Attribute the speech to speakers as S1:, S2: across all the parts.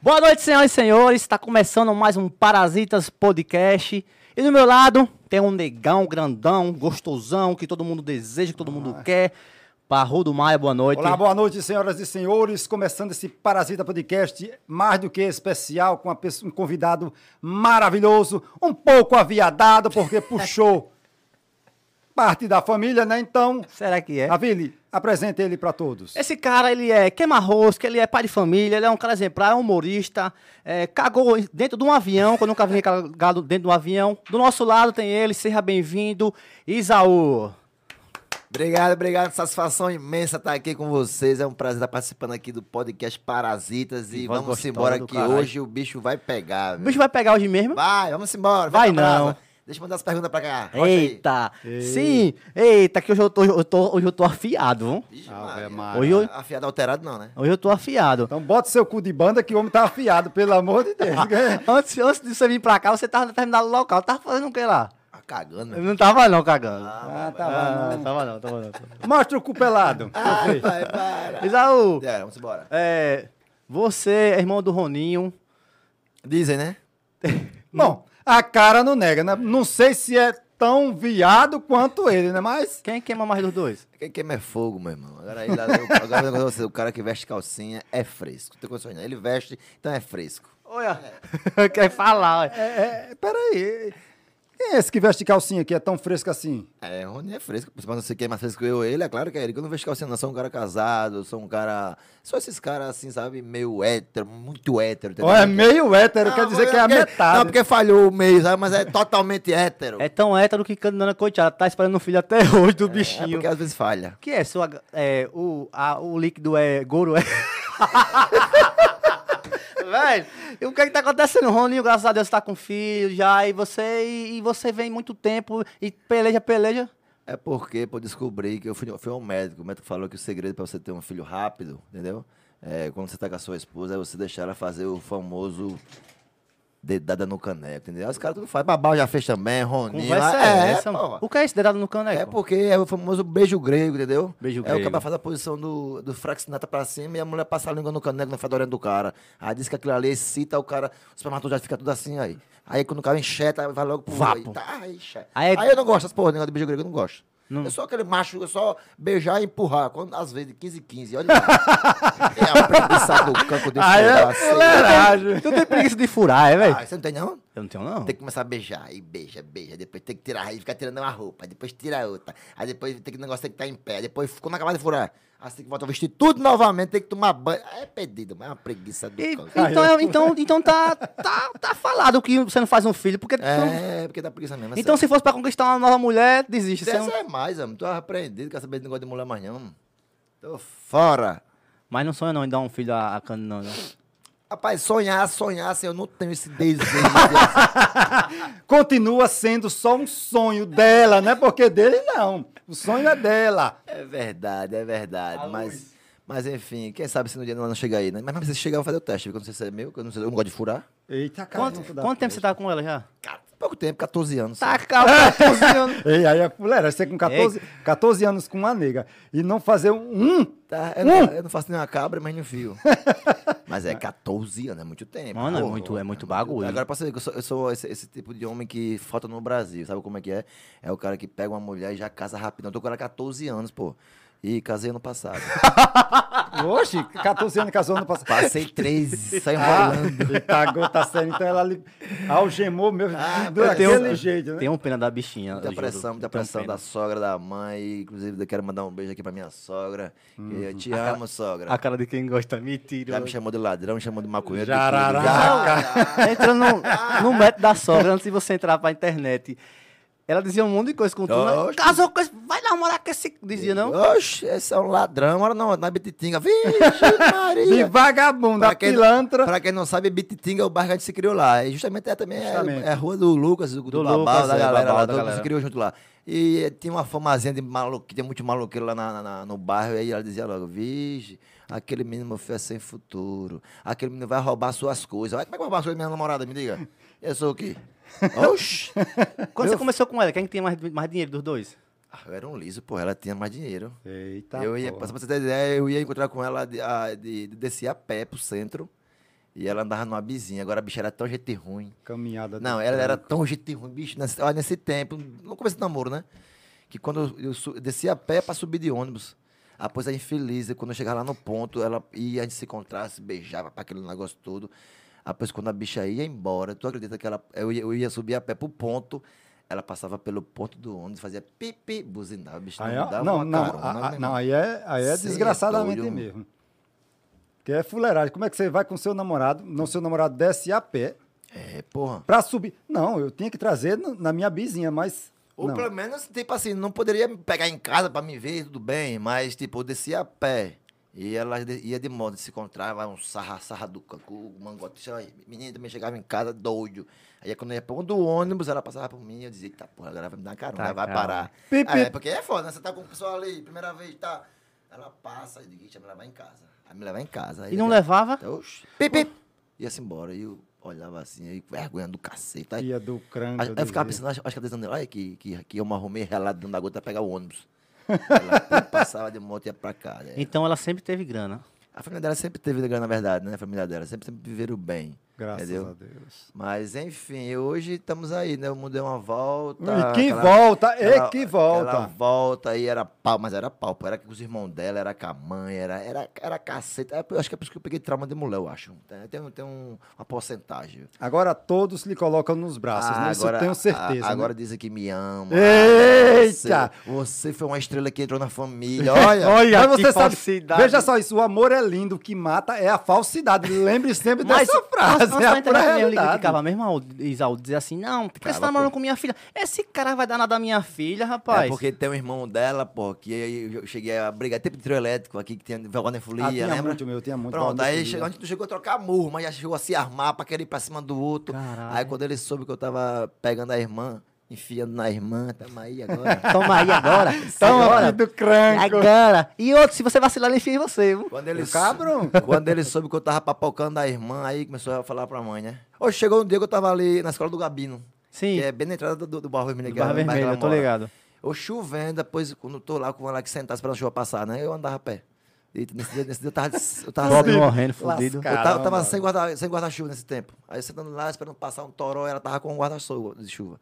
S1: Boa noite, senhoras e senhores. Está começando mais um Parasitas Podcast. E do meu lado tem um negão grandão, gostosão, que todo mundo deseja, que todo mundo quer. Parrudo Maia, boa noite.
S2: Olá, boa noite, senhoras e senhores. Começando esse Parasita Podcast, mais do que especial, com uma pessoa- um convidado maravilhoso, um pouco aviadado, porque puxou parte da família, né? Então,
S1: Será que é?
S2: Avile, apresente ele para todos.
S1: Esse cara, ele é queima-rosca, ele é pai de família, ele é um cara exemplar, é um humorista, é, cagou dentro de um avião, que eu nunca vi cagado dentro de um avião. Do nosso lado tem ele, seja bem-vindo, Isaú.
S3: Obrigado, obrigado. Satisfação imensa estar aqui com vocês. É um prazer estar participando aqui do podcast Parasitas. E
S1: Que voz
S3: vamos
S1: gostosa
S3: embora
S1: do
S3: que
S1: caralho.
S3: hoje o bicho vai pegar.
S1: O
S3: viu?
S1: bicho vai pegar hoje mesmo?
S3: Vai, vamos embora.
S1: Vai
S3: pra
S1: não.
S3: brasa. Deixa eu mandar as perguntas pra cá. Rocha aí.
S1: Eita! Sim! Eita, que hoje eu tô, eu tô- hoje eu tô afiado, viu?
S3: Vixe,
S2: Ave
S3: Maria.
S2: Maria.
S1: Oi, oi.
S3: Afiado alterado não, né?
S1: Hoje eu tô afiado.
S2: Então, bota seu cu de banda que o homem tá afiado, pelo amor de Deus. Né?
S1: Antes, antes de você vir pra cá, você tava determinado local. Tava fazendo o que lá?
S3: Ah, cagando.
S1: Eu
S3: meu.
S1: não tava não, cagando.
S2: Ah, tá bom, Ah. não.
S1: tava não, tava não. Tava
S2: Ah. Mostra o cu pelado.
S3: Ai, pai, para.
S1: não. Isaú,
S3: É, vamos embora.
S1: é, você é irmão do Roninho.
S3: Dizem, né?
S2: Bom, a cara não nega, né? Não sei se é tão viado quanto ele, né? Mas
S1: Quem queima mais dos dois?
S3: Quem queima é fogo, meu irmão. Agora, ele, agora eu vou dizer pra você, o cara que veste calcinha é fresco. Não tem condições não. Ele veste, então é fresco.
S1: Olha, quer falar, olha.
S2: É, é, peraí. Quem é esse que veste calcinha que é tão fresco assim?
S3: É, Rony é fresco, mas não sei quem é mais fresco que eu ou ele, é claro que é ele. Que eu não vejo calcinha, não. Eu Sou um cara casado, eu sou um cara. Só esses caras assim, sabe? Meio hétero, muito hétero. entendeu?
S2: Ó, é meio hétero,
S3: Não,
S2: quer dizer
S3: porque-
S2: que é a
S3: porque-
S2: metade.
S3: Não, porque falhou o meio, sabe? Mas é totalmente hétero.
S1: É tão hétero que Candana Coitada tá esperando o filho até hoje do
S3: É
S1: bichinho.
S3: porque às vezes falha.
S1: O que é sua. É, o, a- o líquido é Goro é. Velho, e o que é que tá acontecendo? O Roninho, graças a Deus, tá com filho já, e você, e, e você vem muito tempo e peleja, peleja.
S3: É porque pô, eu descobri que eu fui, eu fui ao médico. O médico falou que o segredo pra você ter um filho rápido, entendeu? É, quando você tá com a sua esposa, é você deixar ela fazer o famoso dedada no caneco, entendeu? Aí Os caras tudo fazem. Babau já fez também, Roninho.
S1: Conversa
S3: Ah,
S1: é, essa,
S3: porra.
S1: mano. O que é isso, dedado no
S3: É
S1: caneco?
S3: porque é o famoso beijo grego, entendeu?
S1: Beijo
S3: É o
S1: grego.
S3: cara faz a posição do, do fraxinata pra cima e a mulher passa a língua no caneco, na fedorenta do cara. Aí diz que aquilo ali excita o cara, os espermatozoides ficam tudo assim aí. Aí quando o cara enxeta, vai logo pro
S1: Vapo.
S3: Aí, tá, aí, enxeta.
S1: Aí-
S3: aí, eu não gosto das porra, negócio de beijo grego, eu não gosto.
S1: Não.
S3: Eu sou aquele macho, eu só beijar e empurrar. Quando, às vezes, de 15 em 15, olha lá. é a preguiça do canco de
S2: Aí é
S3: furar, sei lá.
S2: fuleiragem.
S1: Tu tem preguiça de furar, é, velho?
S3: Ah, você não tem não?
S1: Eu não tenho, não.
S3: Tem que começar a beijar, e beija, beija, depois tem que tirar, aí fica tirando uma roupa, aí depois tira outra, aí depois tem que o negócio tem que estar em pé, depois quando acabar de furar, assim que volta a vestir tudo novamente, tem que tomar banho, é perdido, mas é uma preguiça do
S1: E-
S3: cão.
S1: então, é- então, então tá, tá, tá falado que você não faz um filho, porque. tu não-
S3: É, porque dá preguiça mesmo. é
S1: então, se
S3: sério.
S1: fosse pra conquistar uma nova mulher, desiste. você um não-
S3: Dessa é mais, homem, tô arrependido, quer saber de negócio de mulher mais não, mano. tô fora.
S1: Mas não sonha não em dar um filho a, a Cano, não, não.
S3: Rapaz, sonhar, sonhar, assim, eu não tenho esse desejo. de-
S2: Continua sendo só um sonho dela, né? Porque dele não. O sonho é dela.
S3: é verdade, é verdade,
S2: A
S3: mas...
S2: luz.
S3: Mas enfim, quem sabe se no dia não chega aí, né? Mas mesmo se chegar, eu vou fazer o teste, porque eu não sei se é meu, que eu não sei, eu não gosto de furar.
S2: Eita, cara.
S1: Quanto, quanto tempo você tá com ela já?
S3: Cara, pouco tempo, 14 anos.
S1: Tá, cara, 14 anos.
S2: Ei, aí é fuleira, você com 14, 14 anos com uma nega e não fazer um. um?
S3: Tá, eu,
S2: Hum.
S3: não, eu não faço nenhuma cabra, mas não fio. mas é 14 anos, é muito tempo.
S1: Mano, é muito- é muito bagulho.
S3: Agora, pra você ver que eu sou, eu sou esse, esse tipo de homem que falta no Brasil, sabe como é que é? É o cara que pega uma mulher e já casa rapidão. Eu tô com ela há 14 anos, pô. E casei ano passado.
S2: Oxe, 14 anos casou ano passado.
S3: Passei 13, saí
S2: Ah,
S3: rolando.
S2: eita, gota séria. Então ela ali algemou meu.
S1: tenho-
S2: daquele jeito, né?
S1: Tem um pena da bichinha. eu
S3: Muita
S1: juro, né?
S3: pressão, muita
S1: eu tenho
S3: pressão
S1: pena.
S3: da sogra, da mãe. Inclusive, eu quero mandar um beijo aqui pra minha sogra. que Eu te amo, sogra.
S1: Uhum. A cara de quem gosta, mentira.
S3: Já me chamou de ladrão, me chamou de maconheiro. um de tudo.
S2: Jararaca.
S1: Entra no, no método da sogra antes de você entrar pra internet. Ela dizia um monte de coisa com tu. né?
S3: Oxe.
S1: Casou com esse. Vai namorar com esse. Dizia, não?
S3: Oxe, esse é um ladrão, ora não, na Bititinga. Vixe,
S2: De
S3: Maria!
S2: vagabunda, pilantra.
S3: pra quem não sabe, Bititinga é o bairro que a gente se criou lá. E justamente é também é-
S2: Justamente.
S3: É, a rua do Lucas, do, do,
S1: Do
S3: Babau,
S1: Lucas,
S3: da
S1: é,
S3: galera
S1: Babau,
S3: lá,
S1: da
S3: todo mundo
S1: galera.
S3: se criou junto lá. E eh, tinha uma formazinha de maluco, tinha muito maloqueiro lá na- na- na- no bairro, e aí ela dizia logo, vixe, aquele menino meu filho é sem futuro, aquele menino vai roubar suas coisas. Olha, como é que vai roubar as coisas da minha namorada, me diga? Eu sou o quê? Oxi!
S1: Quando você
S3: Eu-
S1: começou com ela, quem tem mais, mais dinheiro dos dois?
S3: Ah, Eu era um liso, pô, ela tinha mais dinheiro.
S2: Eita.
S3: eu ia,
S2: porra.
S3: pra você ter ideia, eu ia encontrar com ela de, a- de- de descer a pé pro centro. E ela andava numa bizinha. Agora a bicha era tão gente ruim.
S2: Caminhada. do
S3: Não, ela era
S2: tempo.
S3: tão gente ruim, bicho. Nesse, olha, nesse tempo, no começo do namoro, né? Que quando eu, su- eu descia a pé pra subir de ônibus. Após a infeliz, quando eu chegava lá no ponto, ela ia, a gente se encontrava, se beijava pra aquele negócio todo. Após, quando a bicha ia embora, tu acredita que ela, eu, ia, eu ia subir a pé pro ponto, ela passava pelo ponto do ônibus, fazia pipi, buzinava, bicho,
S2: Aí,
S3: não
S2: ó,
S3: dava
S2: não,
S3: uma
S2: não,
S3: carona,
S2: a- a-
S3: meu
S2: não,
S3: irmão.
S2: aí é, aí é
S3: Cê é
S2: desgraçadamente
S3: doido, mano.
S2: mesmo. Que é fuleiragem. Como é que você vai com seu namorado, não seu namorado desce a pé
S3: É, porra.
S2: pra subir? Não, eu tinha que trazer no- na minha bizinha, mas
S3: Ou
S2: não.
S3: pelo menos, tipo assim, não poderia me pegar em casa pra me ver, tudo bem, mas tipo, eu descia a pé. E ela de- ia de modo, se encontrava, um sarra, sarra do cacu, mangote. sei lá, Menina também chegava em casa doido. Aí quando eu ia pra um do ônibus, ela passava por mim, eu dizia, tá porra, agora vai me dar carona,
S1: Tá,
S3: vai
S1: calma.
S3: parar.
S2: Pip,
S3: Aí,
S2: pip.
S3: porque é foda, né? Você tá com o pessoal ali, primeira vez, tá. Ela passa e diz, "Ixi, vai me levar em casa. Aí me levar em casa. Aí
S1: E não
S3: daqui a-
S1: levava?
S3: Então, oxi, pip, pip. Ia-se embora. E eu olhava assim, aí, vergonha do cacete. Aí,
S2: ia é do crânio.
S3: Aí eu ficava pensando, acho, acho que a Desandela, olha que, que, que eu me arrumei relado dentro da gota pra pegar o ônibus. Ela pum, passava de moto e ia pra cá. né?
S1: Então ela sempre teve grana.
S3: A família dela sempre teve grana, na verdade, né? A família dela sempre, sempre viveram bem.
S2: Graças
S3: entendeu?
S2: a Deus.
S3: Mas, enfim, hoje estamos aí, né? Eu mudei uma volta.
S2: e que
S3: Tá, aquela-
S2: volta,
S3: aquela-
S2: e que volta.
S3: Aquela volta aí era pau, mas era pau. pô. Era com os irmãos dela, era com a mãe, era, era, era caceta. Eu Acho que é por isso que eu peguei trauma de mulher, eu acho. Tem, tem, um- tem um- uma porcentagem.
S2: Agora todos lhe colocam nos braços,
S3: Ah,
S2: né? Isso eu tenho certeza.
S3: a-
S2: né?
S3: agora dizem que me ama.
S2: Eita!
S3: Você, você foi uma estrela que entrou na família. Olha, é
S1: Olha
S2: Mas
S1: que
S2: você sabe,
S1: falsidade.
S2: veja só isso, o amor é lindo, o que mata é a falsidade. Lembre sempre dessa frase,
S1: antes- antes
S2: é
S1: da
S2: a pura
S1: internet mesmo, ele
S2: realidade.
S1: criticava mesmo ao Isaú, dizer assim, não, porque você
S3: Ficava,
S1: tá namorando
S3: pô.
S1: com minha filha? Esse cara vai dar nada da minha filha,
S3: É
S1: rapaz.
S3: porque tem um irmão dela, pô, que aí eu cheguei a brigar. Tempo de trio elétrico aqui, que tinha
S2: Ah,
S3: vagonifolia,
S2: tinha
S3: lembra?
S2: muito, meu, tinha muito.
S3: Pronto,
S2: Valdefolia.
S3: aí chegou, a gente não chegou a trocar murro, mas já chegou a se armar pra querer ir pra cima do outro.
S1: Caralho.
S3: Aí quando ele soube que eu tava pegando a irmã, enfiando na irmã, tamo aí agora.
S1: Toma aí agora.
S2: Toma aqui
S1: agora.
S2: do crânio.
S1: Agora. E outro, se você vacilar, ele enfia em você, viu?
S3: Quando ele,
S2: O cabrão.
S3: quando ele soube que eu tava papocando a irmã, aí começou a falar pra mãe, né? Hoje chegou um dia que eu tava ali na escola do Gabino.
S1: Sim.
S3: Que é bem na entrada do, do Barro Vermelho.
S1: Do
S3: que
S1: Barra
S3: é o bairro que
S1: Vermelha,
S3: ela
S1: eu tô
S3: mora.
S1: ligado.
S3: Eu chovendo, depois quando eu tô lá com ela que sentasse pra chuva passar, né? Eu andava a pé. E nesse dia, nesse dia eu tava... Eu tava
S1: Pobre
S3: sem-
S1: morrendo, fudido.
S3: Eu tava, eu tava
S2: Caramba.
S3: sem guarda- sem guarda-chuva nesse tempo. Aí sentando lá, esperando passar um toró, ela tava com um guarda-chuva de chuva.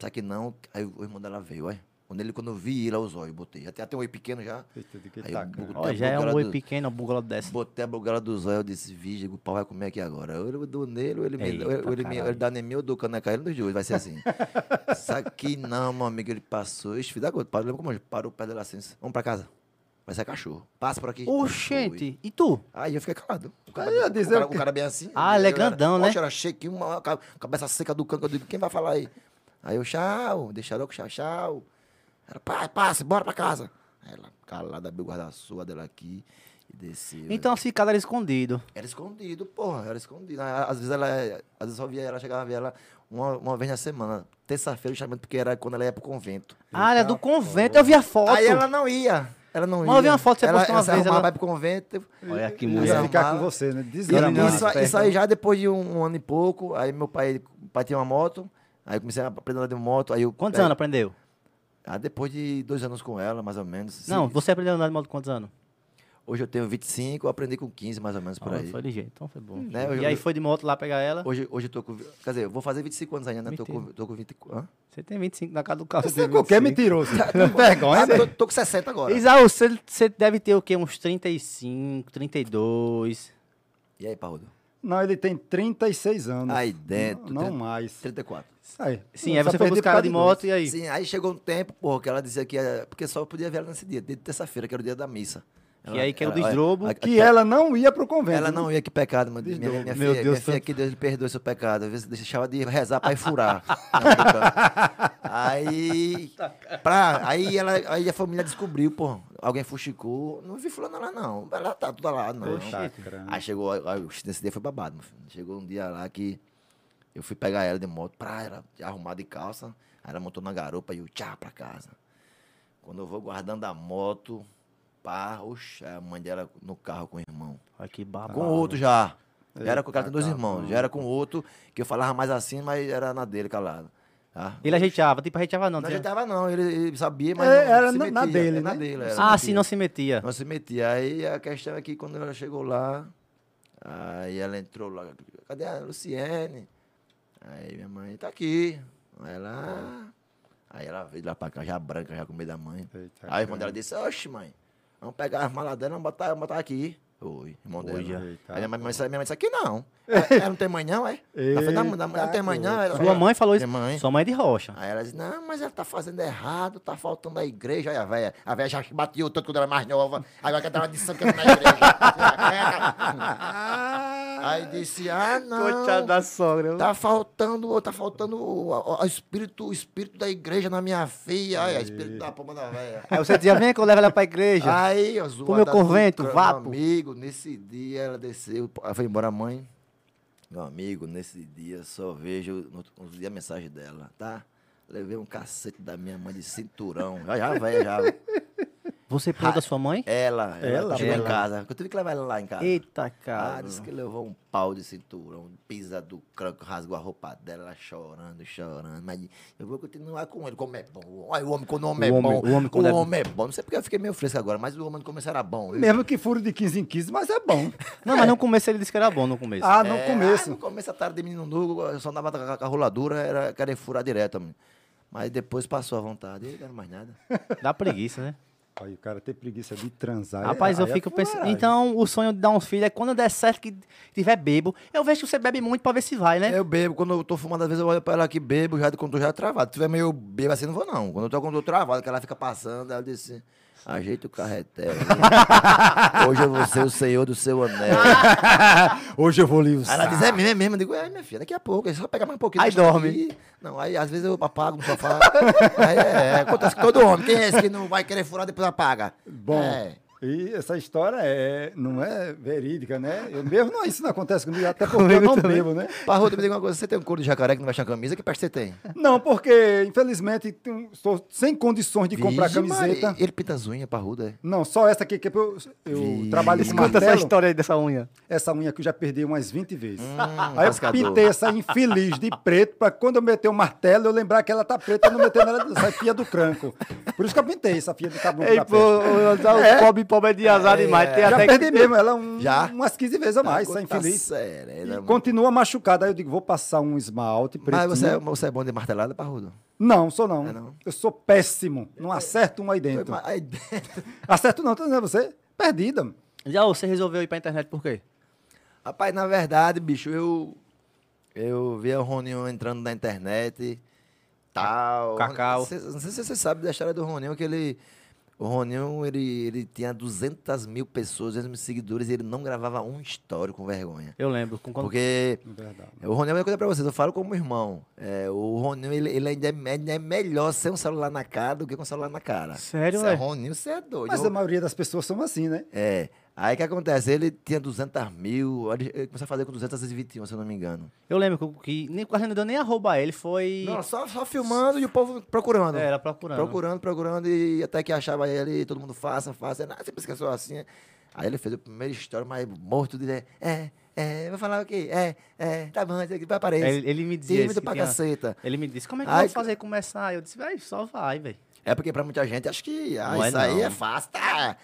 S3: Só que não, aí o irmão dela veio, olha. Quando ele, quando eu vi ele, aos olhos, botei. Já tem até um oi pequeno já.
S2: Eita, de que
S3: Aí eu
S2: taca.
S3: botei
S1: Ó,
S3: a
S1: já é
S3: bugada
S1: um oi
S3: do-
S1: pequeno, uma bugala dessa.
S3: Botei a bugada do zóio, eu disse, vigi, o pau vai comer aqui agora. Ou ele dou nele, ou ele, me,
S1: Eita,
S3: ou ele, ou ele me- ou
S1: tá
S3: ele
S1: caralho.
S3: dá anemia, eu dou caneca a ele dos dois, vai ser assim. Saquei não, meu amigo, ele passou, ixi, da gota, parou, lembra como ele parou perto dela assim, vamos pra casa, vai ser cachorro, passa por aqui. Fui.
S1: Oxente, e tu?
S3: Aí eu fiquei calado. O cara,
S2: Aí ia
S3: o
S2: dizer
S3: cara-
S2: o
S3: o
S2: quê?
S3: cara bem assim.
S1: Ah, ele é
S3: eu era-
S1: grandão, né?
S3: Poxa, era cheio, uma ca- cabeça seca do canto, eu digo, quem vai falar aí? Aí eu, tchau, deixa logo, tchau, tchau. Ela, pá, passa, bora pra casa. Aí ela, calada, abriu o guarda-chuva dela aqui e desceu.
S1: Então se cada era escondido.
S3: Era escondido, porra, era escondido. Á- Às vezes ela, às vezes eu via ela, chegava a ver ela uma, uma vez na semana. Terça-feira, chamando, porque era quando ela ia pro convento.
S1: Ah, era do convento, eu vi a foto.
S3: Aí ela não ia. Ela não
S1: Mas
S3: ia.
S1: eu vi uma foto que você
S3: ela,
S1: postou uma
S3: ela se
S1: vez,
S3: arrumava,
S1: ela-
S3: vai pro convento.
S1: Olha que
S2: Ia
S1: mulher.
S2: ficar com
S3: arrumava.
S2: você, né?
S3: E
S2: Desgrama.
S1: Desgramado.
S3: isso, isso aí já depois de um, um ano e pouco, aí meu pai, meu pai tinha uma moto, aí eu comecei a aprender a andar de moto, aí eu...
S1: Quantos
S3: aí-
S1: anos aprendeu?
S3: Ah, depois de dois anos com ela, mais ou menos. Sim.
S1: Não, você aprendeu a andar de moto com quantos anos?
S3: Hoje eu tenho 25, eu aprendi com 15, mais ou menos, por
S1: Ah,
S3: aí.
S1: Foi ligeiro, então foi bom.
S3: Né, eu-
S1: E aí
S3: eu-
S1: foi de moto lá pegar ela.
S3: Hoje, hoje eu tô com... vi- Quer dizer, eu vou fazer 25 anos ainda, né? Tô com,
S1: Mentira.
S3: tô com 24... Hã?
S1: Você tem 25 na casa do carro.
S2: Você é qualquer mentiroso. Vergonha,
S3: Ah,
S2: né?
S3: tô, tô com 60 agora.
S1: Isaú, você você deve ter o quê? Uns 35, 32.
S3: E aí, Parrudo?
S2: Não, ele tem 36 anos.
S3: Aí dentro, né?
S2: Não
S3: trinta-
S2: mais.
S3: 34.
S2: Aí,
S1: Sim,
S2: eu
S1: aí
S2: só
S1: você foi
S2: perdi por
S1: buscar
S2: causa
S1: ela de
S2: dois.
S1: moto e aí.
S3: Sim, aí chegou um tempo, porra, que ela dizia que ia... Porque só eu podia ver ela nesse dia, desde terça-feira, que era o dia da missa.
S1: Que
S3: Ela-
S1: aí que era o
S3: ela-
S1: desdrobo,
S3: a-
S2: Que ela não ia pro convento.
S3: Ela
S2: né?
S3: não ia, que pecado, meu Deus. Minha,
S2: Desdobre.
S3: minha
S2: Meu
S3: filha,
S2: Deus
S3: minha filha
S2: santo.
S3: que Deus lhe perdoe seu pecado. Às vezes deixava de rezar pra ir furar. Não, tô brincando. aí, pra, aí, ela, aí a família descobriu, pô. Alguém fuxicou. Não vi fulana lá, não. Ela tá toda lá, não.
S2: Oxe. Tá, caramba.
S3: aí chegou, aí, aí, oxe, nesse dia foi babado, meu filho. Chegou um dia lá que eu fui pegar ela de moto, pra ela arrumada de calça. Aí ela montou na garupa e eu tchau pra casa. Quando eu vou guardando a moto, pá, oxe, a mãe dela no carro com o irmão.
S1: Olha que babado.
S3: Tá Com outro já. Já era com
S2: Ah, Eita, tá
S3: o cara, tem dois
S2: cabrão.
S3: irmãos. Já era com outro, que eu falava mais assim, mas era na dele, calado. Tá?
S1: Ele ajeitava, tipo, ajeitava não.
S3: Não
S1: tinha-
S3: ajeitava, não. Ele, ele sabia, mas
S2: É,
S3: não
S2: era
S3: se
S2: na-
S3: metia.
S2: na dele,
S3: é na
S2: né?
S3: dele. era,
S1: Ah,
S3: metia.
S1: sim, não se metia.
S3: Não se metia. Aí a questão é que quando ela chegou lá, Aí ela entrou lá, cadê a Luciene? Aí minha mãe, tá aqui. Aí ela. "Ah." Aí ela veio lá pra cá, já branca, já com medo da mãe.
S2: Eita,
S3: aí quando ela disse, oxe, mãe, vamos pegar as malas dela, vamos botar, vamos botar aqui. Oi, irmão dela.
S2: Olha.
S3: Aí
S2: Eita,
S3: minha mãe, disse- minha mãe disse, aqui não. Ela não tem mãe não, é? Ela falou, não, não, não tem mãe não. Ela
S1: Sua
S3: falou,
S1: mãe falou isso.
S3: Tem mãe.
S1: Sua mãe é de rocha.
S3: Aí ela disse, não, mas ela tá fazendo errado, tá faltando a igreja. Aí a velha, a velha já bateu tanto quando era mais nova, agora quer dar uma de sangue na igreja. Aí disse, ah, não,
S1: da sogra.
S3: tá faltando, tá faltando o, o- o espírito, o espírito da igreja na minha filha. Aí, o espírito da pomba da velha.
S1: Aí você dizia, vem que eu levo ela pra igreja.
S3: Aí, ó, zoada
S1: meu
S3: do
S1: convento,
S3: cão,
S1: vá, pô.
S3: Meu amigo, nesse dia ela desceu, pô, ela foi embora a mãe. Meu amigo, nesse dia só vejo no outro dia a mensagem dela, tá? Levei um cacete da minha mãe de cinturão. Já, já, velho, já.
S1: Você pegou da sua mãe?
S3: Ela, ela,
S2: Ela?
S3: ela chegou
S1: Ela.
S3: em casa. Eu tive que levar ela lá em casa.
S1: Eita,
S3: Ah,
S1: cara.
S3: disse que levou um pau de cinturão, pisa do cranco, rasgou a roupa dela, ela chorando, chorando. Mas eu vou continuar com ele, como é bom. Olha, o homem quando o homem
S1: O
S3: é
S1: homem-
S3: bom.
S1: o homem quando é bom.
S3: homem é bom. Não sei porque eu fiquei meio fresco agora, mas o homem no começo era bom. viu?
S2: Mesmo que furo de 15 em 15, mas é bom.
S1: Não, mas no começo ele disse que era bom no começo.
S2: Ah, no
S3: É, ah,
S2: começo.
S3: no começo, a tarde de menino nugo, eu só andava com a, com a roladura, era querer furar direto. menino. Mas depois passou a vontade, eu não quero mais nada.
S1: Dá preguiça, né?
S2: Aí o cara tem preguiça de transar.
S1: Rapaz,
S2: Aí
S1: eu
S2: é
S1: fico pensando.
S2: fuleiragem.
S1: Então, o sonho de dar uns filhos é quando der certo que tiver bebo. Eu vejo que você bebe muito pra ver se vai,
S2: É.
S1: né?
S3: Eu bebo, quando eu tô fumando, às vezes eu olho pra ela aqui, bebo, já quando eu tô já travado. Se tiver meio bebo assim, não vou não. Quando eu tô, quando eu tô travado, que ela fica passando, ela diz assim, ajeita o carretel. viu? Hoje eu vou ser o senhor do seu anel.
S2: Hoje eu vou lhe
S3: Aí ela
S2: usar.
S3: diz, é mesmo, é mesmo. Eu digo, é, minha filha, daqui a pouco, é só pegar mais um pouquinho.
S1: Aí
S3: deixa
S1: dorme.
S3: aqui. Não, aí às vezes eu apago no sofá. aí é, é, acontece com todo homem. Quem é esse que não vai querer furar, depois apaga?
S2: Bom.
S3: É.
S2: E essa história é, não é verídica, né? Eu mesmo não, isso não acontece comigo, até porque eu
S1: Comigo
S2: não
S1: também.
S2: bebo, né?
S3: Parrudo, me diga uma coisa, você tem um couro de jacaré que não vai achar camisa? Que peste você tem?
S2: Não, porque, infelizmente, tem- estou sem condições de comprar
S3: Vixe,
S2: camiseta.
S3: Maria, Ele pinta as unhas, parrudo, é.
S2: Não, só essa aqui que eu, eu
S3: Vixe.
S2: trabalho com
S1: Escuta essa
S2: martelo.
S1: história aí dessa unha.
S2: Essa unha que eu já perdi umas 20 vezes. aí eu
S3: Hum, cascador.
S2: pintei essa infeliz de preto pra quando eu meter o martelo eu lembrar que ela tá preta e não meter nela essa fia do cranco. Por isso que eu pintei essa fia do cabelo
S1: Ei,
S2: da
S1: pô,
S2: peste.
S1: o pobre, pobre é de azar demais. Tem
S2: Já
S1: até
S2: perdi
S1: que...
S2: mesmo, ela um-
S3: Já?
S2: umas 15 vezes a mais, essa
S3: Tá
S2: infeliz. E
S3: serena, mano.
S2: continua machucada. Aí eu digo, vou passar um esmalte preto. né?
S3: Mas você, é- você é bom de martelada, parrudo?
S2: Não, sou não.
S3: É não?
S2: Eu sou péssimo. Não acerto um aí dentro.
S3: Mas- aí dentro-
S2: Acerto não, tô dizendo a você. é Perdida.
S1: Já você resolveu ir pra internet por quê?
S3: Rapaz, na verdade, bicho, eu. Eu vi o Roninho entrando na internet. Tal.
S1: Cacau.
S3: Cê- não sei se você sabe da história do Roninho, que ele. O Roninho, ele, ele tinha 200 mil pessoas, 200 mil seguidores, e ele não gravava um story com vergonha.
S1: Eu lembro. com- quando-
S3: Porque
S2: Verdade.
S3: o Roninho é uma coisa pra vocês, eu falo como irmão. É, o Roninho, ele, ele ainda é, ainda é melhor sem um celular na cara do que com um celular na cara.
S1: Sério,
S3: Cê é?
S1: velho?
S3: Roninho, você é doido.
S2: Mas a maioria das pessoas são assim, né?
S3: É. Aí o que acontece? Ele tinha 200 mil, ele ele começou a fazer com 221, se eu não me engano.
S1: Eu lembro que, que nem, quase não deu nem a roubar ele, foi.
S3: Não, só, só filmando e o povo procurando.
S1: É, era procurando.
S3: Procurando, procurando, e até que achava ele, e todo mundo faça, faça. Ele, Ah, você pensa que é só assim. Aí ele fez o primeiro história, mas morto de. É, é, vou falar o quê? É, é, tá bom, isso aqui vai aparecer.
S1: Ele, ele me dizia.
S3: Tímido
S1: isso que
S3: pra
S1: tinha-
S3: caceta.
S1: Ele me disse, como é que eu
S3: Ai,
S1: vou
S3: que-
S1: fazer começar? Eu disse, vai, só vai, velho.
S3: É porque pra muita gente acho que ah,
S1: Não é
S3: isso aí
S1: não.
S3: é fácil, tá?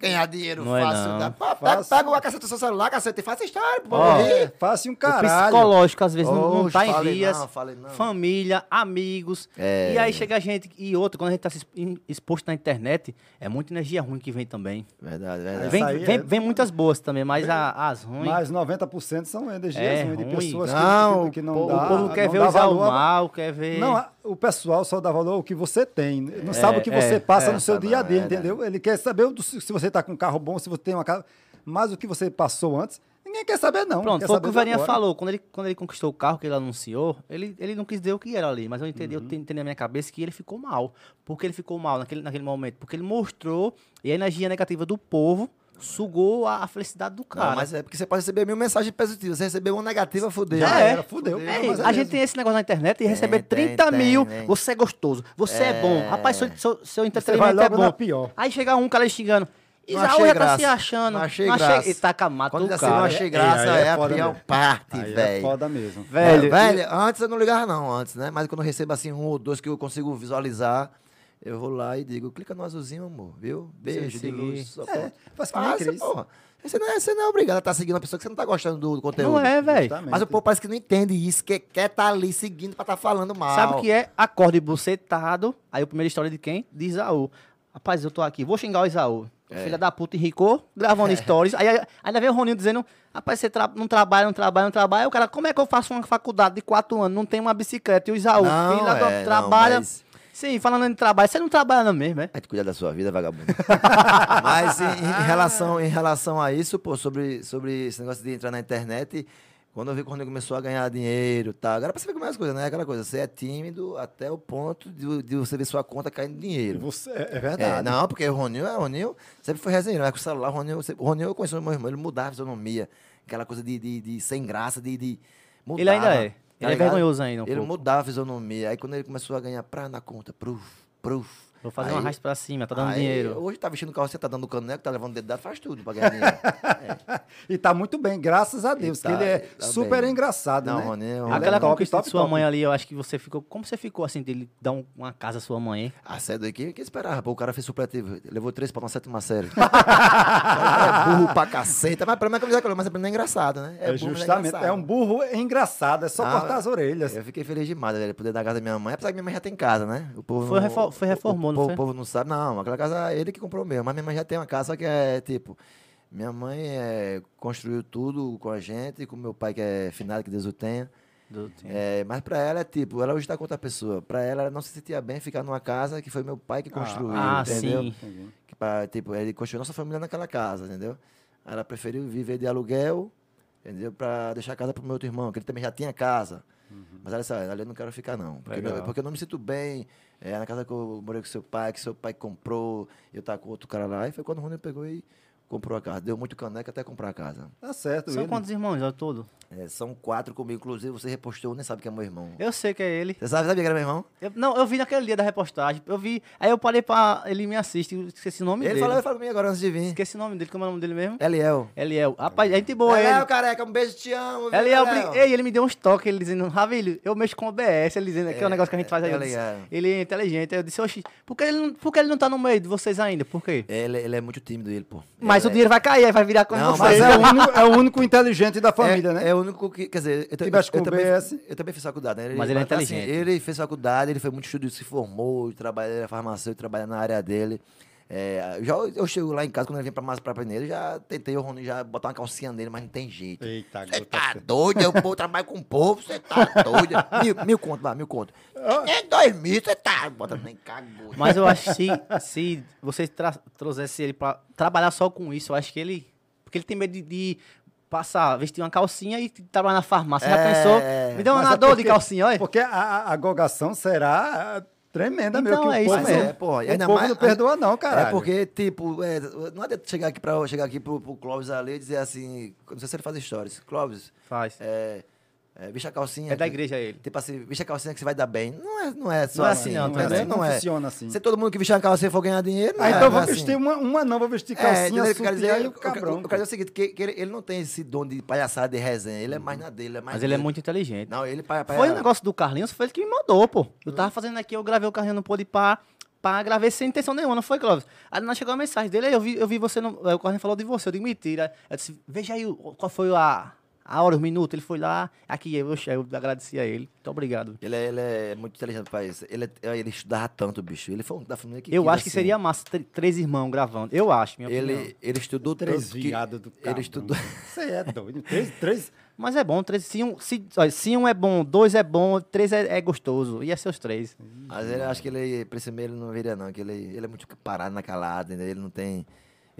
S3: Ganhar dinheiro
S1: Não é
S3: fácil.
S1: não.
S3: tá? Pô, pega,
S2: Fácil.
S3: pega uma caceta do seu celular, caceta, e faça história, pô.
S1: Ó,
S3: morrer.
S2: É, faça um
S1: O
S2: caralho.
S1: psicológico, às vezes, não, não
S3: Oxe,
S1: tá em
S3: falei
S1: dias.
S3: não, falei não.
S1: Família, amigos.
S3: É.
S1: E aí chega a gente. E outro, quando a gente tá se exp- em- exposto na internet, é muita energia ruim que vem também.
S3: Verdade, verdade.
S1: Vem,
S2: aí
S1: vem,
S2: é-
S1: vem muitas boas também, mas a- as ruins.
S2: Mas 90% são energias
S1: É
S2: ruins de
S1: ruim.
S2: pessoas que-
S3: Não,
S2: que, que não
S3: o
S2: dá.
S1: o povo quer
S2: não
S1: ver
S2: dá
S1: o usar o
S2: valor a-
S1: mal, quer ver.
S2: Não, a- o pessoal só dá valor ao que você tem. né? Não sabe o que
S1: é,
S2: você passa
S1: é,
S2: no seu
S3: sabe,
S2: dia a dia,
S3: é,
S2: entendeu? Ele quer saber o do- se você tá com um carro bom, se você tem uma casa. Mas o que você passou antes, ninguém quer saber, não.
S1: Pronto,
S2: quer
S1: foi o
S2: saber
S1: que o
S2: do
S1: Verinha
S2: agora.
S1: falou. Quando ele, quando ele conquistou o carro que ele anunciou, ele, ele não quis dizer o que era ali, mas eu entendi,
S3: Uhum.
S1: eu entendi na minha cabeça que ele ficou mal. Por que ele ficou mal naquele, naquele momento? Porque ele mostrou e a energia negativa do povo sugou a, a felicidade do
S3: Não,
S1: cara.
S3: mas é porque você pode receber mil mensagens positivas. Você recebeu uma negativa, fodeu.
S1: Já
S2: era, fudeu.
S1: É,
S2: Não, mas é
S1: a
S2: mesmo.
S1: gente tem esse negócio na internet e receber
S3: tem,
S1: 30
S3: tem,
S1: mil,
S3: tem.
S1: você é gostoso, você é, bom, rapaz, seu, seu, seu
S2: vai
S1: entretenimento é
S2: logo na
S1: bom.
S2: pior.
S1: Aí chega um cara xingando,
S3: Não
S1: Isaú
S3: achei
S1: já tá
S3: graça,
S1: se achando,
S3: não achei graça.
S1: e taca mata
S3: Quando
S1: o
S3: diz assim, não
S1: cara.
S3: achei
S2: É,
S3: graça,
S2: aí
S3: é,
S2: é
S3: a
S2: foda
S3: pior
S2: mesmo.
S3: parte,
S2: Aí é
S3: velho.
S2: foda mesmo.
S3: É,
S1: Velho,
S3: antes eu não ligava não, antes, né? Mas quando eu recebo assim um ou dois que eu consigo visualizar, Eu vou lá e digo, clica no azulzinho, amor, viu? Beijo, de
S1: seguir.
S3: luz. só
S2: É,
S3: pronto.
S2: faz que nem
S3: Passa,
S2: Cris.
S3: porra. Ah, Você não, é, você não é obrigado a estar seguindo uma pessoa que você não tá gostando do, do conteúdo.
S1: Não é, velho.
S2: Justamente.
S3: Mas o povo parece que não entende isso, que quer estar ali seguindo pra estar falando mal.
S1: Sabe o que é? Acorde bucetado. Aí a primeira história de quem? De Isaú. Rapaz, eu tô aqui, vou xingar o Isaú. Filha da puta enricou, gravando stories. Aí aí- ainda vem o Roninho dizendo: Rapaz, você tra- não trabalha, não trabalha, não trabalha. Aí o cara, como é que eu faço uma faculdade de quatro anos? Não tem uma bicicleta. E o Isaú,
S3: Não,
S1: filha da-
S3: é, não,
S1: trabalha.
S3: mas-
S1: Sim, falando em trabalho, você não trabalha não mesmo, é?
S3: Vai te cuidar da sua vida, vagabundo. Mas em, em relação, em relação a isso, pô, sobre, sobre esse negócio de entrar na internet, quando eu vi quando ele começou a ganhar dinheiro e tal, agora pra você ver como é as coisas, né? Aquela coisa, você é tímido até o ponto de, de você ver sua conta caindo dinheiro.
S2: Você, é é
S3: É,
S2: verdade.
S3: não, porque o Roninho, é, o Roninho sempre foi resenheiro, mas com o celular, o Roninho, sempre- o Roninho eu conheci o meu irmão, ele mudava a fisionomia, aquela coisa de, de, de sem graça, de... de mudava, Tá
S1: Ele ainda é. Ele é
S3: ligado?
S1: vergonhoso ainda um
S3: Ele
S1: pouco.
S3: mudava a fisionomia, aí quando ele começou a ganhar pra na conta, pruf, pruf.
S1: Vou fazer
S3: aí,
S1: uma raste pra cima, tá dando
S3: aí,
S1: dinheiro.
S3: Hoje tá vestindo calça, tá dando caneco, tá levando dedado, faz tudo pra ganhar dinheiro. É,
S1: É.
S2: E tá muito bem, graças a Deus,
S3: E
S2: que
S3: tá-
S2: ele é
S3: tá
S2: super
S3: bem.
S2: engraçado,
S3: Não,
S2: né?
S3: Roninho,
S2: Ele é
S1: Aquela
S2: top,
S1: conquista
S2: top,
S1: de sua
S2: top.
S1: mãe ali, eu acho que você ficou. Como você ficou assim, dele dar um- uma casa à sua mãe, hein?
S3: A série daqui, o que esperava? Pô, o cara fez supletivo, levou três pra uma sétima série. O cara é burro pra caceta, mas pelo menos que eu já mas é engraçado, né?
S2: É,
S3: burro, mas
S2: justamente,
S3: engraçado.
S2: é um burro engraçado, é só
S3: Ah,
S2: cortar as orelhas.
S1: Assim.
S3: Eu fiquei feliz demais, velho, poder dar a casa da minha mãe. Apesar que minha mãe já tem casa, né? O povo
S1: Foi
S3: não-
S1: refor- foi
S3: o-
S1: reformou,
S3: o,
S1: não
S3: povo,
S1: foi?
S3: O povo não sabe, não. Aquela casa ele que comprou mesmo. Mas minha mãe já tem uma casa, só que é tipo. Minha mãe é, construiu tudo com a gente, com meu pai que é finado, que Deus o tenha.
S1: Do-
S3: É, mas pra ela é tipo, ela hoje tá com outra pessoa. Pra ela, ela não se sentia bem ficar numa casa que foi meu pai que construiu,
S1: ah,
S3: entendeu?
S1: sim.
S2: Entendi.
S3: Que pra, tipo, ele construiu nossa família naquela casa, entendeu? Aí Ela preferiu viver de aluguel, entendeu? Pra deixar a casa pro meu outro irmão, que ele também já tinha casa. Mas ela disse, olha, ali eu não quero ficar não, porque,
S1: Uhum. Legal.
S3: eu- porque eu não me sinto bem. É na casa que eu morei com seu pai, que seu pai comprou, eu tava com outro cara lá. E foi quando o Rony pegou e comprou a casa. Deu muito caneca até comprar a casa.
S2: Tá certo,
S1: São
S2: ele.
S1: quantos irmãos ao todo?
S3: É, são quatro comigo, inclusive você repostou, nem sabe que é meu irmão.
S1: Eu sei que é ele.
S3: Você sabe, sabe que era meu irmão?
S1: Eu- não, eu vi naquele dia da reportagem. Eu vi. Aí eu parei pra. Ele me assiste, eu esqueci o nome
S3: Ele
S1: dele.
S3: falou, ele falou comigo agora antes de vir.
S1: Esqueci o nome dele, como é o nome dele mesmo?
S3: Eliel.
S1: Eliel. Rapaz, é gente boa
S3: Eliel,
S1: ele.
S3: careca, um beijo, te amo. viu,
S1: Eliel, brin- ei, ele me deu uns toques, ele dizendo, Ravelho, eu mexo com o OBS, ele dizendo, que é o
S3: É,
S1: negócio que a gente faz aí.
S3: tá
S1: Eu disse,
S3: ligado.
S1: ele é inteligente. Aí eu disse, oxi, por que, ele não, por que ele não tá no meio de vocês ainda? Por quê?
S3: Ele, ele é muito tímido, ele, pô.
S1: Mas o
S3: Ele é-
S1: dinheiro vai cair, aí vai virar com
S3: Não,
S2: Mas
S1: vocês.
S2: é o, único, é o único inteligente da família,
S3: é,
S2: né?
S3: É o único que. Quer dizer, eu, ta-
S2: Tivesse com
S3: eu,
S2: o
S3: também,
S2: BS.
S3: eu também fiz faculdade, né?
S1: Mas ele é
S3: assim,
S1: inteligente.
S3: ele fez faculdade, ele foi muito estudioso, se formou, trabalha, ele é farmacêutico, trabalha na área dele. É, já eu chego lá em casa, quando ele vem pra mais pra Peneira, já tentei o Rony já botar uma calcinha nele, mas não tem jeito.
S2: Eita,
S3: Você
S2: gota
S3: tá doido? Eu pô, trabalho com o povo, você tá doido? Mil, mil conto, vai, mil conto. É dois mil, você tá. Bota nem cagou.
S1: Mas eu acho que se, se você tra- trouxesse ele pra trabalhar só com isso, eu acho que ele. Porque ele tem medo de, de passar, vestir uma calcinha e trabalhar na farmácia. Já
S3: É,
S1: pensou? Me deu uma
S2: Mas é
S1: dor de
S2: porque-
S1: calcinha, olha.
S2: Porque a, a, a gogação será ah, tremenda, meu.
S1: Então
S2: que o
S1: é isso
S2: povo-
S3: Mas
S1: mesmo.
S3: é, pô,
S2: o
S3: ainda
S2: povo
S3: mais-
S2: não perdoa não, cara.
S3: É porque, tipo, é, não adianta chegar aqui, pra, chegar aqui pro, pro Clóvis ali e dizer assim, não sei se ele faz stories, Clóvis,
S1: Faz.
S3: é, é, viste a calcinha.
S1: É da
S3: que-
S1: igreja ele.
S3: Tipo assim, viste a calcinha que você vai dar bem. Não é, não é só
S1: Não é
S3: assim,
S1: assim, não,
S3: é
S1: também.
S3: assim,
S2: Não funciona assim.
S3: Se todo mundo que vestir uma calcinha for ganhar dinheiro, não
S2: Ah,
S3: é,
S2: então eu
S3: não é
S2: vou vestir
S3: assim.
S2: uma, uma não, vou vestir
S3: É,
S2: calcinha,
S3: entendeu?
S2: é,
S3: Eu quero dizer-
S2: sutiã e
S3: eu-
S2: o
S3: eu- eu-
S2: cabrão.
S3: eu quero dizer é o seguinte, que, que ele, ele não tem esse dom de palhaçada e resenha, ele é mais na dele, é mais
S1: Mas ele é
S3: dele.
S1: muito inteligente.
S3: Não, ele é para
S1: Foi o negócio do Carlinhos, foi ele que me mandou, pô. Eu tava fazendo aqui, eu gravei o Carlinhos no Podpah, pá, gravei sem intenção nenhuma, não foi, Clóvis? Aí nós chegou a mensagem dele, aí eu vi, eu vi você, no, aí o Carlinhos falou de você, eu digo, mentira. Eu disse, veja aí o- qual foi a, a hora, os minutos, ele foi lá, aqui, eu, eu agradeci a ele, muito obrigado.
S3: Ele é, ele é muito inteligente pra isso. Ele, é- ele estudava tanto, bicho. Ele foi um da família que
S1: eu
S3: quis,
S1: acho que
S3: assim,
S1: seria massa, tr- três irmãos gravando, eu acho, minha opinião.
S3: Ele, ele estudou
S2: Três
S3: tanto que-
S2: viados do cabrão.
S3: Ele estudou.
S2: Você é doido. Três, três.
S1: Mas é bom, três, se um, se, olha, se um é bom, dois é bom, três é, é gostoso, ia ser os três.
S3: Mas ele acho que ele, pra esse meio, ele não viria, não. Que ele, ele é muito parado na calada, entendeu? ele não tem.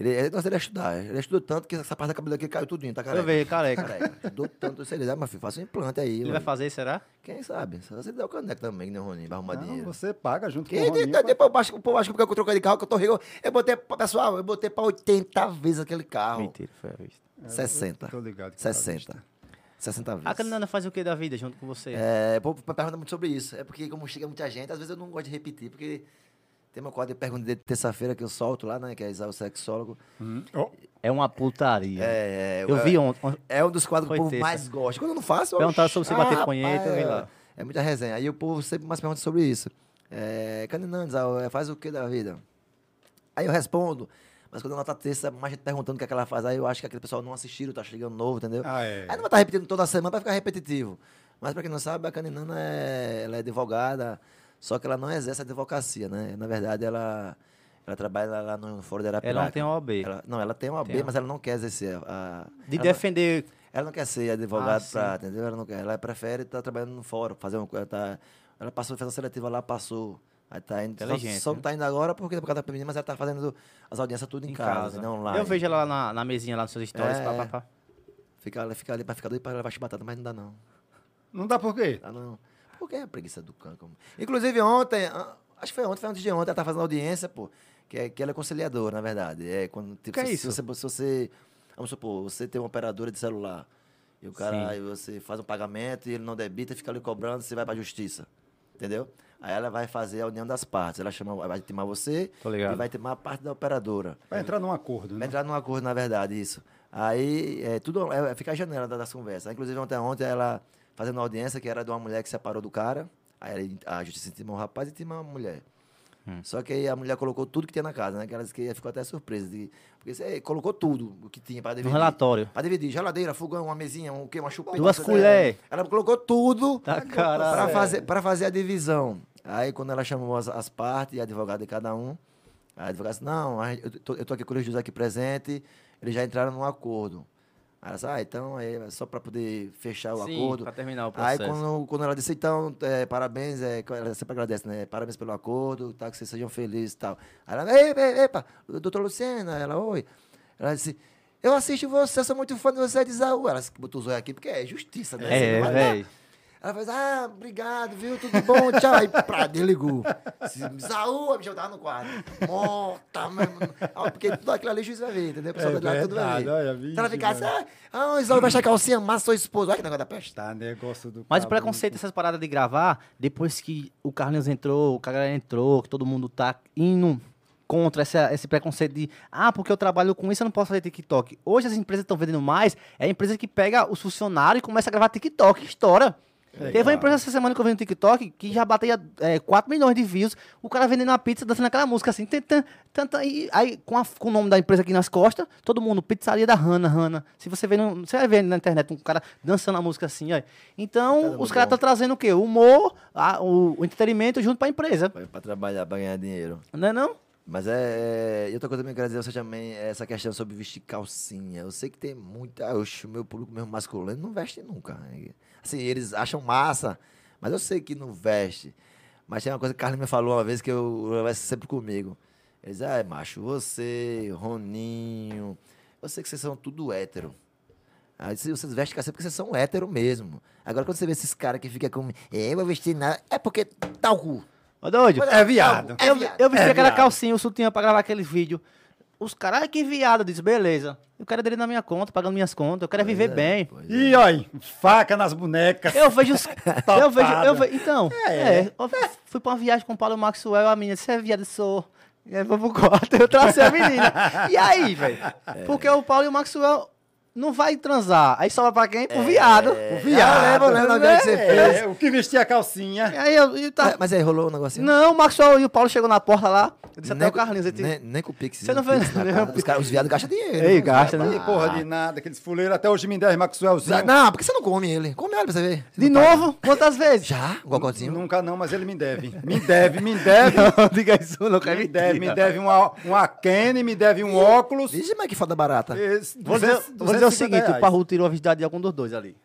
S3: Ele, ele, nossa, ele ia estudar. Ele estudou tanto que essa parte da cabelo aqui caiu tudinho, tá careca?
S1: Eu vejo, careca.
S3: Careca. Estudou tanto, sei lá, mas filho, faça um implante aí.
S1: Ele
S3: mano.
S1: vai fazer, será?
S3: Quem sabe? Só você der o caneco também, né, Roninho? Vai arrumar
S2: Não,
S3: dinheiro.
S2: você paga junto
S3: Que,
S2: com o
S3: de-
S2: Roninho.
S3: de- depois eu acho que o povo acha que eu troquei de carro, que eu tô rico. Eu botei, pra- pessoal, eu botei pra 80 vezes aquele carro.
S1: Mentira, foi a vista.
S2: É, eu-
S3: 60.
S2: eu tô ligado que tá
S3: 60. 60 vezes.
S1: A Canana faz o que da vida junto com você?
S3: É, o povo pergunta muito sobre isso. É porque, como chega muita gente, às vezes eu não gosto de repetir, porque tem uma quadra de pergunta de terça-feira que eu solto lá, né? Que é Isaú Sexólogo.
S2: Hum. Ó,
S1: É uma putaria.
S3: É, é,
S1: eu
S3: é-
S1: vi ontem. on-
S3: É um dos quadros que
S1: Foi
S3: o povo
S1: terça.
S3: mais gosta. Quando eu não faço, eu.
S1: Perguntaram sobre você bater punheta, eu vi
S3: é,
S1: lá.
S3: é muita resenha. Aí o povo sempre mais pergunta sobre isso. É, Caninandes, ah, é, faz o que da vida? Aí eu respondo. Mas quando ela tá terça, mais gente perguntando o que, é que ela faz. Aí eu acho que aquele pessoal não assistiram, tá chegando novo, entendeu?
S2: Ah, é.
S3: Aí não vai estar repetindo toda semana pra ficar repetitivo. Mas pra quem não sabe, a Caninana é, ela é advogada, só que ela não exerce a advocacia, né? Na verdade, ela, ela trabalha lá no Fórum de Arapiraca.
S1: Ela não tem OAB.
S3: Ela- não, ela tem uma OAB,
S1: Tem.
S3: mas ela não quer exercer a... a-
S1: De
S3: ela não-
S1: defender.
S3: ela não quer ser advogada,
S1: Ah,
S3: pra, entendeu? Ela, não quer, ela prefere estar trabalhando no fórum, fazer uma coisa. Tá, ela passou, fez a seletiva lá, passou. Aí tá indo, só,
S1: Inteligente,
S3: só
S1: né?
S3: não tá indo agora porque é por causa da pandemia, mas ela tá fazendo as audiências tudo em, casa, né, não lá.
S1: Eu vejo ela lá na, na mesinha, lá nos seus stories.
S3: É.
S1: pá, pá, pá.
S3: Fica, ela fica ali pra ficar doido pra levar chibatada, mas não dá não.
S2: Não dá por quê?
S3: Dá Ah, não. Por que é a preguiça do câncer? Inclusive ontem, ah, acho que foi ontem, foi antes de ontem, ela tá fazendo audiência, pô. Que, é, que ela é conciliadora, na verdade. É quando, tipo,
S2: Que é
S3: se,
S2: isso?
S3: Se você, se você- vamos supor, você tem uma operadora de celular. E o cara, aí você faz um pagamento e ele não debita, fica ali cobrando, você vai pra justiça. Entendeu? Aí ela vai fazer a união das partes. Ela chama, vai timar você
S1: Tô ligado.
S3: e vai timar a parte da operadora.
S2: Pra entrar num acordo,
S3: Vai
S2: né?
S3: entrar num acordo, na verdade, isso. Aí, é, tudo é, fica a janela da- das conversas. Inclusive, ontem, ontem, ela fazendo audiência, que era de uma mulher que separou do cara. Aí ele- a justiça intimou um rapaz e intimou uma mulher.
S1: Hum.
S3: Só que aí a mulher colocou tudo que tinha na casa, né? Que ela disse que ficou até surpresa. de- porque você colocou tudo o que tinha para dividir.
S1: relatório.
S3: Para dividir, geladeira, fogão, uma mesinha, um quê, uma chupeta.
S1: Duas
S3: não sei o quê.
S1: colher.
S3: Ela colocou tudo
S1: Tá,
S3: para
S1: cara.
S3: fazer, pra fazer a divisão. Aí, quando ela chamou as, as partes e a advogada de cada um, a advogada disse, não, a gente- eu tô, eu tô aqui com o juiz aqui presente, eles já entraram num acordo. Aí ela disse, ah, então é só para poder fechar é o
S1: Sim,
S3: acordo.
S1: pra terminar o
S3: Aí,
S1: processo.
S3: quando, quando ela disse, então, é, parabéns, é, que ela sempre agradece, né? Parabéns pelo acordo, tá, que vocês sejam felizes e tal. Aí ela, ei, ei, epa, doutora Luciana, ela, oi. Ela disse... Eu assisto você, sou muito fã de você, é de Isaú. Ela disse que botou o zóio aqui, porque é justiça, né? Você
S1: É,
S3: não vai dar-
S1: velho.
S3: ela fez, ah, obrigado, viu? Tudo bom, tchau. Aí, pá, desligou. Saúl, a bicha tava no quarto. Morta, mesmo. Ah, Porque tudo aquilo ali o juiz vai ver, entendeu? A pessoa
S2: É
S3: vai lá, tudo vai ver.
S2: verdade, olha,
S3: Se ela
S2: vixe,
S3: ficasse, ah, ah, o Isaú vai achar calcinha, massa sua esposa. Olha que negócio da peste.
S2: Tá, negócio do. né?
S1: Mas o
S2: cabrito.
S1: preconceito dessas paradas de gravar, depois que o Carlinhos entrou, o Cagalera entrou, que todo mundo tá indo contra essa- esse preconceito de ah, porque eu trabalho com isso, eu não posso fazer TikTok. Hoje as empresas estão vendendo mais, é a empresa que pega os funcionários e começa a gravar TikTok, estoura. Teve uma
S2: claro.
S1: empresa essa semana que eu vi no TikTok que já batia é, 4 milhões de views, o cara vendendo uma pizza, dançando aquela música assim, tan, tan, tan, tan, e aí com, a- com o nome da empresa aqui nas costas, todo mundo, pizzaria da Hanna, Hanna. Se você vê, no, você vai ver na internet um cara dançando a música assim, ó. Então,
S3: Tá dando
S1: os caras
S3: bom.
S1: estão trazendo o quê? O humor, a- o, o entretenimento junto pra empresa.
S3: Pra, pra trabalhar, pra ganhar dinheiro.
S1: Não é não?
S3: Mas é, é. E outra coisa também que eu quero dizer você também é essa questão sobre vestir calcinha. Eu sei que tem muita. Oxe, o meu público mesmo masculino não veste nunca. Assim, eles acham massa, mas eu sei que não veste. Mas tem uma coisa que o Carlinhos me falou uma vez que eu eu- vai sempre comigo. Ele diz, ah, macho, você, Roninho. Eu sei que vocês são tudo hétero. Aí se vocês vestem calcinha é porque vocês são hétero mesmo. Agora quando você vê esses caras que ficam com. Eu vou vestir nada. É porque tá o cu.
S1: Ô, doido.
S2: É viado.
S3: É
S1: eu,
S3: viado.
S1: eu vesti
S2: É
S1: aquela
S2: viado.
S1: calcinha, o sutiã pra gravar aquele vídeo. Os caras, "Ai, que viado, eu disse, beleza. Eu quero dele na minha conta, pagando minhas contas, eu quero é viver bem.
S3: Pois é.
S2: E olha, faca nas bonecas.
S1: Eu vejo os. eu vejo. Eu ve- Então,
S2: É.
S1: é. eu fui pra uma viagem com o Paulo Maxwell, a menina disse, é viado, eu sou. E aí, vamos pro quarto, eu tracei a menina. E aí, velho?
S3: É.
S1: Porque o Paulo e o Maxwell não vai transar. Aí sobra pra quem? Pro viado.
S3: É,
S1: Pro
S3: ah,
S1: viado. né?
S3: lembra, lembra da viagem que você fez?
S2: É, o que vestia a calcinha.
S1: E aí eu, eu
S3: Mas-
S1: tava.
S3: Mas aí rolou um negocinho?
S1: Não, o Maxwell e o Paulo chegou na porta lá. Eu disse até o
S3: com-
S1: Carlinhos. eu disse,
S3: Nem, nem com o Pix.
S1: Você
S3: nem
S1: não
S3: com o
S1: foi-
S3: Pix na
S1: nem
S3: cara.
S1: com o
S3: Os, caras- os viados gastam dinheiro.
S1: Ei,
S3: né?
S1: gasta,
S3: Vai
S1: né?
S2: Que
S3: pra-
S2: porra de nada, aqueles fuleiros, até hoje me deram
S3: Não,
S2: Maxwellzinho.
S3: Não, por que você não come ele? Come ele pra você ver. Você
S1: De
S3: não paga.
S1: novo? Quantas vezes?
S3: Já? Um gogozinho?
S2: Nunca não, mas ele me deve. Me deve, me deve.
S1: Não, diga isso, não é quer
S2: me deve, me deve uma, uma Kenny, me deve um óculos.
S3: Vixe, mas que foda barata.
S2: Esse,
S1: Vou dizer,
S2: 200,
S1: vou dizer o
S2: 250
S1: seguinte:
S2: reais.
S1: o Parru tirou a virgindade de algum dos dois ali.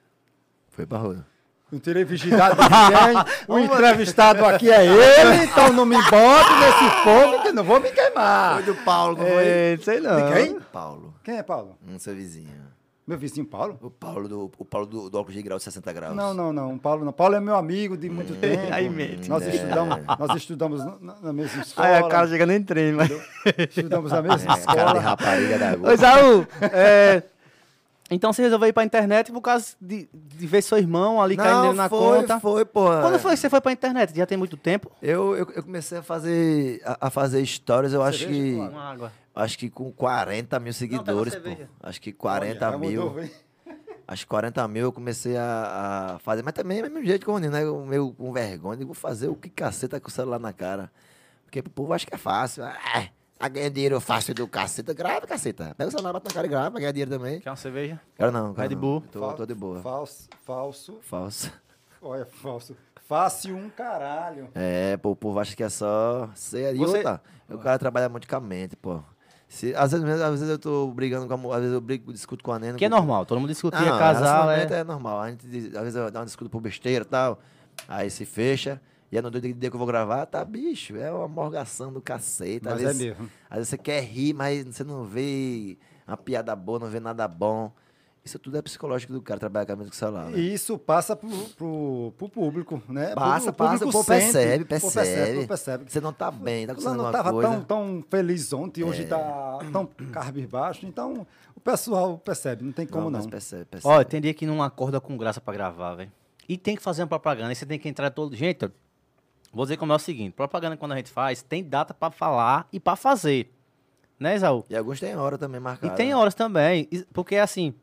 S3: Foi parrudo.
S2: Não tirei virgindade de ninguém.
S3: Um
S2: O entrevistado aqui
S1: Ah,
S2: é ele, então não me bote nesse fogo que eu não vou me queimar.
S3: Foi do Paulo, não foi?
S1: É, sei não.
S2: De quem?
S3: Ah. Paulo,
S2: Quem é Paulo?
S3: um seu vizinho.
S2: Meu vizinho Paulo?
S3: O Paulo do, o Paulo do, do óculos de grau de 60 graus.
S2: Não, não, não. Paulo não. Paulo é meu amigo de muito tempo.
S1: Aí mente.
S2: Nós
S3: É.
S2: estudamos, nós estudamos na- na, na mesma escola.
S1: Aí a cara chega nem trem, mas.
S2: Estudamos na mesma
S3: É, cara de
S2: escola.
S3: rapariga da
S1: Ô, Isaú, é, então você resolveu ir pra internet por causa de, de ver seu irmão ali caindo na
S3: foi,
S1: conta.
S3: foi, porra.
S1: Quando foi que você foi pra internet? Já tem muito tempo?
S3: Eu, eu, eu comecei a fazer, a, a fazer stories, eu acho que...
S1: Com água.
S3: Acho que com 40 mil seguidores, pô.
S1: cerveja.
S3: Acho que 40
S2: Já
S3: mil.
S2: mudou, hein?
S3: As 40 mil eu comecei a, a fazer, mas também é o mesmo jeito que o Roninho, né? O meu com vergonha, digo, vou fazer o que caceta com o celular na cara. Porque pro povo acho que é fácil. É, pra ganhar dinheiro fácil do caceta, grava, caceta. Pega o celular, bate na cara e grava, pra ganhar dinheiro também.
S1: Quer uma cerveja?
S3: Cara, não, cara.
S1: Red
S3: não.
S1: Bull.
S3: Tô, tô de boa.
S2: Falso, falso.
S3: Falso.
S2: Olha, falso. Fácil um caralho.
S3: É, pô, o povo acha que é só ser. E
S1: Você-
S3: outra, o cara trabalha muito com a mente, pô. Se, às, vezes, mesmo- às vezes eu tô brigando com a mu- às vezes eu brigo, discuto com a Nena.
S1: Que é
S3: com-
S1: normal, todo mundo discutia,
S3: Não,
S1: casal, é...
S3: relacionamento é... normal. A gente, diz- às vezes eu dou uma discuta por besteira e tal, aí se fecha. E aí no doido dia que eu vou gravar, tá, bicho, é uma morgação do cacete. Às
S2: Mas é
S3: vezes,
S2: mesmo.
S3: Às vezes você quer rir, mas você não vê uma piada boa, não vê nada bom. Isso tudo é psicológico do cara trabalhar com a mente com o celular. né?
S2: E isso passa pro, pro, pro público, né?
S3: Passa,
S2: Pro-
S3: passa, o povo
S2: sente,
S3: percebe,
S2: o povo
S3: percebe.
S2: o povo percebe.
S3: Você não tá bem, tá
S2: Lá
S3: acontecendo
S2: não
S3: alguma
S2: estava
S3: coisa. É.
S2: tão, tão feliz ontem, hoje está tão cabisbaixo. Então, o pessoal percebe, não tem como não.
S3: mas percebe, percebe.
S1: Olha, tem dia que não acorda com graça pra gravar, velho. E tem que fazer uma propaganda, aí você tem que entrar todo... Gente, vou dizer como é o seguinte, propaganda quando a gente faz, tem data pra falar e pra fazer. Né, Isaú?
S3: E alguns têm hora também
S1: E
S3: marcada.
S1: tem horas também, e- porque assim,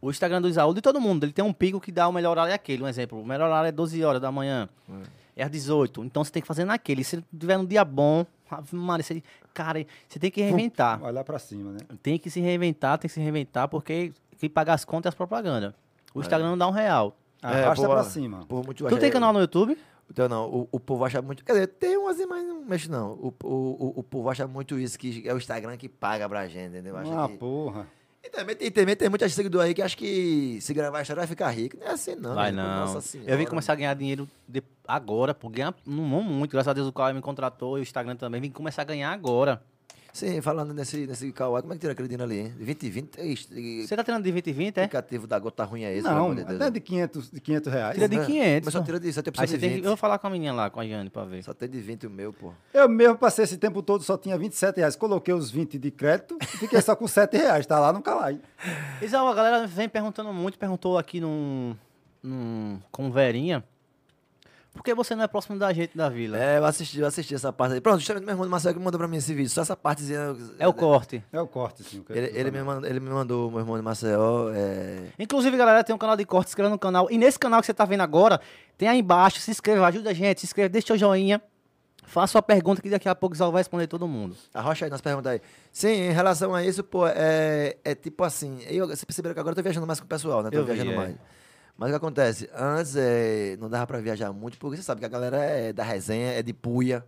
S1: o Instagram do Isaú, de todo mundo, ele tem um pico que dá o melhor horário é aquele, um exemplo. O melhor horário é 12 horas da manhã, é às 18, então você tem que fazer naquele. Se tiver um dia bom, Ave Maria, você- cara, você tem que reinventar.
S2: Olhar para cima, né?
S1: Tem que se reinventar, tem que se reinventar, porque quem paga as contas é as propagandas. O Instagram não dá um real.
S3: É,
S2: Arrasta
S3: pô,
S2: para cima.
S3: O povo muito
S1: Tu
S3: acha-
S1: tem canal no YouTube?
S3: Então, não, o, o povo acha muito. Quer dizer, tem umas imagens, não mexe não. O, o, o, o povo acha muito isso, que é o Instagram que paga pra gente, entendeu? Acha
S2: Ah,
S3: que-
S2: porra.
S3: E, também, e também tem muitos seguidores aí que acham que se gravar a história vai ficar rico. Não é assim, não.
S1: Vai
S3: né?
S1: não.
S3: Nossa senhora.
S1: eu vim começar a ganhar dinheiro de- agora, porque ganhar não vão muito. Graças a Deus o Cauê me contratou e o Instagram também. Vim começar a ganhar agora.
S3: Sim, falando nesse, nesse Kawaii, como é que tira aquele dinheiro ali, hein? 20 e 20. Ixi,
S1: Você tá tirando de 20 e 20, é?
S3: aplicativo da gota ruim é esse, pelo
S2: não,
S3: amor de Deus.
S2: até de 500, de 500 reais.
S1: Tira de
S3: Né?
S1: 500,
S3: Mas só
S1: pô.
S3: tira de, só tem
S1: Aí
S3: opção
S1: você
S3: de
S1: tem que...
S3: 20.
S1: Eu vou falar com a menina lá, com a Jane, pra ver.
S3: Só tem de 20 o meu, pô.
S2: Eu mesmo passei esse tempo todo, só tinha 27 reais. Coloquei os 20 de crédito e fiquei só com 7 reais. Tá lá no calai.
S1: Isau, a galera vem perguntando muito, perguntou aqui num, num com Verinha. Por que você não é próximo da gente da vila? É,
S3: É, eu assisti, eu assisti essa parte aí. Pronto, justamente meu irmão do Marcelo é que mandou pra mim esse vídeo. Só essa partezinha.
S1: o corte.
S2: É o corte, sim. o que-
S3: Ele,
S2: do
S3: ele, me
S2: canal.
S3: mandou, ele me mandou, meu irmão de Maceió, é...
S1: Inclusive, galera, tem um canal de corte, se inscreva no canal. E nesse canal que você tá vendo agora, tem aí embaixo, se inscreva, ajuda a gente, se inscreva, deixa seu joinha. Faça sua pergunta que daqui a pouco o Isau vai responder todo mundo.
S3: Arrocha aí, nós pergunta aí. Sim, em relação a isso, pô, é, é tipo assim... Eu, vocês perceberam que agora eu tô viajando mais com o pessoal, né? Tô
S1: Eu vi,
S3: viajando
S1: é.
S3: mais. Mas o que acontece? Antes é, não dava pra viajar muito, porque você sabe que a galera é da resenha, é de puia,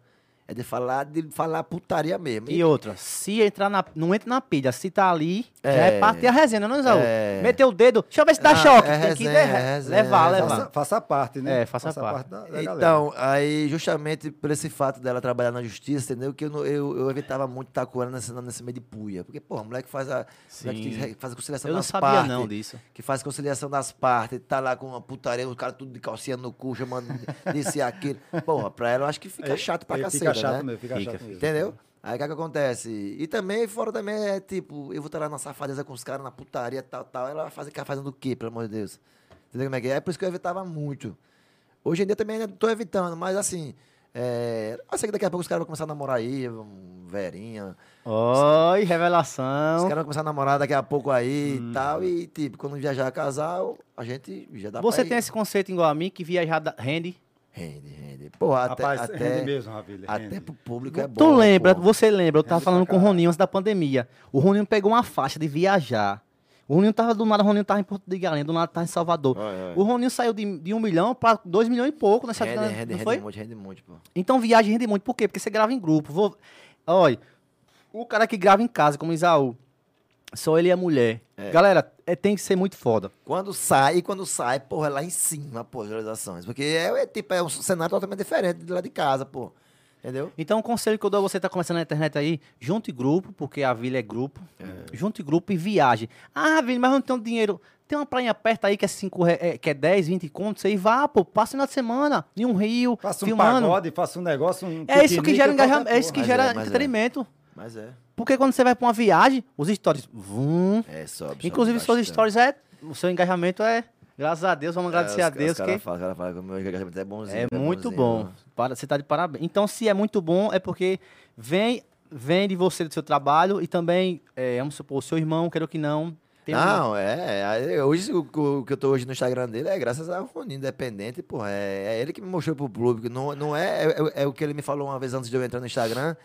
S3: é de falar, de falar putaria mesmo.
S1: E outra, se entrar na. Não entra na pilha, se tá ali,
S3: É.
S1: já é parte da resenha, não, Isaú?
S3: É.
S1: Meteu o dedo, deixa eu ver se dá
S3: Ah,
S1: choque.
S3: é
S1: tem que
S3: resenha,
S1: de-
S3: é resenha,
S1: levar,
S3: é resenha.
S1: levar.
S2: Faça, faça parte, né?
S1: É, faça parte.
S2: da, da galera.
S3: Então, aí justamente por esse fato dela trabalhar na justiça, entendeu? Que eu, não- eu, eu evitava muito estar com ela nesse, nesse meio de puia. Porque, pô, o moleque faz a,
S1: Sim.
S3: moleque que faz a conciliação
S1: Eu não
S3: das
S1: sabia
S3: partes.
S1: não disso.
S3: Que faz a conciliação das partes, tá lá com uma putaria, o cara tudo de calcinha no cu, chamando desse e aquilo. Porra, pra ela eu acho que fica chato pra
S2: Aí Fica
S3: cacete.
S2: chato
S3: né?
S2: mesmo, fica,
S1: Fica,
S2: chato mesmo.
S1: né?
S3: Entendeu? Aí o que, é que acontece? E também, fora também, é tipo, eu vou estar lá na safadeza com os caras, na putaria, tal, tal. Ela vai fazer ficar fazendo o quê, pelo amor de Deus? Entendeu como é que é? É por isso que eu evitava muito. Hoje em dia também ainda tô evitando, mas assim, é, eu sei que daqui a pouco os caras vão começar a namorar aí, um verinha.
S1: Oi,
S3: Os
S1: revelação.
S3: caras vão começar a namorar daqui a pouco aí
S1: Hum.
S3: e tal. E tipo, quando viajar casal, a gente já dá
S1: Você
S3: pra
S1: tem
S3: ir-
S1: esse conceito igual a mim, que viajar da- rende.
S3: Rende, rende. Pô, até,
S2: Rapaz,
S3: até,
S2: rende mesmo, Ravilha.
S3: até
S2: rende.
S3: pro público é bom.
S1: tu lembra,
S3: pô.
S1: você lembra, eu tava
S2: Rende pra
S1: falando com o
S2: caralho.
S1: Roninho antes da pandemia. O Roninho pegou uma faixa de viajar. O Roninho tava do nada, o Roninho tava em Porto de Galinha, do nada tava em Salvador.
S3: Olha, olha.
S1: O Roninho saiu de, de um milhão pra dois milhões e pouco nessa
S3: É. Rende,
S1: grana,
S3: rende,
S1: não
S3: rende
S1: foi?
S3: muito, rende muito, pô.
S1: Então viagem rende muito. Por quê? Porque você grava em grupo. Vou... Olha, o cara que grava em casa, como Isaú, só ele e a mulher. Galera, é, tem que ser muito foda.
S3: Quando sai, e quando sai, porra, é lá em cima, pô, as visualizações. Porque é, é tipo, é um cenário totalmente diferente de lá de casa, pô. Entendeu?
S1: Então, o conselho que eu dou a você que tá começando na internet aí, junte grupo, porque a vila é grupo. Junte grupo e viaje. Ah, Vini, mas eu não tenho dinheiro. Tem uma praia perto aí que é, cinco, re- é, que é 10, 20 contos, aí vá, pô, passa o final de semana em um rio,
S2: Faça um
S1: filmando.
S2: pagode, faça um negócio, um
S1: é isso que
S2: piquenique,
S1: gera
S2: qualquer
S1: engajamento, é isso que
S2: porra.
S3: Mas
S1: gera
S3: é, mas é.
S1: entretenimento.
S3: Mas é.
S1: Porque quando você vai pra uma viagem, os stories, vum.
S3: É, sobe. sobe
S1: Inclusive, suas
S3: bastante.
S1: stories é, o seu engajamento é, graças a Deus, vamos
S3: É,
S1: agradecer
S3: os-
S1: a Deus
S3: Os caras
S1: que...
S3: falam, os caras falam que o meu engajamento é bonzinho.
S1: É muito
S3: bonzinho,
S1: bom.
S3: né?
S1: Para, você tá de parabéns. Então, se é muito bom, é porque vem, vem de você, do seu trabalho, e também, é, vamos supor, o seu irmão, quero que não, Tem
S3: não, é. aí Hoje, o, o que eu tô hoje no Instagram dele é graças a Roninho Independente, porra. É, é ele que me mostrou pro público. Não, não é, é, é o que ele me falou uma vez antes de eu entrar no Instagram.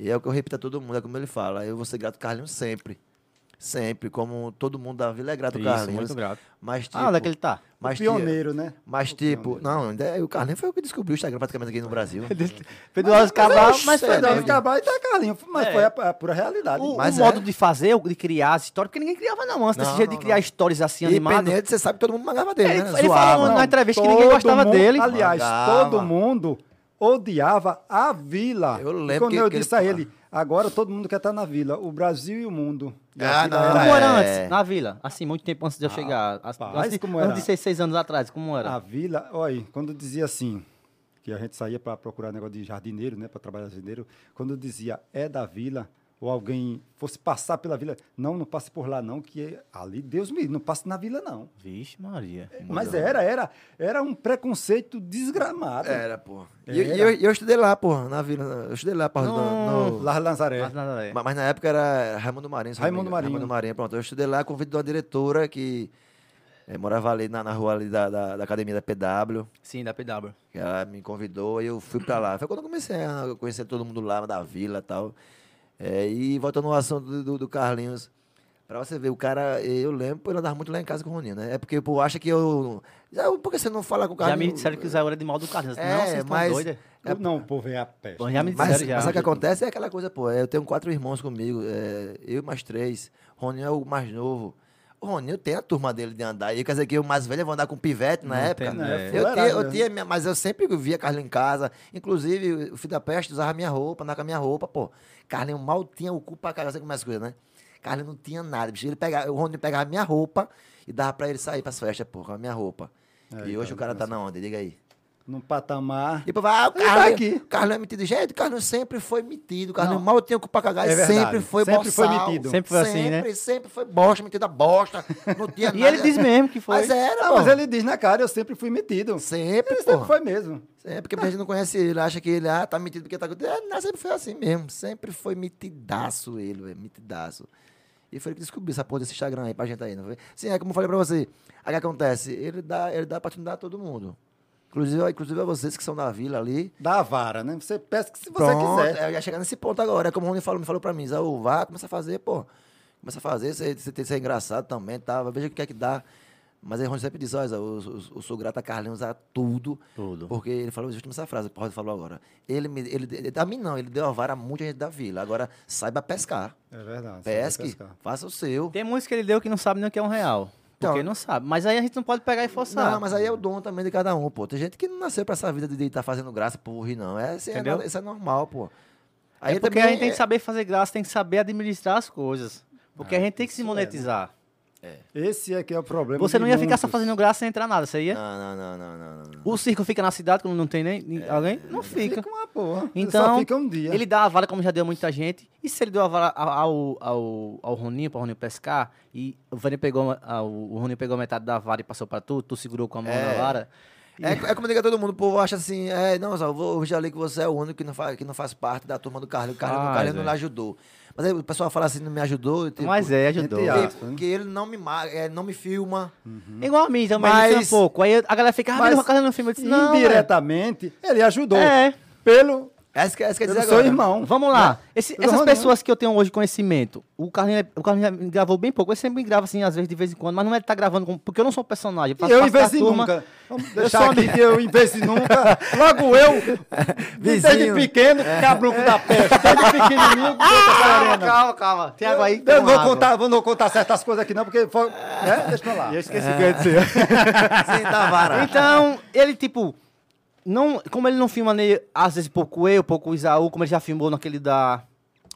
S3: E é o que eu repito a todo mundo, é como ele fala. Eu vou ser grato ao Carlinhos sempre. Sempre. Como todo mundo da vila é grato ao
S4: Isso,
S3: Carlinhos.
S4: muito grato.
S3: Mas, tipo,
S1: Ah, onde é que ele tá?
S3: mas, ti-
S2: um Pioneiro, né?
S3: mas, tipo, não, ainda é- o Carlinhos foi o que descobriu o Instagram praticamente aqui no Brasil.
S1: Pedro Alves Cabral, mas foi
S3: é
S2: Pedro
S1: mesmo.
S2: Alves Cabral e tá Carlinhos. Mas foi a, a pura realidade.
S1: O,
S3: Mas
S1: o modo
S3: é.
S1: de fazer, o- de criar as histórias, porque ninguém criava não antes, desse
S3: Não,
S1: jeito de
S3: não,
S1: criar
S3: não.
S1: histórias assim
S3: E
S1: animadas.
S3: Penedo, você sabe que todo mundo mandava dele,
S1: Ele-
S3: né?
S1: ele falou
S3: Zoava.
S1: na entrevista que ninguém gostava
S2: mundo-
S1: dele.
S2: Aliás,
S3: Mandava.
S2: todo mundo odiava a vila.
S3: Eu lembro
S2: E quando
S3: que-
S2: eu
S3: que ele-
S2: disse a ele, agora todo mundo quer estar na vila, o Brasil e o mundo. E a
S3: Ah,
S2: vila
S3: não,
S2: era-
S1: Como
S3: É.
S1: era antes, na vila? Assim, muito tempo antes de eu chegar. As,
S2: rapaz,
S1: antes,
S2: como
S1: antes
S2: era? Ah,
S1: de seis, seis anos atrás, como era?
S2: A vila, olha, quando dizia assim, que a gente saía para procurar negócio de jardineiro, né, para trabalhar jardineiro, quando dizia é da vila, ou alguém fosse passar pela vila, não, não passe por lá não, que é- ali, Deus me livre, não passe na vila não.
S1: Vixe Maria.
S2: Mas era, era, era um preconceito desgramado.
S3: Era, pô. E,
S2: Era.
S3: e eu, e eu estudei lá, pô, na vila. Eu estudei lá, pô, no, no-
S2: Lá em Lazaré.
S1: Mas nada é.
S3: Ma- Mas na época era Raimundo Marinho. se não me
S2: Raimundo
S3: engano.
S2: Marinho.
S3: Raimundo Marinho, pronto. Eu estudei lá, convido de uma diretora que eh, morava ali na, na rua ali da, da, da academia da PW.
S1: Sim, da PW.
S3: que Ela me convidou e eu fui pra lá. Foi quando eu comecei a conhecer todo mundo lá da vila e tal. Eh, e voltando ao assunto do, do- do Carlinhos. Pra você ver, o cara, eh, eu lembro, ele andava muito lá em casa com o Roninho, né? É porque o povo acha que eu. Ah, Por que você não fala com o
S1: Já
S3: Carlinhos?
S1: me disseram que o Zé era de mal do Carlinhos.
S3: É,
S1: não, vocês estão
S3: mas-
S1: doidos.
S2: Eu- não, o povo é a peste.
S1: Bom, já me
S3: Mas,
S1: disseram já.
S3: mas sabe o que acontece? É aquela coisa, pô. Eu tenho quatro irmãos comigo. é, eu e mais três. Roninho é o mais novo. O Roninho tem a turma dele de andar. E quer dizer que eu mais velho eu vou andar com pivete na época.
S2: não, é
S3: eu, tinha,
S2: fuleiragem
S3: eu
S2: mesmo.
S3: tinha minha- mas eu sempre via Carlinhos em casa. Inclusive, o filho da peste usava minha roupa, andava com a minha roupa, pô. Carlinhos mal tinha o cu pra caralho, sabe como é as coisas, né? Carlinhos não tinha nada. bicho. Ele pegava, o Roninho pegava minha roupa e dava pra ele sair pras festas, pô, com a minha roupa.
S1: É,
S3: e
S1: então,
S3: hoje o cara
S1: assim.
S3: tá na onda, diga aí.
S2: Num patamar.
S3: E vai, ah, o
S2: Ele
S3: Carlos,
S2: tá aqui.
S3: o Carlos é metido. Gente, o Carlos sempre foi metido. O Carlos mal tinha culpa cagar.
S2: É
S3: e
S2: verdade.
S3: sempre foi
S2: Sempre foi
S3: boçal.
S2: metido.
S1: Sempre foi assim,
S3: Sempre, sempre foi bosta, metido a bosta. Não tinha
S1: E
S3: nada.
S1: ele diz mesmo que foi.
S3: Mas era,
S2: Ah, mas
S3: pô.
S2: ele diz na cara, eu sempre fui metido.
S3: Sempre,
S2: Ele
S3: pô.
S2: sempre foi mesmo.
S3: Sempre, porque a gente não conhece ele. Acha que ele, ah, tá metido porque tá... É, não, sempre foi assim mesmo. Sempre foi metidaço ele, velho. Metidaço. E foi ele que descobriu essa porra desse Instagram aí pra gente aí, não foi? Sim, é como eu falei pra você. Aí o que acontece? Ele dá, ele dá oportunidade a todo mundo. Inclusive, inclusive a vocês que são da vila ali.
S2: Da vara, né? Você pesca se você
S3: Pronto,
S2: quiser.
S3: é, Eu ia chegar nesse ponto agora. É como o Rony falou, me falou pra mim, Zé, ô, vá, começa a fazer, pô. Começa a fazer, você você tem que ser engraçado também, tá? Veja o que é que dá. Mas aí o Rony sempre diz, olha, Zé, eu, sou- eu sou grato a Carlinhos a tudo.
S1: Tudo.
S3: Porque ele falou justamente essa frase que o Rony falou agora. Ele, me, ele, ele- a mim não, ele deu a vara a muita gente da vila. Agora, saiba pescar.
S2: É verdade. você vai
S3: Pesque,
S2: pescar.
S3: faça o seu.
S1: Tem muitos que ele deu que não sabe nem o que é um real.
S3: Então-
S1: Porque não sabe. Mas aí a gente não pode pegar e forçar.
S3: Não, mas aí é o dom também de cada um, pô. Tem gente que não nasceu pra essa vida de estar fazendo graça por rir, não. É, isso, é,
S1: Entendeu?
S3: nada- isso é normal, pô.
S1: É porque
S3: também
S1: a gente tem
S3: é-
S1: que saber fazer graça, tem que saber administrar as coisas. Porque a gente tem que se monetizar.
S2: Esse é que é o problema.
S1: Você
S2: de
S1: não ia ficar só
S2: muitos.
S1: fazendo graça sem entrar nada, você ia?
S3: Não, não, não, não, não, não, não.
S1: O circo fica na cidade quando não tem nem nem alguém? Não É, fica.
S2: Fica uma porra.
S1: Então,
S2: Só fica um dia.
S1: ele dá a vara, como já deu muita gente. E se ele deu a vara ao, ao, ao, ao Roninho, para o Roninho pescar, e o, Vaninho pegou, a- o Roninho pegou metade da vara e passou para tu, tu segurou com a mão na vara.
S3: É, é como diga todo mundo, o povo acha assim, é, não, Zé, eu vou- eu já li que você é o único que não faz, que não faz parte da turma do Carlinhos, o Carlinhos, o
S1: Faz,
S3: Carlinhos não
S1: é.
S3: lhe ajudou. Mas aí o pessoal fala assim, não me ajudou, tipo,
S1: Mas é, ajudou.
S2: Entre aspas.
S3: que, que ele não me, ma- é, não me filma.
S1: Uhum. Igual a mim também,
S3: Mas-
S1: mas... um pouco. Aí a galera fica, ah,
S2: Mas
S1: mas... meu no filme. Eu disse, não,
S2: indiretamente, ele ajudou.
S1: É.
S2: Pelo,
S3: Essa que, essa que eu ia
S2: pelo
S3: é, dizer
S2: seu
S3: agora.
S2: irmão.
S1: Vamos lá. Esse-
S2: Pelo
S1: essas
S2: Roninho.
S1: pessoas que então." Né? eu um. tenho hoje conhecimento, o Carlinhos, é, o Carlinhos gravou bem pouco. Ele sempre grava, assim, às vezes, de vez em quando, mas não é ele tá gravando, com- porque eu não sou um personagem.
S2: E
S1: faço
S2: eu
S1: parte da
S2: investi
S1: turma.
S2: nunca. Vamos
S1: Eu
S2: deixar
S1: sou
S2: aqui que eu investi nunca. Logo eu, desde
S3: Vizinho. É.
S2: pequeno, cabruco da peste. Desde pequenininho,
S1: Calma,
S2: ah,
S1: calma, calma. Tem água aí?
S2: Eu não vou
S1: Água.
S2: contar, vou não contar certas coisas aqui não, porque foi, né? deixa pra lá.
S4: E eu esqueci o que eu ia dizer.
S3: Sim, tá, vara.
S1: Então, ele, tipo, não, como ele não filma nem, às vezes, pouco eu, pouco o Isaú, como ele já filmou naquele da.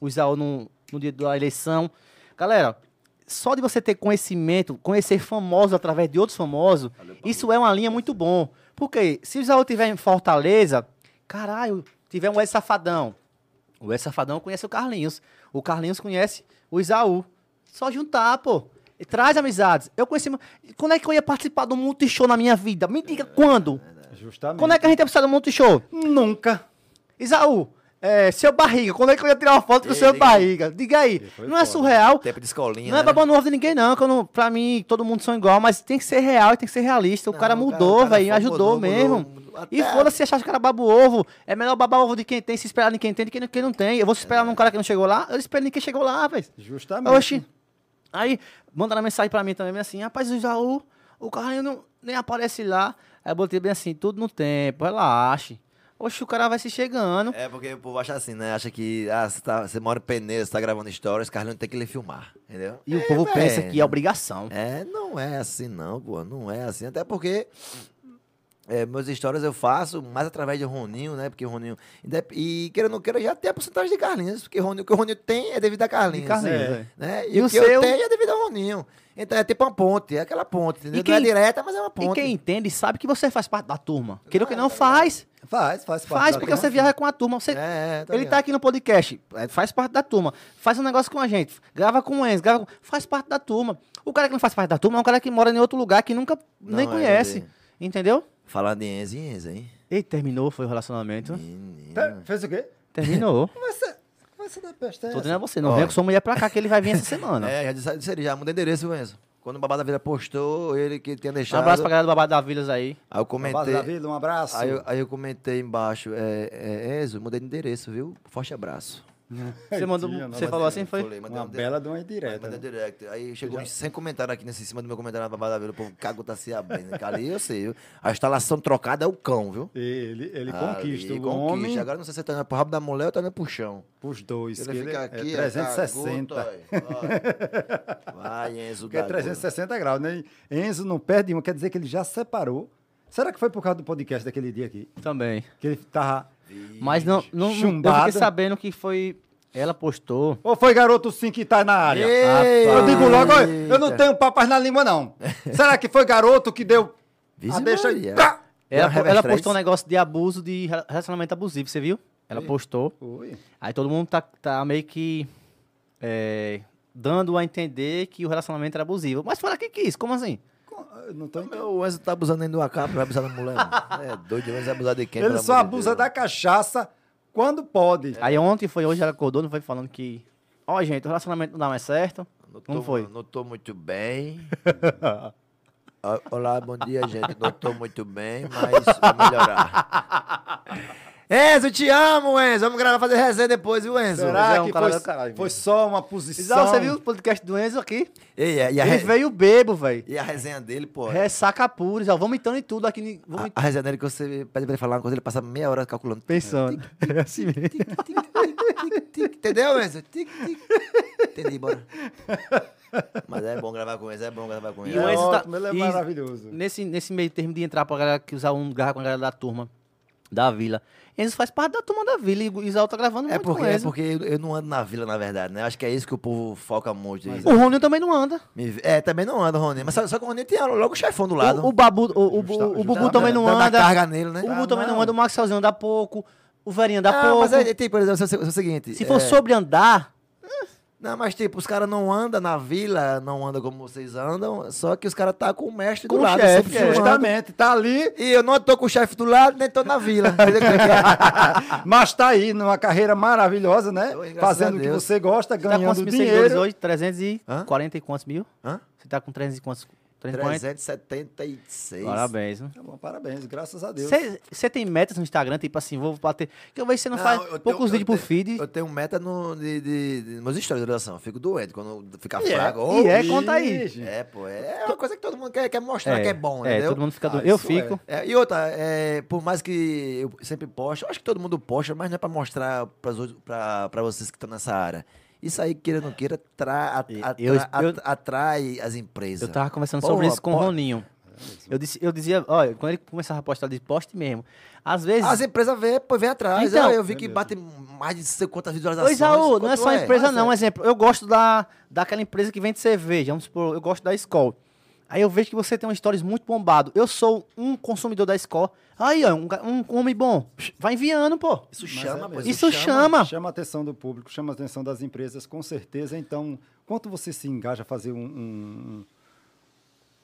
S1: O Isaú no, no dia da eleição. Galera, só de você ter conhecimento, conhecer famosos através de outros famosos, isso é uma linha muito bom. Porque se o Isaú tiver em Fortaleza, caralho, tiver um ex-safadão. O ex-safadão conhece o Carlinhos. O Carlinhos conhece o Isaú. Só juntar, pô. E traz amizades. Eu conheci. Quando é que eu ia participar do Multishow na minha vida? Me diga quando. é
S2: Justamente.
S1: Quando é que a gente ia precisar do Multishow?
S2: Nunca.
S1: Isaú, É, seu barriga, quando é que eu ia tirar uma foto com o
S3: Ei,
S1: seu
S3: diga aí.
S1: barriga? Diga aí.
S2: foi
S1: Não é
S2: foda.
S1: surreal?
S3: Tempo de escolinha.
S1: Não é
S3: né?
S1: babão novo de ninguém, não. Que eu não, pra mim, todo mundo são igual, mas tem que ser real e tem que ser realista. O
S3: Não,
S1: cara
S3: o cara- o
S1: mudou,
S3: cara
S1: velho.
S3: só
S1: Ajudou
S3: mudou,
S1: mesmo.
S3: mudou, mudou. Até-
S1: E foda-se achar que o cara baba o ovo. É melhor babar o ovo de quem tem, se esperar em quem tem, do que em quem não tem. Eu vou se esperar num cara que não chegou lá, eu espero em quem chegou lá, velho.
S2: Justamente.
S1: Oxi. Aí, mandaram mensagem pra mim também, bem assim, rapaz, o Jaú, o carrinho não, nem aparece lá. Aí eu botei bem assim, tudo no tempo, relaxe. Oxi, o cara vai se chegando.
S3: É porque o povo acha assim, né? Acha que ah, você, tá- você mora em Peneira, você tá gravando histórias, Carlinhos tem que lhe filmar, entendeu?
S1: E o
S3: É,
S1: povo
S3: véi.
S1: pensa que é obrigação.
S3: É, não é assim não, pô. Não é assim. Até porque é, meus histórias eu faço mais através de Roninho, né? Porque Roninho... indep- E queira ou não queira, já tem a porcentagem de Carlinhos. Porque Roninho, o que o Roninho tem é devido a Carlinhos.
S1: De Carlinhos, é.
S3: Né?
S1: E
S3: E,
S1: o
S3: o que
S1: seu?
S3: eu tenho é devido a Roninho. Então é tipo uma ponte, é aquela ponte, entendeu?
S1: quem-
S3: Não é direta, mas é uma
S1: E
S3: ponte.
S1: quem entende sabe que você faz parte da turma. Queira ou que
S3: Ah,
S1: não,
S3: tá
S1: faz.
S2: Faz, faz parte
S1: Faz,
S2: da
S1: porque você
S2: turma.
S1: viaja com a turma. Você,
S3: É, é,
S1: ele tá aqui no podcast, é, faz parte da turma. Faz um negócio com a gente, grava com o Enzo, grava com... faz parte da turma. O cara que não faz parte da turma é um cara que mora em outro lugar que nunca
S3: Não,
S1: nem
S3: é,
S1: conhece.
S3: entendi.
S1: Entendeu?
S3: Falando em Enzo, e Enzo, hein?
S1: E terminou, foi o relacionamento.
S3: Menino.
S2: Pe- Fez o quê?
S1: Terminou.
S2: Você, você da peste
S1: Tô
S2: é essa?
S1: dizendo a você, não
S3: Olha.
S1: venha com sua mulher pra cá que ele vai vir essa semana.
S3: É, já disse, disse ele, já mudei endereço, viu, Enzo. Quando o Babá da Vila postou, ele que tinha
S1: Um
S3: deixado.
S1: abraço pra galera do Babado da Vilas aí.
S3: Aí eu
S2: Uma base da
S3: comentei.
S2: vida, um abraço.
S3: Aí eu, aí eu comentei embaixo, é, é, Enzo, mudei de endereço, viu? Forte abraço.
S1: Você, mandou,
S2: Tia, não,
S1: você
S2: mas
S1: falou
S3: eu
S1: assim, foi?
S3: falei, mandei
S2: Uma
S3: um-
S2: bela de uma
S3: mandei
S2: indireta.
S3: um
S2: né?
S3: direct. Aí chegou uns 100 comentários aqui nesse, em cima do meu comentário na Babá da Vila, o povo cago tá se abrindo. Cara, ali eu sei, viu? A instalação trocada é o cão, viu?
S2: Ele, ele
S3: Ali,
S2: conquista o homem
S3: Agora não sei se você tá olhando pro rabo da mulher ou tá olhando pro chão.
S2: os dois.
S3: Ele
S2: que
S3: fica
S2: é
S3: aqui, ó,
S2: 360.
S3: cagudo, ó, ó. Vai, Enzo,
S2: Porque é
S3: garoto.
S2: 360 graus, né? Enzo não perde uma, quer dizer que ele já separou. Será que foi por causa do podcast daquele dia aqui?
S1: Também.
S2: Que ele tava.
S1: Mas não, não, eu
S2: Chumbada.
S1: fiquei sabendo que foi... Ela postou...
S2: Ou foi garoto sim que tá na área?
S3: Ei,
S2: Eu digo logo, olha, eu não
S3: eita.
S2: tenho papas na língua, não. Será que foi garoto que deu.
S3: Vixe
S2: Ah, deixa aí.
S3: Maria.
S2: Pá!
S1: Ela,
S3: Deu uma
S1: ela
S3: revestrez.
S1: postou um negócio de abuso de rela- relacionamento abusivo, você viu? Ela postou.
S2: Oi.
S1: Aí todo mundo tá, tá meio que é, dando a entender que o relacionamento era abusivo. Mas fala quem quis, como assim?
S2: Co- eu Não tô entendendo.
S3: O Enzo tá abusando nem do AK, não vai abusar da mulher. não. É doido, o Enzo vai abusar de quem?
S2: Ele
S3: pelo
S2: só
S3: amor de
S2: abusa
S3: Deus?
S2: da cachaça quando pode.
S1: Aí ontem foi hoje, ela acordou, não foi falando que. Ó, gente, o relacionamento não dá mais certo.
S3: Não tô,
S1: Como foi?
S3: Não tô muito bem. Ah, Olá, bom dia, gente. Não tô muito bem, mas vou melhorar. Enzo, te amo, Enzo. Vamos gravar, fazer resenha depois, viu, Enzo?
S1: Mas é
S2: Será
S1: um
S2: que
S1: cara
S2: foi,
S1: do caralho,
S2: foi só uma
S1: Isau,
S2: posição? É.
S1: você viu o podcast do Enzo aqui?
S3: E, a- e a
S1: Ele
S3: re-
S1: veio bebo, velho.
S3: e a resenha dele, pô?
S1: Ressaca pura, Isau, vomitando em tudo aqui. ni-
S3: A,
S1: Vomitando.
S3: a resenha dele, que você pede pra ele falar uma coisa, ele passa meia hora calculando.
S1: Pensando. É assim mesmo.
S3: Entendeu, Enzo? Tic, tic. Entendi, bora. Mas é bom gravar com o Enzo, é bom gravar com
S1: E
S3: ele.
S1: o
S2: É
S1: Enzo tá-
S2: ótimo, ele é
S1: e-
S2: maravilhoso.
S1: Nesse, nesse meio termo de entrar pra galera que usar um garra com a galera da turma da vila. Enzo faz parte da turma da vila e o Isau tá gravando
S3: É
S1: muito
S3: porque,
S1: com
S3: é
S1: Enzo.
S3: porque eu, eu não ando na vila, na verdade, né? Acho que é isso que o povo foca muito. Isso.
S1: O Roninho também não anda.
S3: Me vi- É, também não anda, Roninho. Mas só, só que o Roninho tem logo o chefão do lado.
S1: O, o, Babu, o, o, o-
S2: Justa-
S1: o Bubu
S2: justamente.
S1: também não
S3: Dando a
S1: anda.
S3: carga nele, né?
S1: O Bubu
S2: Ah,
S1: também não
S2: não.
S1: anda. O Maxelzinho anda pouco. O Verinha dá
S3: Ah,
S1: pouco.
S3: mas é, tem, por exemplo, é o, é o seguinte.
S1: Se
S3: é,
S1: for sobre andar,
S3: Não, mas tipo, os caras não andam na vila, não andam como vocês andam, só que os caras tá com o mestre
S1: Com
S3: do
S1: o
S3: lado.
S1: chefe,
S3: sempre
S1: é.
S3: filmando.
S2: Justamente, tá ali,
S3: E eu não tô com o chefe do lado, nem tô na vila. Entendeu como é que é?
S1: Ah.
S2: mas tá aí numa carreira maravilhosa, né?
S3: Ô, graças
S2: Fazendo
S3: a
S2: o que
S3: Deus.
S2: você gosta,
S1: você tá com quantos
S2: ganhando
S1: mil seguidores
S2: dinheiro.
S1: hoje? 340 e quantos mil?
S3: Hã?
S1: Você tá com 300 e quantos? 340?
S3: 376.
S1: Parabéns. né?
S2: Tá bom, parabéns, graças a Deus.
S1: Você você tem metas no Instagram, tipo assim, vou bater. Que eu vejo que você não,
S3: Não,
S1: faz
S3: eu tenho-
S1: poucos
S3: eu
S1: vídeos pro
S3: tenho-
S1: feed.
S3: Eu tenho meta no, de, de, de meus histórias de oração. Eu fico doente quando fica
S2: E é,
S3: fraco.
S1: e é,
S3: Ih,
S1: conta aí.
S2: gente.
S3: É, pô. É uma coisa que todo mundo quer, quer mostrar que é bom,
S1: É,
S3: entendeu?
S1: todo mundo fica
S2: Ah,
S1: doido. Eu
S2: isso é.
S1: fico.
S3: É, e outra, é, por mais que eu sempre posto, eu acho que todo mundo posta, mas não é pra mostrar pras outras- pra, pra vocês que estão nessa área. Isso aí, queira ou não queira, tra- at- atra-
S1: eu-
S3: at- atrai as empresas.
S1: Eu tava conversando sobre
S3: Porra, É
S1: isso com o
S3: pô.
S1: Roninho. Eu, disse, eu dizia, olha, quando ele começava a postar, eu disse, poste mesmo. Às vezes.
S3: As empresas vê, pô, vem atrás.
S1: Então-
S3: Ó, eu vi que bate mais de 50
S1: Ô,
S3: visualizações.
S1: Isaú, não é
S3: Quanto
S1: só a empresa,
S3: Mas
S1: não. Um exemplo, eu gosto da, daquela empresa que vende cerveja. Vamos supor, eu gosto da Skol. Aí eu vejo que você tem um stories muito bombado. Eu sou um consumidor da Skol. Aí, ó, um, ga- um homem bom. Vai enviando, pô.
S2: Mas
S3: Isso
S2: é
S3: chama, pô.
S2: mesmo.
S1: Isso chama.
S2: Chama a atenção do público, chama a atenção das empresas, com certeza. Então, quanto você se engaja a fazer um, um,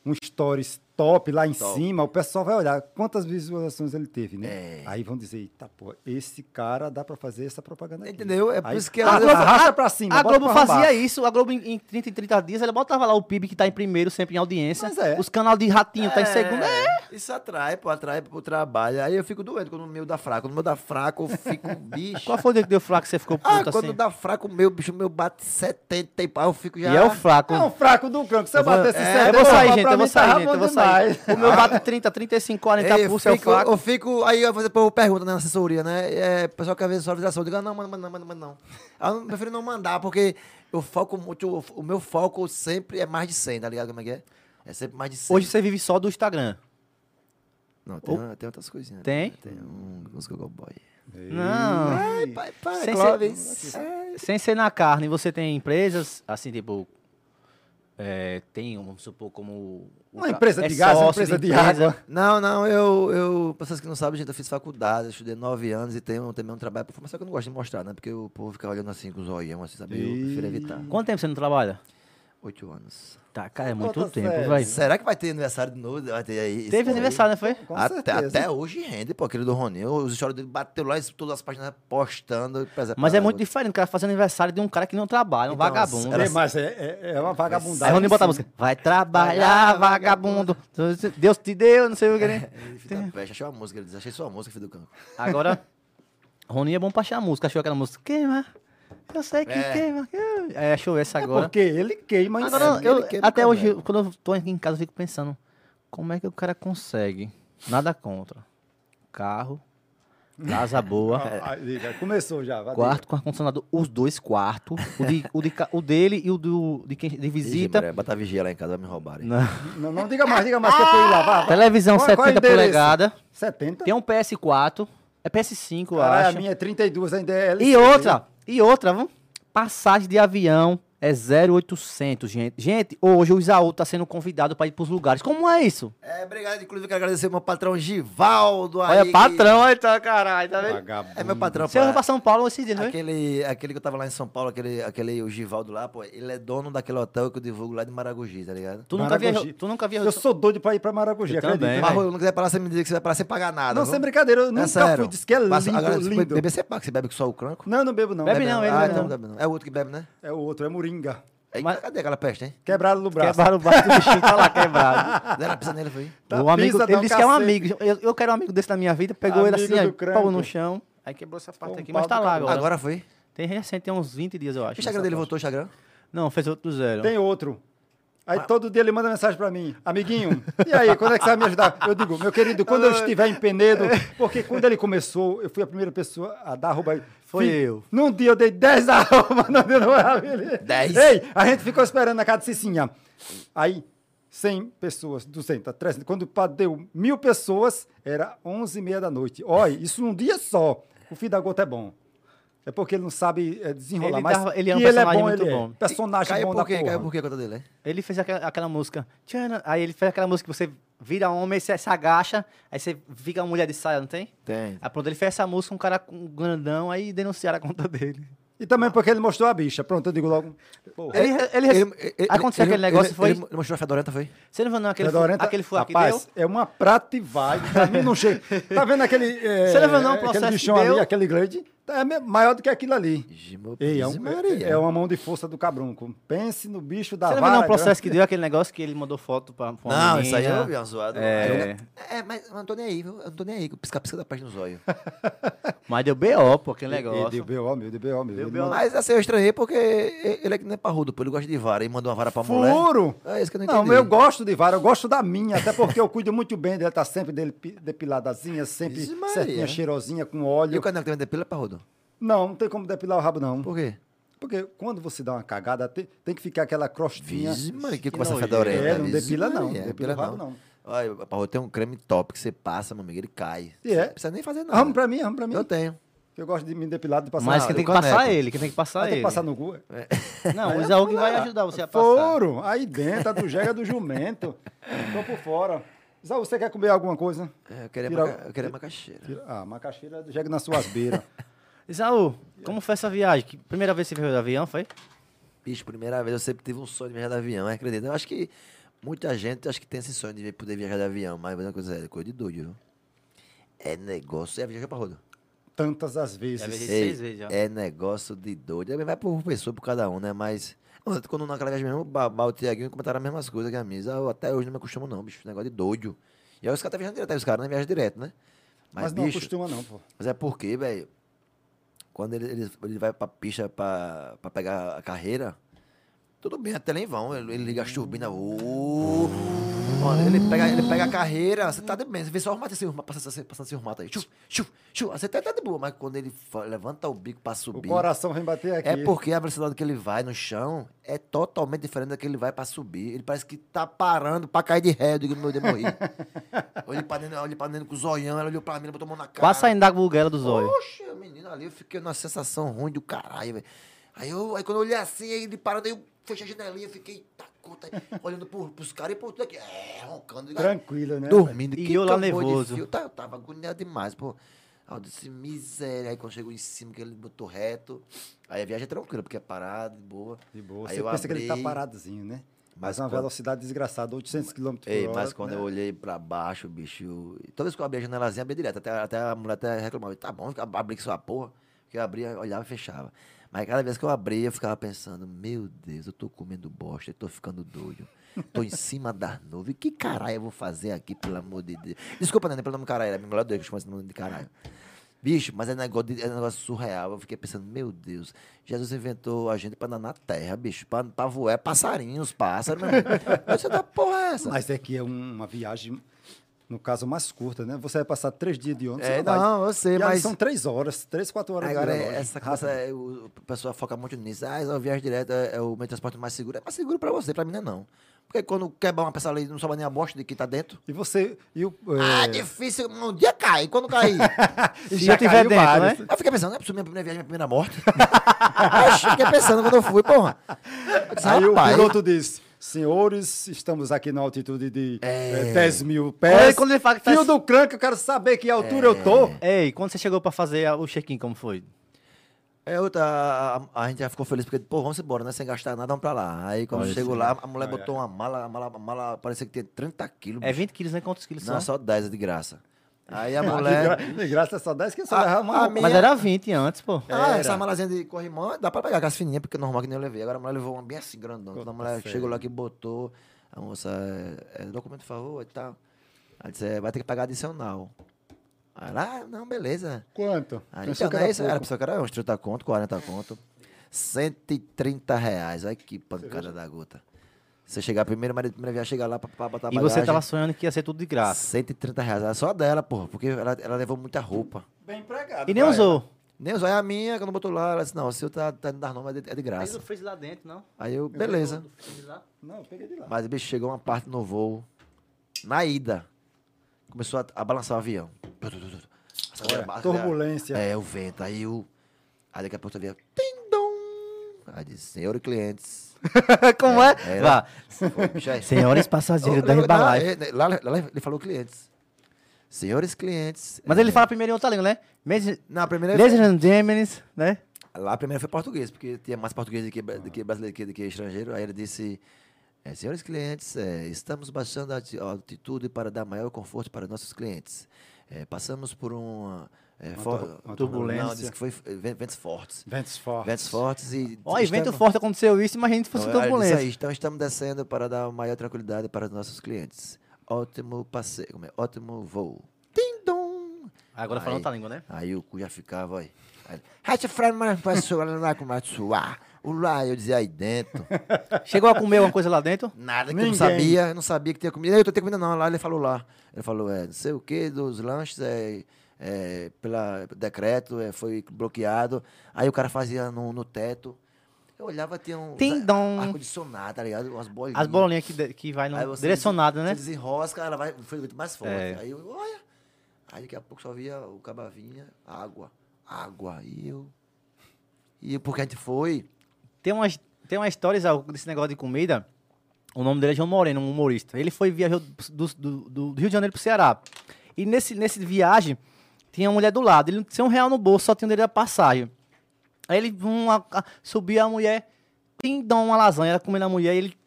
S2: um stories top lá em
S3: Top.
S2: cima, o pessoal vai olhar quantas visualizações ele teve, né?
S3: É.
S2: Aí vão dizer, eita, pô, esse cara dá pra fazer essa propaganda aqui.
S3: Entendeu? É por
S2: Aí
S3: isso que
S2: a
S1: Tá
S3: ela-
S2: Globo-
S3: a-
S2: arrasta pra cima,
S1: A
S2: bota
S1: Globo
S2: pra
S1: fazia
S2: baixo.
S1: isso. A Globo, em em 30 e 30 dias, ela botava lá o PIB que tá em primeiro, sempre em audiência.
S2: Mas é.
S1: Os canal de ratinho tá em segundo. É.
S3: Isso atrai, pô, atrai pro trabalho. Aí eu fico doente quando o meu dá fraco. Quando o meu dá fraco, eu fico bicho.
S1: Qual foi o dia que deu fraco que você ficou
S3: Ah,
S1: puto
S3: quando
S1: assim?
S3: dá fraco, o meu bicho, o meu bate 70 e pá, eu fico já.
S1: E é o fraco.
S2: É um fraco do canto. Se eu
S1: Eu vou-
S2: bater esse
S1: é, eu vou sair, gente. Eu vou
S2: tá
S1: sair, gente. Eu vou sair. O meu
S3: Ah.
S1: bate 30, 35, 40
S3: Ei, eu,
S1: por cento. é o
S3: fico, eu
S1: fraco.
S3: fico. Aí eu, o povo pergunta né, na assessoria, né? É, o pessoal quer ver visualização. Eu digo, ah, não, manda, manda, manda, manda, não. Aí Eu prefiro não mandar, porque eu foco muito. O meu foco sempre é mais de 100, tá ligado como é que é? É sempre mais de 100.
S1: Hoje você vive só do Instagram.
S3: Não, tem, tem outras coisinhas.
S1: Tem?
S3: né? Tem um, uns gogoboy.
S1: Não.
S3: Ai, pai, pai,
S1: Sem
S3: Clóvis.
S1: É, Sem ser na carne, você tem empresas, assim, tipo. é, tem, vamos supor, como. o
S2: Uma
S1: ca-
S2: empresa
S1: é
S2: de gás, uma
S1: sócio
S2: empresa de
S1: empresa.
S2: água.
S3: Não, não, eu, eu. pra Vocês que não sabem, gente, eu fiz faculdade, eu estudei nove anos e tenho também um trabalho. Mas só que eu não gosto de mostrar, né? Porque o povo fica olhando assim com os olhão, assim, sabe? Eu prefiro evitar.
S1: Quanto tempo você não trabalha?
S3: Oito anos.
S1: Tá, cara, é
S2: Conta
S1: muito tempo,
S2: sério.
S1: velho.
S3: Será que vai ter aniversário de novo? Vai ter aí.
S1: Teve aniversário, né? Foi?
S2: Com
S3: Até,
S2: certeza.
S3: até hoje rende, pô, aquele do Roninho. Os stories dele bateu lá, isso, todas as páginas postando. pois
S1: Mas é
S3: parada.
S1: muito diferente o cara fazer aniversário de um cara que não trabalha, um
S3: Então,
S1: vagabundo.
S3: ela-
S2: É, mas é, é, é uma vagabundagem.
S1: Aí Roninho bota a música. Vai trabalhar, vagabundo. Deus te deu, não sei o que, né?
S3: Ele fica na peste, achei uma música, ele diz, achei sua música, filho do campo.
S1: Agora, Roninho é bom pra achar música. Achou aquela música, queima. Eu sei que
S3: É.
S1: queima. queima. Aí achou essa
S2: É
S1: agora.
S2: porque ele queima em
S1: Agora,
S2: cima.
S1: eu-
S3: ele queima
S1: até
S3: o
S1: hoje,
S3: cabelo.
S1: quando eu tô aqui em casa, eu fico pensando, como é que o cara consegue? Nada contra. Carro, casa boa,
S2: Ah, ah, diga, Começou já. vai,
S1: quarto com ar-condicionado, os dois quartos, o, de- o de ca- o dele e o do, de, quem, de visita.
S3: Bota a vigia lá em casa, vai me roubarem.
S1: Não.
S2: diga. Não, não diga mais, diga mais que eu tô indo lá. Vá, vá.
S1: Televisão
S2: Qual- qual é o
S1: 70
S2: endereço?
S1: polegadas,
S2: 70?
S1: tem um PS4, é PS5, eu
S2: Caralho,
S1: acho.
S2: a minha é 32, ainda é LCD.
S1: E outra, e outra, vamos. Passagem de avião é 0,800, gente. Gente, hoje o Isaú tá sendo convidado para ir pros lugares. Como é isso?
S3: É, obrigado. Inclusive, eu quero agradecer ao meu patrão Givaldo. aí,
S1: Olha,
S3: que-
S1: patrão, aí tá, caralho,
S2: né?
S1: tá vendo?
S2: Vagabundo.
S3: É meu patrão,
S1: Você vai
S3: pá.
S1: pra São Paulo esses dias, não é?
S3: Aquele, aquele que eu tava lá em São Paulo, aquele, aquele o Givaldo lá, pô, ele é dono daquele hotel que eu divulgo lá de Maragogi, tá ligado?
S1: Tu nunca
S2: Maragogi.
S1: viajou, tu nunca viajou.
S2: Eu sou doido pra ir pra Maragogi,
S1: Eu
S2: acredita?
S1: também.
S3: Mas, Rô, eu não quiser parar, você me dizer que você vai parar sem pagar nada.
S2: Não,
S3: viu?
S2: sem brincadeira, eu
S1: tá
S3: É
S2: nunca
S3: sério.
S2: fui. Diz que é lindo,
S3: Mas agora, se for
S2: lindo.
S3: beber, você paga, que você bebe só o cranco?
S2: Não, não bebo não.
S1: Bebe não, ele
S3: ah,
S1: bebe
S3: então
S1: não.
S3: bebe não. É o outro que bebe, né?
S2: É o outro, é Moringa.
S3: Aí,
S1: Mas-
S3: Cadê aquela peste, hein?
S2: Quebrado no braço.
S1: Quebraram o braço do bichinho, tá lá quebrado.
S3: Deram a pisa nele, foi?
S2: Tá,
S1: o amigo,
S2: pisa, dá
S1: ele
S2: um
S1: disse que é um
S2: cacete.
S1: amigo. Eu, eu quero um amigo desse na minha vida, pegou
S2: Amigo
S1: ele assim, aí,
S2: do cranco.
S1: pau no chão. Aí quebrou essa parte
S2: Foi um
S1: aqui,
S2: pau
S1: mas tá
S2: do
S1: lá
S2: caralho.
S1: agora.
S3: Agora foi.
S1: Tem recente, tem uns 20 dias, eu acho.
S3: O Instagram dele
S1: nessa
S3: voltou o Instagram?
S1: parte. Não, fez outro do zero.
S2: Tem outro.
S1: Ah.
S2: Aí todo dia ele manda mensagem pra mim, amiguinho, e aí, quando é que você vai me ajudar? Eu digo, meu querido, quando eu estiver em Penedo, porque quando ele começou, eu fui a primeira pessoa a dar arroba. a ele.
S1: Foi
S2: Fim,
S1: eu.
S2: Num dia eu dei 10 arroba no dia do maravilha.
S3: 10?
S2: Ei, a gente ficou esperando na casa de Cicinha. Aí, 100 pessoas, 200, 300. Quando pá, deu mil pessoas, era 11 e meia da noite. Olha, isso num dia só. O fio da gota é bom. É porque ele não sabe é, desenrolar,
S1: Ele
S2: mas
S1: dava- ele é um
S2: que
S1: personagem muito
S2: ele
S1: bom.
S2: Personagem
S3: Caiu
S2: bom
S3: por
S2: da
S3: quê?
S2: porra.
S3: Caiu por quê a conta dele, hein?
S1: Ele fez aquela, aquela música. Tchana, aí ele fez aquela música que você vira homem, aí você se agacha, aí você fica uma mulher de saia, não tem?
S3: Tem.
S1: Aí pronto, ele fez essa música, um cara com um grandão, aí denunciaram a conta dele.
S2: E também porque ele mostrou a bicha. Pronto, eu digo logo. Porra.
S1: Ele, ele, aconteceu aquele negócio,
S3: ele,
S1: foi.
S3: Ele, é ele mostrou a fedorenta, foi?
S1: você não viu não, aquele, fu-
S2: Fedorenta-
S1: aquele foi aqui deu?
S2: É Rapaz, é uma prata e vai. Pra mim não chega. Tá vendo aquele. É,
S1: Você leva não, o processo
S2: aquele
S1: que
S2: bichão
S1: deu?
S2: ali, aquele grande? Tá, É me- maior do que aquilo ali.
S3: Gimo-
S2: Ei, é, um-
S3: Maria.
S2: é uma mão de força do cabrunco. Pense no bicho da
S1: Você não
S2: vara. né?
S1: viu não, o processo
S2: grande.
S1: que deu aquele negócio que ele mandou foto pra, pra uma
S3: Ah, Não, isso aí
S1: menina?
S3: eu vi uma zoada.
S1: É.
S3: é, mas eu não tô nem aí, viu? Eu não tô nem aí. Pisca-pisca da peste nos olhos.
S1: Mas deu B.O., pô, aquele
S2: Ei,
S1: negócio.
S2: Deu B.O., meu, deu B.O., meu.
S1: Deu
S2: Ele
S1: B.O.
S2: mandou-
S3: Mas assim, eu estranhei porque ele é que nem parrudo, pô. Ele gosta de vara e mandou uma vara pra mulher.
S2: Furo!
S3: É isso que eu não
S2: Não,
S3: entendi.
S2: eu gosto de vara, eu gosto da minha, até porque eu cuido muito bem dela, tá sempre dele- depiladazinha, sempre
S3: Vixe Maria.
S2: certinha, cheirosinha, com
S3: E
S2: óleo.
S3: o canal que também depila é parrudo.
S2: Não, não tem como depilar o rabo, não.
S3: Por quê?
S2: Porque quando você dá uma cagada, te- tem, que ficar aquela crostinha.
S3: Vixe, Maria, que
S1: que
S3: começa a
S1: nojo.
S3: fedorenta.
S2: É, não
S3: Vixe,
S2: depila não,
S3: Maria,
S2: não depila rabo não.
S3: Olha, parrudo tem um creme top que você passa, meu amigo, ele cai.
S2: E
S3: Você
S2: é.
S3: Não precisa nem fazer nada.
S2: Arruma pra mim, arruma pra mim.
S3: Eu tenho.
S2: Eu gosto de me depilar, de passar
S1: Mas
S3: Não,
S1: quem tem
S3: eu
S1: que passar
S3: caneco.
S1: ele, quem tem que passar
S2: Mas tem
S1: ele.
S2: que passar no cu.
S3: É,
S1: Não, o Isaú que vai ajudar você a passar.
S2: Foro, aí dentro, a do jega do jumento. Tô por fora. Isaú, você quer comer alguma coisa?
S3: É, Eu queria,
S2: Tira-
S3: maca... eu queria macaxeira.
S2: Tira- Ah, macaxeira do jega nas suas beiras.
S1: Isaú, como foi essa viagem? Que- Primeira vez que você veio do avião, foi?
S3: Bicho, primeira vez eu sempre tive um sonho de viajar de avião, né, acredita? Eu acho que Muita gente acho que tem esse sonho de poder viajar de avião, mas é uma coisa é coisa de doido, viu? É negócio. É viajar pra rodo.
S2: Tantas as
S4: Já
S2: vezes.
S4: viajei seis vezes já.
S3: É negócio de doido. Vai por pessoa, por cada um, né? Mas. mano, Quando naquela viagem mesmo, o Babá, o Tiaguinho comentaram as mesmas coisas que a Misa. Ah, eu até hoje não me acostumo, não, bicho. Negócio de doido. E aí os caras tá viajando direto, aí os caras, né? Viajam direto, né?
S2: Mas, não acostuma, não, pô.
S3: Mas é porque, velho, quando ele, ele, ele vai pra pista pra, pra pegar a carreira, tudo bem, até nem vão. Ele, ele liga as turbinas. ô, mano, ele, pega, ele pega a carreira, você tá de bem. Você vê só os matos assim, passando assim, passando assim, os matos aí. Chuf, chuf, chuf. Você tá, tá de boa, mas quando ele fa- levanta o bico pra
S2: O
S3: subir.
S2: coração vem bater aqui.
S3: É porque a velocidade que ele vai no chão é totalmente diferente da que ele vai pra subir. Ele parece que tá parando pra cair de ré. Eu digo, meu Deus, morri. olhei pra dentro, olhei pra dentro com o zoião, ela olhou pra mim, ela botou a mão na cara.
S1: Quase saindo da buguela dos olhos.
S3: Poxa, menino, ali eu fiquei numa sensação ruim do caralho, velho. Aí, eu- aí quando eu olhei assim, aí ele parou, daí eu fechei a janelinha, eu fiquei tá, conta, olhando pro, pros caras e pro outro aqui, é, roncando.
S2: Tranquilo, né?
S3: Dormindo.
S1: E
S3: que
S1: eu lá
S3: tambor de
S1: nervoso.
S3: fio. Tá, eu tava agoniado demais, pô. Aí eu disse, miséria. Aí quando chegou em cima, que ele botou reto. Aí a viagem é tranquila, porque é parada, de boa.
S2: De boa.
S3: Aí
S2: Você
S3: eu
S2: pensa que ele tá
S3: abri.
S2: paradozinho, né? Mas
S3: Mas
S2: uma
S3: quando-
S2: velocidade desgraçada, 800 km por
S3: Ei,
S2: hora.
S3: mas quando
S2: né?
S3: eu olhei pra baixo, bicho. eu- Toda vez que eu abri a janelazinha, abri direto. Até, até a mulher até reclamava. Tá bom, fica- abri com sua porra. Porque eu abria, olhava e fechava. Mas cada vez que eu abria, eu ficava pensando: Meu Deus, eu tô comendo bosta, eu tô ficando doido. Tô em cima das nuvens. Que caralho eu vou fazer aqui, pelo amor de Deus? Desculpa, Nenê, pelo nome caralho. É meu melhor Deus que chama esse nome de caralho. Bicho, mas é negócio, de- é negócio surreal. Eu fiquei pensando, meu Deus, Jesus inventou a gente pra andar na terra, bicho. Pra, pra voar é passarinhos, pássaros. meu amigo. Você da porra é essa?
S2: Mas é que é um- uma viagem, no caso, mais curta, né? Você vai passar três dias de ônibus.
S3: É,
S2: você vai.
S3: não, eu sei,
S2: E ali
S3: mas-
S2: São três horas, três, quatro horas de
S3: Agora,
S2: viagem.
S3: essa coisa, é, o, o pessoal foca muito nisso. Ah, a viagem direta é, é o meio de transporte mais seguro. É mais seguro pra você, pra mim não é não. Porque quando quebra uma pessoa ali, não sobra nem a bosta de que tá dentro.
S2: E você. E o, é,
S3: Ah, difícil. Um dia cai, quando cair.
S1: Se
S2: já
S1: eu tiver
S2: caiu
S1: dentro,
S2: vários.
S1: né?
S3: eu fiquei pensando, não é possível minha primeira viagem, minha primeira morte. Oxe, eu fiquei pensando quando eu fui, porra. Eu disse,
S2: Aí o
S3: rapaz,
S2: piloto disse: Senhores, estamos aqui na altitude de
S3: É.
S2: eh, 10 mil
S1: Olha
S2: pés.
S1: quando ele fala que tá-
S2: Fio do crânio, eu quero saber que altura eu tô.
S1: Ei, quando você chegou pra fazer a- o check-in, como foi?
S3: É outra, a, a- a gente já ficou feliz porque, pô, vamos embora, né? Sem gastar nada, vamos pra lá. Aí quando
S2: Olha
S3: chegou
S2: isso,
S3: lá,
S2: né?
S3: a mulher
S2: Ai,
S3: botou uma mala, a mala, a mala parecia que tinha 30 quilos.
S1: É 20 quilos, né? Quantos quilos
S3: Não,
S1: são?
S3: só 10 é de graça. Aí a
S2: Ah, que
S3: mulher.
S2: gra- De graça é só 10, que é só
S3: É, A-
S2: levar
S3: a
S2: uma
S3: minha-
S1: Mas era 20 antes, pô.
S3: Ah,
S2: Era.
S3: essa malazinha de corrimão, dá pra pegar, aquelas fininhas, porque normal que nem eu levei. Agora a mulher levou uma bem assim, grandona. Quando a mulher
S2: sério.
S3: chegou lá que botou, a moça, é, é documento, por favor, e tal. Aí disse, é, vai ter que pagar adicional. Aí lá, ah, não, beleza.
S2: Quanto?
S3: Aí,
S2: Pensou
S3: então,
S2: que
S3: não é isso, era
S2: pouco.
S3: pessoa que era uns 30 conto, 40 conto. 130 reais. Olha que pancada da gota. Você chegar primeiro, marido primeira viagem, chegar lá pra, pra botar
S1: E você
S3: bagagem,
S1: tava sonhando que ia ser tudo de graça.
S3: 130 reais. Era só dela, porra, porque ela, ela levou muita roupa.
S2: Bem empregado.
S1: E nem
S2: pra
S1: usou.
S3: Nem usou, é a minha, quando botou lá, ela disse, não, o seu tá, tá indo dar nome, é de, é de graça.
S1: fez lá dentro, não?
S3: Aí eu, beleza.
S2: ela. Não, eu peguei de lá.
S3: Mas, bicho, chegou uma parte no voo, na ida, começou a, a balançar o avião. Acelera,
S2: Olha,
S3: acelera.
S2: turbulência.
S3: É, o vento. Aí eu, aí daqui a pouco eu via, tindom. Aí disse, senhor e clientes.
S1: como é?
S3: era-
S1: Vá.
S3: Foi, bicho, aí-
S1: Senhores passageiros da
S3: Não,
S1: Herbalife.
S3: é, Lá, lá, lá ele falou clientes. Senhores clientes.
S1: Mas ele
S3: É,
S1: fala primeiro em outra língua, né? Mes-
S3: Não, a primeira
S1: Ladies and gentlemen, né?
S3: Lá primeiro foi português, porque tinha mais português do que, bra- do que brasileiro, que- do que estrangeiro. Aí ele disse, eh, senhores clientes, eh, estamos baixando a ati- a altitude para dar maior conforto para nossos clientes. Eh, passamos por uma... eh,
S2: Uma
S3: for-
S2: tur- uma
S3: Não,
S2: turbulência.
S3: disse que foi eh, ven- ventos fortes.
S2: Ventos fortes. É,
S3: Ventos fortes e...
S1: Ó, evento
S3: estamos-
S1: forte aconteceu isso, imagina se fosse
S3: Então, aí ele disse aí,
S1: turbulência.
S3: então estamos descendo para dar maior tranquilidade para os nossos clientes. Ótimo passeio, como é? ótimo voo. Tim dom!
S1: Agora
S3: Aí-
S1: falando outra língua, né?
S3: Aí o cu já ficava, olha. é O lá, eu dizia aí dentro.
S1: Chegou a comer alguma coisa lá dentro?
S3: Nada que eu
S2: Ninguém.
S3: não sabia, eu não sabia que tinha comida. Eu tô tendo comida não, lá ele falou lá. Ele falou, é, não sei o que, dos lanches, é, é, pela decreto, é, foi bloqueado. Aí o cara fazia no, no teto. Eu olhava, tinha um
S1: Tindom.
S3: ar-condicionado, tá ligado? Umas bolinhas.
S1: As bolinhas que, de- que vai
S3: Aí
S1: no
S3: você
S1: direcionado,
S3: des-
S1: né?
S3: Você desenrosca, ela vai, foi muito mais forte.
S1: É.
S3: Aí eu, olha. Aí daqui a pouco só via o cabavinha, água, água. E eu. E eu, porque a gente foi.
S1: Tem uma, tem uma história Isaú, desse negócio de comida. O nome dele é João Moreno, um humorista. Ele foi viajou do, do- do- do Rio de Janeiro pro Ceará. E nesse, nesse viagem, tinha uma mulher do lado. Ele não tinha um real no bolso, só tinha o dele da passagem. hum, Aí ele um, a, a, subia a mulher, pindou uma lasanha, ela comendo a mulher, e ele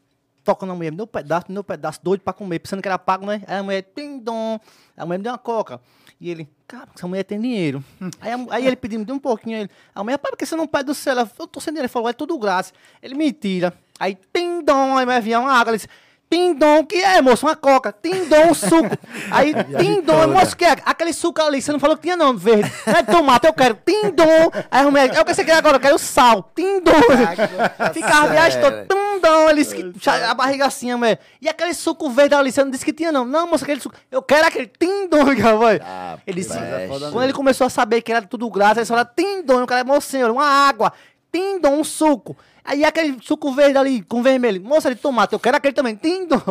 S1: tocando a mulher no pedaço, no pedaço, doido pra comer, pensando que era pago, né? Aí a mulher, tim dom, a mulher me deu uma coca. E ele, cara, essa mulher tem dinheiro. aí, a- aí ele pediu, me deu um pouquinho. Ele, a mulher, para que você não pede do céu? Ela, eu tô sem dinheiro. Ele falou, é tudo graça. Ele, mentira. Aí, tim dom, aí vai vir uma água. Ele disse, tim dom, que é, moço? Uma coca. Tim dom, um suco. Aí, tim dom,
S3: vitória.
S1: moço, que é? Aquele suco ali, você não falou que tinha não, verde. Não é de tomate, eu quero. Tim dom. Aí a mulher, é o que você quer agora? Eu quero sal. Tim dom. Ficava a viagem
S3: É.
S1: toda. Tim Tundão, ele disse que já- a barriga assim, a mulher. E aquele suco verde ali, você não disse que tinha, não. Não, moça, aquele suco. Eu quero aquele tindom, vai.
S3: Ah,
S1: ele disse.
S3: peste.
S1: Quando ele começou a saber que era tudo grátis, ele falou: tindom, o cara é moço, senhor, uma água, tindom, um suco. Aí aquele suco verde ali, com vermelho. Moça, de tomate, eu quero aquele também, tindom.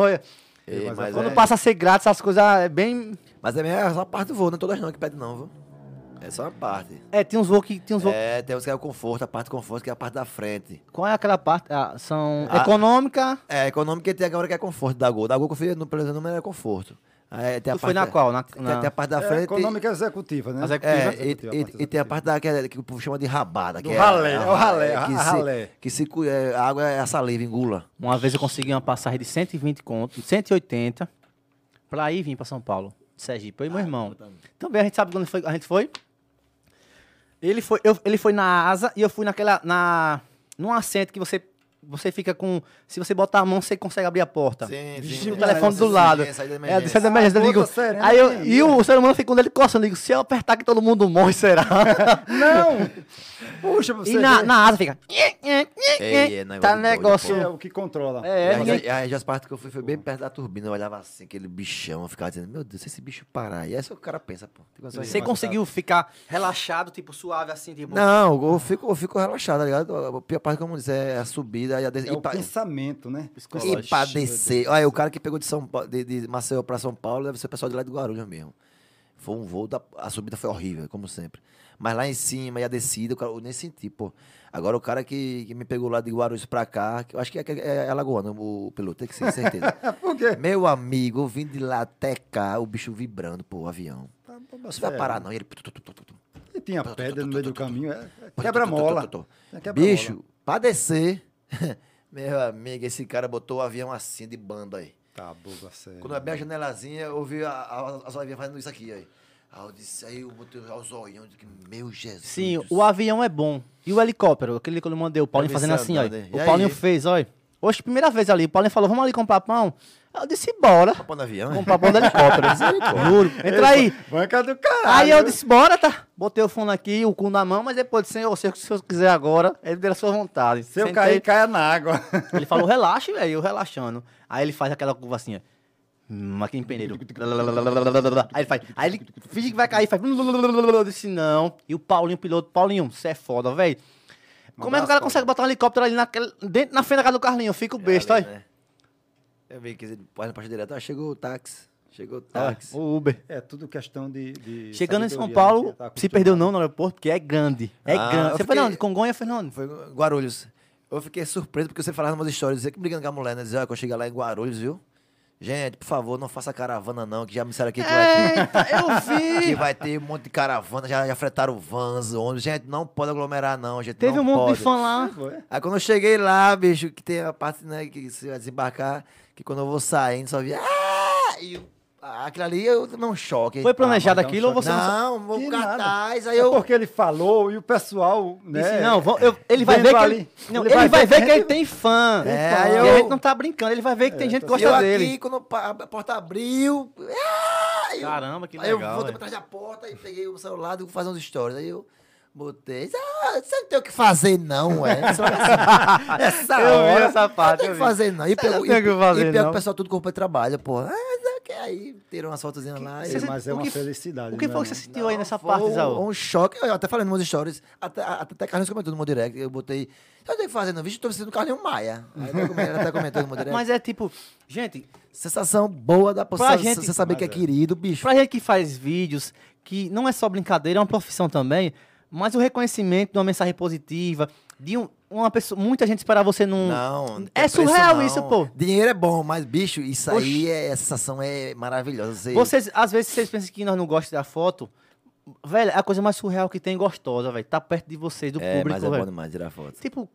S3: Ei, mas,
S1: Quando
S3: é,
S1: passa a ser grátis, as coisas é bem.
S3: mas também é só a parte do voo, não é todas não que pede não, viu? É só uma parte.
S1: É, tem uns voos que. Tem uns voos...
S3: É, tem uns que é o conforto, a parte do conforto, que é a parte da frente.
S1: Qual é aquela parte? Ah, são
S3: Ah.
S1: econômica.
S3: É, econômico e tem agora que é conforto da Gol. Da Gol, que eu fiz, no- pelo menos, não era conforto. Aí, tem a
S1: Tu foi
S3: parte
S1: na
S3: da-
S1: qual? Na-
S3: tem,
S1: na-
S3: tem a parte da
S2: É,
S3: frente.
S2: econômica executiva, né?
S1: Executiva.
S3: É,
S2: Executiva, a parte
S3: e, e- e tem a
S2: executiva.
S3: parte da, que, é- que o povo chama de rabada. Que
S2: Do
S3: é,
S2: ralé, é o ralé,
S3: que
S2: a
S3: se-
S2: ralé.
S3: Que se, cu- é, a água é a saliva, engula.
S1: Uma vez eu consegui uma passagem de 120 conto, 180, pra ir vir pra São Paulo, de Sergipe, eu e meu irmão. Também a gente sabe quando foi- a gente foi. Ele foi, eu- ele foi na asa e eu fui naquela, na, num assento que você, você fica com, se você botar a mão, você consegue abrir a porta. Vigia o telefone do lado.
S3: Saída É, de
S1: É,
S3: emergência.
S1: saída da emergência, eu
S2: Ah,
S1: digo,
S2: outra serena
S1: aí eu,
S2: que
S1: e o ser humano fica com o dedo coçando, eu digo, se eu apertar que todo mundo morre, será?
S2: Não! Puxa, você
S1: e na,
S2: vê
S1: na asa fica...
S3: Ei, é
S1: tá
S3: negócio de
S2: que
S3: doido,
S1: negócio...
S2: é o que controla.
S1: É,
S3: Mas
S1: ninguém-
S3: aí, aí as partes que eu fui foi bem perto da turbina, eu olhava assim, aquele bichão, eu ficava dizendo, meu Deus, se esse bicho parar. E é isso que o cara pensa, pô. Tem condições
S1: Você
S3: de-
S1: conseguiu ficar relaxado, tipo, suave, assim, tipo...
S3: Não, eu fico, eu fico relaxado, tá ligado? A pior parte, como eu disse, é a subida e a
S2: É
S3: descida.
S2: o
S3: e, pra,
S2: pensamento, né?
S1: Psicológico.
S3: e pra descer. Olha, o cara que pegou de, São Paulo, de, de Maceió pra São Paulo deve ser o pessoal de lá de Guarulhos mesmo. Foi um voo, da, a subida foi horrível, como sempre. Mas lá em cima e a descida, o cara- eu nem senti, pô. Agora o cara que, que me pegou lá de Guarulhos pra cá, que eu acho que é, é, é Alagoano, o piloto, tem que ser, certeza.
S2: Por quê?
S3: Meu amigo, eu vim de lá até cá, o bicho vibrando, pô, o avião. Você vai parar, não. E ele. tu, tu, tu, tu, tá tu, tu.
S2: É, E tinha pedra no meio do caminho. é- é
S3: Pô,
S2: Quebra-mola.
S3: tu, tu, tu, tu, tu.
S2: É quebra-mola.
S3: Bicho, pra descer. Meu amigo, esse cara botou o avião assim de banda aí.
S2: Tá, boba, sério.
S3: Quando eu abri a janelazinha, eu vi a- a- as aviões fazendo isso aqui aí. Aí eu disse, aí eu botei os olhões, eu disse, meu Jesus.
S1: Sim,
S3: do
S1: o avião é bom. E o helicóptero, aquele que eu lhe mandei, o Paulinho
S3: Eu vi
S1: fazendo
S3: você
S1: assim, ó.
S3: andando, hein? E
S1: O
S3: aí?
S1: Paulinho fez, ó. Hoje, primeira vez ali, o Paulinho falou, vamos ali comprar pão? Eu disse, bora.
S3: Pô, no avião, né?
S1: Vamos
S3: hein?
S1: pra bom do helicóptero. Juro. Entra aí.
S2: Banca do caralho.
S1: Aí eu disse, bora, tá? Botei o fone aqui, o cu na mão, mas depois disse, senhor, se eu- se eu quiser agora, ele deu a sua vontade.
S2: Se eu
S1: Sentei,
S2: cair, caia na água.
S1: Ele falou, relaxa, velho, eu relaxando. Aí ele faz aquela curva assim, ó. Hum, aqui em peneiro. Aí ele faz. Aí ele finge que vai cair, faz. Eu disse, não. E o Paulinho, piloto, Paulinho, você é foda, velho. Como é que o cara consegue botar um helicóptero ali naquele, dentro, na frente da casa do Carlinho? Eu fico besta,
S3: Ali,
S1: olha.
S3: né? Eu vi que ele pôs na parte direita, ah, chegou o táxi. Chegou o
S1: Ah,
S3: táxi.
S1: O Uber.
S2: É tudo questão de. de
S1: Chegando em São
S2: sabedoria, né?
S1: Paulo,
S2: Tá
S1: se perdeu não no aeroporto, porque é grande. É
S3: Ah,
S1: grande.
S3: eu
S1: Você foi não,
S3: fiquei-
S1: de Congonha, Fernando?
S3: Foi em Guarulhos. Eu fiquei surpreso porque você falava umas histórias, dizia que brigando com a mulher, né? Dizia, olha, quando eu chegar lá em Guarulhos, viu? Gente, por favor, não faça caravana não, que já me disseram aqui que vai ter...
S1: Eita, eu
S3: Que
S1: vi!
S3: vai ter um monte de caravana, já, já fretaram vans, ônibus. Gente, não pode aglomerar não, gente,
S1: Teve
S3: não
S1: um monte
S3: pode.
S1: de fã lá.
S2: Ah, Foi.
S3: Aí quando eu cheguei lá, bicho, que tem a parte, né, que você vai desembarcar, que quando eu vou saindo, só via... Ah! E eu- ah, aquilo ali, eu tomei um choque.
S1: Foi planejado
S2: Ah, vai dar um
S1: aquilo ou
S2: choque.
S1: você não
S3: não,
S2: Que
S3: o
S2: nada.
S3: cartaz, aí
S2: É
S3: eu...
S2: porque ele falou e o pessoal. Né,
S1: Disse, não, vão- eu- É. ele vai
S2: Vendo
S1: ver que
S2: ali,
S1: ele, não,
S2: ele
S1: ele
S2: vai
S1: vai
S2: ver
S1: ver
S2: que
S1: que ele
S2: ele-
S1: tem fã.
S3: É,
S1: Tem fã.
S3: aí
S1: E
S3: eu-
S1: a gente não tá brincando, ele vai ver que tem gente que
S3: eu
S1: gosta
S3: aqui,
S1: dele.
S3: quando pa- a porta abriu. ah, eu-
S1: Caramba, que
S3: Aí eu
S1: legal,
S3: voltei
S1: velho.
S3: pra trás da porta e peguei o celular e fazer uns stories. Aí eu botei. Ah, você não tem o que fazer, não, é? Essa hora- essa
S1: Eu vi
S3: hora,
S1: essa parte, eu
S3: Não tem o que
S1: vi.
S3: fazer, não. E
S1: Você não
S3: pegou-
S1: tem o
S3: e-
S1: que fazer,
S3: e pegou
S1: não.
S3: o pessoal tudo corpo de trabalho, porra. Ah, não, que aí tirou umas fotozinhas lá.
S1: Você-
S3: e-
S2: Mas é
S1: o
S2: uma
S1: que-
S2: felicidade.
S1: O que
S2: né,
S1: foi que você
S2: irmão?
S1: sentiu aí nessa
S3: Foi
S1: parte,
S3: um-
S1: Isaú?
S3: Um choque. Eu até falei nos meus stories. Até, até Carlinhos comentou no meu direct. Eu botei. Eu tenho que fazer, não. Vixe, eu tô vestindo Carlinhos Maia. Aí até comen- ela até comentou no meu direct.
S1: Mas é tipo, gente,
S3: Sensação boa da
S1: Pra
S3: pessoa.
S1: gente-
S3: Você saber que é
S2: Mas é.
S3: querido, bicho.
S1: pra gente que faz vídeos, que não é só brincadeira, é uma profissão também, mas o reconhecimento de uma mensagem positiva, de um- uma pessoa. Muita gente esperar você num.
S3: Não. não
S1: É
S3: tem preço,
S1: surreal
S3: não.
S1: isso, pô.
S3: Dinheiro é bom, mas, bicho, isso
S1: Oxi.
S3: aí é. A sensação é maravilhosa. Você,
S1: Vocês, às vezes, vocês pensam que nós não gostamos da foto. Velho, é a coisa mais surreal que tem gostosa, velho. Tá perto de vocês, do
S3: É,
S1: público,
S3: mas é bom
S1: velho.
S3: demais tirar foto.
S1: Tipo,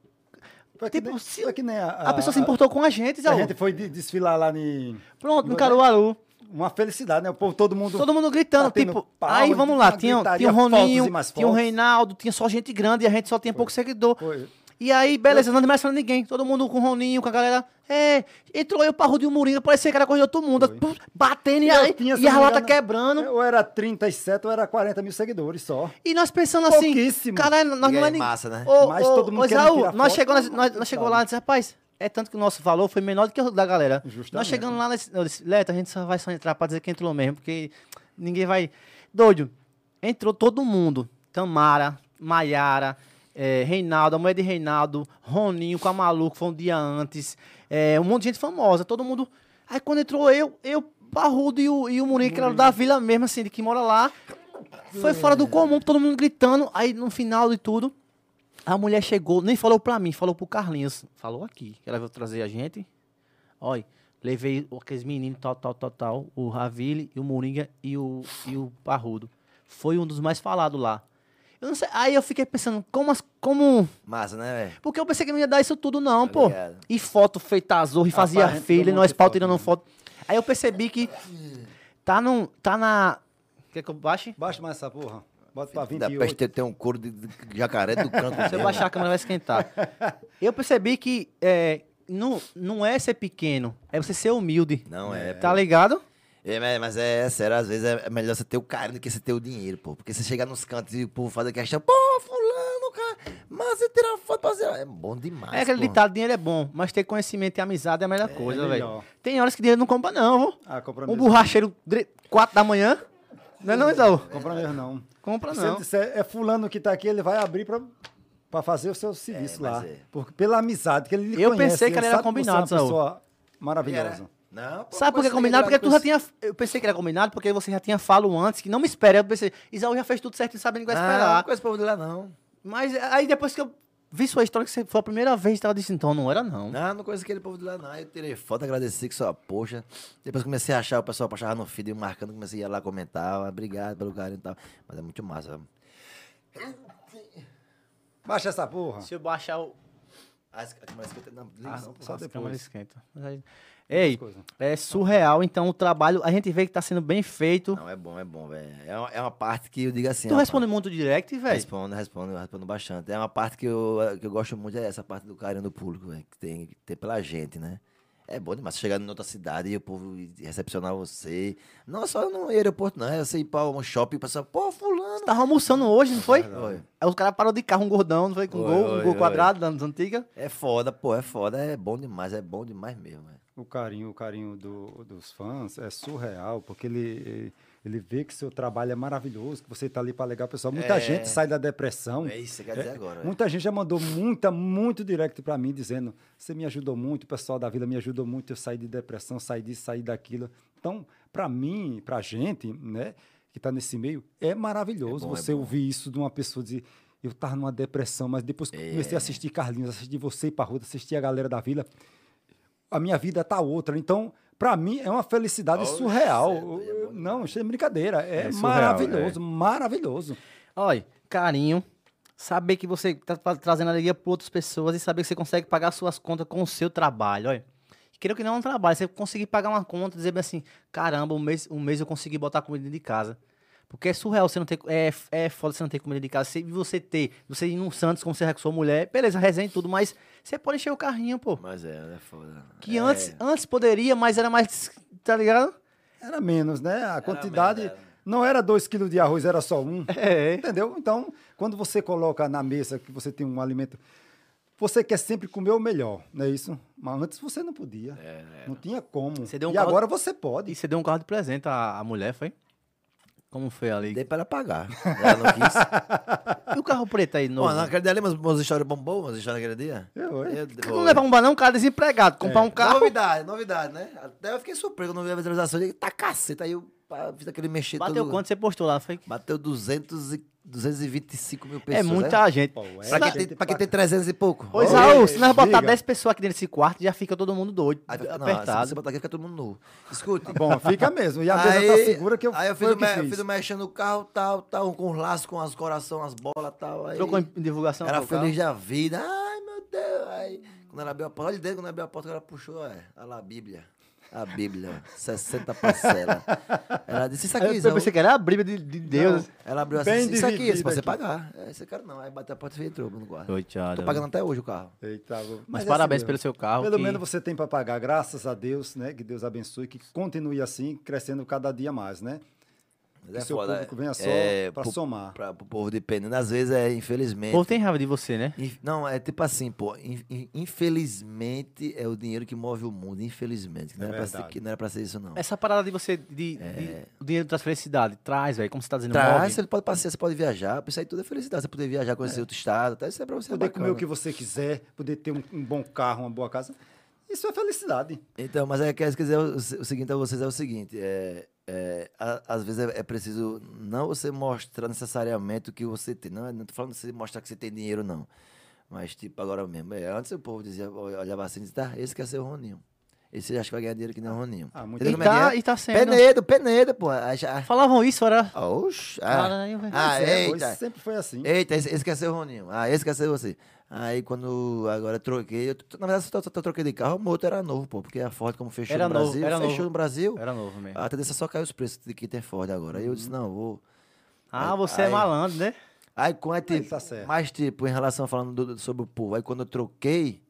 S2: Foi que
S1: Tipo,
S2: nem-
S1: se-
S2: foi que nem a,
S1: A pessoa se importou com a gente,
S2: Ah. A,
S1: Isaú.
S2: gente né? foi de- desfilar lá em.
S1: Pronto, no Caruaru.
S2: Uma felicidade, né? O povo, todo mundo.
S1: Todo mundo gritando,
S2: batendo
S1: tipo,
S2: palma,
S1: aí vamos lá,
S2: uma
S1: tinha,
S2: gritaria,
S1: tinha o
S2: fotos e
S1: Roninho,
S2: mais
S1: tinha o
S2: fotos.
S1: Reinaldo, tinha só gente grande e a gente só tinha pouco seguidor.
S2: Foi.
S1: E aí, beleza, não demais falando ninguém, todo mundo com o Roninho, com a galera, é, entrou aí o parro de um Moringa, parecia que era coisa de todo mundo, puf, batendo e,
S2: eu
S1: aí,
S2: tinha, né? se
S1: e a
S2: não me
S1: lata
S2: engano,
S1: quebrando.
S2: Ou era 37 ou era 40 mil seguidores só.
S1: E nós pensando assim,
S2: Pouquíssimo.
S1: caralho, nós
S3: E
S1: não é
S3: aí,
S1: ninguém.
S3: massa, né?
S1: Ô,
S2: Mas
S1: ô,
S2: todo mundo
S1: ô,
S2: querendo
S1: Isaú,
S2: tirar
S1: nós
S2: foto,
S1: chegou, nós,
S2: todo mundo
S1: nós, nós chegou
S2: sabe.
S1: lá e disse, rapaz, é tanto que o nosso valor foi menor do que o da galera.
S2: Justamente.
S1: Nós chegando lá, nós, eu disse, Leto, a gente só vai só entrar pra dizer que entrou mesmo, porque ninguém vai... Doido, entrou todo mundo. Tamara, Maiara, eh, Reinaldo, a mulher de Reinaldo, Roninho com a Maluco, foi um dia antes. eh, um monte de gente famosa, todo mundo... Aí quando entrou eu, eu, Barrudo e o, e o Murinho, que era da vila mesmo, assim, de que mora lá... Foi fora do comum, todo mundo gritando. Aí no final de tudo, a mulher chegou, nem falou pra mim, falou pro Carlinhos. Falou aqui, que ela veio trazer a gente. Olha, levei aqueles meninos, tal, tal, tal, tal. O Ravile, e o Moringa e o, e o Parrudo. Foi um dos mais falados lá. Eu não sei, aí eu fiquei pensando, como, as- como
S3: Massa, né, velho?
S1: porque eu pensei que não ia dar isso tudo, não,
S3: Tá
S1: pô.
S3: ligado.
S1: E foto feita a zorra, e
S2: Rapaz,
S1: fazia
S2: a gente
S1: filha,
S2: deu
S1: e
S2: um monte
S1: nós
S2: de
S1: pau
S2: foto,
S1: tirando
S2: né?
S1: foto. Aí eu percebi que tá, num, tá na... Quer que eu baixe?
S2: Baixa mais essa porra. Bota pra
S3: Da
S2: 28.
S3: peste tem um couro de de jacaré do canto.
S1: Se eu
S3: mesmo.
S1: baixar a câmera vai esquentar. Eu percebi que é, não, não é ser pequeno, é você ser humilde.
S3: Não é,
S1: Tá ligado?
S3: É, mas- mas é sério, às vezes é melhor você ter o carinho do que você ter o dinheiro, pô. Porque você chegar nos cantos e o povo faz a questão, pô, fulano, cara, mas você tira uma foto pra você. É bom demais.
S1: é aquele
S3: pô.
S1: ditado, dinheiro é bom, mas ter conhecimento e amizade é a melhor coisa, velho.
S2: melhor.
S1: Tem horas que dinheiro não compra, não, vô.
S2: Ah, compra
S1: Um
S2: mesmo.
S1: borracheiro 4 da manhã, não é não, Isaú?
S2: Compra mesmo, não.
S1: Compra
S2: Se ele
S1: não.
S2: disser, é fulano que tá aqui, ele vai abrir pra, pra fazer o seu serviço
S3: mas
S2: lá.
S3: é.
S2: Porque pela amizade que ele lhe
S1: Eu
S2: conhece,
S1: pensei que ele
S2: ele
S1: era
S2: sabe você
S1: combinado,
S2: é
S1: Saul.
S2: uma pessoa
S3: E
S2: maravilhosa.
S3: era- Não, pô,
S1: né, Sabe por que é
S3: você
S1: combinado? Porque tu já
S3: ligado
S1: tinha. Eu pensei que era combinado, porque você já tinha falo antes, que não me espera. Eu pensei, Isaú já fez tudo certo, ele sabe que
S3: com
S1: vai
S3: esse-
S1: esperar.
S3: Ah, não conheço o povo de lá, não.
S1: Mas aí depois que eu vi sua história, que você foi a primeira vez, tava dizendo, então não era não.
S3: Não, não conheço aquele povo de lá, não. Aí eu tirei foto, agradeci que só, poxa. Depois comecei a achar o pessoal pra achar no feed, marcando, comecei a ir lá comentar, ah, obrigado pelo carinho e tal. Mas é muito massa.
S2: Baixa essa porra.
S1: Se eu baixar o.
S3: As, Ah, mas, não, liga
S1: Ah,
S3: Ah. não, pô.
S1: só
S2: só depois.
S1: depois. esquenta. Mas aí- Ei,
S2: coisas.
S1: é surreal, então o trabalho, a gente vê que tá sendo bem feito.
S3: Não, é bom, é bom, velho. É, uma- é uma parte que eu digo assim.
S1: Tu
S3: ó,
S1: responde muito direct, velho.
S3: Respondo, respondo, eu respondo bastante. É uma parte que eu, que eu gosto muito, é essa parte do carinho do público, velho, que tem, que tem pela gente, né? É bom demais. Você chegar em outra cidade e o povo recepcionar você. Não só no aeroporto, não. É você ir pra um shopping e pensar, pô, fulano. tá-"
S1: Tava almoçando hoje, não foi?
S3: Foi.
S1: Aí os caras parou de carro, um gordão, não foi? Com
S3: Foi,
S1: gol, um
S3: foi,
S1: gol
S3: foi.
S1: quadrado, das antigas.
S3: É foda, pô, é foda. É bom demais, é bom demais mesmo, velho.
S2: O carinho, o carinho do- dos fãs é surreal, porque ele, ele vê que seu trabalho é maravilhoso, que você tá ali pra alegar o pessoal. Muita
S3: É.
S2: gente sai da depressão.
S3: É isso que quer dizer agora, velho.
S2: Muita gente já mandou muita, muito direct pra mim dizendo: você me ajudou muito, o pessoal da vila me ajudou muito, eu saí de depressão, saí disso, saí daquilo. Então, pra mim, pra gente, né, que tá nesse meio, é maravilhoso
S3: É bom, é
S2: você
S3: bom.
S2: ouvir isso de uma pessoa dizer. Eu tava numa depressão, mas depois que eu
S3: É.
S2: comecei a assistir Carlinhos, assistir você e Parruda, assistir a galera da vila, a minha vida tá outra. Então, pra mim, é uma felicidade
S3: Oxe,
S2: surreal.
S3: é doido, é bom
S2: Eu- não, isso é brincadeira. É,
S1: É surreal,
S2: maravilhoso, maravilhoso.
S1: Olha, carinho. Saber que você tá tra- trazendo alegria para outras pessoas e saber que você consegue pagar suas contas com o seu trabalho, olha. Queria que não é um trabalho, você conseguir pagar uma conta, dizer bem assim, caramba, um mês, um mês eu consegui botar comida dentro de casa. Porque é surreal você não ter. É, é foda você não ter comida de casa. Se você ter, você ir num Santos, como você é com sua mulher, beleza, resenha e tudo, mas você pode encher o carrinho, pô.
S3: Mas é, é foda.
S1: Que
S3: É,
S1: antes, antes poderia, mas era mais. Tá ligado?
S2: Era menos, né? A quantidade
S3: menos, era.
S2: não era 2 quilos de arroz, era só um.
S1: É.
S2: Entendeu? Então, quando você coloca na mesa que você tem um alimento, você quer sempre comer o melhor, não é isso? Mas antes você não podia. Não tinha como.
S1: Você deu um
S2: e
S1: caldo-
S2: agora você pode.
S1: E você deu um carro de presente à, à mulher, foi? Como foi ali?
S3: É, Dei pra ela pagar. Ela não quis.
S1: E o carro preto aí, novo? É,
S3: Pô, naquele dia, lembra umas histórias bombou, umas histórias daquele dia?
S2: Eu, hein?
S1: Tu não levar um banão, um cara desempregado, comprar um carro.
S3: Novidade, novidade, né? Até eu fiquei surpreso quando eu vi a visualização. Eu digo, tá caceta. Aí eu pá, fiz aquele mexer
S1: Bateu
S3: todo.
S1: quanto você postou lá? Foi?
S3: Bateu 200 e, 225 mil
S1: É
S3: pessoas.
S1: muita
S3: né?
S1: gente.
S2: Pô, é
S1: Se
S3: Pra
S1: nós-
S3: quem, tem, pra quem tem 300 e pouco.
S1: Ô,
S2: Pois é.
S3: Olha.
S1: Isaú,
S2: Oi,
S1: se nós botar
S2: diga.
S1: 10 pessoas aqui dentro desse quarto, já fica todo mundo doido,
S3: Aí, fica- não, se você
S1: apertado.
S3: botar aqui, fica todo mundo nu. Escute.
S2: Tá Bom, fica mesmo. E a mesa tá segura que eu,
S3: aí eu fiz,
S2: foi
S3: o
S2: o que
S3: me-
S2: fiz.
S3: fiz o mexendo no carro, tal, tal, com os laços, com as coração, as bolas, tal. Aí
S1: Trocou em divulgação?
S3: era
S1: com o carro?
S3: feliz da vida. Ai, meu Deus. Aí, Quando ela abriu a porta, olha dentro, quando ela abriu a porta, ela puxou, olha, olha lá a Bíblia. A Bíblia, ó, 60 parcelas. Ela
S2: É,
S3: disse, isso aqui,
S1: Eu pensei que era a briga de, de Deus.
S3: Ela abriu
S2: Bem
S3: assim, isso aqui,
S2: dividido
S3: se você
S2: aqui.
S3: pagar. É, Esse cara não. Aí bateu a porta e entrou no quarto.
S1: Coitado. né?
S3: Tô pagando até hoje o carro.
S2: Eita, vou-
S1: Mas,
S2: é
S1: parabéns
S2: assim mesmo.
S1: pelo seu carro.
S2: Pelo
S1: que-
S2: menos você tem para pagar, graças a Deus, né? Que Deus abençoe, que continue assim, crescendo cada dia mais, né?
S3: Mas é
S2: Que seu público venha só pra
S3: pro-
S2: somar.
S3: Pra, pro povo dependendo. Às vezes é, infelizmente.
S1: O povo tem raiva de você, né?
S3: Inf- Não, é tipo assim, pô, in- in- infelizmente é o dinheiro que move o mundo, infelizmente. que Não,
S2: É
S3: era, pra ser,
S2: verdade.
S3: que não era pra ser isso, não.
S1: Essa parada de você. De, de- o dinheiro traz felicidade. Traz, velho. Como você tá dizendo,
S3: Traz,
S1: move.
S3: você pode passear, você pode viajar, isso aí tudo é felicidade. Você poder viajar, conhecer outro estado, até isso é pra você.
S2: Poder comer o que
S3: bacana.
S2: você quiser, poder ter um, um bom carro, uma boa casa. Isso é felicidade.
S3: Então, mas é que quer dizer, o, se- o seguinte a vocês é o seguinte: é, é, a- às vezes é, é preciso não você mostrar necessariamente o que você tem. Não, não tô falando de você mostrar que você tem dinheiro, não. Mas, tipo, agora mesmo. é, antes o povo dizia, olhava assim e dizia, tá, esse quer ser o Roninho. Esse acha que vai ganhar dinheiro que não é o Roninho.
S2: Ah, muito
S3: Entendeu
S1: E
S3: como é que
S1: tá,
S3: é?
S1: e tá sendo.
S3: Penedo, Penedo, pô. Aí já-
S1: Falavam isso, era.
S3: Ah, oxe, ah,
S1: Caralho, velho.
S3: ah,
S2: Pois é, pois
S3: eita.
S2: sempre foi assim.
S3: Eita, esse, esse quer ser o Roninho. Ah, esse quer ser você. Aí quando agora eu troquei, eu t- na verdade só, só, só troquei de carro, o motor era novo, pô, porque a Ford como fechou
S1: Era
S3: no
S1: novo,
S3: Brasil,
S1: era
S3: fechou
S1: novo. É,
S3: no Brasil,
S1: Era novo mesmo.
S3: a tendência é só caiu os preços de quem tem Ford agora. Aí eu
S1: Uhum.
S3: disse, não, vou...
S1: Ah,
S3: Aí-
S1: você é
S3: aí-
S1: malandro, né?
S3: Aí quando é tipo,
S2: tá certo.
S3: mais tipo, em relação a falando do- do- sobre o povo, aí quando eu troquei,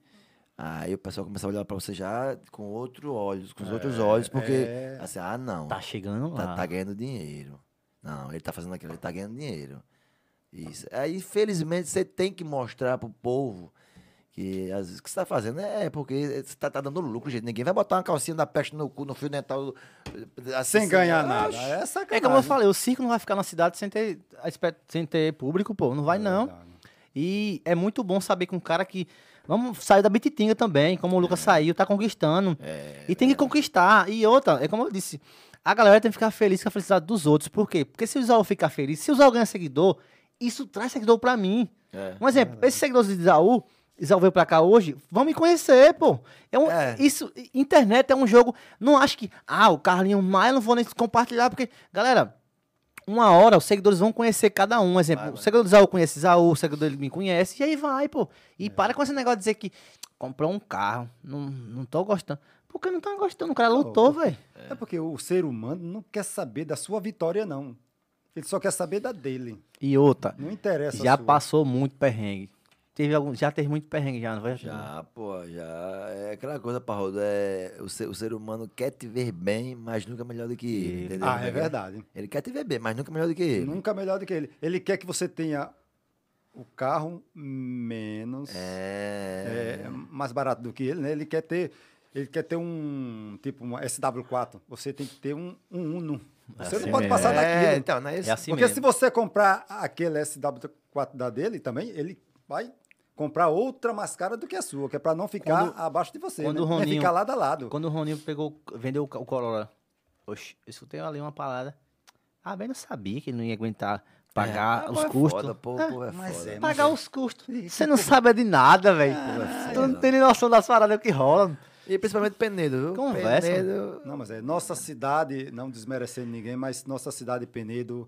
S3: aí o pessoal começou a olhar pra você já com outros olhos, com os outros olhos, porque
S2: é.
S3: assim, ah não,
S1: Tá chegando
S3: tá,
S1: lá.
S2: Ah.
S3: tá ganhando dinheiro. Não, ele tá fazendo aquilo, ele tá ganhando dinheiro. Isso. Aí, infelizmente, você tem que mostrar pro povo que às vezes o que você tá fazendo é porque você tá, tá dando lucro, gente. Ninguém vai botar uma calcinha da peste no cu, no fio dental. assim,
S2: Sem ganhar nada.
S3: Oxi.
S2: É
S1: É
S2: sacanagem.
S1: como eu falei, o circo não vai ficar na cidade sem ter, espe- sem ter público, pô. Não
S3: É
S1: vai, não.
S2: Verdade.
S1: E é muito bom saber com um cara que. Vamos sair da bititinga também, como o
S3: É.
S1: Lucas saiu, tá conquistando. e tem que conquistar. E outra, é como eu disse, a galera tem que ficar feliz com a felicidade dos outros. Por quê? Porque se o Isaú ficar feliz, se o Isaú ganha seguidor, isso traz seguidor pra mim.
S3: É.
S1: Um exemplo, esses seguidores de Isaú, Isaú veio pra cá hoje, vão me conhecer, pô. É um,
S3: É.
S1: Isso, internet é um jogo. Não acho que, ah, o Carlinho Maia não vou nem compartilhar, porque, galera, uma hora os seguidores vão conhecer cada um. Exemplo,
S3: Vai,
S1: o
S3: vai.
S1: seguidor do Isaú conhece Isaú, o seguidor dele me conhece, e aí vai, pô.
S3: É.
S1: E para com esse negócio de dizer que comprou um carro, não, não tô gostando. Porque não tá gostando, o cara lutou, velho.
S2: É porque o ser humano não quer saber da sua vitória, não. Ele só quer saber da dele.
S1: E outra,
S2: Não interessa. a
S1: já
S2: sua.
S1: passou muito perrengue. Teve algum, já teve muito perrengue, já, não vai?
S3: Já, pô, já. É aquela coisa, Parrodo, é o ser, o ser humano quer te ver bem, mas nunca melhor do que ele, entendeu?
S1: né?
S2: Ah, é verdade.
S3: Ele quer te ver bem, mas nunca melhor do que
S1: É.
S3: ele.
S2: Nunca melhor do que ele. Ele quer que você tenha o carro menos.
S3: É.
S2: é, mais barato do que ele, né? Ele quer ter, ele quer ter um tipo uma SW4. Você tem que ter um, um Uno.
S1: É
S2: Você
S1: assim
S2: não pode
S1: mesmo.
S2: passar né?
S3: É,
S2: daquilo.
S3: então, não é isso.
S1: É assim
S2: Porque
S1: mesmo.
S2: se você comprar aquele SW4 da dele também, ele vai comprar outra mais cara do que a sua, que é para não ficar
S1: Quando-
S2: abaixo de você,
S1: quando
S2: né?
S1: o
S2: Nem
S1: Roninho-
S2: ficar lado a lado.
S1: Quando o Roninho pegou, vendeu o ca- o Corolla, oxe, eu escutei ali uma parada. Ah, bem, não sabia que ele não ia aguentar pagar
S3: É,
S1: os
S3: pô, é
S1: custos.
S3: Foda, pô,
S1: É,
S3: pô, é
S2: mas
S3: foda.
S2: é, mas-
S1: pagar os custos. Você não sabe de nada,
S2: Ah,
S1: velho.
S2: é
S1: tu não tem nem noção das paradas que rolam.
S3: E principalmente Penedo, viu?
S1: Conversa.
S3: Penedo
S2: Não, mas é nossa cidade, não desmerecendo ninguém, mas nossa cidade Penedo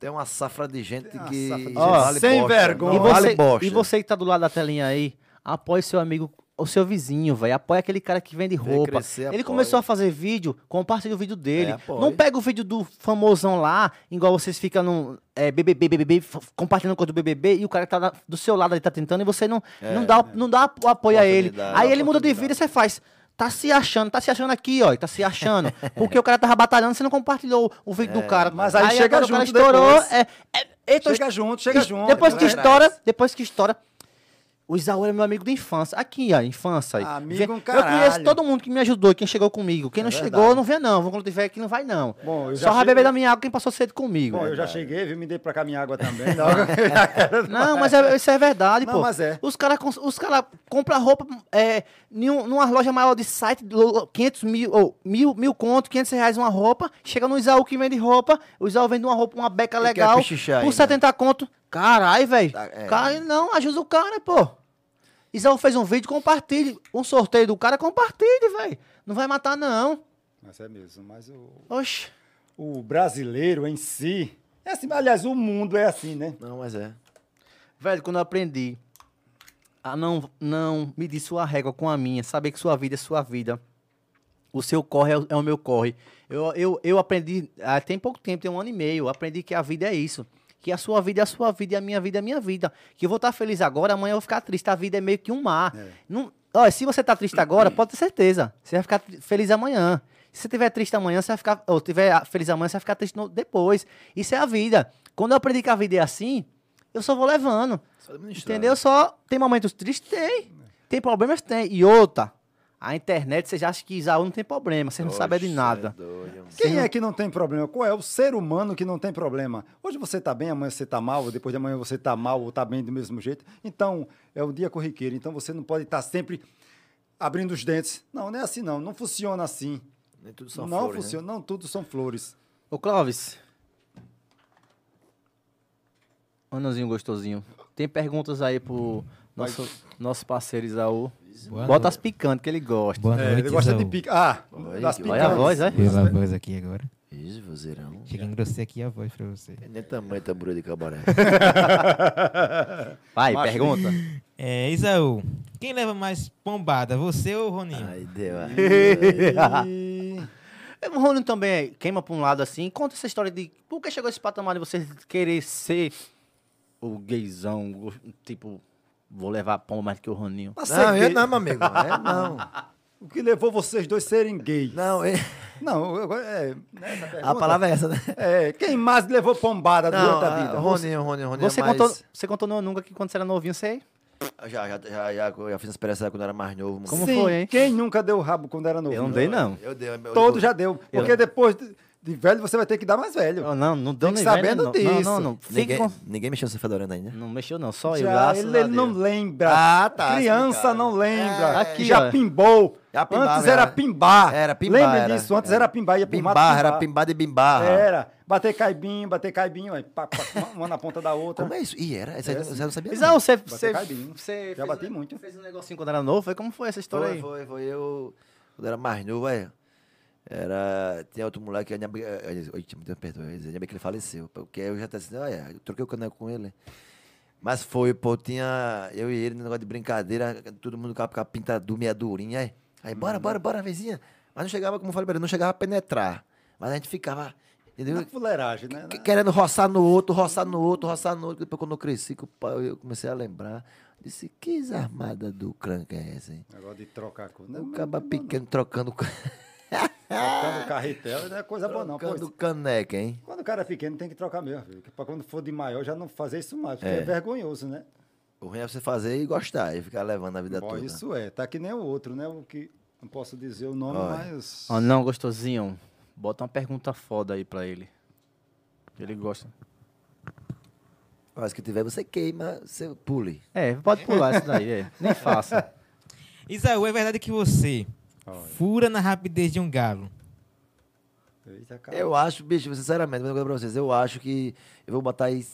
S3: tem né? uma safra de gente
S2: Tem uma
S3: que.
S2: safra de
S3: não
S1: gente
S3: vale
S2: sem
S3: bosta,
S2: vergonha.
S3: Não
S1: e,
S3: vale
S1: você,
S3: bosta.
S1: e você que tá do lado da telinha aí, apoie seu amigo, o seu vizinho, velho. Apoia aquele cara que vende
S3: Vem
S1: roupa.
S3: crescer,
S1: ele
S3: apoia.
S1: começou a fazer vídeo, compartilha o vídeo dele.
S3: É, apoia.
S1: não pega o vídeo do famosão lá, igual vocês ficam no é, BBB, BBB, f- compartilhando coisa do BBB e o cara que tá da- do seu lado ali tá tentando e você não, não, dá, o- não dá o apoio a ele.
S3: É, Oportunidade,
S1: Aí ele muda de vida e você faz. Tá se achando, tá se achando aqui, ó, e tá se achando. Porque o cara tava batalhando, você não compartilhou o vídeo
S3: É.
S1: do cara.
S2: mas aí chega
S1: agora o cara
S2: junto
S1: estourou.
S2: depois.
S1: É, é, eita, eu
S2: Chega junto, chega
S1: Es-
S2: junto.
S1: Depois que
S2: né?
S1: estoura, depois que estoura. O Isaú é meu amigo da infância. Aqui, ó, infância. aí.
S2: Amigo
S1: Vê-
S2: um
S1: Eu conheço
S2: caralho. É
S1: todo mundo que me ajudou, quem chegou comigo. Quem não
S2: verdade.
S1: chegou, não vê não. Vou Quando tiver aqui, não vai não.
S2: Bom, eu já
S1: Só vai
S2: cheguei-
S1: beber da minha água quem passou cedo comigo.
S2: Bom, eu já cheguei, viu? Me dei pra cá minha água também. então. logo eu já quero-
S1: Não, mas é- isso é verdade,
S2: Não,
S1: pô.
S2: mas é.
S1: Os caras os cara compram roupa é, em um- numa loja maior de site, lo- 500 mil, ou mil, mil conto, 500 reais uma roupa. Chega no Isaú que vende roupa. O Isaú vende uma roupa, uma beca
S3: E quer
S1: legal.
S3: pichichar
S1: Por
S3: ainda.
S1: 70 conto. Caralho, velho.
S3: Tá, é.
S1: Cara, não, ajuda o cara, pô. Isaú fez um vídeo, compartilhe. Um sorteio do cara, compartilhe, velho. Não vai matar, não.
S2: Mas é mesmo, mas o,
S1: Oxi.
S2: o brasileiro em si. É assim, aliás, o mundo é assim, né?
S3: Não, mas é.
S1: Velho, quando eu aprendi a não, não medir sua régua com a minha, saber que sua vida é sua vida. O seu corre é o, é o meu corre. Eu, eu, eu aprendi, ah, tem pouco tempo, tem um ano e meio, eu aprendi que a vida é isso. Que a sua vida é a sua vida e a minha vida é a minha vida. Que eu vou estar feliz agora, amanhã eu vou ficar triste. A vida é meio que um mar. Não, olha, se você tá triste agora, pode ter certeza. Você vai ficar tri- feliz amanhã. Se você tiver triste amanhã, você vai ficar. Ou tiver ah, feliz amanhã, você vai ficar triste no- depois. Isso é a vida. Quando eu aprendi que a vida é assim, eu só vou levando.
S3: Só administrar.
S1: Entendeu? Só tem momentos tristes, tem. Tem problemas, tem. E outra, a internet, vocês acham que Isaú não tem problema, vocês não sabem de
S3: Oxe,
S1: nada.
S3: é doido, mano.
S2: Quem é que não tem problema? Qual é o ser humano que não tem problema? Hoje você está bem, amanhã você está mal, depois de amanhã você está mal ou está bem do mesmo jeito. Então, é o dia corriqueiro. Então, você não pode estar sempre abrindo os dentes. Não, não é assim não. Não funciona assim.
S3: Nem tudo são
S2: não
S3: flores, né?
S2: funciona. Não, tudo são flores.
S1: Ô, Clóvis. Anãozinho gostosinho. Tem perguntas aí pro nosso, nosso parceiro Isaú.
S4: Boa
S1: Bota
S4: noite.
S1: as picantes que ele gosta.
S4: Boa
S2: É,
S4: noite,
S2: ele gosta de né?
S4: Isaú.
S2: pica. Ah,
S3: então. Olha,
S2: das
S3: olha
S1: Olha a
S2: picantes.
S1: voz, é?
S4: Pela voz aqui agora.
S3: Isso, vozeirão.
S2: É.
S4: Chega a engrossar aqui a voz pra você.
S3: É Nem tamanho tambor de cabaré.
S1: Vai,
S2: Macho.
S1: pergunta.
S4: É, Isaú, quem leva mais pombada, você ou o Roninho?
S3: Ai, deu. é. ai, né?
S2: E-
S1: O Rony também queima pra um lado assim. Conta essa história de por que chegou esse patamar de você querer ser o gaysão, go- tipo, vou levar a pomba mais que o Roninho.
S2: Pra ser
S3: Não, eu
S2: gay,
S3: não, meu amigo. É, não.
S2: O que levou vocês dois serem gay?
S3: Não, é-
S2: Não, eu- é, nessa
S3: a
S2: pergunta-
S3: palavra é essa, né?
S2: É, quem mais levou pombada
S3: Não, ah,
S2: durante a vida?
S3: a- Roninho, Roninho, Roninho.
S1: Você,
S3: é
S1: contou,
S3: mais-
S1: você contou no Nunca que quando você era novinho, você. é
S3: Já, já, já, já, já fiz experiência quando era mais novo. mano.
S1: Como
S2: Sim,
S1: foi, hein?
S2: Quem nunca deu rabo quando era novo?
S1: Eu não dei, não.
S3: Eu dei. eu-
S2: Todo
S3: eu-
S2: já deu. Porque depois de, de velho você vai ter que dar mais velho.
S1: Eu não, não deu
S2: Fique
S1: nem
S2: sabendo
S1: não.
S2: disso.
S1: Não, não, não. Fique
S3: Ninguém,
S1: com-
S3: ninguém mexeu nessa fedorenta ainda.
S1: Não mexeu, não. Só eu.
S2: Já,
S1: graças
S2: ele,
S1: a
S2: ele não
S1: Deus.
S2: lembra.
S3: Ah, tá,
S2: Criança
S3: explicado.
S2: não lembra.
S3: É,
S1: Aqui,
S2: já
S1: ó.
S2: pimbou.
S3: Já pimbava,
S2: Antes era
S3: era.
S2: pimbar.
S3: né? Era pimbar.
S2: Lembra
S3: era-
S2: disso? Antes
S3: era-
S2: era pimbar. É, Ia pro mato
S3: Bimbarra, era pimbar de bimbarra.
S2: Era. Bater caibinho, bater caibinho. Aí, pá, pá, uma- uma na ponta da outra.
S3: Como é isso? Ih, era? Essa,
S2: É,
S3: você não sabia?
S1: Isão, você.
S2: Bateu
S1: você,
S2: caibinho.
S1: você
S2: Já
S1: fez
S2: bati
S1: um-
S2: muito.
S1: Fez um negocinho quando era novo. Foi como foi essa história
S3: Foi,
S1: aí?
S3: foi, foi. Eu, quando era mais novo, aí, era, tem outro moleque, eh, eu lembro, eu, eu, oi, me um perdoa, eu lembro que ele faleceu, porque eu já estava assim, olha, eu troquei o caneco com ele. Mas foi, pô, tinha eu e ele, no negócio de brincadeira, todo mundo com a, com a pintadura, meia durinha, aí, aí bora, bora, bora, vizinha. Mas não chegava, como eu falei, pra ele, não chegava a penetrar, mas a gente ficava, entendeu?
S2: Na fuleiragem, né?
S3: Que- Querendo roçar no outro, roçar no outro, roçar no outro. Depois, quando eu cresci, que o pai- eu comecei a lembrar. Disse, que desarmada do cranca é essa, hein?
S2: Negócio de trocar coisa. né?
S3: O
S2: Não,
S3: caba pequeno trocando, ca-
S2: Trocando carretel não é coisa boa, não. pô.
S3: trocando caneca, hein?
S2: Quando o cara é pequeno, tem que trocar mesmo. filho, que Pra quando for de maior, já não fazer isso mais. Porque é, vergonhoso, né?
S3: O ruim é você fazer e gostar, e ficar levando a vida
S2: Bom,
S3: toda.
S2: isso é. Tá que nem o outro, né? O que... Não posso dizer o nome,
S3: Olha.
S2: mas...
S1: Ó, não, gostosinho. Bota uma pergunta foda aí pra ele. Ele gosta.
S3: Mas que tiver, você queima, você pule.
S1: É, pode pular isso daí. É. Nem faça.
S4: Isaú, é verdade que você
S2: Olha.
S4: fura na rapidez de um galo.
S2: Eita, cara.
S3: Eu acho, bicho, sinceramente, vou dizer pra vocês, eu acho que eu vou botar aí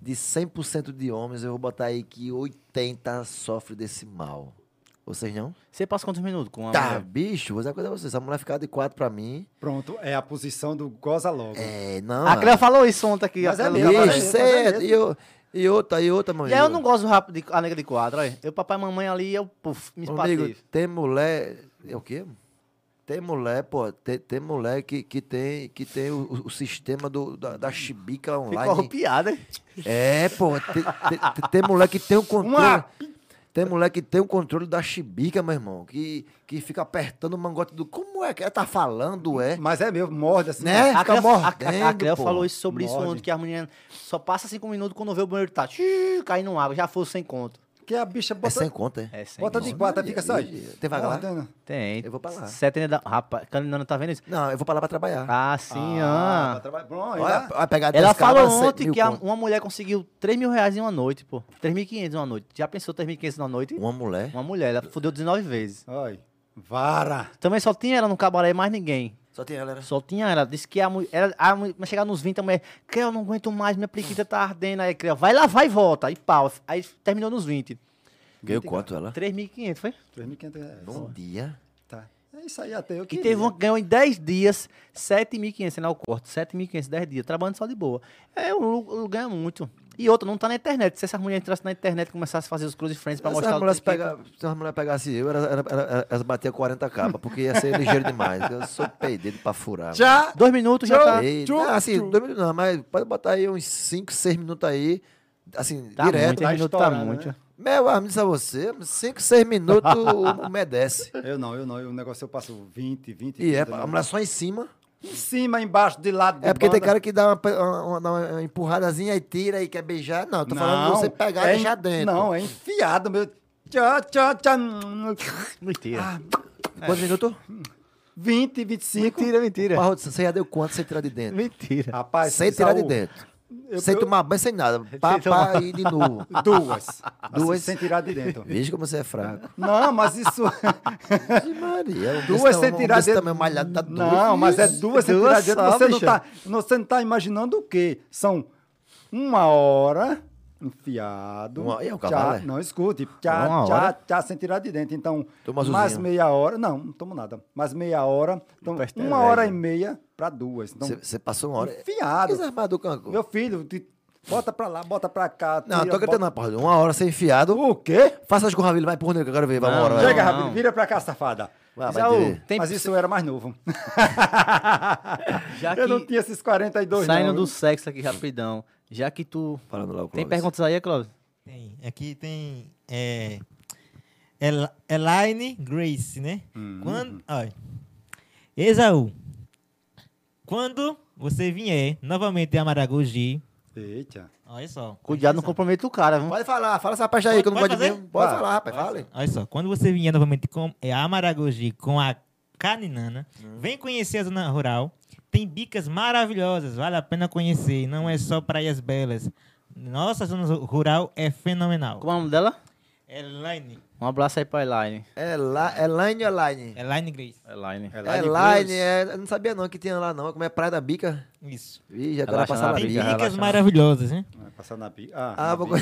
S3: de 100% de homens, eu vou botar aí que 80 sofre desse mal. Vocês não?
S1: Você passa quantos minutos com a
S3: Tá,
S1: mulher?
S3: bicho, vou dizer uma coisa pra vocês. Se a mulher ficar de quatro pra mim.
S2: Pronto, é a posição do goza logo.
S3: É, não.
S1: A Cleo falou isso ontem aqui.
S2: Mas
S1: a
S2: é
S1: Cleo-
S2: mesmo,
S1: Ela-
S3: Bicho,
S2: aparece,
S3: certo.
S2: aparece.
S3: E, eu- e outra, e outra, mano.
S1: E aí eu não gosto rápido de a negra de quadro, olha. Eu, papai e mamãe ali, eu puf, me
S3: Amigo,
S1: espatei.
S3: tem mulher. É o quê? Tem mulher, pô. Tem, tem mulher que, que tem, que tem o, o- o sistema do, da, da chibica online.
S1: Ficou arrupiada. hein?
S3: É, pô. Tem, tem- tem mulher que tem o controle.
S2: Uma-
S3: Tem mulher que tem o controle da chibica, meu irmão. Que, que fica apertando o mangote do. Como é que ela tá falando, é?
S2: Mas é mesmo, morde assim.
S3: Né? É,
S1: a
S3: fica
S1: Cleo, a- a, a
S3: mordendo,
S1: Cleo
S3: pô.
S1: falou isso sobre isso
S2: Morde.
S1: ontem, que a menina só passa cinco minutos quando vê o banheiro tá xiu, caindo na água, já foi sem conto.
S2: Que a bicha bota,
S3: É sem conta, é?
S1: É sem
S2: bota de
S1: conto.
S2: quatro, aí fica assim, só aí.
S3: Tem vaga lá?
S2: Mordendo.
S1: Tem.
S3: Eu vou pra lá.
S1: Sete ainda dá- Rapaz, Canina não tá vendo isso?
S3: Não, eu vou pra lá pra trabalhar.
S1: Ah, sim, ah.
S2: pra trabalhar. Bom, aí
S3: Olha,
S2: lá-
S3: olha a pegada
S1: Ela
S3: desse cara,
S1: falou
S3: vai ser
S1: ontem
S3: é mil
S1: que a-
S3: conto.
S1: uma mulher conseguiu 3 mil reais em uma noite, pô. 3.500 em uma noite. Já pensou 3.500 na noite?
S3: Uma mulher.
S1: Uma mulher, ela fudeu 19 vezes.
S2: Olha. Vara.
S1: Também só tinha ela no cabaré, mais ninguém.
S3: Só tem ela, era
S1: Só tinha ela. né? Disse que a mulher. A mulher chegar nos 20, a mulher. Creu, não aguento mais, minha periquita tá ardendo. Aí, Creu, vai lá, vai e volta. Aí, pau. Aí terminou nos 20.
S3: Ganhou quanto ela?
S1: 3.500, foi?
S2: 3.500 reais.
S3: Num dia.
S2: Tá. É isso aí até eu
S1: E
S2: queria.
S1: teve uma que ganhou em 10 dias 7.500 na corte. 7.500, 10 dias. Trabalhando só de boa. É, eu, eu ganho muito. E outra, não tá na internet. Se essa mulher entrasse na internet e começasse a fazer os close friends pra
S3: Se
S1: mostrar...
S3: as
S1: o
S3: mulheres
S1: Twitter-
S3: pega, se as mulheres pegassem eu, elas, elas, elas, elas batiam 40 capas, porque ia ser ligeiro demais. Eu sou peideiro pra furar.
S2: Já.
S1: Dois minutos já tá...
S3: Ei,
S2: Tchum,
S3: não, assim,
S2: tchum.
S3: dois minutos não, mas pode botar aí uns 5, 6 minutos aí, assim,
S1: Tá muito,
S3: direto.
S1: dois
S2: tá
S1: minutos tá
S2: estourando,
S1: muito.
S2: né?
S3: Meu amigo, disse a você, 5, 6 minutos o homem desce.
S2: Eu não, eu não. eu- O negócio eu passo 20, 20.
S3: E é,
S2: 30
S3: a mulher só em cima.
S2: né? Em cima, embaixo, de lado. de
S3: É porque tem
S2: banda.
S3: cara que dá uma, pe- uma- uma- uma empurradazinha e tira e quer beijar. Não, eu tô falando
S2: Não,
S3: você pegar
S2: é
S3: e deixar
S2: en-
S3: dentro.
S2: Não, é enfiado. Meu... Tchá, tchá, tchá. hum,
S1: Mentira.
S2: é.
S3: Quantos minutos?
S2: 20, 25.
S1: Mentira,
S2: É.
S1: mentira.
S3: Parro, você já deu quanto sem tirar de dentro?
S1: Mentira.
S2: Rapaz,
S3: sem tirar de
S2: Isaú,
S3: dentro.
S2: eu-
S3: sem
S2: eu-
S3: tomar banho, sem nada. Pá,
S1: tomar-
S3: pá, e de novo.
S2: Duas.
S3: Duas?
S2: Assim, sem tirar de dentro.
S3: Veja como você é fraco.
S2: Não, mas isso.
S3: Ave Maria, um desse
S2: Duas
S3: tam-
S2: sem
S3: um
S2: tirar
S3: desse
S2: dentro.
S3: tamanho malhado, tá doido.
S2: Não, mas é
S3: Isso.
S2: duas sem
S1: Duas
S2: tirar de dentro.
S1: só,
S2: Você não,
S1: bicho.
S2: tá, você não tá imaginando o quê? São uma hora enfiado.
S3: Uma- e é o
S2: tchá,
S3: cavalo, é?
S2: Não, escute.
S1: Uma
S2: Tchá,
S1: hora?
S2: tchá, tchá, sem tirar de dentro. Então,
S3: Toma azulzinho.
S2: mais meia hora. Não, não tomo nada. Mais meia hora. Então,
S1: Peste é
S2: uma hora e
S1: velho.
S2: meia para duas. Então,
S3: Você você passou uma hora. é-
S2: Enfiado.
S3: Desarmado do canco.
S2: meu filho, te- bota pra lá, bota pra cá.
S3: Não, eu
S2: tira,
S3: tô
S2: bota-
S3: gritando na porra. Uma hora sem enfiado.
S2: O quê?
S3: Faça as curravilhas, vai porra nele que eu quero ver. Vai uma
S1: Não,
S3: hora. vai.
S2: Chega,
S1: não.
S2: rapidinho, vira pra cá, safada.
S3: Vai, vai
S1: Isaú,
S3: direito.
S1: tem-
S2: Mas isso eu era mais novo.
S1: Já
S2: eu não
S1: que-
S2: tinha esses 42,
S1: Tá Saindo
S2: não.
S1: do sexo aqui rapidão. Já que tu...
S3: Falando lá o
S1: Tem
S3: Clóvis.
S1: perguntas aí, Cláudio?
S4: Tem. Aqui tem. É, El- Elaine Grace, né?
S2: Hum. Uhum.
S4: Quando. Olha. Exaú. Quando você vier novamente a Maragogi.
S2: Eita.
S4: Olha só.
S1: Cuidado, não
S4: presta atenção.
S1: compromete o cara, viu?
S3: Pode falar, fala essa parte aí que eu não
S4: Pode
S3: gosto de
S4: fazer?
S3: mim. Pode
S2: Vai.
S3: falar, rapaz, fale.
S4: Olha só. Quando você vier novamente com, é, a Maragogi com a Caninana,
S1: Hum.
S4: vem conhecer a zona rural. Tem bicas maravilhosas, vale a pena conhecer. Não é só praias belas. Nossa zona rural é fenomenal.
S1: Como é o nome dela?
S4: Elaine.
S1: Um abraço aí pra Elaine.
S3: É lá, é Line ou Line?
S4: Elaine Grace.
S1: Elaine.
S3: É Line, é, eu não sabia não que tinha lá não. Como é Praia da Bica?
S4: Isso.
S3: Ih, já
S1: Relaxa,
S3: tá passando a
S1: na
S4: Tem
S1: Bica,
S3: bica.
S4: dicas
S1: relaxa.
S4: maravilhosas, né?
S2: Vai passar na bi. Ah,
S3: Ah,
S2: na
S3: vou...
S2: bi-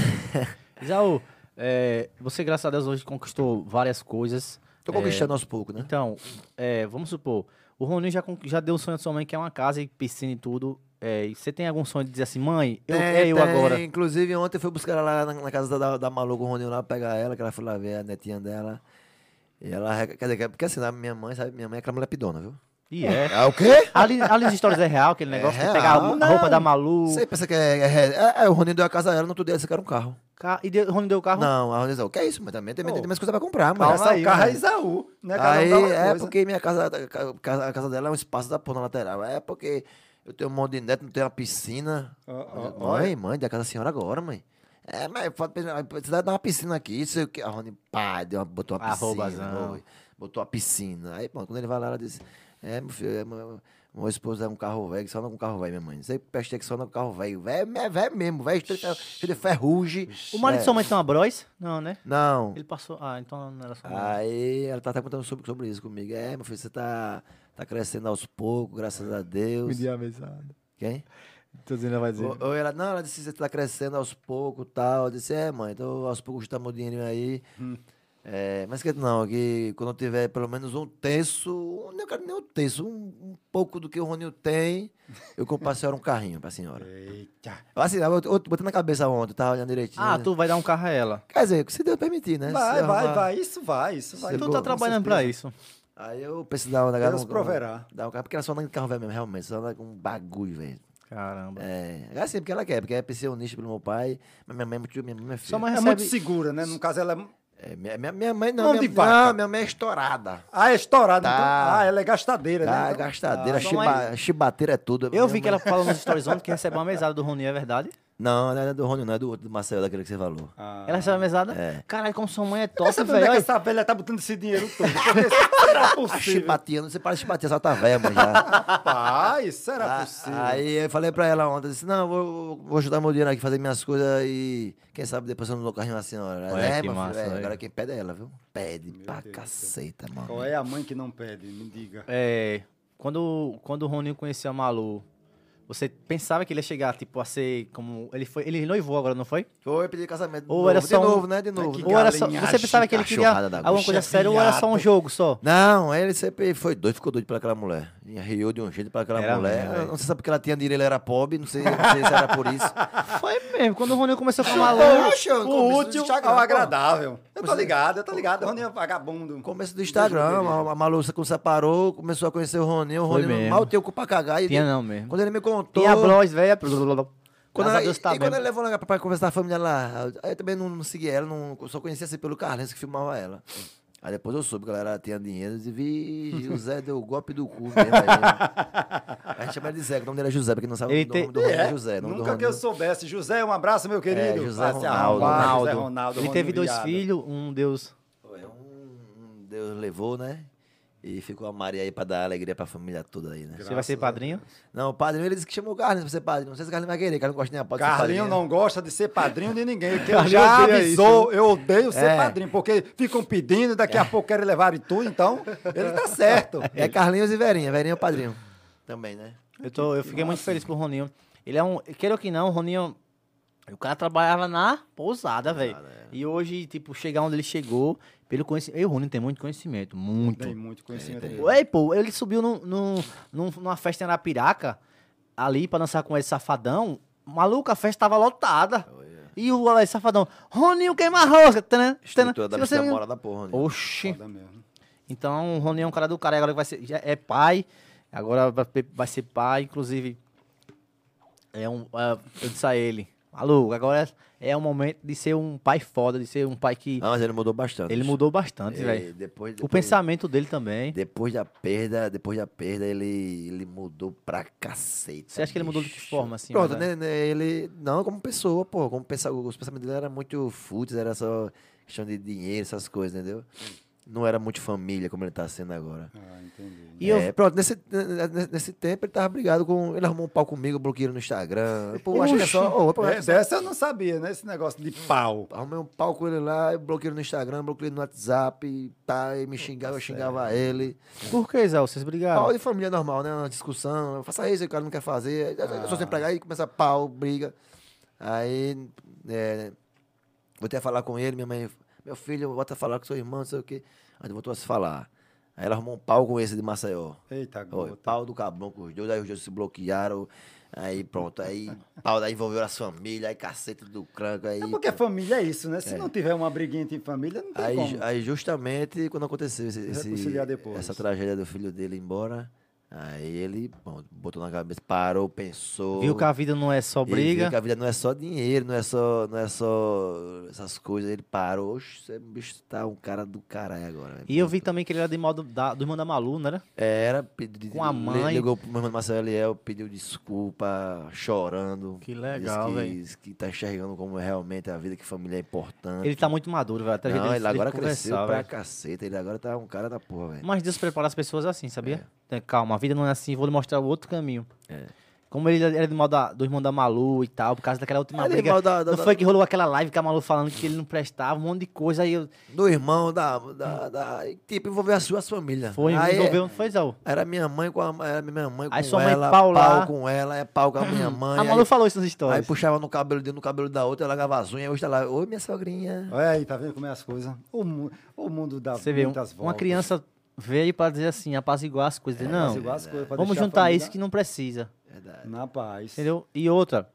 S1: Isaú, é, você, graças a Deus, hoje conquistou várias coisas.
S3: Tô conquistando aos poucos, né?
S1: Então, é, vamos supor, o Roninho já, con- já deu o sonho da sua mãe, que é uma casa e piscina e tudo. É, e você tem algum sonho de dizer assim, mãe, eu, é eu
S3: tem.
S1: agora?
S3: Inclusive, ontem eu fui buscar ela lá na, na casa da, da maluca Roninho lá, pegar ela, que ela foi lá ver a netinha dela. E ela, re- quer dizer, que- porque assim, a minha mãe, sabe, minha mãe é aquela mulher pidona, viu?
S1: E é.
S3: Ah, o quê?
S1: Ali, ali nas histórias é real, aquele
S3: É
S1: negócio de
S3: real,
S1: pegar a roupa- a roupa da Malu.
S3: Você pensa que é, é- é- é, o Roninho deu a casa a ela, não tu deu, você quer um carro.
S1: ca- E deu, o Roninho deu o carro?
S3: Não, a Roninho disse, o que é isso? Mas também tem,
S2: Ô,
S3: tem mais coisa pra comprar, mas...
S2: Calma aí, o carro é
S3: né?
S2: Isaú, né? Cada um
S3: Aí,
S2: dá uma
S3: é
S2: coisa.
S3: porque minha casa, a casa, a casa dela é um espaço da porra na lateral. É porque eu tenho um monte de neto, não tenho uma piscina.
S2: Ó, ó, ó. é.
S3: mãe, mãe, da casa da senhora agora, mãe. É, mas falta precisa dar uma piscina aqui. Isso é eu, a Rony, pá, deu uma, botou uma piscina.
S1: Arrobazão.
S3: foi, botou uma piscina. Aí, pronto, quando ele vai lá, ela disse: É, meu filho, é, meu, meu esposo é um carro velho, que só anda com carro velho, minha mãe. Não sei que peste é que só anda com carro velho. Velho é velho mesmo, velho, cheio de- cheio de ferrugem.
S1: O marido de
S3: É.
S1: sua mãe tem uma Bros? Não, né?
S3: Não.
S1: Ele passou. Ah, então não era sua mãe.
S3: Aí ela tá até contando sobre, sobre isso comigo. É, meu filho, você tá, tá crescendo aos poucos, graças a Deus.
S1: abençoado.
S3: Quem?
S1: Tô dizendo, vai
S3: Ou, ou ela, não, ela disse, você tá crescendo aos poucos tal. Eu disse, é, mãe, então aos poucos tá meu dinheirinho aí.
S1: Hum.
S3: É, mas que não, que quando eu tiver pelo menos um terço, não quero nem um terço, um, um pouco do que o Roninho tem, eu compro pra senhora um carrinho, pra senhora.
S1: É.
S2: Eita.
S3: Assim, eu, eu, botei na cabeça ontem, eu tava olhando direitinho.
S1: Ah, tu vai dar um carro a ela.
S3: Quer dizer, se Deus permitir, né? Se
S2: Vai,
S3: eu
S2: vai,
S3: arrumar-
S2: vai. Isso vai, isso vai.
S3: Você
S1: tu
S3: boa,
S1: tá
S3: com
S1: trabalhando
S3: certeza.
S1: pra isso.
S3: Aí eu preciso dar uma da
S2: Deus proverá.
S3: Dá um carro, porque ela só anda de carro velho mesmo, realmente. Só anda com um bagulho, velho.
S1: Caramba.
S3: É, é assim, porque ela quer, porque é pensionista pelo meu pai, mas minha mãe é muito, minha mãe é
S1: Sua
S3: filha.
S1: mãe
S2: É
S1: recebe.
S2: muito segura, né? No caso, ela é...
S3: É, minha, minha, minha mãe não,
S2: Mão
S3: minha,
S2: de vaca.
S3: não, minha mãe é estourada.
S2: Ah, é estourada.
S3: Tá.
S2: então- Ah, ela é gastadeira, né?
S3: Tá,
S2: Então-
S3: gastadeira,
S1: Ah, sua
S3: chiba, chibateira é tudo.
S1: Eu
S3: Minha
S1: vi que ela
S3: mãe-
S1: falou nos stories ontem que recebeu uma mesada do Roninho, é verdade?
S3: Não, não é do Rony, não, é do outro, do Marcelo, daquele que você falou.
S2: Ah.
S1: Ela recebeu uma mesada?
S3: É.
S1: Caralho, como sua mãe é
S2: Mas
S1: top,
S2: sabe onde é
S1: velho.
S2: que
S1: Olha,
S2: essa velha tá botando esse dinheiro todo? Porque será
S3: A
S2: possível?
S3: chibatinha, não sei para de chibatinha, só tá velha, mãe, já.
S2: Rapaz, será
S3: Ah,
S2: possível?
S3: Aí eu falei pra ela ontem, disse, não, eu vou, vou ajudar meu dinheiro aqui, fazer minhas coisas e quem sabe depois eu não dou carrinho na senhora.
S1: Olha
S3: é,
S1: que
S3: meu filho,
S1: massa,
S3: é,
S1: velho.
S3: agora quem pede é ela, viu? Pede pra
S2: Deus do
S3: caceta, mano.
S2: Qual é a mãe que não pede? Me diga.
S1: É, quando, quando o Roninho conheceu a Malu, Você pensava que ele ia chegar, tipo, a ser como. Ele foi. Ele noivou agora, não foi?
S3: Foi pedir casamento. de
S1: Ou
S3: novo.
S1: era
S3: De
S1: só um-
S3: novo, né? De novo.
S2: que
S3: né?
S1: Ou era só,
S2: galinhagem,
S1: você pensava que ele queria
S3: cachorrada da
S1: alguma
S3: bicha,
S1: coisa séria ou era só um
S2: viado.
S1: jogo só?
S3: Não, ele sempre foi doido, ficou doido pra aquela mulher. E riu de um jeito pra aquela
S1: Era
S3: mulher.
S1: mesmo,
S3: Eu não sei se é porque ela tinha dinheiro, ele era pobre, não sei, não sei se era por isso.
S1: Foi mesmo. Quando o Roninho começou a ficar maluco.
S3: Poxa, no
S2: O
S3: começo do
S2: útil
S3: Instagram,
S2: ao
S3: Ah, pô.
S2: agradável. Eu tô ligado, eu tô ligado. Roninho é vagabundo.
S3: No começo do Instagram, a, a Malu se separou, começou a conhecer o Roninho. O
S1: Foi
S3: Roninho
S1: mesmo.
S3: mal tem o cu pra cagar. E
S1: Tinha
S3: ele-
S1: não mesmo.
S3: Quando ele me contou.
S1: Tinha bros, velho.
S3: Quando
S1: Quando
S3: ela,
S1: a Deus
S3: e-
S1: tá
S3: e quando
S1: bem.
S3: ele levou ela pra conversar a família lá, aí eu também não, não segui ela, não, eu só conhecia assim pelo Carlinhos que filmava ela. Aí depois eu soube que ela era- tinha dinheiro e vi o Zé deu o golpe do cu mesmo. Aí, a gente chama ele de Zé, que o nome dele é José, pra quem não sabe,
S1: Ele
S3: o
S1: tem-
S3: nome do
S2: É,
S3: Ronaldo é José. o nome do
S2: nunca que eu
S3: Ronaldo-
S2: soubesse. José, um abraço, meu querido.
S3: José
S2: Vai se
S3: Ronaldo.
S2: arrombar,
S1: Ronaldo.
S2: José Ronaldo.
S1: Ele
S2: Roninho
S1: teve dois
S2: viado.
S1: filhos, um Deus.
S3: É, um- um Deus levou, né? E ficou a Maria aí pra dar alegria pra família toda aí, né?
S1: Você vai ser padrinho?
S3: Não, o padrinho, ele disse que chamou o Carlinhos pra ser padrinho. Não sei se o Carlinhos vai querer, Carlinhos não gosta nem a pode ser
S2: Carlinho
S3: padrinho.
S2: não gosta de ser padrinho de ninguém. Que eu
S1: Carlinho
S2: já
S1: odeia isso,
S2: avisou, eu odeio ser
S3: É.
S2: padrinho, porque ficam pedindo, daqui a pouco querem levar e tudo, então ele tá certo.
S3: É Carlinhos e Verinha, Verinha é o padrinho. Também, né?
S1: Eu, tô, eu fiquei muito feliz pro Roninho. Ele é um. Queira ou que não, o Roninho. O cara trabalhava na pousada, velho. E hoje, tipo, chegar onde ele chegou, pelo conhecimento. Ei, o Roninho tem muito conhecimento. Muito.
S2: Tem muito conhecimento. dele.
S1: Ei, pô, ele subiu num, num- num- numa festa em Arapiraca, ali pra dançar com esse safadão. Maluco, a festa tava lotada. E o Alex Safadão, Roninho queima a rosca. Tanã, tanã.
S3: Estrutura da
S1: Se você-
S3: você... mora da porra, né?
S1: Oxi.
S2: Foda mesmo.
S1: Então, o Roninho é um cara do cara, agora vai ser, já é pai, agora vai, pe- vai ser pai, inclusive, é um, é, eu disse a ele, maluco, agora é, é o momento de ser um pai foda, de ser um pai que,
S3: Ah, mas ele mudou bastante.
S1: ele mudou bastante,
S3: É,
S1: velho.
S3: Depois,
S1: O
S3: depois-
S1: pensamento dele também,
S3: Depois da perda, depois da perda, ele, ele mudou pra cacete.
S1: você acha que ele mudou de que forma, assim?
S3: Pronto,
S1: mais ou
S3: né, né, ele. Não, como pessoa, pô. Como pensa, os pensamentos dele eram muito fúteis, era só questão de dinheiro, essas coisas, entendeu? Não era muito família como ele tá sendo agora.
S2: Ah, entendi.
S1: E
S3: E
S1: eu-
S3: pronto, nesse, nesse- nesse tempo ele tava brigado com. Ele arrumou um pau comigo, bloqueou ele no Instagram. Pô, acho que é só. ô, pô,
S2: É, dessa eu não sabia, né? Esse negócio de pau.
S3: Arrumei um pau com ele lá, bloqueei ele no Instagram, bloqueei ele no WhatsApp, e tá, e me xingava, eu xingava ele.
S1: menos? Por que, Zé, vocês brigaram?
S3: Pau de família normal, né? Uma discussão, faça isso, o cara não quer fazer. Eu sou sempre empregado, aí começa pau, briga. Aí, é, voltei a falar com ele, minha mãe, meu filho, volta a falar com seu irmão, não sei o quê. Aí voltou a se falar. Aí ela arrumou um pau com esse de Maceió.
S2: Eita,
S3: Oi,
S2: gota.
S3: pau do cabrão com os dois, aí os dois se bloquearam. Aí pronto, aí pau daí envolveu as famílias, aí cacete do cranco, aí.
S2: É porque família é isso, né? Se não tiver uma briguinha entre família, não tem
S3: Aí,
S2: como.
S3: aí justamente quando aconteceu esse- esse-
S2: Reconciliar depois.
S3: essa tragédia do filho dele ir embora, aí ele bom, botou na cabeça, parou, pensou.
S1: Viu que a vida não é só
S3: ele viu
S1: briga,
S3: que a vida não é só dinheiro, não é só, não é só essas coisas. Ele parou, oxe, esse bicho tá um cara do caralho agora. né?
S1: e eu vi também que ele era de modo da, do irmão da Malu, né? não era?
S3: Era, pediu,
S1: Com a
S3: li-
S1: mãe.
S3: Ligou pro meu irmão Marcelo Eliel, pediu desculpa, chorando.
S1: Que legal,
S3: Diz que-
S1: velho.
S3: diz Que, tá enxergando como realmente a vida, que família é importante.
S1: Ele tá muito maduro, velho, até a gente
S3: Não, ele agora cresceu pra
S1: velho.
S3: caceta. Ele agora tá um cara da porra, velho.
S1: Mas Deus prepara as pessoas assim, sabia? Tem- Calma, a vida não é assim, vou lhe mostrar o outro caminho.
S3: É.
S1: Como ele era do, mal da- do irmão da Malu e tal, por causa daquela última
S3: Ele é
S1: briga.
S3: mal da- da-
S1: não
S3: da-
S1: foi que rolou aquela live que a Malu falando que ele não prestava, um monte de coisa. Aí eu,
S3: Do irmão, da, da, da. Tipo, envolveu as suas famílias.
S1: foi,
S3: Aí,
S1: envolveu, não foi, Zé? A
S3: Era minha mãe com a era minha mãe com
S1: Aí sua mãe
S3: ela,
S1: pau lá.
S3: com ela, é pau com a minha mãe.
S1: Malu
S3: aí,
S1: falou isso nas
S3: aí
S1: histórias.
S3: puxava no cabelo de um, no cabelo da outra, ela lavava as unhas, hoje tá lá, oi minha sogrinha.
S2: Olha aí, tá vendo como é as coisas? O, mu- o mundo dá
S1: Você vê, um-
S2: muitas
S1: uma
S2: voltas.
S1: criança veio pra dizer assim, apaziguar as
S3: É,
S1: coisas. não,
S2: Apaziguar as coisas, pra
S1: vamos
S2: deixar a
S1: juntar
S2: família
S1: isso que não precisa.
S3: Verdade.
S2: Na paz.
S1: Entendeu? E outra,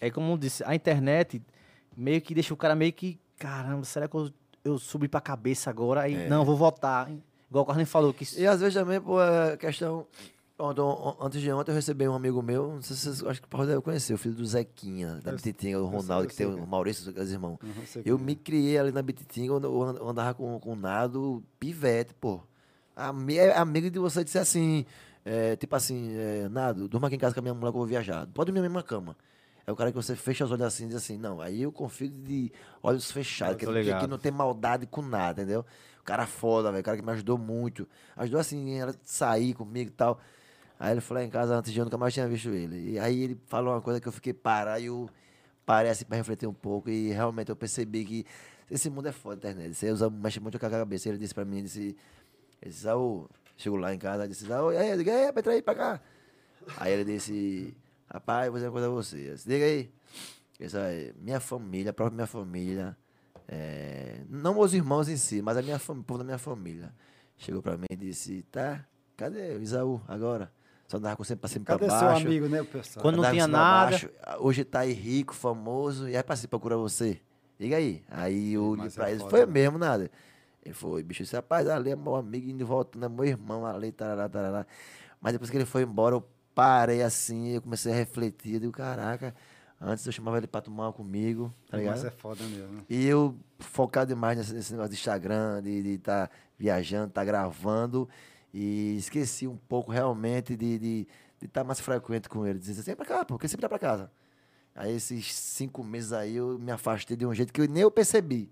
S1: é como eu disse, a internet meio que deixa o cara meio que, caramba, será que eu, eu subi pra cabeça agora? Aí, Não, vou voltar. Igual o Carlinhos falou, que
S3: E às vezes também, pô, é questão. Ontem, on- antes de ontem eu recebi um amigo meu, não sei se vocês acho que o Paulo deve conhecer, o filho do Zequinha, da
S2: Eu-
S3: Bititinga, o
S2: eu sei-
S3: Ronaldo,
S2: eu
S3: que tem
S2: sei quem
S3: o
S2: é.
S3: Maurício, os irmãos.
S2: Uhum, sei
S3: Eu
S2: como é.
S3: me criei ali na Bititinga, eu- eu and- eu andava com, com o Nado, pivete, pô. Ami- é Amigo de você disse assim, é, tipo assim, é, Nado, durma aqui em casa com a minha mulher que eu vou viajar. Pode dormir na mesma cama. É o cara que você fecha os olhos assim e diz assim, não, aí eu confio de olhos fechados,
S1: Eu
S3: que,
S1: tô
S3: não- que- que
S1: ligado.
S3: não tem maldade com nada, entendeu? O cara foda, velho, o cara que me ajudou muito. Ajudou assim, ela sair comigo e tal. Aí ele foi lá em casa antes de eu nunca mais tinha visto ele. E aí ele falou uma coisa que eu fiquei parado e eu parei assim pra refletir um pouco. E realmente eu percebi que esse mundo é foda, internet. Você usa, mexe muito com a cabeça. Ele disse pra mim, ele disse, ele disse, é, Saúl, chegou lá em casa, disse, Saúl, e aí, eu digo, é, entra aí pra cá. Aí ele disse, Rapaz, vou dizer uma coisa a você. Se liga aí. Isso aí, Minha família, a própria minha família, é, não os irmãos em si, mas a minha fam- o povo da minha família, chegou pra mim e disse, tá, cadê o Isaú agora? Só andava com sempre pra cima e
S2: Cadê
S3: pra
S2: seu
S3: baixo.
S2: amigo, né, pessoal?
S1: Quando- não
S3: Andava
S1: tinha
S3: em cima pra
S1: nada.
S3: baixo. Hoje tá aí rico, famoso, e aí pra se procurar você. Liga aí. Aí eu
S2: Mas
S3: li
S2: é
S3: pra ele,
S2: foda,
S3: foi
S2: né?
S3: mesmo nada. Ele foi, bicho, esse rapaz ali é meu amigo, indo e voltando, é meu irmão ali, tarará, tarará. Mas depois que ele foi embora, eu parei assim, eu comecei a refletir, eu digo, caraca, antes eu chamava ele pra tomar uma comigo, tá ligado?
S2: Mas é foda mesmo.
S3: E eu focado demais nesse, nesse negócio de Instagram, de estar viajando, estar gravando. E esqueci um pouco realmente de estar de, de tá mais frequente com ele. Dizendo assim, "Vem pra cá, pô, porque sempre dá pra casa. Aí esses cinco meses aí eu me afastei de um jeito que eu nem eu percebi.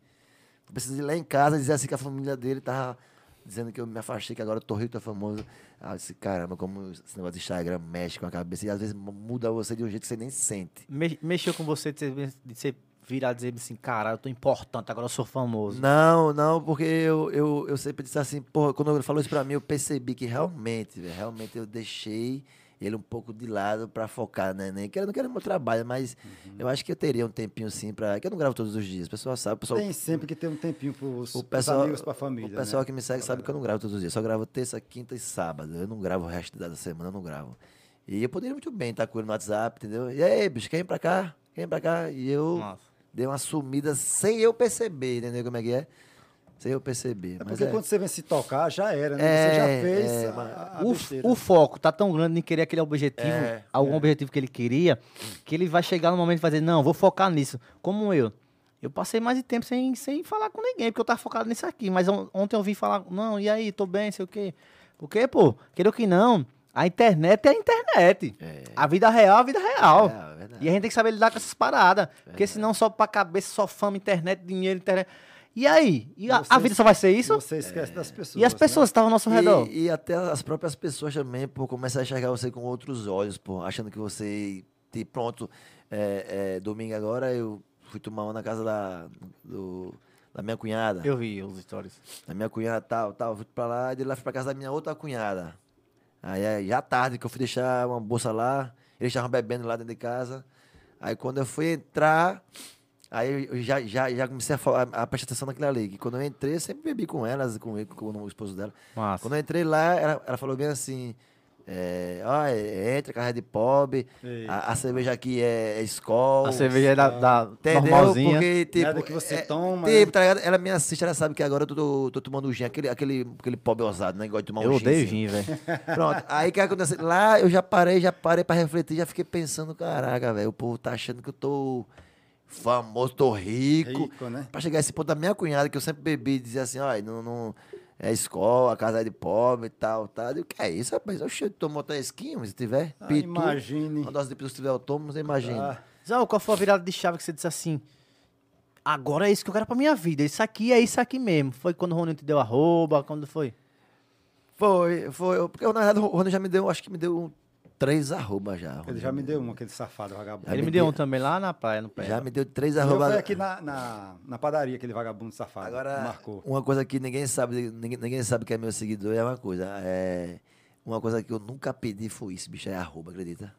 S3: Eu precisei ir lá em casa dizer assim que a família dele tava dizendo que eu me afastei, que agora eu tô rico, tô famoso. Aí eu disse, caramba, como esse negócio de Instagram mexe com a cabeça e às vezes muda você de um jeito que você nem sente.
S1: Me- mexeu com você de você- de você virar e dizer assim, cara, eu tô importante, agora eu sou famoso.
S3: Não, não, porque eu, eu, eu sempre disse assim, porra, quando ele falou isso pra mim, eu percebi que realmente, velho, realmente eu deixei ele um pouco de lado pra focar, né? Nem quero, não quero meu trabalho, mas
S2: Uhum.
S3: eu acho que eu teria um tempinho sim pra. Que eu não gravo todos os dias, o pessoal sabe, o pessoal.
S2: Tem sempre que ter um tempinho pros,
S3: O
S2: pros
S3: pessoal,
S2: amigos, pra família.
S3: o pessoal
S2: né?
S3: que me segue sabe que eu não gravo todos os dias. Só gravo terça, quinta e sábado. Eu não gravo o resto da semana, eu não gravo. E eu poderia muito bem estar com ele no WhatsApp, entendeu? E aí, bicho, quem pra cá? Quem pra cá? E eu
S1: Nossa.
S3: dei uma sumida sem eu perceber, entendeu como é que é? Sem eu perceber.
S2: É
S3: mas
S2: porque
S3: é.
S2: quando você vem se tocar, já era, né?
S3: É,
S2: você já fez
S3: é,
S2: a-
S3: mas-
S2: a, a
S1: O, f-
S2: besteira.
S1: o foco tá tão grande em querer aquele objetivo,
S3: É,
S1: algum objetivo que ele queria, que ele vai chegar no momento e vai dizer, não, vou focar nisso. Como eu. Eu passei mais de tempo sem, sem falar com ninguém, porque eu tava focado nisso aqui. Mas on- ontem eu vim falar, não, e aí, tô bem, sei o quê. Porque, pô, queira ou que não, a internet é a internet. A vida real é a vida real.
S3: É, é verdade.
S1: E a gente tem que saber lidar com essas paradas.
S2: É.
S1: Porque senão só pra cabeça, só fama, internet, dinheiro, internet. E aí? E a, a
S2: Vocês-
S1: vida só vai ser isso?
S2: Você esquece das pessoas. né?
S1: E as pessoas que estavam ao nosso redor?
S3: E, e até as próprias pessoas também, pô, começam a enxergar você com outros olhos, pô, achando que você. E pronto, é, é, domingo agora eu fui tomar uma na casa da, do- da minha cunhada.
S1: Eu vi os stories.
S3: Da minha cunhada tal, tal. Fui pra lá, de lá fui pra casa da minha outra cunhada. Aí aí, já tarde, que eu fui deixar uma bolsa lá, eles estavam bebendo lá dentro de casa. Aí quando eu fui entrar, aí eu já, já, já comecei a, falar- a prestar atenção naquilo ali. Que quando eu entrei, eu sempre bebi com elas, com, ele, com o esposo dela.
S1: Massa.
S3: Quando eu entrei lá, ela, ela falou bem assim. É, ó, é, entra, carreira de pobre, a, a cerveja aqui é, é escola.
S1: A cerveja é da, da
S3: Entendeu?
S1: normalzinha.
S3: Porque, tipo,
S2: Nada que você
S3: é-
S2: toma, né?
S3: tipo, tá ligado? Ela me assiste, ela sabe que agora eu tô, tô, tô tomando gin. Aquele, aquele, aquele pobre ousado, né? que Gosta de tomar um
S1: Eu
S3: gin.
S1: odeio
S3: assim.
S1: gin, velho.
S3: Pronto. Aí o que acontece? Lá eu já parei, já parei pra refletir, já fiquei pensando, caraca, velho, o povo tá achando que eu tô famoso, tô rico.
S2: Rico, né?
S3: Pra chegar a esse ponto da minha cunhada, que eu sempre bebi, dizia assim, ó, não, não- é escola, a casa é de pobre e tal, tal. Eu digo, que é isso, rapaz? Eu chego de tomar outra esquina, se tiver.
S2: Ah,
S3: pitu,
S2: imagine.
S3: Uma dose de pitu, se tiver autônomo, você
S2: Ah,
S3: imagina.
S1: Zau, qual foi a virada de chave que você disse assim? Agora é isso que eu quero pra minha vida. Isso aqui é isso aqui mesmo. Foi quando o Roninho te deu arroba, quando foi?
S3: Foi, foi. eu- Porque eu, na verdade, o Rony já me deu, acho que me deu três arroba já. Rony.
S2: ele já me deu um, aquele safado vagabundo.
S3: Já
S1: Ele
S3: me
S1: me deu
S3: deu-
S1: um também lá na praia, no pé.
S3: Já me deu três
S2: Eu
S3: arroba.
S2: fui aqui na, na, na padaria, aquele vagabundo safado.
S3: Agora,
S2: marcou.
S3: uma coisa que ninguém sabe, ninguém, ninguém sabe que é meu seguidor é uma coisa. É, uma coisa que eu nunca pedi foi isso, bicho, é arroba, acredita?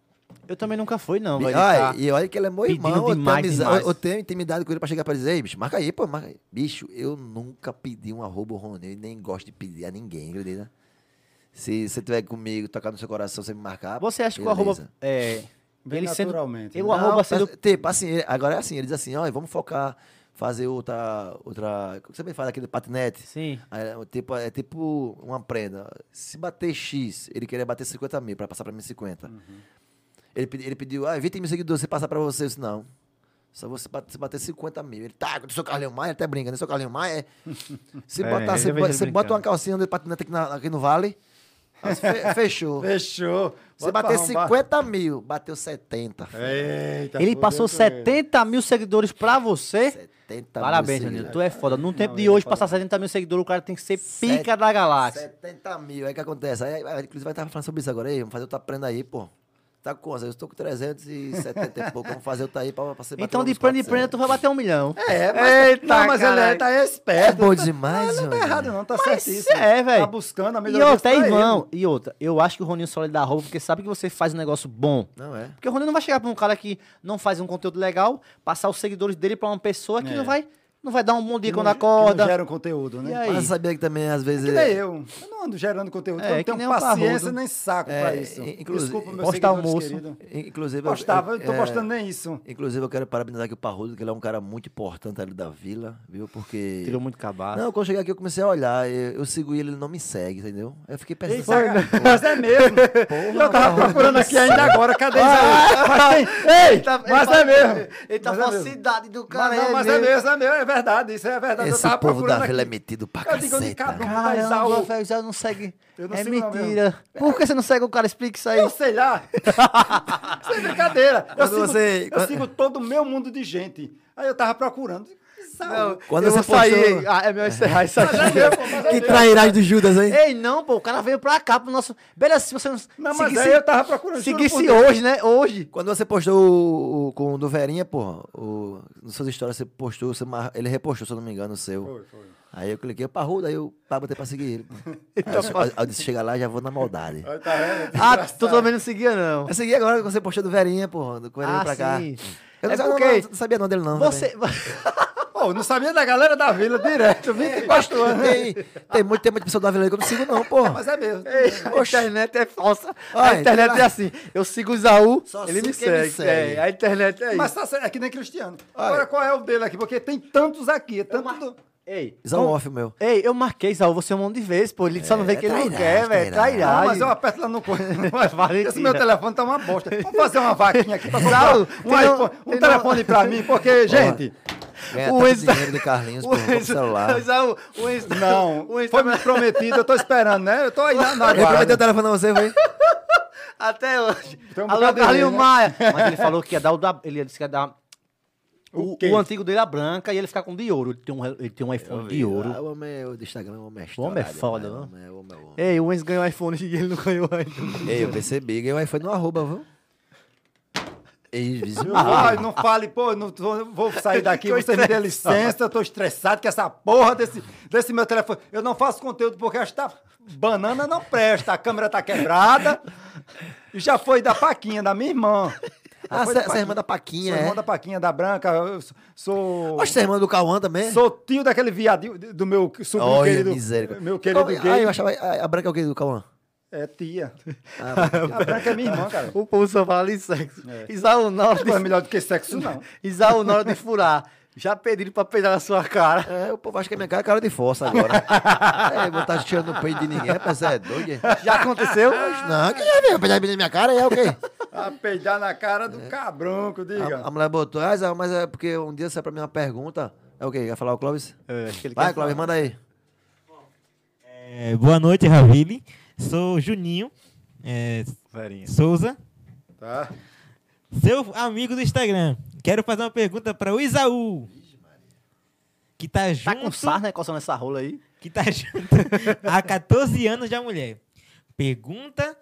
S1: Eu também nunca fui, não,
S3: E
S1: velho.
S3: olha,
S1: Tá.
S3: e olha que ele é meu
S1: pedindo
S3: irmão, eu tenho,
S1: demais,
S3: amiza-
S1: demais.
S3: eu tenho intimidade com ele pra chegar pra dizer, ei, bicho, marca aí, pô, marca aí. Bicho, eu nunca pedi um arroba Rony, eu nem gosto de pedir a ninguém, acredita? Se você tiver comigo, tocar no seu coração, você me marcar.
S1: Você acha que o
S3: beleza.
S1: arroba. É,
S2: Bem
S1: ele sendo.
S2: naturalmente.
S1: eu- O
S2: né?
S1: arroba
S3: Não,
S1: sendo-
S3: faz- Tipo, assim, ele- agora é assim, ele diz assim, ó, vamos focar, fazer outra, outra, como você bem faz aquele patinete?
S1: Sim.
S3: Aí, é, tipo, é tipo uma prenda. Se bater X, ele queria bater 50 mil, pra passar pra mim 50.
S1: Uhum.
S3: Ele, pedi- ele pediu, ah, 20 mil seguidores, você passar pra você. Eu disse, não. Só você bate- se bater 50 mil. Ele, tá, eu sou Carlinho Maia, ele até brinca, né? Sou Carlinho Maia. Se
S1: É,
S3: botar,
S1: eu
S3: se
S1: já vejo
S3: bo-
S1: ele
S3: se bota
S1: brincando.
S3: uma calcinha de patinete aqui, na- aqui no Vale, aí você fe- fechou.
S2: Fechou.
S3: Se
S2: Bota pra
S3: bater
S2: arrombar.
S3: 50 mil, bateu 70.
S1: É.
S2: Eita,
S1: Ele
S2: fudeu
S1: passou
S2: com ele.
S1: 70 mil seguidores pra você.
S3: 70
S1: Parabéns,
S3: mil.
S1: Danilo. Tu
S3: seguidores.
S1: é foda. Num tempo de
S2: ele é
S1: hoje,
S2: foda.
S1: passar 70 mil seguidores, o cara tem que ser
S3: Set-
S1: pica da galáxia.
S3: 70 mil. Aí o que acontece? Aí, aí, inclusive, vai estar falando sobre isso agora. Aí, vamos fazer outra prenda aí, pô. Tá com quantos? Eu tô com 370 e pouco. Vamos fazer o Taí pra, pra você bater
S1: Então,
S3: logo
S1: de
S3: os
S1: prenda em
S3: 400.
S1: prenda, tu vai bater um milhão.
S2: É, mas,
S1: Eita,
S2: não, mas ele é,
S1: caralho.
S2: tá
S3: É
S2: esperto.
S3: bom demais,
S2: não tá
S3: velho.
S2: errado, não, tá
S1: Mas
S2: certíssimo.
S1: é, velho.
S2: Tá buscando a
S1: E
S2: melhoria.
S1: outra, é irmão. E outra, eu acho que o Roninho só lhe dá roupa porque sabe que você faz um negócio bom.
S3: Não é.
S1: Porque o Roninho não vai chegar pra um cara que não faz um conteúdo legal, passar os seguidores dele pra uma pessoa que
S2: É.
S1: não vai não vai dar um bom dia quando
S2: Que não
S1: acorda.
S2: gera um conteúdo,
S1: E
S2: né?
S1: aí?
S3: Mas eu sabia que também, às vezes.
S2: É Que nem eu. Eu não ando gerando conteúdo.
S1: É,
S2: eu não
S1: que nem
S2: tenho
S1: um
S2: paciência
S1: parrudo.
S2: nem saco pra
S3: É,
S2: isso.
S3: inclusive,
S2: Desculpa, meu
S1: posta
S2: seguidores
S1: almoço.
S2: querido.
S3: Inclusive. eu-
S2: Gostava, eu não tô
S3: é,
S2: gostando nem isso.
S3: Inclusive, eu quero parabenizar aqui o Parrudo, que ele é um cara muito importante ali da vila, viu? Porque.
S1: Tirou muito cabaço.
S3: Não, quando eu cheguei aqui, eu comecei a olhar. Eu, eu sigo ele, ele não me segue, entendeu? Aí eu fiquei
S2: Eita,
S3: pensando.
S1: né?
S2: mas é mesmo. eu tava procurando aqui ainda agora. Cadê Isaú? Mas tem.
S1: Ei,
S2: mas é mesmo.
S1: Ele tá
S2: Mas
S1: com
S2: é
S1: a
S2: mesmo.
S1: cidade tá- do cara.
S2: Mas, não, mas é
S1: mesmo.
S2: mesmo, é mesmo, é verdade. Isso é verdade. eu
S3: Esse
S2: tava
S3: povo da
S2: procurando
S3: vila é
S2: aqui.
S3: metido pra
S2: Eu digo, onde
S3: caceta.
S2: cabrão?
S1: Caramba,
S2: Isaú.
S1: velho, já não segue.
S2: Eu não
S1: é
S2: sigo não mesmo.
S1: mentira. Por que você não segue o cara? Explica isso aí.
S2: Eu sei lá. Sem brincadeira. Eu
S3: Quando
S2: sigo,
S3: você-
S2: eu sigo todo o meu mundo de gente. Aí eu tava procurando. Isaú.
S3: Quando
S1: eu
S3: você
S1: vou sair.
S3: postou-
S1: Ah, é melhor encerrar isso
S2: Mas é
S1: aqui.
S2: mesmo, mas é
S3: Que
S2: mesmo.
S3: trairagem do Judas, hein?
S1: Ei, não, pô, o cara veio pra cá pro nosso. Beleza, se você não.
S2: Não, mas
S1: seguisse-
S2: aí eu tava procurando. juro por
S1: Seguisse
S2: Deus.
S1: hoje, né? Hoje.
S3: Quando você postou o, o- com o do Verinha, porra, o, nas suas histórias você postou, você mar- ele repostou, se eu não me engano, o seu.
S2: Foi, foi.
S3: Aí eu cliquei parrudo, aí eu pá, botei pra seguir ele. pô. Aí eu, che- aí eu disse, chega lá, já vou na maldade.
S2: Então, Aí tá vendo?
S1: Ah, tu também não seguia, não.
S3: Eu segui agora que você postou do Verinha, porra, do Verinha
S1: Ah,
S3: pra cá.
S1: sim.
S3: Eu "Ah,
S1: É
S3: não, sabia-
S1: porque
S3: não, não sabia não dele não.
S1: Você.
S2: Pô, não sabia da galera da vila direto. 24
S3: também.
S2: anos.
S1: né?
S3: Tem, tem muito tempo de pessoa da Vila aí que eu não sigo não, porra.
S2: Mas é mesmo.
S1: Ei, a internet é falsa. a
S3: Olha,
S1: internet
S3: então-
S1: é assim. Eu sigo o Isaú,
S3: Só
S1: ele me
S3: sigo quem me
S1: segue.
S3: segue.
S1: É, a internet é
S2: Mas
S1: isso.
S2: tá certo, é que nem Cristiano. Agora qual é o dele aqui? Porque tem tantos aqui. é Tanto do-
S1: Ei,
S3: Isão
S1: com-
S3: off, meu.
S1: Ei, eu marquei Isaú você um monte de vezes, pô. Ele só não vê que ele não
S3: trairagem,
S1: quer, velho.
S3: trairagem.
S2: É, Não,
S1: Trairagem.
S2: mas é eu aperto lá no corpo.
S1: Valentina.
S2: Esse meu telefone tá uma bosta. Vamos fazer uma vaquinha aqui pra comprar
S1: Não,
S2: um,
S1: tem um-
S2: iPhone, um
S1: tem
S2: telefone pra mim, porque, gente.
S3: Ganha
S1: o
S3: tanto
S1: Enzo-
S3: dinheiro do Carlinhos, porra, com o celular.
S1: Isaú, o Insta.
S2: Não,
S1: o Insta.
S2: foi me prometido, eu tô esperando, né? Eu tô aí na, na
S3: Ele prometeu o
S1: né?
S2: guarda.
S3: telefone a você, foi?
S1: Até hoje.
S2: Tem um
S1: Alô,
S2: bocado de
S1: Carlinho
S2: erro, né?
S1: Maia. Mas ele falou que ia dar o da. Ele disse que ia dar. O,
S2: O quê?
S1: o antigo dele, é a branca, e ele ficar com o de ouro. Ele tem um, re- ele tem um iPhone de ouro.
S3: Ah, O homem é o do Instagram, o homem é
S1: O homem é
S3: estourado,
S1: foda,
S3: rapaz,
S1: né?
S3: o homem é- o homem é homem.
S1: Ei, o Enzo ganhou iPhone e ele não ganhou ainda.
S3: Ei, eu percebi, ganhei um iPhone no arroba, viu? Ei, vizinho.
S2: Ai, não fale, pô, não tô- vou sair daqui, você
S3: é
S2: me dê licença, eu tô estressado com essa porra desse, desse meu telefone. Eu não faço conteúdo porque esta banana não presta, a câmera tá quebrada e já foi da Paquinha, da minha irmã.
S3: Ah,
S2: Foi
S3: cê-
S2: da
S3: cê é irmã da
S2: Sou
S3: Paquinha,
S2: irmão
S3: é?
S2: da Paquinha, da Branca, eu sou- sou...
S3: Oxe, você é irmã do Cauã também?
S2: Sou tio daquele viadinho do meu sobrinho
S3: Olha,
S2: querido.
S3: misericórdia.
S2: Meu querido
S3: Qual-
S2: gay.
S3: Ah, eu achava... A, a branca é o quê do Cauã?
S2: É tia.
S3: Ah,
S2: a Branca é minha irmã, cara.
S1: O povo só fala em sexo. Isaú, na hora de,
S2: Não é melhor do que sexo, não.
S1: Isaú, na hora de furar. Já pediram pra peidar na sua cara.
S3: É, o povo acha que é minha cara é cara de força agora. é, eu vou estar tirando o peito de ninguém, mas é doido. é?
S1: Já aconteceu?
S3: Não, quem já viu? Pegar peito na minha cara é o quê?
S2: A peidar na cara
S1: É.
S2: do cabronco, diga.
S3: A, a mulher botou, ah, Zé, mas é porque um dia saiu pra mim uma pergunta. É o quê? Quer falar o Clóvis?
S1: É, acho que ele
S3: Vai,
S1: quer
S3: Clóvis, manda aí.
S4: É, boa noite, Ravili. Sou Juninho é,
S1: Verinha.
S4: Souza,
S2: Tá.
S4: seu amigo do Instagram. Quero fazer uma pergunta para o Isaú. Que tá
S1: Tá
S4: junto.
S1: com sarna, né? Coçando essa rola aí.
S4: que tá junto há 14 anos de uma mulher. Pergunta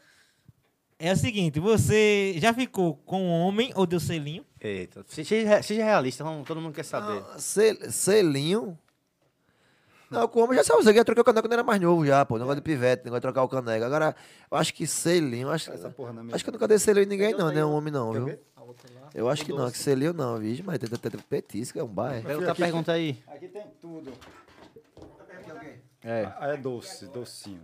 S4: é o seguinte: você já ficou com um homem ou deu selinho?
S1: Eita. Seja, seja é realista, vamos, todo mundo quer saber.
S3: Ah, sel- selinho. Não, com homem já sabe, eu já troquei o caneco quando era mais novo já, pô.
S2: É.
S3: Negócio de pivete, negócio de trocar o caneco. Agora, eu acho que selinho, eu acho,
S2: Essa porra na minha
S3: acho que eu nunca dei selinho em ninguém não, né? Um homem não,
S2: Quer
S3: viu?
S2: ver?
S3: Eu acho que não, que selinho não, viu? Mas tem tem- tem petisco, é um bar, é.
S1: Pega outra pergunta aí.
S2: Aqui tem tudo.
S1: É.
S2: Ah, é doce, docinho.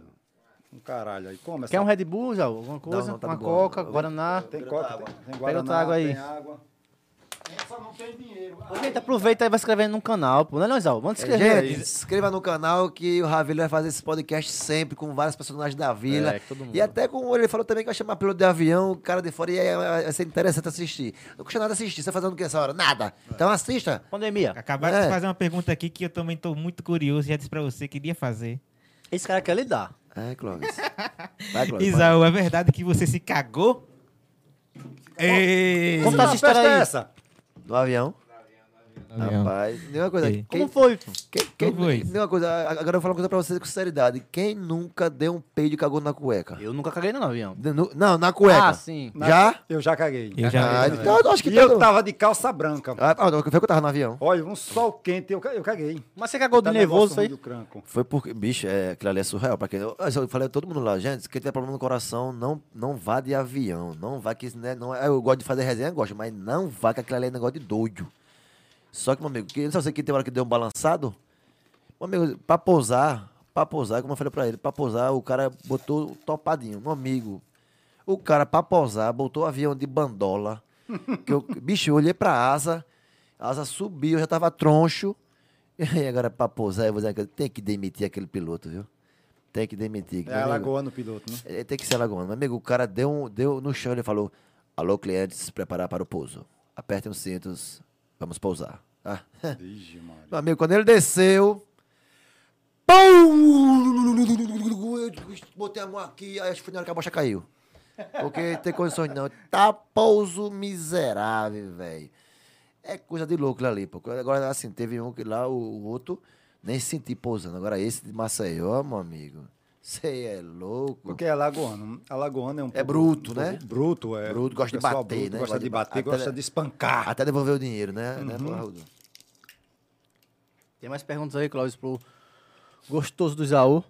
S2: Um caralho aí. Come essa
S1: Quer um Red Bull, já? Alguma coisa?
S3: não, tá
S1: Uma
S3: bom.
S1: coca,
S3: Eu-
S1: Guaraná.
S2: Tem coca, tem, tem
S1: Pega
S2: guaraná,
S1: outra água aí. Tá
S2: tem água. Só não tem dinheiro.
S1: Aproveita, aproveita e vai escrevendo no canal, pô. Não é não, Isal? Vamos
S3: É,
S1: escrever aí.
S3: gente, se inscreva no canal que o Ravilho vai fazer esse podcast sempre com vários personagens da vila.
S1: É, todo mundo.
S3: E até com ele falou também que vai chamar piloto de avião, cara de fora, e aí vai vai ser interessante assistir. Não custa nada assistir, você tá fazendo o que essa hora? Nada. Então assista.
S1: Pandemia.
S4: Acabaram
S3: É.
S4: de fazer uma pergunta aqui que eu também tô muito curioso, já disse pra você, queria fazer.
S1: Esse cara quer lidar.
S3: É, Clóvis. Vai, Clóvis. vai.
S4: Isaú, é verdade que você se cagou? Ei,
S1: tá Conta é essa história aí.
S2: essa?
S3: No avião. Rapaz, nenhuma coisa.
S4: Ei.
S1: Como
S3: Quem,
S1: foi?
S3: quem, quem,
S4: Como foi?
S3: nenhuma coisa. Agora eu vou falar uma coisa pra vocês com seriedade. Quem nunca deu um peido e cagou na cueca?
S1: Eu nunca caguei no avião.
S3: De- no- Não, na cueca.
S1: Ah, sim.
S2: Na-
S3: Já?
S2: Eu já caguei.
S4: Eu já-
S3: Ah, então eu acho que
S2: E
S3: todo-
S2: eu tava de calça branca.
S3: Ah, ah, não, foi que eu tava no avião.
S2: um- Olha, um sol quente, eu, ca- eu caguei.
S1: Mas você cagou de
S2: Tá
S1: nervoso,
S2: negócio ruim
S1: foi?
S2: do cranco.
S3: Foi porque, bicho, é, aquilo ali é surreal. Pra quem, eu, eu falei a todo mundo lá, gente, quem tem problema no coração, não, não vá de avião. Não vá que isso não é, não é- Eu gosto de fazer resenha, gosto, mas não vá que aquilo ali é negócio de doido. Só que, meu amigo, que, só sei que tem hora que deu um balançado. Meu amigo, pra pousar, pra pousar, como eu falei pra ele, pra pousar, o cara botou topadinho. Meu amigo, o cara pra pousar, botou o avião de bandola. que eu- bicho, eu olhei pra asa, a asa subiu, eu já tava troncho. E agora pra pousar, eu vou dizer, uma coisa, tem que demitir aquele piloto, viu? Tem que demitir.
S2: É
S3: meu
S2: a
S3: amigo.
S2: lagoa no piloto, né?
S3: É, tem que ser alagoano. Meu amigo, o cara deu, um- deu no chão, ele falou: Alô, clientes, se preparar para o pouso. Apertem os cintos, vamos pousar. Ah,
S2: Vixe, Maria.
S3: Meu amigo, quando ele desceu. Pum! Eu botei a mão aqui, aí acho que foi na hora que a bocha caiu. Porque não tem condições não. Tá pouso miserável, velho. É coisa de louco lá ali, pô. Agora, assim, teve um que lá, o, o outro, nem senti pousando. Agora, esse de Maceió, meu amigo, você é louco.
S2: Porque é alagoano. Alagoano é um
S3: É
S2: povo-
S3: bruto,
S2: um
S3: né?
S2: povo Bruto, é.
S3: Bruto, gosta de
S2: Pessoal
S3: bater, né?
S2: Gosta de bater,
S3: Até-
S2: gosta de espancar. Uhum.
S3: Até devolver o dinheiro, né? Né, Raul?
S1: Tem mais perguntas aí, Cláudio, pro gostoso do Isaú.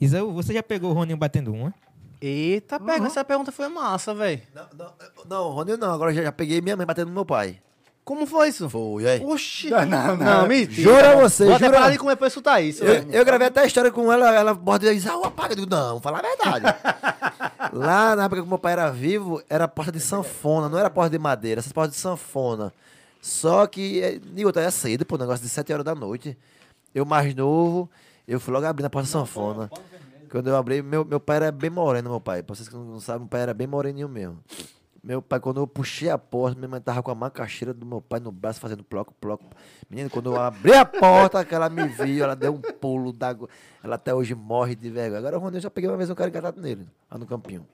S4: Isaú, você já pegou o Roninho batendo uma?
S1: Eita, pega, essa pergunta foi massa, velho.
S3: Não, não, não, Rony, não. Agora eu já, já peguei minha mãe batendo no meu pai.
S1: Como foi isso?
S3: Foi, aí.
S1: Oxi.
S2: Não, não, não.
S1: mentira.
S3: Jura você,
S1: Vou até
S3: jura?
S1: parar de comer pra escutar isso, né?
S3: Eu,
S1: velho.
S3: eu gravei até a história com ela, ela borda e diz, ah, apaga. Eu digo, não, vou falar a verdade. Lá na época que meu pai era vivo, era porta de sanfona, não era porta de madeira, essas portas de sanfona. Só que, é, e outra, é cedo, pô, negócio de 7 horas da noite. Eu mais novo, eu fui logo abrir na porta de sanfona. Quando eu abri, meu, meu pai era bem moreno, meu pai. Pra vocês que não não sabem, meu pai era bem moreninho mesmo. Meu pai, quando eu puxei a porta, minha mãe tava com a macaxeira do meu pai no braço fazendo bloco, bloco. Menino, quando eu abri a porta, que ela me viu, ela deu um pulo d'água. Ela até hoje morre de vergonha. Agora o Rony, eu já peguei uma vez um cara engatado nele, lá no campinho.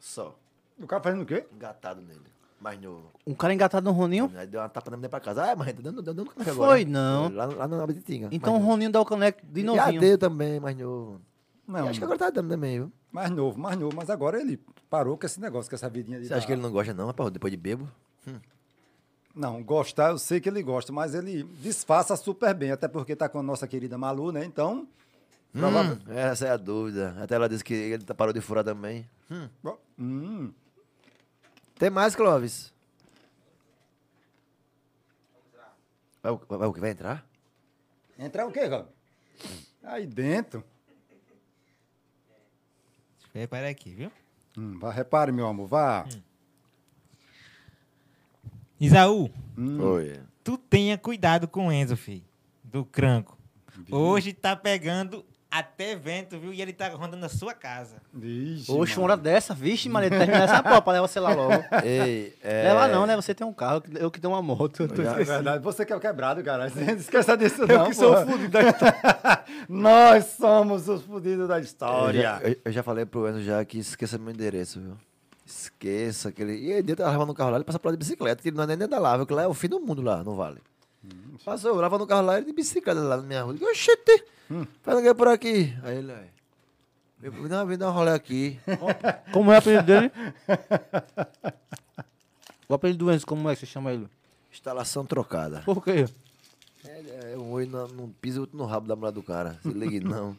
S3: Só,
S2: O cara fazendo o quê?
S3: engatado nele. Mais novo.
S1: Um cara engatado no Roninho.
S3: Aí deu uma tapa na minha pra casa. Ah, mãe, tá dando, dando, dando comigo
S1: Foi,
S3: agora.
S1: não.
S3: Lá, lá na Abititinga.
S1: Então o Roninho dá o caneco de
S3: Já
S1: novinho.
S3: deu também, mais novo.
S2: Não,
S3: E acho que agora tá dando também, viu?
S2: mais novo, mais novo. Mas agora ele parou com esse negócio, com essa vidinha de.
S3: Você acha
S2: dar-
S3: que ele não gosta não, rapaz, depois de bebo?
S2: Não, gostar, eu sei que ele gosta, mas ele disfarça super bem, até porque tá com a nossa querida Malu, né? Então,
S3: Hum, essa é a dúvida. Até ela disse que ele tá- parou de furar também.
S2: ó, hum,
S3: Tem mais, Clóvis? Vai, É o- vai, o que vai entrar?
S2: entrar o quê, Rob?
S3: Hum.
S2: Aí dentro.
S4: Repara aqui, viu?
S2: Hum, vá, repare, meu amor, vá.
S3: Hum.
S4: Isaú,
S1: Hum.
S3: Oi.
S4: tu tenha cuidado com o Enzo, filho, do cranco. Hoje tá pegando até vento, viu? E ele tá rondando a sua casa.
S2: Vixe,
S1: Oxe, uma
S2: mano.
S1: hora dessa, vixe, Maria, terminar essa popa, leva você lá logo.
S3: Ei, é...
S1: Leva não, né? Você tem um carro, eu que tenho uma moto. eu tô
S2: É
S1: esquecendo.
S2: verdade, você que é o quebrado, cara. Você não esqueça disso,
S1: Eu
S2: não.
S1: que sou
S2: pô.
S1: o fudido
S2: Nós somos os fudidos da
S3: Eu
S2: história.
S3: já, eu- eu já falei pro Enzo já que esqueça meu endereço, viu? Esqueça aquele. E ele dentro, lavando o carro lá, ele passa pra lá de bicicleta, que ele não é nem dentro da lava, que lá é o fim do mundo lá, não vale.
S1: Hum,
S3: Passou, eu lavando o carro lá, ele de bicicleta lá na minha rua. Eu digo, Oxente,
S1: Hum.
S3: faz o que por aqui? Aí ele, aí. Eu vim dar vim dar um rolê aqui.
S1: Como é o apelido dele? o apelido do Enzo, como é que você chama ele?
S3: Instalação trocada.
S1: Por quê?
S3: É, é um oi na- num piso e outro no rabo da mulher do cara. Se ligue, não.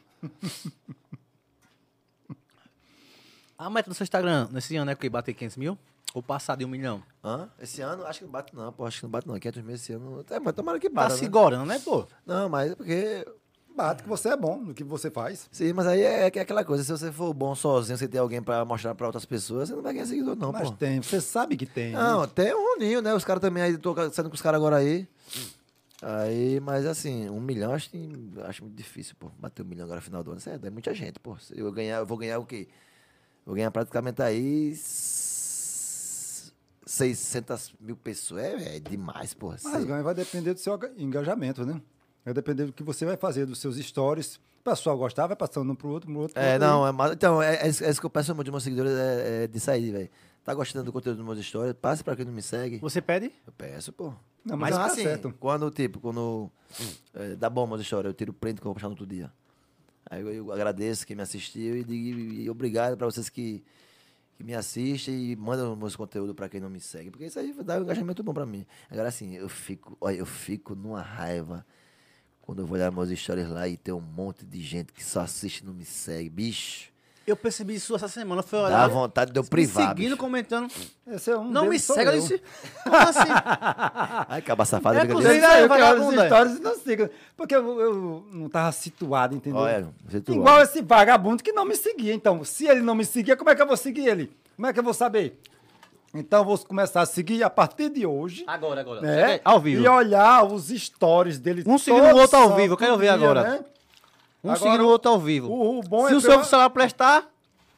S1: A meta do seu Instagram nesse ano é que bater 500 mil? Ou passar de um milhão?
S3: Hã? Esse ano, acho que não bate não, pô. Acho que não bate não. 500 mil esse ano. É, mas tomara que
S1: Tá
S3: bata, né?
S1: segurando, né, pô?
S3: Não, mas é porque...
S2: Bato que você é bom no que você faz.
S3: Sim, mas aí é, que é aquela coisa. Se você for bom sozinho, você tem alguém pra mostrar pra outras pessoas, você não vai ganhar seguidor não,
S2: mas
S3: pô.
S2: tem, você sabe que tem. né?
S3: Não, tem o Roninho, né? Os caras também aí, tô saindo com os caras agora aí. Aí, mas assim, um milhão acho, que- acho muito difícil, pô. Bater um milhão agora no final do ano, isso é, é muita gente, pô. Se Eu, ganhar, eu vou ganhar o quê? Vou ganhar praticamente aí s- 600 mil pessoas. É, é demais, pô.
S2: Mas
S3: Sei.
S2: ganho vai depender do seu engajamento, né? Vai depender do que você vai fazer, dos seus stories. O pessoal gostar, vai passando um pro outro, pro outro. pro
S3: É,
S2: outro.
S3: não, é mais. Então, é, é isso é isso que eu peço muito dos meus seguidores é, é de sair, velho. Tá gostando do conteúdo do Meus Histórias? Passe pra quem não me segue.
S1: Você pede?
S3: Eu peço, pô.
S2: Não, mas
S3: Então,
S2: tá certo.
S3: Quando, tipo, quando eh, dá bom Meus Histórias, eu tiro o print que eu vou postar no outro dia. Aí eu, eu agradeço quem me assistiu e digo e- e obrigado pra vocês que, que me assistem e mandam meus conteúdos pra quem não me segue. Porque isso aí dá um engajamento bom pra mim. Agora, assim, eu fico, olha, eu fico numa raiva quando eu vou olhar meus stories lá e tem um monte de gente que só assiste e não me segue. Bicho,
S1: Eu percebi isso essa semana. Foi
S3: dá vontade de eu privar.
S1: Seguindo,
S3: bicho.
S1: comentando.
S2: Esse é um
S1: Não me
S2: deles, sou
S1: segue. Eu
S2: eu.
S1: disse, como assim?
S3: Ai, caba safada.
S1: É,
S3: fica
S1: inclusive,
S3: dizendo-
S2: Vocês aí, eu que olho
S1: vagabundo,
S2: as
S1: é.
S2: histórias e não sigo. Porque eu, eu não tava situado, entendeu?
S3: Olha, você é tu
S2: Igual esse vagabundo que não me seguia. Então, se ele não me seguia, como é que eu vou seguir ele? Como é que eu vou saber? Então, eu vou começar a seguir a partir de hoje.
S1: Agora, agora.
S2: né?
S1: Ao vivo.
S2: E olhar os stories dele.
S1: Um seguindo
S2: todo
S1: o outro ao
S2: santo
S1: vivo, eu quero ver agora. Um
S2: Agora,
S1: seguindo o outro ao vivo.
S2: o- o bom
S1: Se
S2: é
S1: o
S2: pela-
S1: seu celular prestar,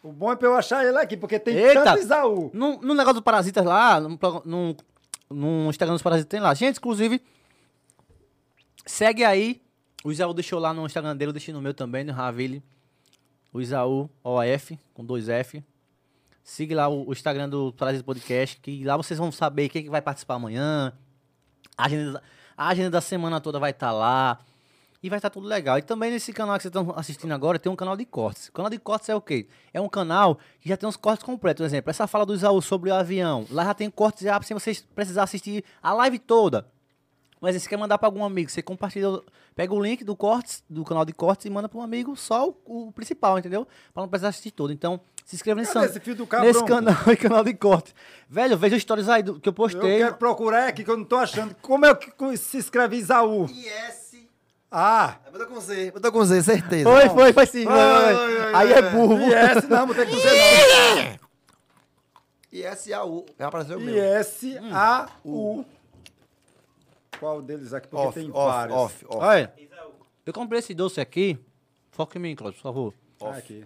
S2: O bom é pra eu achar ele aqui, porque tem
S1: Eita!
S2: tanto Isaú.
S1: no, no negócio do Parasitas lá, no, pro- no, no Instagram dos Parasitas tem lá. Gente, inclusive, segue aí. O Isaú deixou lá no Instagram dele, eu deixei no meu também, no Ravile. O Isaú, OF, com dois F. Siga lá o, o Instagram do Parasitas Podcast, que lá vocês vão saber quem que vai participar amanhã. A agenda, da- a agenda da semana toda vai estar lá. E vai estar tudo legal. E também nesse canal que vocês estão assistindo agora tem um canal de cortes. O canal de cortes é o quê? É um canal que já tem uns cortes completos. Por exemplo, essa fala do Isaú sobre o avião. Lá já tem cortes já se vocês precisar assistir a live toda. Mas aí você quer mandar para algum amigo, você compartilha, o- pega o link do cortes, do canal de cortes e manda para um amigo só o, o principal, entendeu? Para não precisar assistir todo. Então, se inscreva nesse,
S2: Cadê
S1: can-
S2: esse filho do cabrão?
S1: nesse canal, canal de corte. Velho, veja os stories aí do- que eu
S2: Eu
S1: postei.
S2: quero procurar aqui, que eu não tô achando. Como é que co- se escreve Isaú?
S3: IS.
S2: Ah!
S3: Eu tô com Z. Eu tô com Z, certeza.
S1: Foi, foi, foi sim. foi,
S3: Ai,
S1: foi.
S3: ai,
S1: Aí é burro.
S2: IS, não, vou ter que dizer
S3: ISAU. Já apareceu é o
S2: não.
S3: meu.
S2: I-S-A-U. Hum. Qual deles aqui? Porque
S3: Off,
S2: tem
S3: off,
S2: vários.
S3: off, off.
S1: Olha, eu comprei esse doce aqui. Foca em mim, Cláudio, por favor.
S2: Ah, aqui.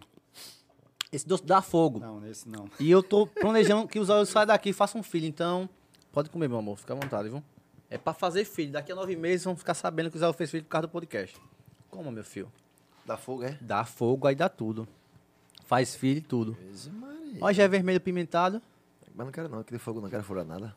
S1: Esse doce dá fogo.
S2: Não, nesse não.
S1: E eu tô planejando que os olhos saiam daqui e façam um filho. Então, pode comer, meu amor. Fica à vontade, viu? É pra fazer filho. Daqui a nove meses vão ficar sabendo que o Zé fez filho por causa do podcast. Como, meu filho?
S3: Da fogo, é?
S1: Dá fogo, aí dá tudo. Faz filho e tudo. Olha, já é vermelho pimentado.
S3: Mas não quero não, aquele fogo não quero furar nada.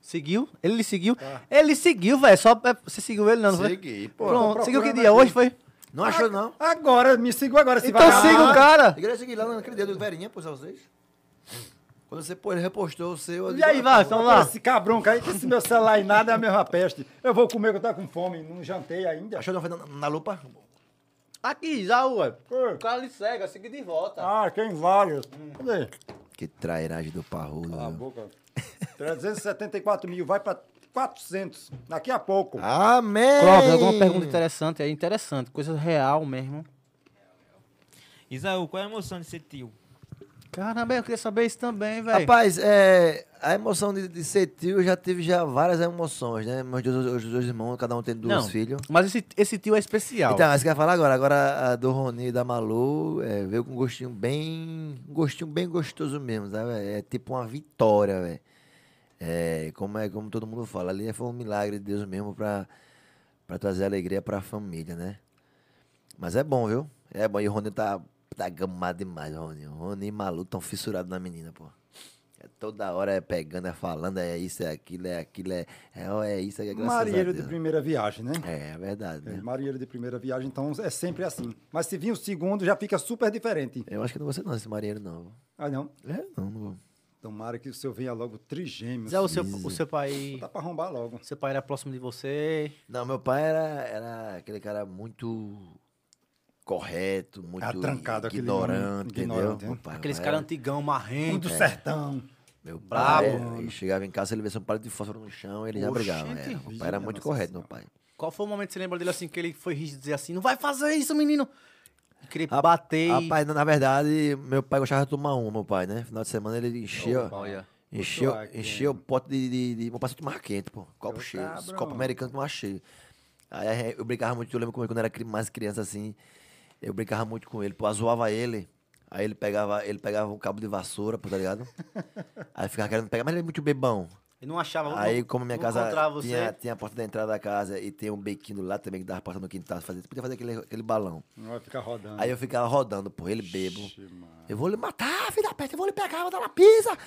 S1: Seguiu? Ele lhe seguiu? Ele seguiu, velho. Só é, você seguiu ele, não, não foi?
S3: Segui, pô.
S1: Pronto,
S2: tô
S1: seguiu que
S2: procurando
S1: dia?
S2: aqui.
S1: Hoje foi?
S3: Não achou não?
S2: Agora, me siga agora. Se
S1: Então
S2: vagabundo.
S1: siga o cara.
S3: Igreja seguir lá naquele dedo do Verinha, pô, vocês. Quando você, pô, ele repostou o seu... eu
S1: E
S3: digo,
S1: aí,
S3: ah,
S1: vai,
S3: pô,
S1: vamos lá.
S2: Esse cabrão cai, que esse meu celular e nada é a mesma peste. Eu vou comer que eu tô com fome, não jantei ainda.
S3: Achou não foi na, na lupa?
S1: Aqui, Isaú, ué.
S2: Hum.
S1: O cara lhe cega, segue de volta.
S2: Ah, tem vários. Cadê?
S3: Que trairagem do parrudo.
S2: Cala a
S3: viu?
S2: boca. 374 mil, vai pra 400. Daqui a pouco.
S1: Ah,
S3: Amém!
S1: Clóvis, alguma pergunta interessante aí? Interessante, coisa real mesmo.
S4: Isaú, qual é a emoção de ser tio?
S1: Caramba, eu queria saber isso também, velho.
S3: Rapaz, é, a emoção de, de ser tio, eu já tive já várias emoções, né? Meus dois, os dois irmãos, cada um tem dois
S1: Não,
S3: filhos.
S1: Mas esse, esse tio é especial.
S3: Então, mas você quer falar agora? Agora a do Rony e da Malu é, veio com um gostinho bem. um gostinho bem gostoso mesmo, sabe? É tipo uma vitória, velho. É, como, é, como todo mundo fala, ali foi um milagre de Deus mesmo pra, pra trazer alegria pra família, né? Mas é bom, viu? É bom. E o Rony tá, tá gamado demais, Rony. O Rony e Malu tão fissurados na menina, pô. É toda hora é pegando, é falando, é isso, é aquilo, é aquilo, é, é, é isso, é graças
S2: Marinheiro
S3: a
S2: de
S3: Deus.
S2: primeira viagem, né?
S3: É, é verdade, né?
S2: É, marinheiro de primeira viagem, então é sempre assim. Mas se vir o segundo, já fica super diferente.
S3: Eu acho que não vou ser não, esse marinheiro não.
S2: Ah, não.
S3: É, não, não vou.
S2: Tomara que o seu venha logo trigêmeo. assim.
S1: Zé, o seu, o seu pai.
S2: Dá pra arrombar logo.
S1: Seu pai era próximo de você.
S3: Não, meu pai era, era aquele cara muito correto, muito
S2: Atrancado, aquele homem
S3: ignorante, entendeu?
S2: ignorante, né?
S3: Meu pai-
S1: Aqueles
S3: meu
S1: caras
S3: pai-
S1: antigão,
S2: Um
S1: marrento.
S2: do sertão.
S3: Meu
S1: brabo,
S3: pai,
S2: mano.
S3: ele chegava em casa, ele vê um palito de fósforo no chão, ele já
S1: Oxente,
S3: brigava. Era. Meu pai
S2: vida,
S3: era muito
S2: nossa
S3: correto, meu pai.
S1: Qual foi o momento que você lembra dele assim, que ele foi rígido dizer assim: não vai fazer isso, menino? E queria bater. e-
S3: Rapaz, na- na verdade, meu pai gostava de tomar uma, meu pai, né? Final de semana ele enchia,
S1: Olha.
S3: encheu,
S2: Botou aqui,
S3: encheu o pote de, de, de... Meu pai só tomava quente, pô. Copo
S2: Ô,
S3: cheio, esse
S2: cabrão.
S3: copo americano tomava cheio. Aí eh, eu brincava muito, eu lembro como eu- quando eu era cri- mais criança, assim, eu brincava muito com ele, pô, eu zoava ele. Aí ele pegava, ele pegava um cabo de vassoura, pô, tá ligado? Aí eu ficava querendo pegar, mas ele é muito bebão.
S1: Eu não achava.
S3: Aí,
S1: não-
S3: como minha
S1: não
S3: casa
S1: encontrava você.
S3: tinha, tinha a porta da entrada da casa e tem um bequinho lá também que dava a porta no quintal, fazia, podia fazer aquele, aquele balão.
S2: Não vai ficar rodando.
S3: Aí eu ficava rodando, pô, ele bebo.
S2: Ixi, mano.
S3: Eu vou lhe matar, filho da peste, eu vou lhe pegar, eu vou dar uma pisa.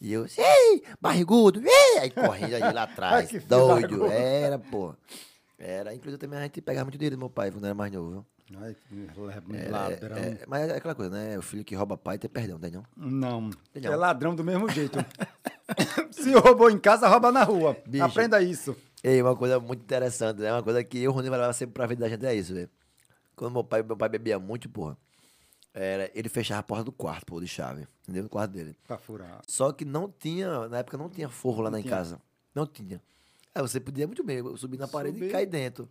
S3: E eu, ei, barrigudo, ei! Aí correndo ali lá atrás,
S2: que filho da
S3: doido.
S2: puta.
S3: Era, pô. Era, inclusive também a gente pegava muito dinheiro do meu pai quando era mais novo. viu?
S2: Ai, que
S3: É,
S2: ladrão.
S3: é, mas é aquela coisa, né? O filho que rouba pai tem perdão, tem não?
S2: Não.
S3: Legal.
S2: É ladrão do mesmo jeito. Se roubou em casa, rouba na rua.
S3: Bicho.
S2: Aprenda isso.
S3: E uma coisa muito interessante, né? Uma coisa que eu e o Rony vai levar sempre pra vida da gente é isso, velho. Quando meu pai, meu pai bebia muito, porra, era, ele fechava a porta do quarto, pô, de chave, entendeu? Do quarto dele.
S2: Pra furar.
S3: Só que não tinha, na época não tinha forro lá na em
S2: tinha.
S3: casa. Não tinha. Aí você podia muito bem subir na parede
S2: Subir.
S3: e cair dentro.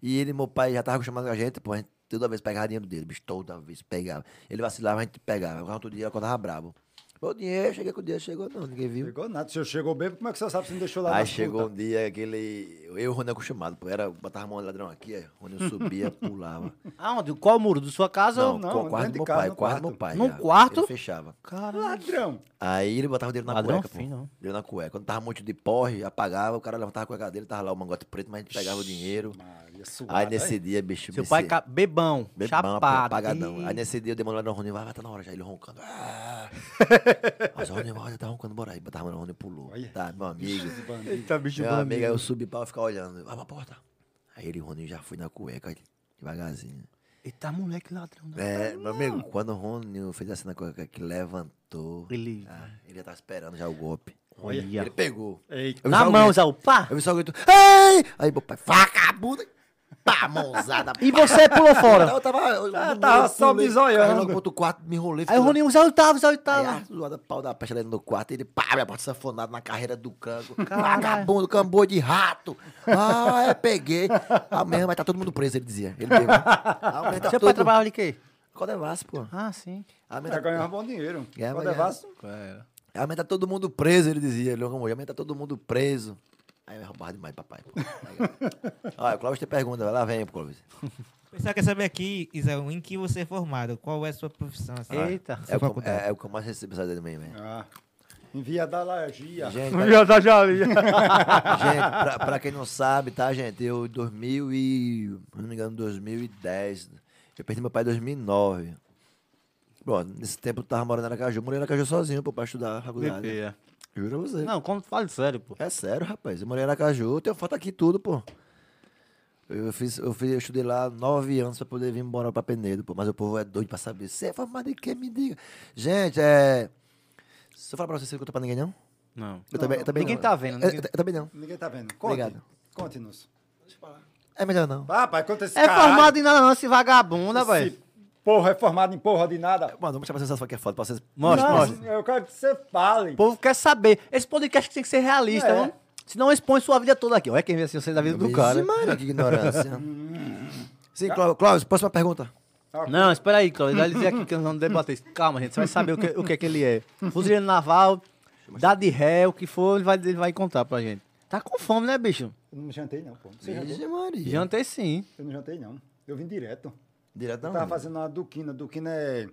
S3: E ele, meu pai, já tava acostumado com a gente, pô, a gente toda vez pegava dinheiro dele, bicho, toda vez pegava. Ele vacilava, a gente pegava. Agora todo dia eu acordava brabo. Meu dinheiro, cheguei com o dinheiro, chegou não, ninguém viu.
S2: Chegou nada. Se eu chegou bem, como é que você sabe se não deixou lá na
S3: Aí
S2: puta?
S3: chegou um dia aquele. Eu e o Rony acostumado, pô. Era, botava a mão do ladrão aqui, aí o Rony subia, pulava.
S1: Aonde? Qual muro? Da sua casa?
S3: Não,
S2: não,
S3: não,
S2: dentro
S3: quarto do
S2: de
S3: meu
S2: casa,
S3: pai,
S2: no
S3: quarto do meu
S2: quarto.
S3: pai.
S1: Num
S3: já.
S1: quarto?
S3: Ele fechava.
S1: Caralho.
S2: Ladrão.
S3: Aí ele botava o dedo na
S1: Ladrão
S3: cueca, pô.
S1: fino.
S3: Dedo na cueca. Quando tava um monte de porre, apagava, o cara levantava a cueca dele, tava lá o mangote preto, mas a gente pegava o dinheiro.
S2: Maria,
S3: Aí
S2: suada,
S3: nesse
S2: hein?
S3: dia, bicho,
S1: Seu
S3: bicho,
S1: pai ca- bebão,
S3: bebão,
S1: chapado.
S3: apagadão.
S1: Ih,
S3: Aí nesse dia eu dei uma olhada no Rony, vai, vai, tá na hora já, ele roncando. Ah. Mas o Rony, olha, tá roncando, bora aí. Botava no Rony, pulou.
S2: Olha.
S3: Tá, meu amigo.
S2: Bandido.
S3: Meu amigo, aí eu subi pra ficar olhando. Abre a porta. Aí ele e o Rony já foi na cueca, aí, devagarzinho.
S1: Eita, moleque ladrão. né?
S3: É, meu amigo, quando o Rony fez assim na cueca, que levantou.
S1: Ele-
S3: Ah, ele já tava esperando já o golpe.
S1: Olha.
S3: Ele pegou.
S2: Eita.
S3: Eu vi só
S1: Na
S3: o
S1: mão,
S3: grito.
S1: Zé, o pá.
S3: Eu vi só o grito. Ei! Aí meu pai, vagabundo! Pá, mãozada.
S1: E você pulou fora.
S3: Eu tava. Eu,
S2: Ah,
S3: eu-
S2: tava
S3: eu
S2: só
S3: pulei,
S2: bizoiando.
S3: caí logo pro outro quarto, me enrolei.
S1: Aí o
S3: fiquei-
S1: Roninho, Zé Oitavo, Zé
S3: Aí
S1: Oitavo.
S3: a zoada pau da peste dentro do quarto, ele pá, abre a porta safonada na carreira do cango. Vagabundo, cambô de rato. Ah, é, peguei. Amanhã vai estar tá todo mundo preso, ele dizia. Ele mesmo. Amanhã tá
S1: Seu
S3: todo...
S1: pai trabalhava de quê?
S3: Codevasse, pô.
S1: Ah, sim.
S3: Amanhã
S2: Vai
S3: tá...
S2: ganhar um bom dinheiro.
S3: Ganhava,
S2: Quando é vaso,
S3: Amanhã tá todo mundo preso, ele dizia. Ele, amor, amanhã tá todo mundo preso. Aí eu roubava demais, papai. Pô. Olha, o Clóvis tem pergunta, vai lá, vem, Clóvis.
S4: Pessoal quer saber aqui, Isaú, em que você é formado? Qual é a sua profissão? assim?
S1: Eita.
S4: Sua
S3: É o, que eu-
S4: faculdade.
S3: é, é o que eu mais recebo mensagem dele mesmo. hein?
S2: Ah, envia da lagia.
S3: Gente, pra-
S1: Já tá já ali.
S3: Gente, pra, pra quem não sabe, tá, gente? Eu, em 2000 e. se não me engano, 2010. Eu perdi meu pai em 2009. Bom, nesse tempo eu tava morando na Aracaju. Morei na Aracaju sozinho, pô, pra estudar a faculdade. Juro a você.
S1: Não, como fala sério, pô.
S3: É sério, rapaz. Eu morei na Aracaju, eu tenho foto aqui e tudo, pô. Eu, fiz, eu, fiz, eu estudei lá nove anos pra poder vir embora pra Penedo, pô. Mas o povo é doido pra saber. Você é formado em quê? Me diga. Gente, é. Se eu falar pra você, você não conta pra ninguém, não?
S1: Não.
S3: Eu também, eu também
S1: Ninguém
S3: não.
S1: tá vendo,
S3: Eu-
S1: ninguém-
S3: eu- eu também não.
S2: Ninguém tá vendo. Conte.
S3: Obrigado.
S2: Conte-nos.
S3: É melhor não.
S2: Ah, pai, conta esse
S1: É
S2: caralho.
S1: formado em nada não, esse vagabunda,
S2: Esse
S1: velho.
S2: Porra, é formado em porra de nada.
S3: Mano, vamos chamar vocês foto que é foto pra vocês.
S1: Mostra,
S2: Não,
S1: mostra.
S2: Eu quero que você fale.
S1: O povo quer saber. Esse podcast tem que ser realista,
S2: É.
S1: vamos? Senão expõe sua vida toda aqui. Olha quem vê assim, você da vida do cara.
S3: Mano, que ignorância. Sim, Clóvis, Clóvis, próxima pergunta.
S1: Não, espera aí, Cláudio. Vai dizer aqui que nós vamos debater isso. Calma, gente. Você vai saber o que, o que é que ele é. Fuzileiro naval, dá de ré, o que for, ele vai, ele vai contar pra gente. Tá com fome, né, bicho?
S2: Eu não jantei, não, pô. Você jantou?
S3: Vixe, Maria.
S1: Jantei sim.
S2: Eu não jantei, não. Eu vim direto.
S3: Direto
S2: Eu
S3: não.
S1: Tá
S2: tava fazendo uma duquina. Duquina é,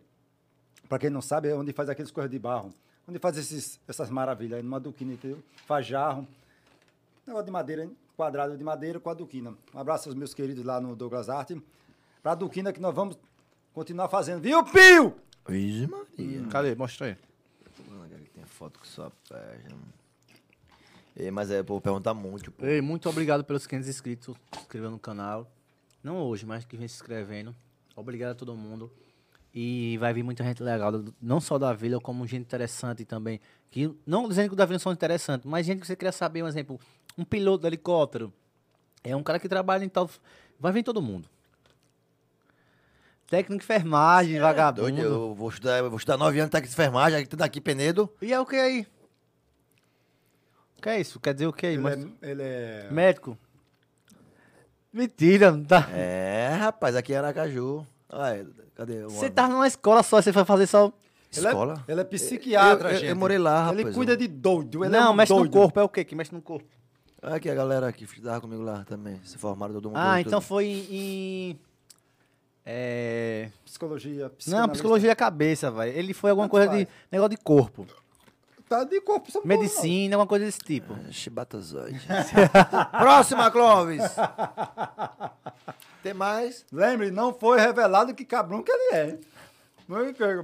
S2: pra quem não sabe, é onde faz aqueles coisas de barro. Onde faz esses, essas maravilhas aí, numa duquina, entendeu? Faz jarro. Negócio de madeira, hein? quadrado de madeira com a duquina. Um abraço aos meus queridos lá no Douglas Arte. Pra duquina que nós vamos continuar fazendo. Viu, Pio?
S3: Vixe, Maria.
S1: Cadê? Mostra aí.
S3: Tem foto que só pega. né, Ei, mas é, pô, pergunta muito, pô.
S1: Ei, muito obrigado pelos 500 inscritos que se inscreveram no canal. Não hoje, mas que vem se inscrevendo. Obrigado a todo mundo. E vai vir muita gente legal, do- não só da vila, como gente interessante também. Que, não dizendo que o da vila não são interessantes, mas gente que você queria saber, um exemplo, um piloto de helicóptero. É um cara que trabalha em tal. Vai vir todo mundo. Técnico de enfermagem, vagabundo.
S3: Tá Doido, eu vou estudar, eu vou estudar nove anos, tá aqui de enfermagem, aqui, tudo aqui, Penedo.
S1: E é o que aí? O que é isso? Quer dizer o que aí?
S2: Ele
S1: Mas-
S2: é, ele é-
S1: Médico? Mentira, não tá.
S3: É, rapaz, aqui é Aracaju. Ai, cadê? o
S1: Você
S3: homem?
S1: tá numa escola só, você vai fazer só.
S2: ele é-
S3: Escola?
S2: Ele é psiquiatra,
S3: Eu- eu- eu
S2: gente.
S3: morei lá,
S2: Ele
S3: rapaz,
S2: cuida
S3: eu-
S2: de doido. Ele é
S1: não,
S2: um
S1: mexe no
S2: doido.
S1: corpo, é o quê que mexe no corpo?
S3: Aqui a galera que estudava comigo lá também. Se formaram todo mundo.
S1: Ah,
S3: todo-
S1: então
S3: todo-
S1: foi em. em- É.
S2: Psicologia,
S1: Não,
S2: psicanalista.
S1: psicologia da cabeça, velho. Ele foi alguma
S2: Tanto
S1: coisa de.
S2: faz.
S1: negócio de corpo.
S2: Tá de corpo. só não pode, não.
S1: Medicina, alguma coisa desse tipo.
S3: Chibatazoide. Próxima, Clóvis. Tem mais?
S2: Lembre, não foi revelado que cabrão que ele é. Não é que-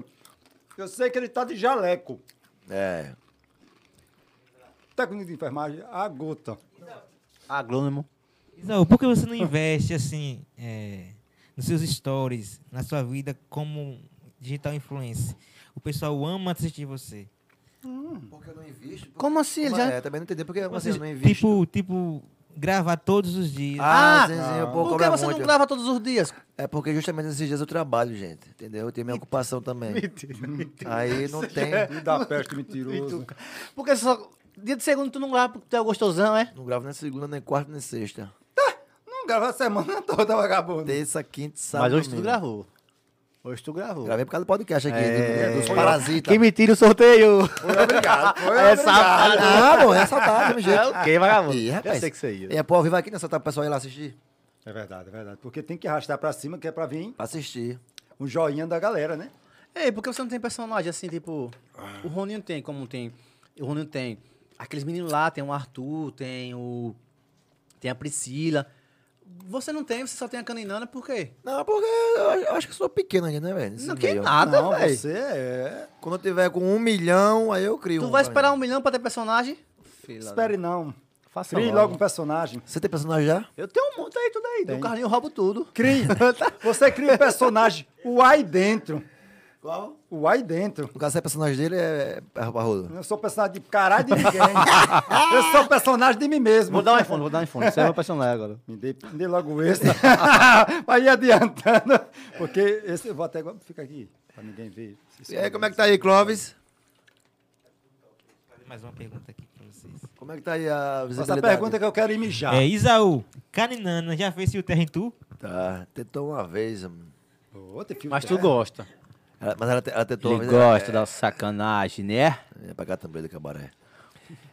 S2: Eu sei que ele tá de jaleco.
S3: É.
S2: técnico de enfermagem, a gota.
S3: Ah,
S1: Agrônomo.
S4: Isaú, por que você não investe assim é, nos seus stories, na sua vida como digital influencer? O pessoal ama assistir você.
S3: Porque eu não invisto. porque-
S1: Como assim? Ele já-
S3: É, também não entendi porque
S4: Ou
S3: você
S4: seja,
S3: não invisto.
S4: tipo, tipo, gravar todos os dias.
S1: Ah,
S3: Zezinho, pô,
S1: Por
S3: como
S1: que
S3: é
S1: você não
S3: muito.
S1: grava todos os dias?
S3: É porque justamente nesses dias eu trabalho, gente. Entendeu? Eu tenho minha ocupação também. Aí não tem.
S2: E da peste mentiroso.
S1: Porque só. Dia de segunda tu não grava porque tu é gostosão, é?
S3: Não gravo nem segunda, nem quarta, nem sexta.
S2: Não grava a semana toda, vagabundo.
S3: Terça, quinta, sábado.
S1: Mas hoje tu
S3: domingo.
S1: gravou. Hoje tu gravou.
S3: Gravei por causa do podcast aqui,
S1: É,
S3: do- dos
S1: foi-
S3: parasitas.
S1: Que me tira o sorteio.
S2: Foi obrigado. Foi
S1: É
S2: obrigado.
S1: safado.
S3: Ah, pô, é saltado, meu jeito.
S1: É o quê, vagabundo?
S3: Ih,
S1: Eu
S3: rapaz.
S1: sei que você ia.
S3: E é pô, ao vivo aqui, né? Saltar pro pessoal ir lá assistir.
S2: É verdade, é verdade. Porque tem que arrastar pra cima, que é pra vir
S3: Pra assistir.
S2: um joinha da galera, né?
S1: Ei, por que você não tem personagem assim, tipo. O Roninho tem, como tem. O Roninho tem. Aqueles meninos lá, tem o Arthur, tem o. Tem a Priscila. Você não tem, você só tem a caninana, por quê?
S3: Não, porque eu eu acho que sou pequeno ainda, né, velho? Nesse
S1: Não tem
S3: meio.
S1: nada,
S2: não,
S1: velho.
S2: você é...
S3: Quando eu tiver com um milhão, aí eu crio
S1: Tu
S3: um
S1: vai
S3: pra
S1: esperar um
S3: mim.
S1: milhão pra ter personagem? Fila.
S2: Espere não.
S1: Faça
S2: Crie
S1: né? logo.
S2: logo um personagem.
S3: Você tem personagem já?
S1: Eu tenho um monte aí, tudo aí.
S2: Tem.
S1: Do Carlinho eu roubo tudo.
S2: Crie. Você cria um personagem. O ai dentro.
S3: Qual?
S2: O ai dentro.
S3: No caso, se é personagem dele, é é Barroso.
S2: Eu sou personagem de caralho de ninguém. Eu sou personagem de mim mesmo.
S1: Vou dar um iPhone, vou dar um iPhone. Você é meu personagem agora.
S2: Me dei, me dei logo esse. Vai ir adiantando. Porque esse eu vou até. Fica aqui, pra ninguém ver.
S3: E aí, como é que tá aí, Clóvis?
S4: Mais uma pergunta aqui pra vocês.
S3: Como é que tá aí a
S2: Essa
S3: visibilidade?
S2: pergunta é que eu quero ir mijar.
S4: É, Isaú, Caninana já fez o terra em tu?
S3: Tá, tentou uma vez, mano.
S2: Ô, tem filtro.
S1: Mas tu gosta.
S3: Ela- mas ela, te- ela tentou uma
S1: Ele
S3: vez.
S1: gosta da sacanagem, né?
S3: É, é pra cá também do cabaré.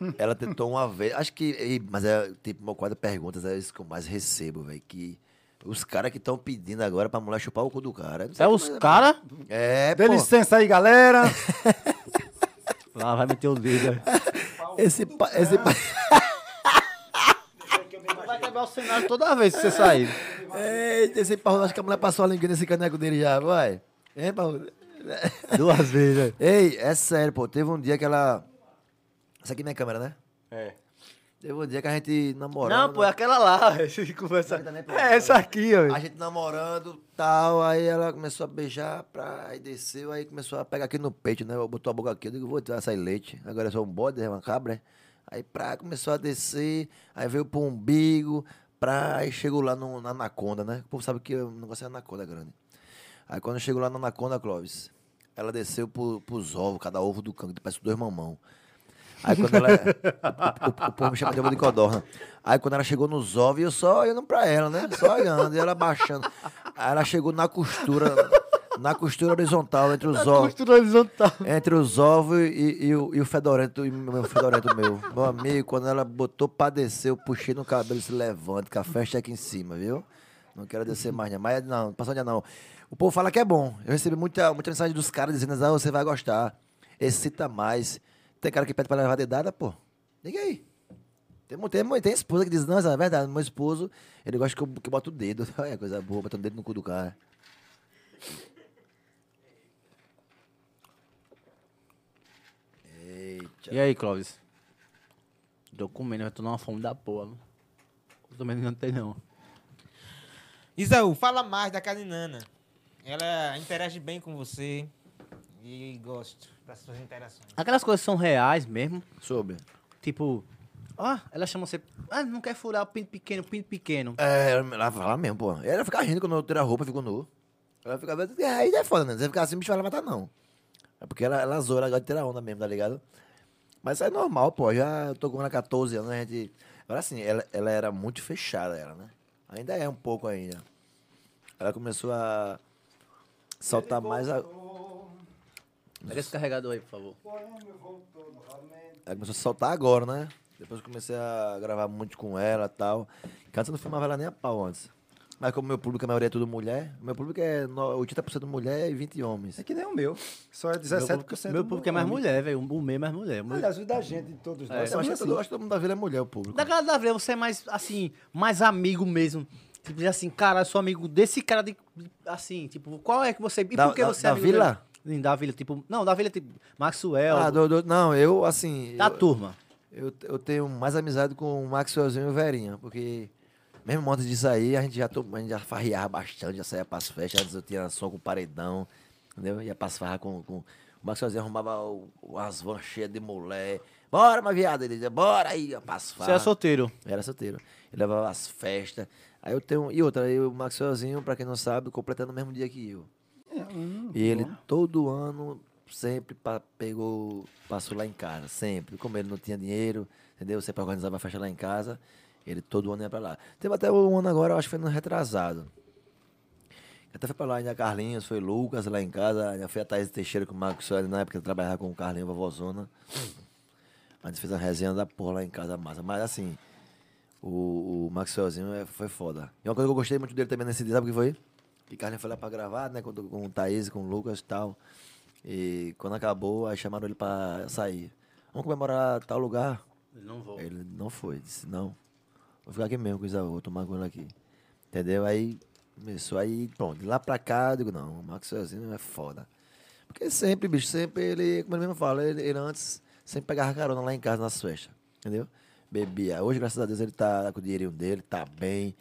S3: Ela tentou uma vez. Acho que. e- Mas é tipo uma quadra de perguntas, é isso que eu mais recebo, velho. Que os caras que estão pedindo agora pra mulher chupar o cu do cara. Não sei
S1: É
S3: como
S1: os caras.
S3: É,
S2: Dê
S3: pô.
S2: licença aí, galera.
S1: Lá vai meter o dedo.
S3: Esse, pa- esse, pa-
S1: Vai quebrar o cenário Ah, toda vez que você sair.
S3: Eita, esse parrudo, acho que a mulher passou a linguinha nesse caneco dele já, vai. Hein, parrudo?
S1: Duas vezes.
S3: Ei, é sério, pô. Teve um dia que ela. Essa aqui é minha câmera, né?
S2: É.
S3: Teve um dia que a gente namorando.
S1: Não, pô, é aquela lá. velho. Conversa.
S3: Não, também, pô.
S1: É essa aqui, ó.
S3: A gente namorando tal, aí ela começou a beijar, pra... aí desceu, aí começou a pegar aqui no peito, né? Eu botou a boca aqui, eu digo, vou tirar sair leite. Agora eu sou um bode, é uma cabra. é? Aí pra, começou a descer, aí veio pro umbigo, pra, aí chegou lá no, na anaconda, né? O povo sabe que o negócio é anaconda grande. Aí quando chegou lá na anaconda, Clóvis, ela desceu pro, pros ovos, cada ovo do canto, parece dois mamão. Aí quando ela. o, o, o povo me chama de ovo de codorna. Aí quando ela chegou nos ovos, eu só olhando pra ela, né? Só olhando, e ela baixando. Aí ela chegou na costura, na costura horizontal, entre os ovos.
S1: Costura horizontal.
S3: Entre os ovos e, e o, e o fedorento, e o meu fedorento meu. Meu amigo, quando ela botou pra descer, eu puxei no cabelo, se levante, que a festa é aqui em cima, viu? Não quero descer mais, né? Mas não, não passou dia não. O povo fala que é bom. Eu recebi muita, muita mensagem dos caras dizendo, ah, você vai gostar. Excita mais. Tem cara que pede pra levar dedada, pô. Liga aí. Tem, mu- tem, mu- tem esposa que diz, não, isso é verdade, meu esposo, ele gosta que eu, que eu boto o dedo. Olha, coisa boa, botando o dedo no cu do cara.
S1: E aí, Clóvis? Tô comendo, vai tomar uma fome da porra. mano. Eu também não tem, não.
S4: Isaú, fala mais da Caninana. Ela interage bem com você e gosto das suas interações.
S1: Aquelas coisas são reais mesmo.
S3: Sobre.
S1: Tipo, ó, ela chama você. Ah, não quer furar o pinto pequeno, pinto pequeno.
S3: É, ela vai falar mesmo, pô. Ela fica rindo quando eu tiro a roupa e fico nu. Ela fica vendo. Aí é foda, né? Você ficar assim, bicho, vai matar, não. É porque ela, ela zoa, ela gosta de tirar onda mesmo, tá ligado? Mas isso é normal, pô. Já eu tô com ela 14 anos, a gente. Agora assim, ela, ela era muito fechada, ela, né? Ainda é um pouco ainda. Ela começou a soltar mais a.
S1: Pega esse carregador aí, por favor.
S3: Ela começou a soltar agora, né? Depois eu comecei a gravar muito com ela e tal. Que antes eu não filmava ela nem a pau antes. Mas como meu público, a maioria é tudo mulher, meu público é no- 80% mulher e 20 homens.
S2: É que nem o meu. Só é 17%.
S1: Meu público, meu público é mais
S2: homem.
S1: mulher, velho. O meu é mais mulher. Mulher.
S2: Aliás, o da gente, de todos nós.
S3: Eu
S2: é
S3: acho,
S2: muito
S3: que todo, acho que todo mundo da vila é mulher, o público.
S1: Da galera da Vila, você é mais, assim, mais amigo mesmo. Tipo, diz assim, cara, eu sou amigo desse cara de. Assim, tipo, qual é que você. E
S3: Da-
S1: por que
S3: da-
S1: você é
S3: da
S1: amigo
S3: Vila?
S1: dele? Sim, Da Vila, tipo. Não, da Vila, tipo, Maxwell.
S3: Ah, do- do- não, eu assim.
S1: da
S3: eu,
S1: turma.
S3: Eu, eu tenho mais amizade com o Maxwellzinho e o Verinha, porque mesmo antes disso aí, a gente já, to- a gente já farreava bastante, já saía pras festas, antes eu tinha som com paredão, entendeu? Ia pras farras com, com... O Maxwellzinho arrumava o, o- as vans cheias de mulher. Bora, uma viada, ele dizia, bora aí, ia pras
S1: Você é
S3: farras.
S1: solteiro.
S3: Eu Era solteiro. Ele levava as festas. Aí eu tenho. E outra, aí o Maxwellzinho, pra quem não sabe, completando o mesmo dia que eu. e ele todo ano sempre pa- pegou. Passou lá em casa, sempre. Como ele não tinha dinheiro, entendeu? Sempre organizava a festa lá em casa. Ele todo ano ia pra lá. Teve até um ano agora, eu acho que foi no retrasado. Até foi pra lá, ainda Carlinhos, foi Lucas lá em casa, ainda foi a Thaís Teixeira com o Marcos Soares na época, eu trabalhava com o Carlinhos Vovozona. A gente fez uma resenha da porra lá em casa, massa. Mas assim, o, o Maxwellzinho é- foi foda. E uma coisa que eu gostei muito dele também nesse dia, sabe o que foi? Que Carlinhos foi lá pra gravar, né? Com, com o Thaís, com o Lucas e tal. E quando acabou, aí chamaram ele pra sair. Vamos comemorar tal lugar?
S1: Não vou.
S3: Ele não foi, disse, não. Vou ficar aqui mesmo com o Isaú, vou tomar com ele aqui. Entendeu? Aí começou aí, pronto, de lá pra cá, eu digo, não, o Max sozinho é foda. Porque sempre, bicho, sempre ele, como ele mesmo fala, ele, ele antes sempre pegava carona lá em casa nas festas, entendeu? Bebia. Hoje, graças a Deus, ele tá com o dinheirinho dele, tá bem.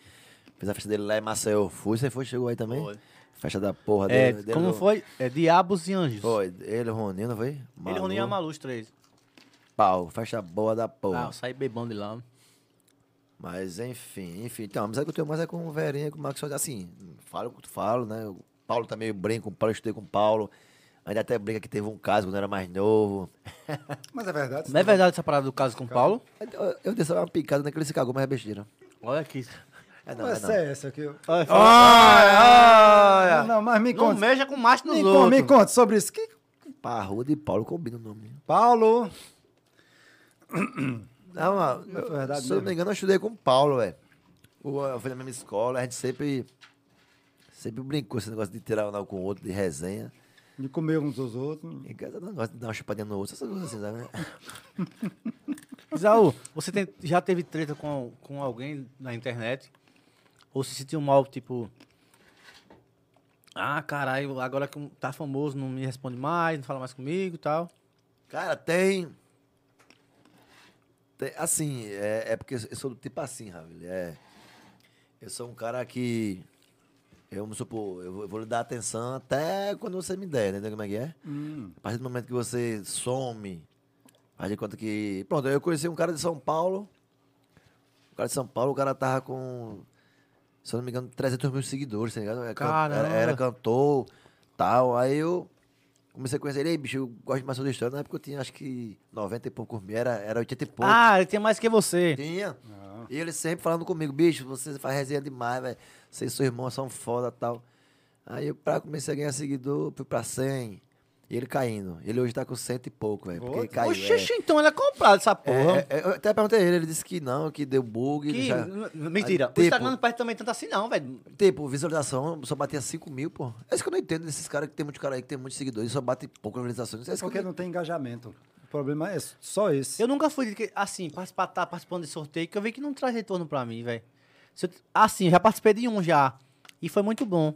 S3: Fez a festa dele lá em Maceió, eu fui, você foi, chegou aí também?
S1: Foi.
S3: Festa da porra
S1: É,
S3: dele. dele
S1: como
S3: no-
S1: foi? É Diabos e Anjos.
S3: Foi, ele, o Roninho, não foi?
S1: Ele
S3: Malu,
S1: reuniu a Malu, os três.
S3: Pau, festa boa da porra.
S1: Ah, eu saí bebão de lá.
S3: Mas enfim, enfim. Então, a amizade que eu tenho mais é com o Verinha, com o Max Soares. Assim, falo o que tu falo, né? O Paulo também eu brinco com o Paulo, eu estudei com o Paulo. Ainda até brinca que teve um caso quando eu era mais novo.
S2: Mas é verdade.
S1: Não é verdade essa parada do caso com o Paulo?
S3: Eu, eu dei só uma picada naquele se cagou, mas é besteira.
S1: Olha aqui.
S3: É
S2: Não,
S3: não, é
S2: essa
S3: não.
S2: é essa que eu...
S1: Olha,
S3: Ah,
S2: Não,
S3: é.
S2: não, mas me
S1: não
S2: conta.
S1: mexa com macho nos
S2: Me, con-
S1: outros.
S2: me conta sobre isso. Que...
S3: Parrudo e Paulo combina o nome. né?
S2: Paulo.
S3: Não, mano,
S2: É verdade
S3: se eu não me
S2: mesmo.
S3: engano, eu estudei com o Paulo, velho. O- Eu fui na mesma escola, a gente sempre. Sempre brincou esse negócio de tirar um com o outro, de resenha.
S2: De comer uns dos outros. É
S3: Em casa eu não gosto de dar uma chupadinha no outro, essas coisas assim, sabe?
S1: Isaú, você tem- já teve treta com, com alguém na internet? Ou se sentiu mal, tipo. Ah, caralho, agora que tá famoso, não me responde mais, não fala mais comigo e tal.
S3: Cara, tem. tem- assim, é, é porque eu sou do tipo assim, Ravel. É, eu sou um cara que. Eu vamos supor, eu vou, eu vou lhe dar atenção até quando você me der, entendeu como é que é? A partir do momento que você some, faz de conta que. Pronto, eu conheci um cara de São Paulo. Um cara de São Paulo, o cara tava com. Se eu não me engano, 300 mil seguidores, tá ligado? Era, can- era,
S1: Caramba.
S3: era cantor, tal. Aí eu comecei a conhecer ele, "Ei, bicho, eu gosto mais da sua história. Na época eu tinha acho que 90 e poucos mil, era, era 80 e pouco.
S1: Ah, ele tem mais que você.
S3: Tinha. E ele sempre falando comigo, bicho, você faz resenha demais, velho. Você e seu irmão são foda tal. Aí eu pra, comecei a ganhar seguidor, fui pra 100. E ele caindo. Ele hoje tá com cento e pouco, velho. Porque ele caiu.
S1: Oxe,
S3: é.
S1: oxe, então ele é comprado essa
S3: É,
S1: porra.
S3: é, é, eu até perguntei a ele, ele disse que não, que deu bug. ele
S1: que,
S3: já-
S1: n- mentira, o
S3: Aí,
S1: Instagram não
S3: tipo,
S1: perde também tanto assim, não, velho.
S3: tipo, visualização só batia 5 mil, pô. É isso que eu não entendo desses caras que tem muito cara aí, que tem muitos seguidores, só bate pouca visualização. Isso é
S2: É
S3: isso que eu
S2: porque não tem engajamento. O problema é só esse.
S1: Eu nunca fui, de que- assim, participar, tá participando de sorteio, que eu vi que não traz retorno pra mim, velho. Se eu- Assim, já participei de um já. E foi muito bom.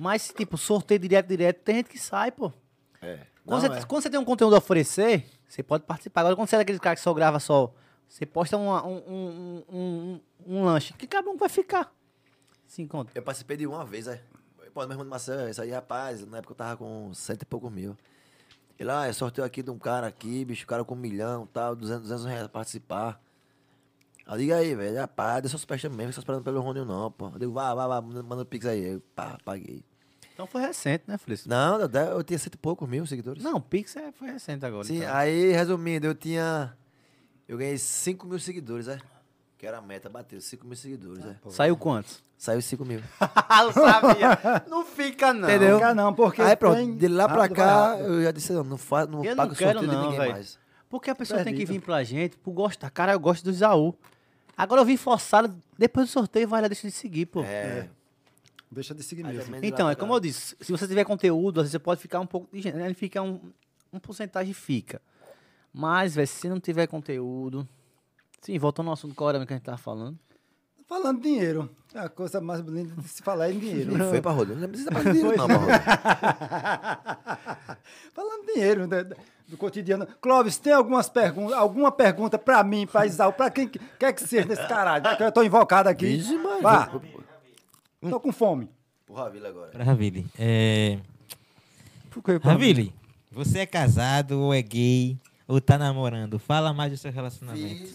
S1: Mas, tipo, sorteio direto, direto, tem gente que sai, pô.
S3: É.
S1: Quando,
S3: Não,
S1: você,
S3: é.
S1: quando você tem um conteúdo a oferecer, você pode participar. Agora, quando você é aquele cara que só grava só, você posta uma- um, um, um, um, um lanche, que cada um vai ficar. Sim, conta.
S3: Eu participei de uma vez, é. Pô, meu irmão do Marcelo, isso aí, rapaz, na época eu tava com cento e poucos mil. Ele, ah, sorteio aqui de um cara aqui, bicho, cara com um milhão, tal, 200, 200 reais pra participar. Aí liga aí, velho, rapaz, deixa eu superar mesmo, não tô esperando pelo Rônio não, pô. Eu digo, vá, vá, vá, manda manda o pix aí. Eu, pá, paguei.
S1: Então foi recente, né, Feliz?
S3: Não, eu, eu tinha cento e poucos mil seguidores.
S1: Não, o Pix é, foi recente agora.
S3: Sim,
S1: então.
S3: aí, resumindo, eu tinha. Eu ganhei 5 mil seguidores, é. Que era a meta, bateu 5 mil
S1: Tá,
S3: seguidores, é.
S1: Saiu quantos?
S3: Saiu 5 mil.
S1: Ah, eu sabia. Não fica, não.
S3: Entendeu?
S2: Não, não, porque
S3: Aí pronto,
S2: tem-
S3: de lá pra
S2: rápido, vai
S3: cá,
S2: rápido.
S3: eu já disse, não, não, fa, não
S1: Eu
S3: pago
S1: não
S3: o
S1: quero
S3: sorteio de
S1: não,
S3: ninguém
S1: velho.
S3: mais.
S1: Porque a pessoa tem que
S2: Perdido.
S1: vir pra gente por gostar. Cara, eu gosto do Isaú. Agora eu vim forçado, depois do sorteio, vai lá, deixa de seguir, pô.
S3: É.
S2: Deixa de seguir
S3: mais ou
S2: mesmo.
S3: menos
S1: Então,
S3: lá
S1: é
S3: pra
S1: como eu disse, se você tiver conteúdo, às vezes você pode ficar um pouco. Ele fica um, um porcentagem fica. Mas, velho, se não tiver conteúdo. Sim, voltando ao assunto qual era mesmo que a gente tava falando.
S2: Falando de dinheiro, é a coisa mais bonita de se falar é em dinheiro.
S3: E foi pra Rodrigo. Não precisa mais de dinheiro,
S1: é.
S3: não, pra Rodrigo.
S2: Falando de dinheiro né, do cotidiano. Clóvis, tem algumas perguntas, alguma pergunta pra mim, pra Isaú, pra quem que- quer que seja nesse caralho? que Eu tô invocado aqui.
S3: Vixe, mano.
S2: Vá, tô com fome.
S3: Porra, Vila agora.
S4: Pra Ravili. É...
S2: Fiquei com-
S4: Ravili, você é casado ou é gay ou tá namorando? Fala mais do seu relacionamento.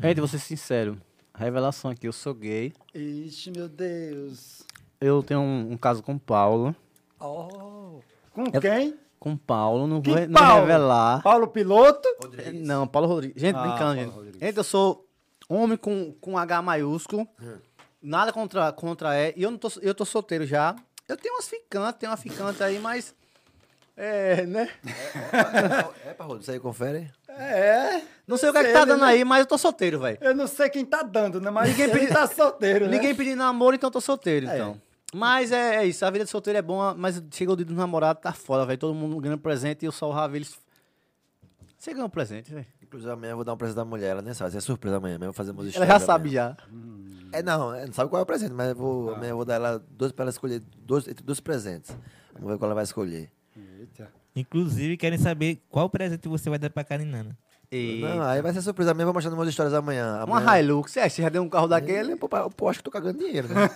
S1: Gente, vou ser sincero. Revelação aqui, eu sou gay.
S2: Ixi, meu Deus.
S1: Eu tenho um, um caso com o Paulo.
S2: Oh. Com
S1: Eu-
S2: quem?
S1: Com o Paulo, não
S2: Que
S1: vou re- não
S2: Paulo?
S1: revelar.
S2: Paulo Piloto?
S1: É, Não, Paulo Rodrigues. Gente,
S2: Ah,
S1: brincando,
S2: Paulo
S1: gente.
S2: Rodrigues.
S1: Gente, eu sou homem com, com H maiúsculo.
S2: É.
S1: Nada contra, contra é. E eu, não tô, eu tô solteiro já. Eu tenho umas ficantes, tenho uma ficante aí, mas. É, né?
S3: É pra Rodrigo. Isso aí confere.
S2: É,
S1: Não sei o que, é que
S2: sei,
S1: tá
S2: né,
S1: dando
S2: né?
S1: aí, mas eu tô solteiro, velho.
S2: eu não sei quem tá dando, né? Mas
S1: Ninguém
S2: ele
S1: pedi-
S2: tá solteiro, né?
S1: Ninguém pediu namoro, então eu tô solteiro,
S2: É.
S1: então. Mas é, é isso, a vida de solteiro é boa, mas chegou o dia do namorado, tá foda, velho. Todo mundo ganhando presente e eu só o Ravelis. Você ganhou um presente, velho.
S3: Inclusive, amanhã eu vou dar um presente da mulher. Ela nem sabe. É surpresa amanhã mesmo. eu Vou fazer umas
S1: Ela
S3: histórias
S1: já sabe
S3: amanhã.
S1: já. Ah.
S3: É, não, é, não sabe qual é o presente, mas eu vou, amanhã eu vou dar ela dois pra ela escolher dois, entre dois presentes. Vamos ver qual ela vai escolher.
S2: Eita.
S4: Inclusive, querem saber qual presente você vai dar pra Karinana.
S1: E...
S3: Não, aí vai ser surpresa mesmo, eu vou mostrar umas histórias amanhã. amanhã.
S1: Uma Hilux, é, você já deu um carro daquele,
S3: Ele, pô, pá, pô, acho que tô cagando dinheiro, né?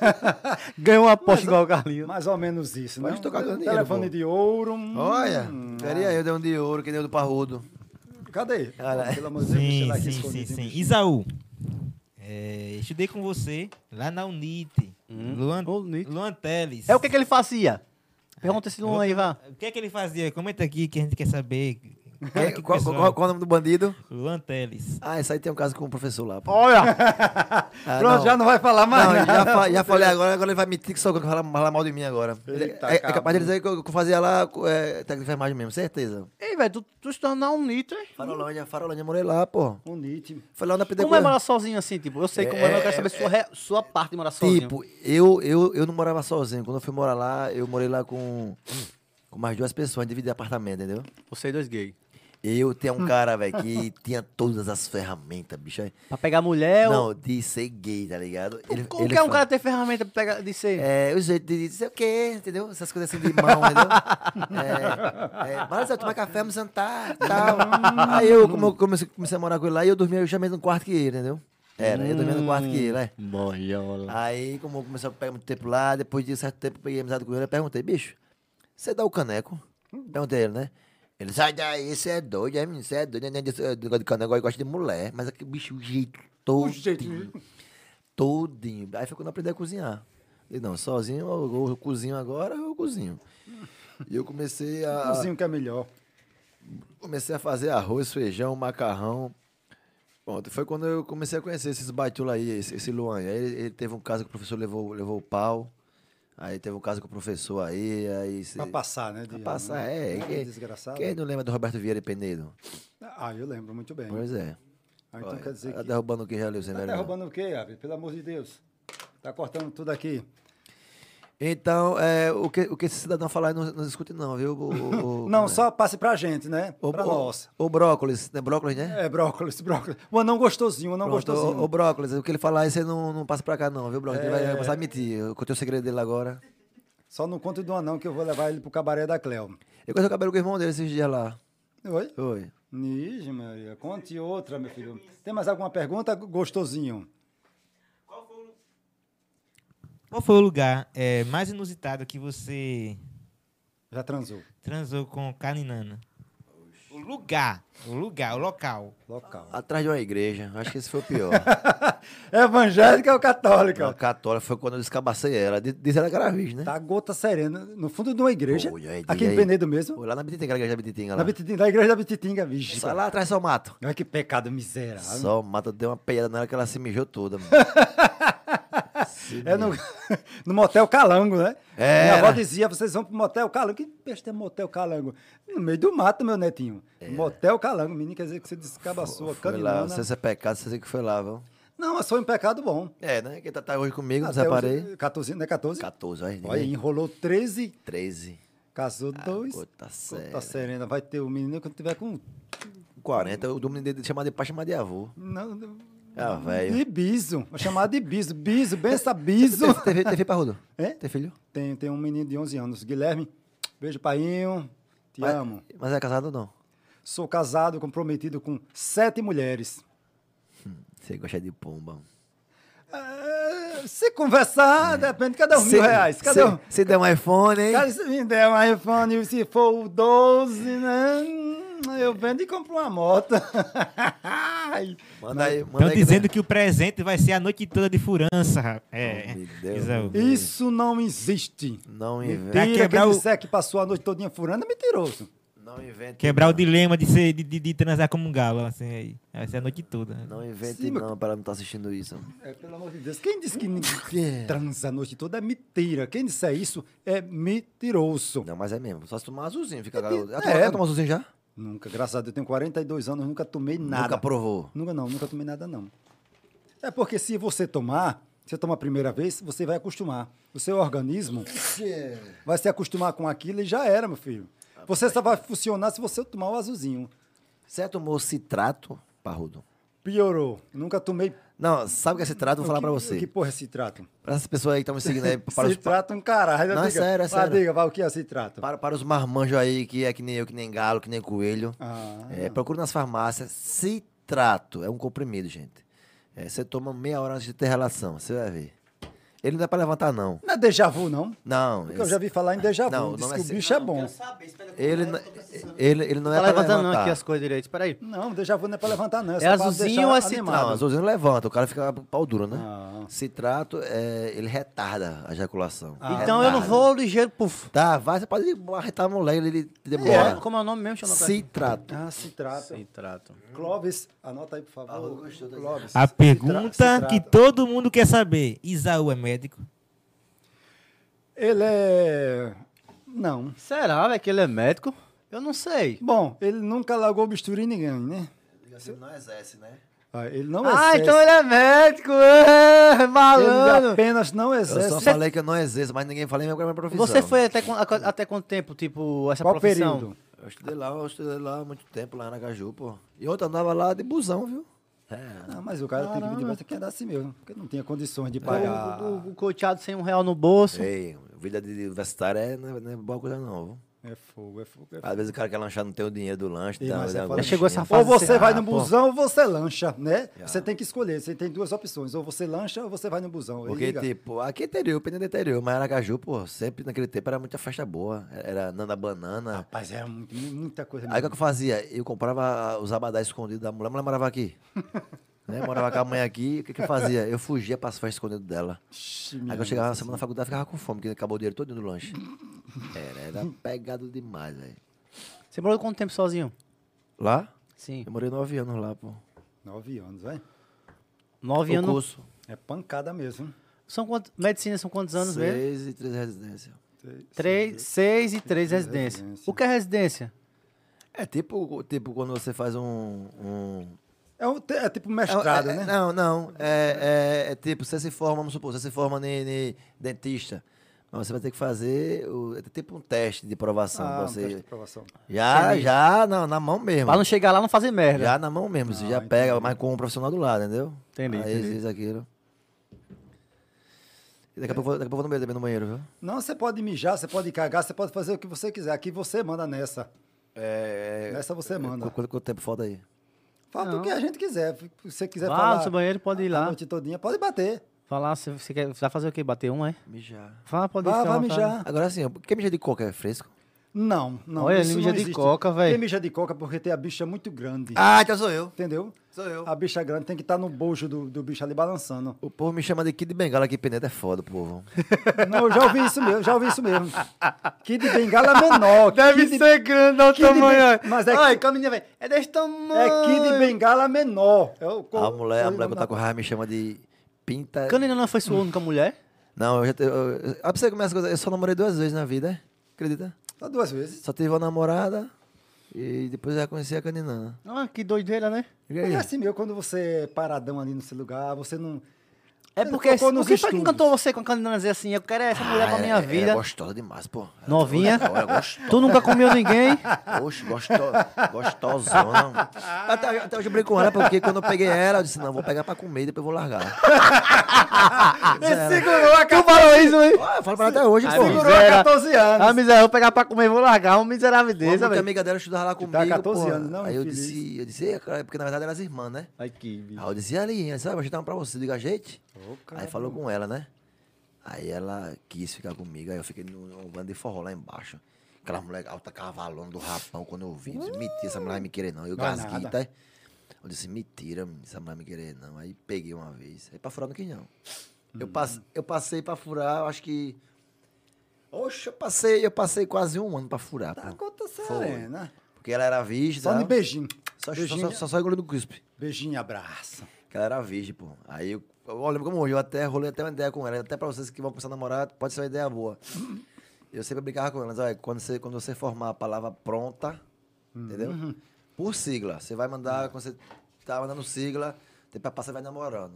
S1: ganhou uma aposta igual o Carlinhos.
S2: Mais ou menos isso, né?
S3: Pode tocar
S2: Um
S3: dinheiro,
S2: Telefone
S3: pô.
S2: de ouro. hum.
S3: Olha, queria eu, dei um de ouro, que nem o do Parrudo.
S2: Cadê?
S3: Olha.
S2: Pelo amor de Deus, deixa
S4: Sim,
S2: ele aqui
S4: sim, sim,
S2: escondido.
S4: sim. Isaú, é, estudei com você lá na Unite. Luan,
S1: Hum? ô, Unite.
S4: Luan Teles.
S1: É o que, que ele fazia? Pergunta esse Luan aí, vá.
S4: O que é que ele fazia? Comenta aqui que a gente quer saber. Fala
S3: Quem-
S4: aqui,
S3: qual,
S4: pessoal.
S3: qual- qual é o nome do bandido?
S4: Luan Teles.
S3: Ah, isso aí tem um caso com o professor lá. Pô.
S1: Olha!
S3: Ah,
S2: Pronto, já não vai falar mais.
S3: Não,
S2: nada.
S3: já, fa- já falei agora, agora ele vai mentir que só que fala, fala mal de mim agora. Ele-
S2: Eita,
S3: é, é
S2: acabou.
S3: capaz de dizer que eu, que eu fazia lá é, técnico de enfermagem mesmo, certeza.
S1: Ei, velho, tu, tu estudando na Unito, hein?
S3: Farolândia, Farolândia, morei lá, pô.
S2: Um Nietzsche.
S3: Foi lá onde eu aprendi
S1: Como é
S3: com-
S1: morar sozinho assim, tipo? Eu sei como é, mas eu quero saber sua, re- sua parte de morar sozinho.
S3: Tipo, eu, eu, eu não morava sozinho. Quando eu fui morar lá, eu morei lá com, com mais duas pessoas, dividi apartamento, entendeu?
S1: Vocês dois gay.
S3: Eu tinha
S1: Hum.
S3: um cara, velho, que tinha todas as ferramentas, bicho. aí-
S1: Pra pegar mulher, ou-
S3: Não, de ser gay, tá ligado? Ele,
S1: É como
S3: ele
S1: que é um
S3: fa-
S1: cara ter ferramenta pra pegar, de ser?
S3: É, o jeito de dizer o quê, entendeu? Essas coisas assim de mão, entendeu? É, é, bora Zé, tomar café, vamos jantar, tal. Aí eu como, eu comecei, comecei a morar com ele lá e eu dormia, eu chamei no quarto que ele, entendeu? Era, eu dormia no quarto que ele, é.
S1: Boiola.
S3: Aí, como começou a pegar muito tempo lá, depois de um certo tempo eu peguei amizade com ele, eu perguntei, bicho, você dá o caneco? Perguntei a ele, né? Ele, sai daí, você é doido, é, menino, você é doido, né? Eu gosto de caneco, eu gosto de mulher, mas aquele bicho, o jeito todo.
S2: jeito. né?
S3: Todinho. Aí foi quando eu aprendi a cozinhar. Ele, não, sozinho eu, eu, cozinho agora, eu cozinho. E eu comecei a
S2: Cozinho que é melhor.
S3: comecei a fazer arroz, feijão, macarrão. Pronto, foi quando eu comecei a conhecer esses baitula aí, esse, esse Luan. Aí ele, ele teve um caso que o professor levou, levou o pau. Aí teve um caso com o professor aí. aí se-
S2: Pra passar, né?
S3: Pra
S2: de-
S3: passar, é.
S2: Ah,
S3: Quem,
S2: Desgraçado.
S3: quem não lembra do Roberto Vieira e Penedo?
S2: Ah, eu lembro muito bem.
S3: Pois é.
S2: Ah, então
S3: Olha,
S2: quer dizer
S3: tá
S2: que...
S3: derrubando né, o que já leu sem
S2: Tá
S3: vergonha.
S2: derrubando o quê, Ave? Pelo amor de Deus. Tá cortando tudo aqui.
S3: Então, é, o, que, o que esse cidadão falar não, não escute não, viu? O- o- o-
S2: Não,
S3: como é?
S2: só passe pra gente, né?
S3: O,
S2: pra
S3: o-
S2: nós.
S3: o brócolis, né? Brócolis, né?
S2: É, brócolis, brócolis. Um anão gostosinho, um anão
S3: Pronto,
S2: gostosinho. É.
S3: o, o brócolis, o que ele falar aí você não, não passa pra cá não, viu, brócolis? Ele vai- vai passar a mentir. Eu contei o segredo dele agora.
S2: Só não conta do anão que eu vou levar ele pro cabaré da Cleo.
S3: Eu cortei o cabelo com o irmão dele esses dias lá.
S2: Oi?
S3: Oi.
S2: Nige, Maria. Conte outra, meu filho. Tem mais alguma pergunta, gostosinho?
S4: Qual foi o lugar é, mais inusitado que você
S2: Já transou.
S4: transou com Karinana? O lugar, o lugar, o local.
S2: Local.
S3: Atrás de uma igreja. Acho que esse foi o pior.
S2: Evangélica ou
S3: a
S2: católica?
S3: católica foi quando eu descabacei ela. Diz- Diz ela que era virgem, né?
S2: Tá gota serena, no fundo de uma igreja,
S3: Olha aí, diga
S2: aqui em
S3: aí.
S2: Penedo mesmo,
S3: Foi lá na Bititinga, aquela igreja da Bititinga
S2: na,
S3: lá.
S2: Bititinga, na igreja da Bititinga, vixe.
S3: Só lá atrás só mato.
S2: Olha que pecado miserável.
S3: Só mato, deu uma peiada nela que ela se mijou toda. mano. Se
S2: É no, no motel Calango, né?
S3: Era.
S2: Minha avó dizia, vocês vão pro motel Calango. Que besta é motel Calango? No meio do mato, meu netinho. Motel Calango, menino, quer dizer que você descabaçou a
S3: É. Foi lá,
S2: caninana.
S3: não sei se é pecado, sei que foi lá, viu?
S2: Não, mas foi um pecado bom.
S3: É, né? Quem tá, tá hoje comigo, não
S2: Até
S3: separei.
S2: os- 14, não é 14?
S3: 14, aí. né?
S2: Olha, enrolou 13,
S3: 13.
S2: casou dois.
S3: gota
S2: Tá
S3: Ah, serena.
S2: serena, vai ter o menino quando tiver com...
S3: 40, o domingo dele chamar de pai chamar de avô.
S2: Não, não-
S3: Ah, velho.
S2: E biso. Vou chamar de biso. Biso, bença biso.
S3: Teve, teve, teve parrudo?
S2: É?
S3: Tem filho?
S2: Tem, tem um menino de 11 anos. Guilherme, beijo, painho. Te
S3: Mas-
S2: amo.
S3: Mas é casado ou não?
S2: Sou casado, comprometido com sete mulheres.
S3: Você gosta de pomba.
S2: Ah, Se conversar, depende, cada um mil reais. Cada um.
S3: Você deu um iPhone, hein?
S2: Cara, se me der um iPhone, se for o 12, né? hum, Eu vendo e compro uma moto. Ai,
S3: Manda aí, manda
S4: Estão
S3: aí.
S4: dizendo que o presente vai ser a noite toda de furança, rapaz. É.
S3: Oh, meu Deus.
S4: Isaú.
S2: Isso não existe.
S3: Não inventa.
S4: Pra
S2: Mentira,
S4: É quebrar
S2: quem
S4: o-
S2: disser que passou a noite todinha furando é mentiroso.
S3: Não inventa.
S4: Quebrar o dilema de, ser, de, de, de transar como um galo, assim, aí. Vai ser a noite toda.
S3: Não invente,
S2: Sim, mas-
S3: não, para não estar assistindo isso.
S2: É, pelo amor de Deus. Quem disse que
S3: É.
S2: ninguém transa a noite toda é mentira. Quem disser isso é mentiroso.
S3: Não, mas é mesmo. Só se tomar azulzinho, fica
S2: É,
S3: garoto. Já
S2: é.
S3: tomou- já tomou azulzinho já?
S2: Nunca, graças a Deus, eu tenho 42 anos, nunca tomei nada.
S3: Nunca provou.
S2: Nunca não, nunca tomei nada não. É porque se você tomar, se você tomar a primeira vez, você vai acostumar. O seu organismo vai se acostumar com aquilo e já era, meu filho. Você só vai funcionar se você tomar o azulzinho.
S3: Você tomou citrato, parrudo?
S2: Piorou. Nunca tomei.
S3: Não, sabe o que é citrato? Vou falar
S2: que,
S3: pra você.
S2: Que porra é citrato?
S3: Para essas pessoas aí que estão me seguindo aí, para os,
S2: Citrato é um caralho.
S3: Não, é
S2: diga.
S3: sério, é
S2: Ah,
S3: sério.
S2: diga, vai, o que é citrato?
S3: para, para os marmanjos aí, que é que nem eu, que nem galo, que nem coelho.
S2: Ah,
S3: É, procura nas farmácias citrato. É um comprimido, gente. É, você toma meia hora antes de ter relação, você vai ver. Ele não é pra levantar, não.
S2: Não é déjà vu, não?
S3: Não.
S2: Porque eu
S3: esse-
S2: já vi falar em déjà vu.
S3: Não, o
S2: Diz
S3: nome
S2: que
S3: é
S2: o
S3: ci-
S2: bicho é bom.
S3: Ele, não- ele, ele não é
S1: Tá
S3: pra
S1: levantando não
S3: levantar.
S1: aqui as coisas direito, peraí.
S2: Não, déjà vu não é pra levantar, não.
S1: É
S2: só pra
S1: azulzinho
S2: deixar
S1: ou é
S2: animado.
S3: Não, azulzinho não levanta, o cara fica pau duro, né?
S2: Ah.
S3: Citrato, é, ele retarda a ejaculação.
S1: então eu não
S3: Retarda.
S1: vou ligeiro puf.
S3: Tá, vai, você pode arretar a mulher, ele ele demora.
S1: Como como é o nome mesmo? Deixa eu anotar aqui.
S3: Citrato.
S2: Ah, citrato.
S1: Citrato.
S2: Clóvis, anota aí, por favor. Clóvis.
S4: A pergunta
S2: Citra-
S4: que
S2: citrato.
S4: todo mundo quer saber: Isaú é médico?
S2: Ele é. Não.
S1: Será, velho, que ele é médico? Eu não sei.
S2: Bom, ele nunca largou bisturi em ninguém, né?
S3: Você não exerce, né?
S2: Ah, Ele não
S1: ah,
S2: exerce.
S1: então ele é médico! É,
S2: Ele
S1: malandro!
S2: apenas não
S3: Eu só
S2: exerce.
S3: falei que eu não exerço, mas ninguém falei minha própria profissão.
S1: Você foi até, quan- até, quanto tempo, tipo, essa
S2: Qual
S1: profissão?
S2: período?
S3: Eu estudei lá, eu estudei lá há muito tempo, lá na Caju, pô. E outra andava lá de busão, viu? É.
S2: Ah, mas o cara tem que pedir você quer dar assim mesmo, porque não tinha condições de pagar.
S1: O, o, o coiteado sem um real no bolso.
S3: Ei, vida de universitário é, não, é, não é boa coisa não, viu?
S2: É fogo, é fogo. É fogo.
S3: Às vezes o cara quer lanchar, não tem o dinheiro do lanche.
S2: Ei,
S3: tá,
S2: mas
S3: dá
S2: é
S3: uma
S2: foda.
S1: Chegou essa
S3: lanchinha.
S1: fase
S2: Ou você
S1: assim,
S2: vai
S1: ah,
S2: no
S1: pô.
S2: busão ou você lancha, né? Você tem que escolher, você tem duas opções. Ou você lancha ou você vai no busão. Ele
S3: Porque,
S2: liga.
S3: tipo, aqui é interior, pena do interior, mas Aracaju, pô, sempre naquele tempo era muita festa boa. Era Nanda Banana.
S1: Ah,
S2: Rapaz, é muito- muita coisa
S3: Aí o que
S2: mesmo.
S3: eu fazia? Eu comprava os abadá escondidos da mulher, a mulher morava aqui. né? Morava com a mãe aqui, o que, que eu fazia? Eu fugia pras festas escondidas dela.
S2: Ixi,
S3: Aí
S2: minha
S3: quando eu chegava na semana na faculdade, ficava com fome, porque acabou o dinheiro todo do lanche. Era, era pegado demais, velho.
S1: Você morou quanto tempo sozinho?
S3: Lá?
S1: Sim.
S3: Eu morei nove anos lá, pô.
S2: Nove anos, vai.
S1: Nove
S3: No
S1: anos.
S3: curso.
S2: É pancada mesmo. hein?
S1: São quantos, medicina são quantos anos mesmo?
S3: Seis e três residência.
S1: Três, seis e três
S2: Seis
S1: residência.
S2: residência.
S1: O que é residência?
S3: É tipo, tipo quando você faz um. um...
S2: É, um, te- é tipo
S3: É-
S2: mestrado,
S3: é- é-
S2: né?
S3: Não, não. É, é- é tipo, você se forma, vamos supor, você se forma em, em dentista. Mas você vai ter que fazer o- é tipo um teste de provação.
S2: Ah,
S3: pra
S2: um
S3: você...
S2: teste de aprovação.
S3: Já, já, não, na mão mesmo.
S1: Pra não chegar lá e não fazer merda.
S3: Já na mão mesmo, você já pega, mas com um profissional do lado, entendeu?
S1: Entendi,
S3: Aí
S1: entendi.
S3: exige aquilo. E daqui a pouco eu vou- daqui a pouco eu vou no banheiro também no banheiro, viu?
S2: Não, você pode mijar, você pode cagar, você pode fazer o que você quiser. Aqui você manda nessa.
S3: É.
S2: Nessa você manda.
S3: Quanto, quanto tempo falta aí?
S2: Fala
S1: Não.
S2: o que a gente quiser. Se você quiser
S1: Vá
S2: falar
S1: no seu banheiro, pode ir
S2: a
S1: lá.
S2: noite todinha, pode bater.
S1: Falar se você quer. Vai fazer o quê? Bater um, é?
S3: Mijar.
S1: Fala, pode
S2: Vá,
S1: ficar à
S2: vá
S1: vontade.
S2: mijar.
S3: Agora sim, quem mija de coca é fresco?
S2: Não, não.
S1: Olha,
S2: isso
S1: ele mija
S2: não
S1: de
S2: existe.
S1: coca, véi.
S2: Ele mija de coca porque tem a bicha muito grande.
S3: Ah, então sou eu.
S2: Entendeu?
S3: Sou eu.
S2: A bicha grande tem que estar no bojo do, do bicho ali balançando.
S3: O povo me chama de Kid Bengala aqui, Penedo é foda, povo.
S2: Não, eu já ouvi isso mesmo, já ouvi isso mesmo. Que de bengala é menor.
S1: Deve
S2: que de-
S1: ser grande, olha o
S2: Kid
S1: tamanho.
S2: Ben- mas é
S1: Olha,
S2: que-
S1: caminha, velho. É desse
S2: É
S1: tamanho.
S2: que de bengala menor. É o co-
S3: A mulher, a mulher que eu
S2: na-
S3: tô com raiva me chama de pinta.
S1: Canina não foi sua única mulher?
S3: Não, eu já. te- eu- eu- Ah, pra você começar eu só namorei duas vezes na vida, acredita?
S2: Só Tá duas vezes.
S3: Só tive uma namorada e depois eu já conheci a caninana.
S1: Ah, que doideira, né?
S3: E
S2: Mas
S3: aí?
S2: É assim mesmo, quando você é paradão ali no seu lugar, você não.
S1: É
S2: Ele
S1: porque
S2: focou
S1: o
S2: nos
S1: que foi que
S2: estudos.
S1: encantou você com a Candidana dizer assim, eu quero essa mulher pra
S3: Ah,
S1: minha
S3: é-
S1: vida,
S3: É gostosa demais, pô. Ela
S1: novinha,
S3: é gostosa.
S1: tu nunca comeu ninguém,
S3: Oxe, gosto, gostosona. Até, até hoje eu brinco com ela, porque quando eu peguei ela, eu disse, não, vou pegar pra comer, depois eu vou largar.
S2: segurou a
S1: tu falou isso, hein?
S3: Ah, eu falo pra ela até hoje,
S1: Ah,
S3: pô.
S1: sim.
S2: Segurou há
S1: miséria.
S2: 14 anos.
S1: Ah, miséria, eu vou pegar pra comer, vou largar, uma
S3: Uma
S1: miseravidez,
S3: muita
S1: velho.
S3: amiga dela estudava lá comigo,
S2: tá há 14
S3: porra.
S2: anos, não,
S3: Aí eu
S2: infeliz.
S3: disse, eu disse, "Ei, cara", porque na verdade elas irmãs, né?
S1: Aqui, bicho.
S3: Aí eu disse, ali, sabe, eu vou uma pra você, diga a gente.
S2: cara.
S3: aí falou com ela, né? Aí ela quis ficar comigo, aí eu fiquei no- num bando de forró lá embaixo. Aquela mulher alta cavalona do rapão, quando eu vi, eu disse, mentira, essa mulher vai me querer não. Eu
S2: Vai
S3: gasguei,
S2: é nada.
S3: tá? Eu disse, mentira, menino, essa mulher vai me querer não. Aí peguei uma vez, aí pra furar não quis não.
S2: Hum.
S3: Eu, passe- eu passei pra furar, eu acho que... Oxe, eu passei, eu passei quase um ano pra furar,
S2: Tá
S3: pô.
S2: conta
S3: Foi.
S2: serena.
S3: Porque ela era virgem,
S2: Só
S3: tá?
S2: de beijinho.
S3: Só, só,
S2: beijinho,
S3: só, só, só engolindo cuspe.
S2: beijinho, abraço.
S3: Que ela era virgem, pô. Aí eu, eu lembro como hoje, eu até rolei até uma ideia com ela. Até pra vocês que vão começar a namorar, pode ser uma ideia boa.
S2: Uhum.
S3: Eu sempre brincava com elas, olha, quando você, quando você formar a palavra pronta,
S2: Uhum.
S3: entendeu? Por sigla. Você vai mandar, quando você tá mandando sigla, depois passa e vai namorando.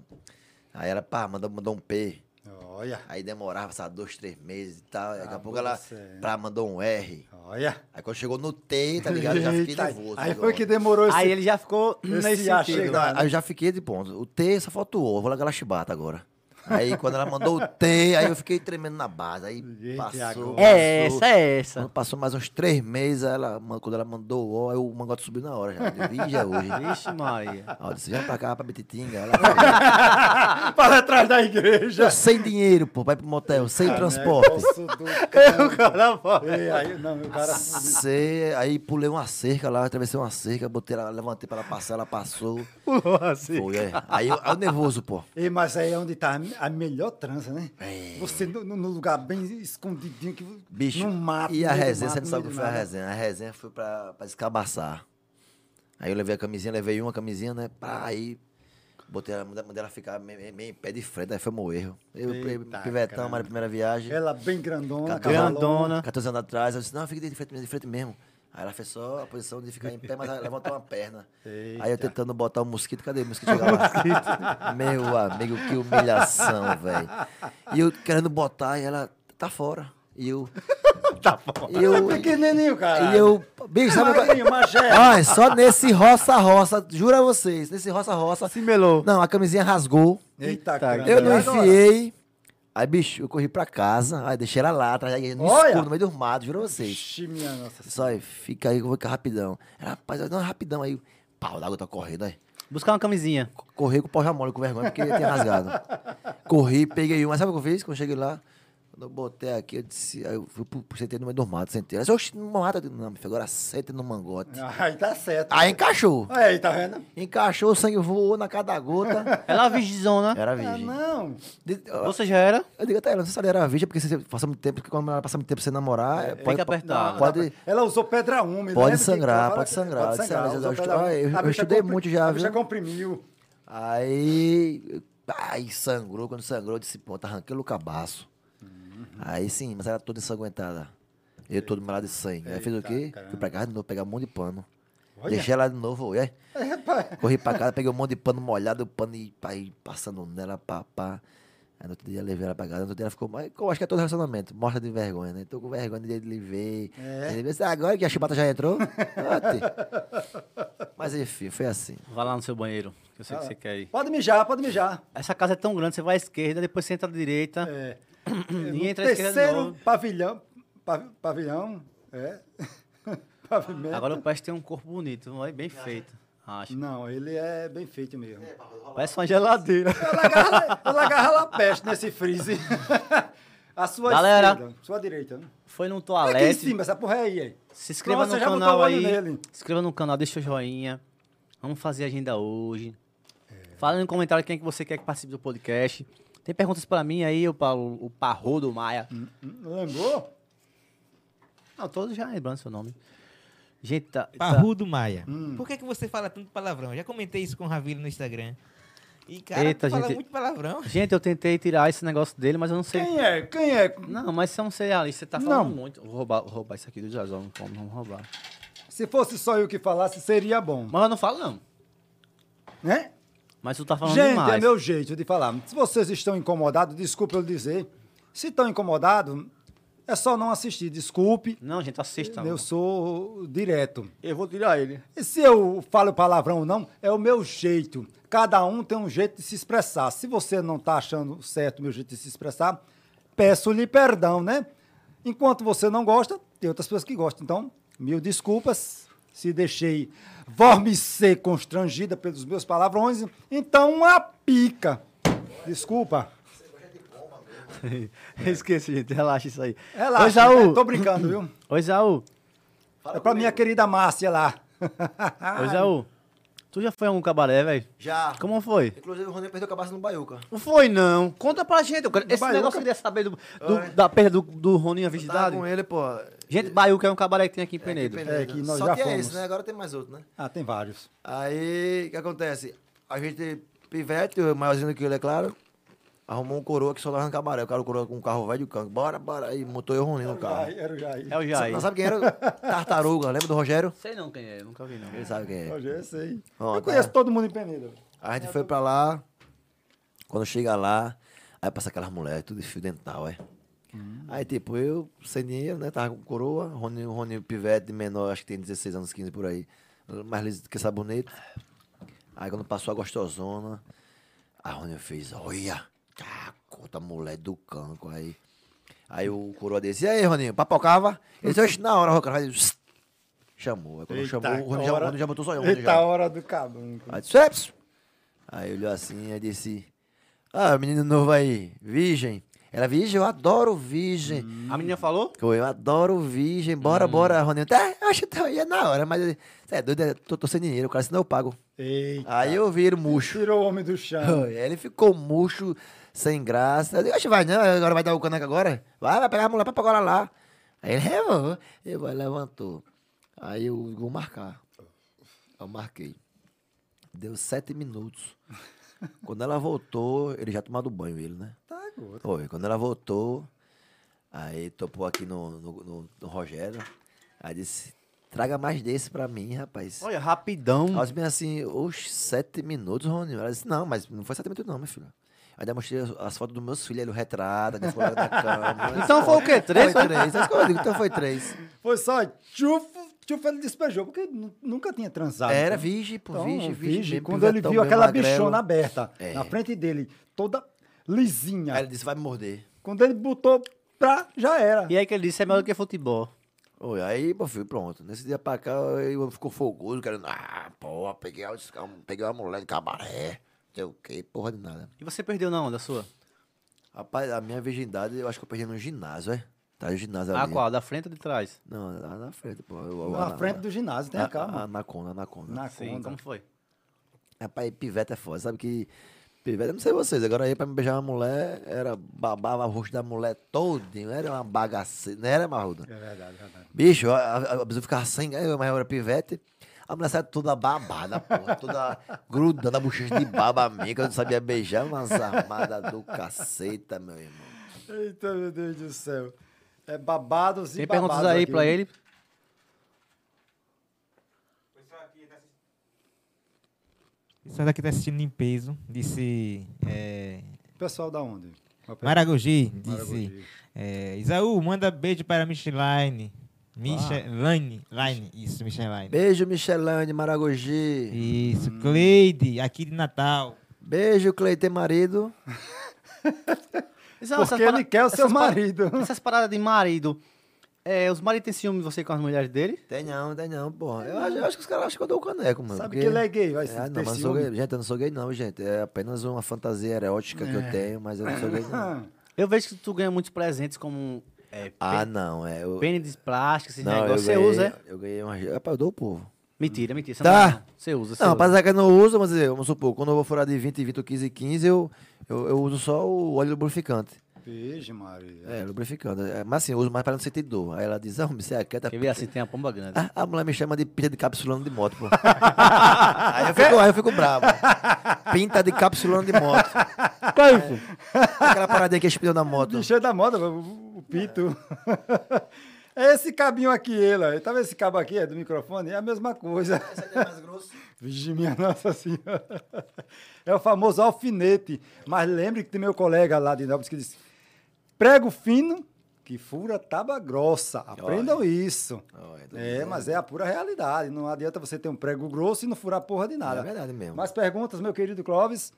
S3: Aí ela, pá, mandou, mandou um P.
S2: Olha,
S3: Aí demorava, sabe, dois, três meses e tal. Daqui
S2: Ah,
S3: a pouco ela,
S2: você.
S3: pra, mandou um R.
S2: olha.
S3: Aí quando chegou no T, tá ligado? Eu já fiquei
S2: Eita,
S3: nervoso.
S2: Aí
S3: ligado?
S2: foi que demorou esse...
S1: Aí ele já ficou
S2: Esse
S1: nesse
S2: já
S1: sentido.
S2: chega.
S3: Aí eu já fiquei de ponto. O T só faltou o, eu vou largar ela chibata agora. Aí quando ela mandou o T, aí eu fiquei tremendo na base. Aí
S2: Gente,
S3: passou.
S2: agora.
S1: É
S3: passou.
S1: essa, é essa.
S3: Quando passou mais uns três meses, aí ela, man- quando ela mandou o O, aí o mangote subiu na hora já. Eu disse, "Ih, já é hoje.
S1: Vixe, Maria.
S3: Aí eu disse, já pra cá, pra Betitinga. Ela falou,
S2: Para trás da igreja.
S3: "Eu sem dinheiro, pô, vai pro motel,
S2: Ah, né?
S3: sem transporte.
S2: Negócio do cão. Ei, aí, não, o cara...
S3: Cê- aí pulei uma cerca lá, atravessei uma cerca, botei ela, levantei pra ela passar, ela passou.
S1: Pulou assim.
S3: Foi, é. Aí eu, aí eu nervoso, pô.
S2: Ei, mas aí é onde tá a me- a melhor trança, né? Você no, no- no lugar bem escondidinho que
S3: É. Bicho,
S2: não mata.
S3: e
S2: no
S3: a
S2: meio do
S3: resenha, você
S2: mato, no
S3: não
S2: meio
S3: sabe o que
S2: do
S3: foi a
S2: nada.
S3: resenha. A resenha foi pra, pra escabaçar. Aí eu levei a camisinha, levei uma camisinha, né? Pá, aí botei ela, mandei mandei ela ficar meio, meio- meio em pé de frente, aí foi meu erro. Eu,
S2: Eita,
S3: pivetão,
S2: caramba.
S3: mas na primeira viagem.
S2: Ela bem grandona,
S3: Grandona.
S2: cavalona.
S3: 14 anos atrás, eu disse, não, fica de frente, mesmo, de frente mesmo. Aí ela fez só a posição de ficar em pé, mas ela levantou uma perna. Aí eu tentando botar o mosquito, cadê o mosquito? Chegava lá. Meu amigo, que humilhação, velho. E eu querendo botar, e ela, tá fora. E eu... tá fora. Eu,
S2: é Pequenininho, cara.
S3: e eu... Bicho, sabe...
S2: Magrinho, magé.
S3: Ai, só nesse roça-roça, juro a vocês, nesse roça-roça...
S1: Se melou.
S3: Não, a camisinha rasgou.
S2: Eita,
S1: caramba.
S3: Eu não
S2: Agora,
S3: enfiei. Aí, bicho, eu corri pra casa. Aí deixei ela lá, atrás, aí, no
S2: Olha!
S3: escuro, no meio do mato, juro a vocês.
S2: Ixi, minha nossa.
S3: Só aí, fica aí que eu vou ficar rapidão. Ela, rapaz, eu, não, rapidão. Aí, pau, d'água tá correndo aí.
S1: Buscar uma camisinha.
S3: Corri com o pau já mole, com vergonha, porque tinha rasgado. Corri, peguei uma. Sabe o que eu fiz? Quando eu cheguei lá, quando eu botei aqui, eu disse, aí eu fui pro, pro- sentei no meio do mato, sentei. Ela disse, oxe, no mato. Eu disse, não, meu filho, agora senta no mangote.
S2: Aí tá certo.
S3: Aí encaixou.
S2: Aí, tá vendo?
S3: Encaixou, o sangue voou na cada gota.
S1: Ela virgizona.
S3: Era
S2: Ah,
S3: virgem.
S2: não.
S3: De-
S1: Você já era?
S3: Eu digo até ela, não sei se ela era virgem, porque se você passa muito tempo, porque quando ela passa muito tempo sem namorar, é, pode,
S1: apertar.
S3: pode- pode-
S2: Ela usou pedra úmida. né?
S3: Pode
S2: lembra que
S3: sangrar,
S2: ela fala
S3: pode
S2: que-
S3: sangrar.
S2: Pode
S3: Disse ela,
S2: sangrar.
S3: mas
S2: usou
S3: eu
S2: pedra
S3: estu- ah, eu-
S2: úmida. A
S3: eu
S2: bicha
S3: estudei
S2: compri-
S3: muito já,
S2: A bicha
S3: viu?
S2: comprimiu.
S3: Aí. Aí sangrou, quando sangrou, eu disse, pô, tá arranquei o cabaço.
S2: Uhum.
S3: Aí sim, mas era toda ensanguentada. Eu todo molhado de sangue. Aí fez o
S2: Eita,
S3: quê?
S2: caramba.
S3: Fui pra casa de novo, pegar um monte de pano.
S2: Olha.
S3: Deixei ela de novo, olha.
S2: É,
S3: Corri pra casa, peguei um monte de pano molhado, o pano e pá, e passando nela, pá, pá. Aí no outro dia levei ela pra casa, no outro dia ela ficou. Mas eu acho que é todo relacionamento, mostra de vergonha, né? Tô com vergonha de lhe ver.
S2: É.
S3: Ele disse, "Ah, Agora que a chibata já entrou. Ote." Mas enfim, foi assim.
S1: Vai lá no seu banheiro, que eu sei que você quer ir.
S2: Pode mijar, pode mijar.
S1: Essa casa é tão grande, você vai à esquerda, depois você entra à direita.
S2: É.
S1: E
S2: No
S1: entra à esquerda de
S2: terceiro
S1: novo.
S2: pavilhão. pavi- Pavilhão. É. Pavimento.
S1: Agora o peixe tem um corpo bonito, não é bem feito. Acho.
S2: Não, ele é bem feito mesmo.
S1: Parece uma geladeira.
S2: Ela agarra, ela agarra lá peste nesse freeze. A sua
S1: Galera.
S2: esquerda, sua direita. né?
S1: Foi num
S2: Aqui em
S1: toalete.
S2: cima, essa porra aí. aí.
S1: Se inscreva
S2: Pronto,
S1: no
S2: você já botou
S1: canal
S2: o olho
S1: aí.
S2: nele.
S1: Se inscreva no canal, deixa o joinha. Vamos fazer agenda hoje. Fala no comentário quem é que você quer que participe do podcast. Tem perguntas pra mim aí, o, Paulo, o Parro do Maia.
S2: Hum, Lembrou?
S1: Não, todos já lembrando seu nome. Gente, tá. tá-
S4: Parrudo Maia. Por que, que você fala tanto palavrão? Já comentei isso com o Ravilo no Instagram. E, cara,
S1: Eita,
S4: tu fala
S1: gente.
S4: muito palavrão.
S1: Gente, eu tentei tirar esse negócio dele, mas eu não sei.
S2: Quem é? Quem é?
S1: Não, mas você é um cerealista, você tá falando
S2: Não.
S1: muito. Vou roubar, vou roubar isso aqui do Jazão, não como, vamos roubar.
S2: Se fosse só eu que falasse, seria bom.
S1: Mas eu não falo, não.
S2: Né?
S1: Mas tu tá falando
S2: Gente,
S1: demais.
S2: é meu jeito de falar. Se vocês estão incomodados, desculpe eu dizer. Se estão incomodados, é só não assistir. Desculpe,
S1: Não, gente, assista.
S2: eu sou direto.
S5: Eu vou tirar ele.
S2: E se eu falo palavrão ou não, é o meu jeito. Cada um tem um jeito de se expressar. Se você não está achando certo o meu jeito de se expressar, peço-lhe perdão, né? Enquanto você não gosta, tem outras pessoas que gostam. Então, mil desculpas se deixei vormicer constrangida pelos meus palavrões. Então, uma pica. Desculpa.
S1: Esqueci, gente. Relaxa isso aí. Ô,
S2: Relaxa,
S1: Isaú.
S2: né? tô brincando, viu?
S1: Ô, Isaú.
S2: É pra minha querida Márcia lá.
S1: Ô, Isaú. Tu já foi a algum cabaré, velho?
S3: Já.
S1: Como foi?
S3: Inclusive, o Rony perdeu a cabeça no Baiuca.
S1: Não foi, não. Conta pra gente. eu quero- Esse
S2: Baiuca?
S1: negócio eu queria saber do, do-
S3: Oi.
S1: da perda do, do Roninho
S3: Eu Tava
S1: Vigidade.
S3: Tá com ele, pô.
S1: Gente, Baiuca é um cabaré que tem aqui em Penedo.
S2: É, que nós
S3: Só
S2: já
S3: que é
S2: fomos.
S3: esse, né? Agora tem mais outro, né?
S2: Ah, tem vários.
S3: Aí, o que acontece? A gente, pivete, o maiorzinho do que ele, é claro, arrumou um coroa que só dava no cabaré. O cara, o coroa com um carro velho de canto. Bora, bora. Aí, montou eu e o Roninho no carro.
S2: Era o Jair.
S1: É o Jair.
S3: Sabe, sabe quem era? Tartaruga. Lembra do Rogério?
S1: Sei não quem é, nunca vi, não.
S3: Ele sabe quem é.
S2: Hoje eu sei.
S3: Ó,
S2: eu
S3: tá.
S2: conheço todo mundo em Penedo.
S3: A gente foi pra lá. Quando chega lá, aí passa aquelas mulheres, tudo de fio dental, é. Aí, tipo, eu, sem dinheiro, né? Tava com coroa. Rony, Rony Pivete, de menor, acho que tem 16 anos, 15 por aí. Mais liso do que sabonete. Aí, quando passou a gostosona, a Rony fez, olha, cacota mulher do canco aí. Aí o coroa disse, e aí, Roninho, papocava? Ele disse, "Oxe, na hora, o cara faz... Chamou. Aí, quando
S2: Tá,
S3: chamou, o Rony já, o Rony já botou só eu. o Rony
S2: Eita,
S3: já.
S2: tá hora do cabunco.
S3: Aí disse, "É, pss." Aí olhou assim e disse, ah, menino novo aí, virgem. Ela, virgem, eu adoro virgem.
S1: Hum. A menina falou? Hum.
S3: Eu, eu adoro virgem, bora, bora, Roninho. Tá, eu acho que eu ia na hora, mas você é doido, é, tô, tô sem dinheiro, o cara, senão eu pago.
S2: Eita.
S3: Aí eu vi ele Ah, murcho.
S2: Tirou o homem do chão.
S3: Aí ele ficou murcho, sem graça. Eu digo, "Oxe, vai não, agora vai dar o caneco agora? Vai, vai pegar a mulher pra agora lá. Aí ele levou, eu vai, levantou. Aí eu vou marcar. Eu marquei. Deu sete minutos. Quando ela voltou, ele já tomado banho, ele, né?
S2: Tá, gordo.
S3: Foi. Quando ela voltou, aí topou aqui no, no, no- no Rogério. Aí disse, traga mais desse pra mim, rapaz.
S1: Olha, rapidão.
S2: Hum.
S3: Aí eu disse bem assim, oxe, sete minutos, Rony. Ela disse, não, mas não foi sete minutos não, minha filha. Ainda mostrei as, as fotos dos meus filhos, ele o retrato, ele foi na cama.
S1: Então foi o quê? Três?
S3: Foi três, é isso que eu digo, então foi três.
S2: Foi só tchufo, tchufo ele despejou, porque nu- nunca tinha transado.
S3: Era virgem, pô,
S2: Então,
S3: virgem, virgem. mesmo,
S2: Quando ele
S3: pivetão
S2: viu
S3: mesmo,
S2: aquela
S3: magrelo.
S2: bichona aberta,
S3: É.
S2: na frente dele, toda lisinha.
S3: Aí ele disse, vai me morder.
S2: Quando ele botou pra, já era.
S1: E aí que ele disse, é melhor do que futebol.
S3: Oi, aí, meu filho, pronto. Nesse dia pra cá, eu ficou fogoso, querendo. Ah, porra, peguei, a- peguei uma mulher de cabaré. Não sei o quê, porra de nada.
S1: E você perdeu na onda sua?
S3: Rapaz, a minha virgindade, eu acho que eu perdi no ginásio, é? Tá no ginásio
S1: A
S3: ali.
S1: qual? Da frente ou de trás?
S3: Não, lá na frente, pô. Eu, eu-
S2: Na frente do ginásio, tem
S3: a,
S2: É, calma.
S3: A, anaconda, anaconda.
S2: Na
S1: Sim,
S2: conta.
S1: como foi?
S3: Rapaz, pivete é foda, sabe que. Pivete, eu não sei vocês, agora aí pra me beijar uma mulher, era babava o rosto da mulher todinho, era uma bagaceira, não era, Marruda?
S2: É verdade, é verdade.
S3: Bicho, a, a, a pessoa ficava sem ganho, mas eu era pivete. A mulher saia toda babada, porra, toda grudando a bochecha de baba minha, que eu não sabia beijar, umas armadas do caceta, meu irmão.
S2: Eita, meu Deus do céu. É babados e
S1: Tem
S2: babados
S1: perguntas aí
S2: aqui.
S1: pra ele?
S4: Pessoal daqui tá assistindo em peso, disse. É,
S2: Pessoal da onde?
S4: Maragogi,
S2: Maragogi.
S4: disse. é, Isaú, manda beijo para Micheline. Micheline, Line, isso, Micheline.
S3: Beijo, Michelane, Maragogi.
S4: Isso, Cleide, aqui de Natal.
S3: Beijo, Cleite, marido.
S1: Isaú,
S2: Porque
S1: essas para-
S2: ele quer o seu
S1: essas para-
S2: marido.
S1: Essas paradas de marido. é, os maridos têm ciúme de você com as mulheres dele?
S3: Tem não, tem não, porra. Eu, acho- eu acho que os caras acham que eu dou o caneco, mano.
S2: Sabe que ele é gay, vai se
S3: Ah,
S2: ter
S3: não, mas eu sou
S2: ciúme.
S3: gay. Gente, eu não sou gay, não, gente. É apenas uma fantasia erótica que
S1: É.
S3: eu tenho, mas eu não sou gay, não.
S2: Ah,
S1: Eu vejo que tu ganha muitos presentes como é,
S3: Ah, não, é. Eu,
S1: pênis de plástico, esses
S3: não, eu
S1: negócios. Você
S3: ganhei-
S1: usa, é?
S3: Eu ganhei uma. Rapaz, eu dou o povo.
S1: Mentira, mentira. Você
S3: Tá.
S1: não usa, não. Você usa, você
S3: Não,
S1: usa.
S3: rapaz, é que eu não uso, mas eh, vamos supor, quando eu vou furar de 20, 20 ou 15, 15, eu, eu, eu uso só o óleo lubrificante.
S2: Beijo, Maria.
S3: É, lubrificante. É, Mas assim, eu uso mais pra não sentir dor. Aí ela diz, ah, homem, você é quieta. Ah,
S1: Quer ver assim, tem uma pomba grande.
S3: A, a mulher me chama de pinta de capsulano de moto, pô. aí, eu fico, aí eu fico bravo. Pinta de capsulano de moto.
S1: é
S3: É. Aquela paradinha que espiou na moto.
S2: Bicho é da moda, o, o pito. Esse cabinho aqui, ele, ó. tá vendo esse cabo aqui, é do microfone? É a mesma coisa.
S3: Esse aqui é mais grosso.
S2: Vigi, minha Nossa Senhora. É o famoso alfinete. Mas lembre que tem meu colega lá de Nópolis que disse: prego fino que fura tábua grossa. Aprendam isso.
S3: Olha, tô
S2: É,
S3: dizendo.
S2: mas é a pura realidade. Não adianta você ter um prego grosso e não furar porra de nada.
S3: É verdade mesmo.
S2: Mais perguntas, meu querido Clóvis?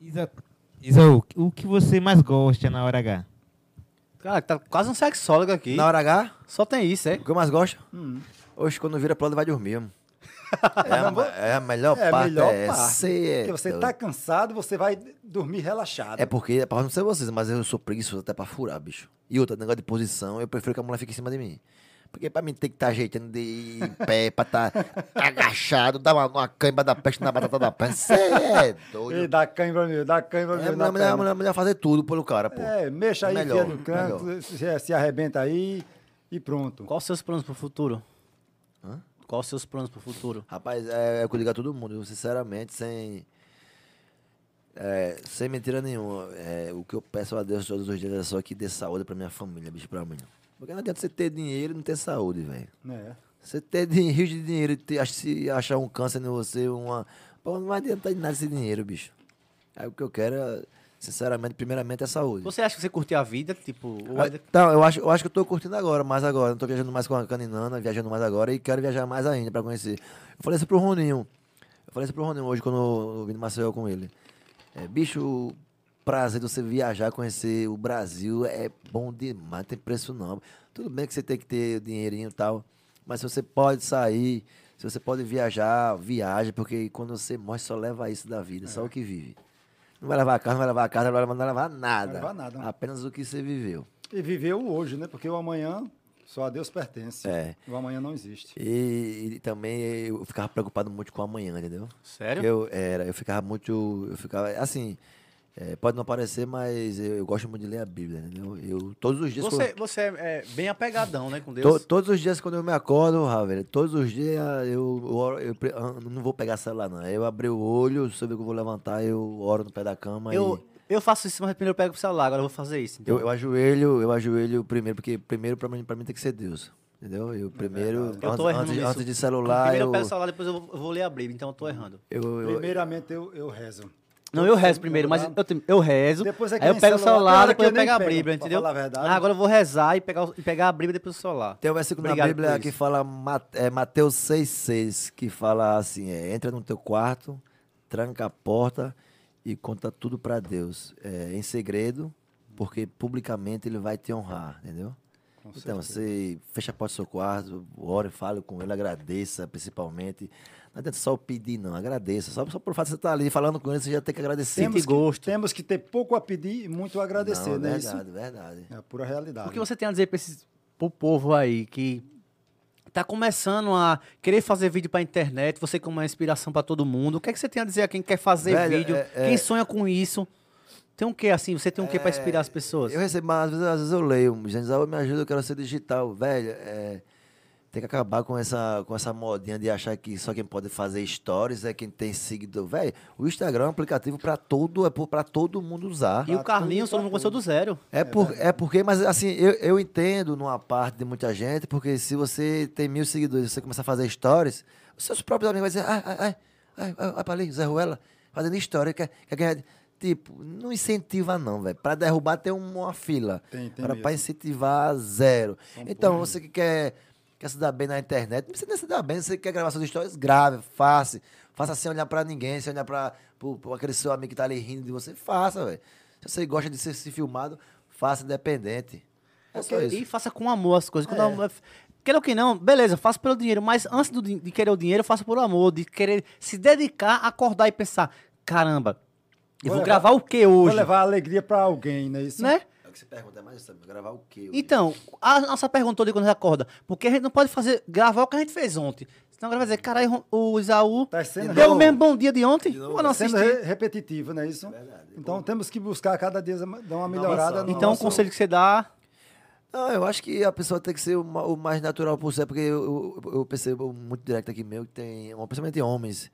S4: Isa- Isaú, o que você mais gosta na hora H?
S1: Cara, tá quase um sexólogo aqui.
S3: Na hora H,
S1: Só tem isso, é?
S3: o que eu mais gosto?
S2: Hum.
S3: Hoje, quando vira pro lado, vai dormir. mano. É, a, ma- é a melhor
S2: é a
S3: parte.
S2: melhor
S3: é
S2: parte.
S3: essa, é
S2: porque você
S3: doido.
S2: tá cansado, você vai dormir relaxado.
S3: É porque, pra- não sei vocês, mas eu sou preguiçoso até pra furar, bicho. E outra, negócio de posição, eu prefiro que a mulher fique em cima de mim. Porque pra mim tem que estar tá ajeitando de em pé, pra tá agachado, dar uma, uma cãibra da peste na batata da perna. Você é
S2: E
S3: doido.
S2: dá cãibra meu, dá cãibra meu.
S3: É melhor,
S2: na
S3: melhor,
S2: perna.
S3: melhor- melhor fazer tudo pelo cara, pô.
S2: É, mexa aí,
S3: Melhor,
S2: enfia no canto,
S3: melhor.
S2: se, se arrebenta aí e pronto.
S1: Qual os seus planos pro futuro? Qual os seus planos pro futuro?
S3: Rapaz, é, é o que eu digo a todo mundo, eu, sinceramente, sem. é, sem mentira nenhuma. é, o que eu peço a Deus todos os dias é só que dê saúde pra minha família, bicho, pra mim. Porque não adianta você ter dinheiro e não ter saúde, velho.
S2: né?
S3: Você ter din- rios de dinheiro e ter- ach- se achar um câncer em você, uma. Pô, não vai adiantar de nada esse dinheiro, bicho. Aí o que eu quero, é, sinceramente, primeiramente, é saúde.
S1: Você acha que você curtiu a vida? Tipo, ou
S3: Ah,
S1: ainda-
S3: Então, eu acho, eu acho que eu tô curtindo agora, mais agora. Não tô viajando mais com a caninana, viajando mais agora e quero viajar mais ainda pra conhecer. Eu falei isso pro Roninho. Eu falei isso pro Roninho hoje quando eu vim de Maceió com ele. É, bicho, prazer de você viajar, conhecer o Brasil é bom demais, não tem preço não. Tudo bem que você tem que ter dinheirinho e tal, mas se você pode sair, se você pode viajar, viaja, porque quando você morre só leva isso da vida, só o que vive. Não vai levar a casa, não vai levar a casa, não vai levar, não vai levar nada.
S2: levar nada.
S3: Apenas o que você viveu.
S2: E viver o hoje, né? Porque o amanhã só a Deus pertence.
S3: É.
S2: O amanhã não existe.
S3: E, e também eu ficava preocupado muito com amanhã, entendeu?
S1: Sério?
S3: Eu era, eu ficava muito, eu ficava assim, é, pode não parecer, mas eu, eu gosto muito de ler a Bíblia, entendeu? Eu todos os dias
S1: Você, você é é, bem apegadão, né, com
S3: quando- to-
S1: Deus?
S3: todos os dias quando eu me acordo, Ravel, todos os dias eu, eu, oro- eu pre- ah, não vou pegar celular não. Eu abri o olho, soube que eu vou levantar, eu oro no pé da cama
S1: Eu,
S3: e
S1: eu faço isso, mas primeiro eu pego pro celular, agora eu vou fazer isso. então.
S3: eu, eu ajoelho, eu ajoelho primeiro, porque primeiro pra mim, pra mim tem que ser Deus. Entendeu? Eu primeiro,
S1: É Eu tô
S3: antes,
S1: errando
S3: antes,
S1: nisso.
S3: antes de celular,
S1: Primeiro
S3: eu,
S1: eu pego o celular, depois eu vou, eu vou ler a Bíblia, então eu tô errando.
S3: eu- eu-
S2: Primeiramente eu, eu rezo.
S1: Não, eu rezo primeiro, mas eu, tenho- eu rezo,
S2: Depois é que
S1: aí eu
S2: nem
S1: pego o
S2: celular,
S1: celular,
S2: tem hora
S1: depois
S2: que
S1: eu
S2: eu nem
S1: pego a
S2: pego,
S1: Bíblia,
S2: pra
S1: entendeu?
S2: falar a verdade.
S1: Ah, agora eu vou rezar e pegar, o- e pegar a Bíblia depois do celular.
S3: Tem um versículo
S1: Obrigado
S3: na Bíblia
S1: por
S3: que
S1: isso.
S3: fala Ma- é, Mateus 6,6, que fala assim: é, entra no teu quarto, tranca a porta e conta tudo pra Deus. é, em segredo, porque publicamente ele vai te honrar, entendeu? Então, você fecha a porta do seu quarto, ore, fale com ele, agradeça principalmente. Não adianta só pedir, não, agradeça. Só, só por fato de você estar ali falando com ele, você já tem que agradecer.
S1: Temos-
S2: que,
S1: gosto.
S2: temos que ter pouco a pedir e muito a agradecer,
S3: não,
S2: né?
S3: Verdade, verdade.
S2: Isso é a pura realidade.
S1: O que você tem a dizer para o povo aí que tá começando a querer fazer vídeo para internet, você como é uma inspiração para todo mundo? O que é que você tem a dizer a quem quer fazer
S3: Velho,
S1: vídeo,
S3: é- é-
S1: quem sonha com isso? Tem um quê assim? Você tem um quê para inspirar
S2: É,
S1: as pessoas?
S3: Eu recebo, mas às vezes, às vezes eu leio, gente, ah, me ajuda, eu quero ser digital. Velho, é, tem que acabar com essa, com essa modinha de achar que só quem pode fazer stories é quem tem seguidor. Velho, o Instagram é um aplicativo para todo, é para todo mundo usar.
S2: um
S1: E o Carlinhos, todo mundo começou do zero.
S3: É, por, é porque, mas assim, eu, eu entendo numa parte de muita gente, porque se você tem mil seguidores e você começar a fazer stories, os seus próprios amigos vão dizer, ai, ai, ai, ai, ai, ai pra ali, Zé Ruela, fazendo história, quer, quer ganhar. Tipo, não incentiva não, velho. Pra derrubar tem um- uma fila.
S2: Tem, tem
S3: Agora, pra
S2: mesmo.
S3: incentivar, zero. então, você que quer, quer se dar bem na internet, não precisa nem se dar bem, você quer gravar suas histórias, grave, faça. Faça sem olhar pra ninguém, sem olhar pra, pro, pro aquele seu amigo que tá ali rindo de você, faça, velho. Se você gosta de ser, ser filmado, faça independente. É só isso.
S1: E faça com amor as coisas. Quando
S2: É.
S1: amor- Quero que não, beleza, faça pelo dinheiro, mas antes do din- de querer o dinheiro, faça pelo amor, de querer se dedicar, acordar e pensar: caramba, eu
S2: Vou
S1: vou,
S2: levar-
S1: gravar o que hoje?
S2: Vou levar alegria para alguém, né? Isso
S1: né?
S3: É o que você pergunta, mas isso, amigo, gravar o quê? hoje?
S1: Então, a nossa pergunta de quando a gente acorda, porque a gente não pode fazer, gravar o que a gente fez ontem. Senão agora vai dizer, caralho, o Isaú
S2: Tá sendo
S1: deu o
S2: re-
S1: mesmo bom dia de ontem?
S3: De
S1: Ou
S3: novo,
S1: não
S2: Tá sendo
S1: assisti?
S2: re- repetitivo, né? Isso. Então temos que buscar cada dia dar uma melhorada.
S3: avançar.
S2: no
S1: Então, o
S2: nosso-
S1: conselho que você dá,
S3: Não, eu acho que a pessoa tem que ser o, ma- o mais natural possível, porque eu, eu- eu percebo muito direto aqui meu que tem, um principalmente eh, homens,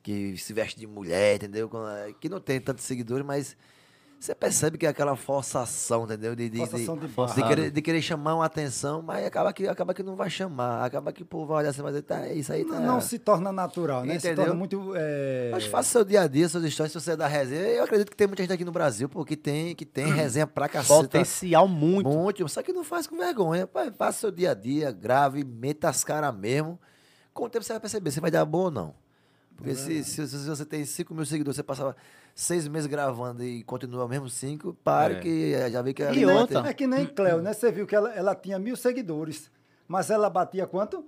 S3: que se vestem de mulher, entendeu? Com a- Que não tem tantos seguidores, mas Você percebe que é aquela forçação, entendeu? De, de,
S2: Forçação de
S3: de,
S2: barra.
S3: de querer, de querer chamar uma atenção, mas acaba que, acaba que não vai chamar. Acaba que o povo vai olhar assim, mas tá, isso aí tá.
S2: Não,
S1: É.
S2: não se torna natural, né? Se
S3: Entendeu?
S2: torna muito. É...
S3: Mas faça seu dia a dia, suas histórias, se você dá resenha. Eu acredito que tem muita gente aqui no Brasil, pô, que tem, que
S2: Hum.
S3: tem resenha pra caceta.
S1: Potencial muito.
S3: Muito, só que não faz com vergonha. Pai, Faça seu dia a dia, grave, meta as caras mesmo. Com o tempo você vai perceber se vai dar boa ou não.
S5: É
S3: Porque se, se, se você tem 5 mil seguidores, você passava seis meses gravando e continua mesmo 5, pare
S5: É.
S3: que eh, já vi que...
S1: E
S3: a linha vai
S1: outra,
S3: ter-
S2: É que nem Cleo, né? Você viu que ela, ela tinha mil seguidores, mas ela batia quanto?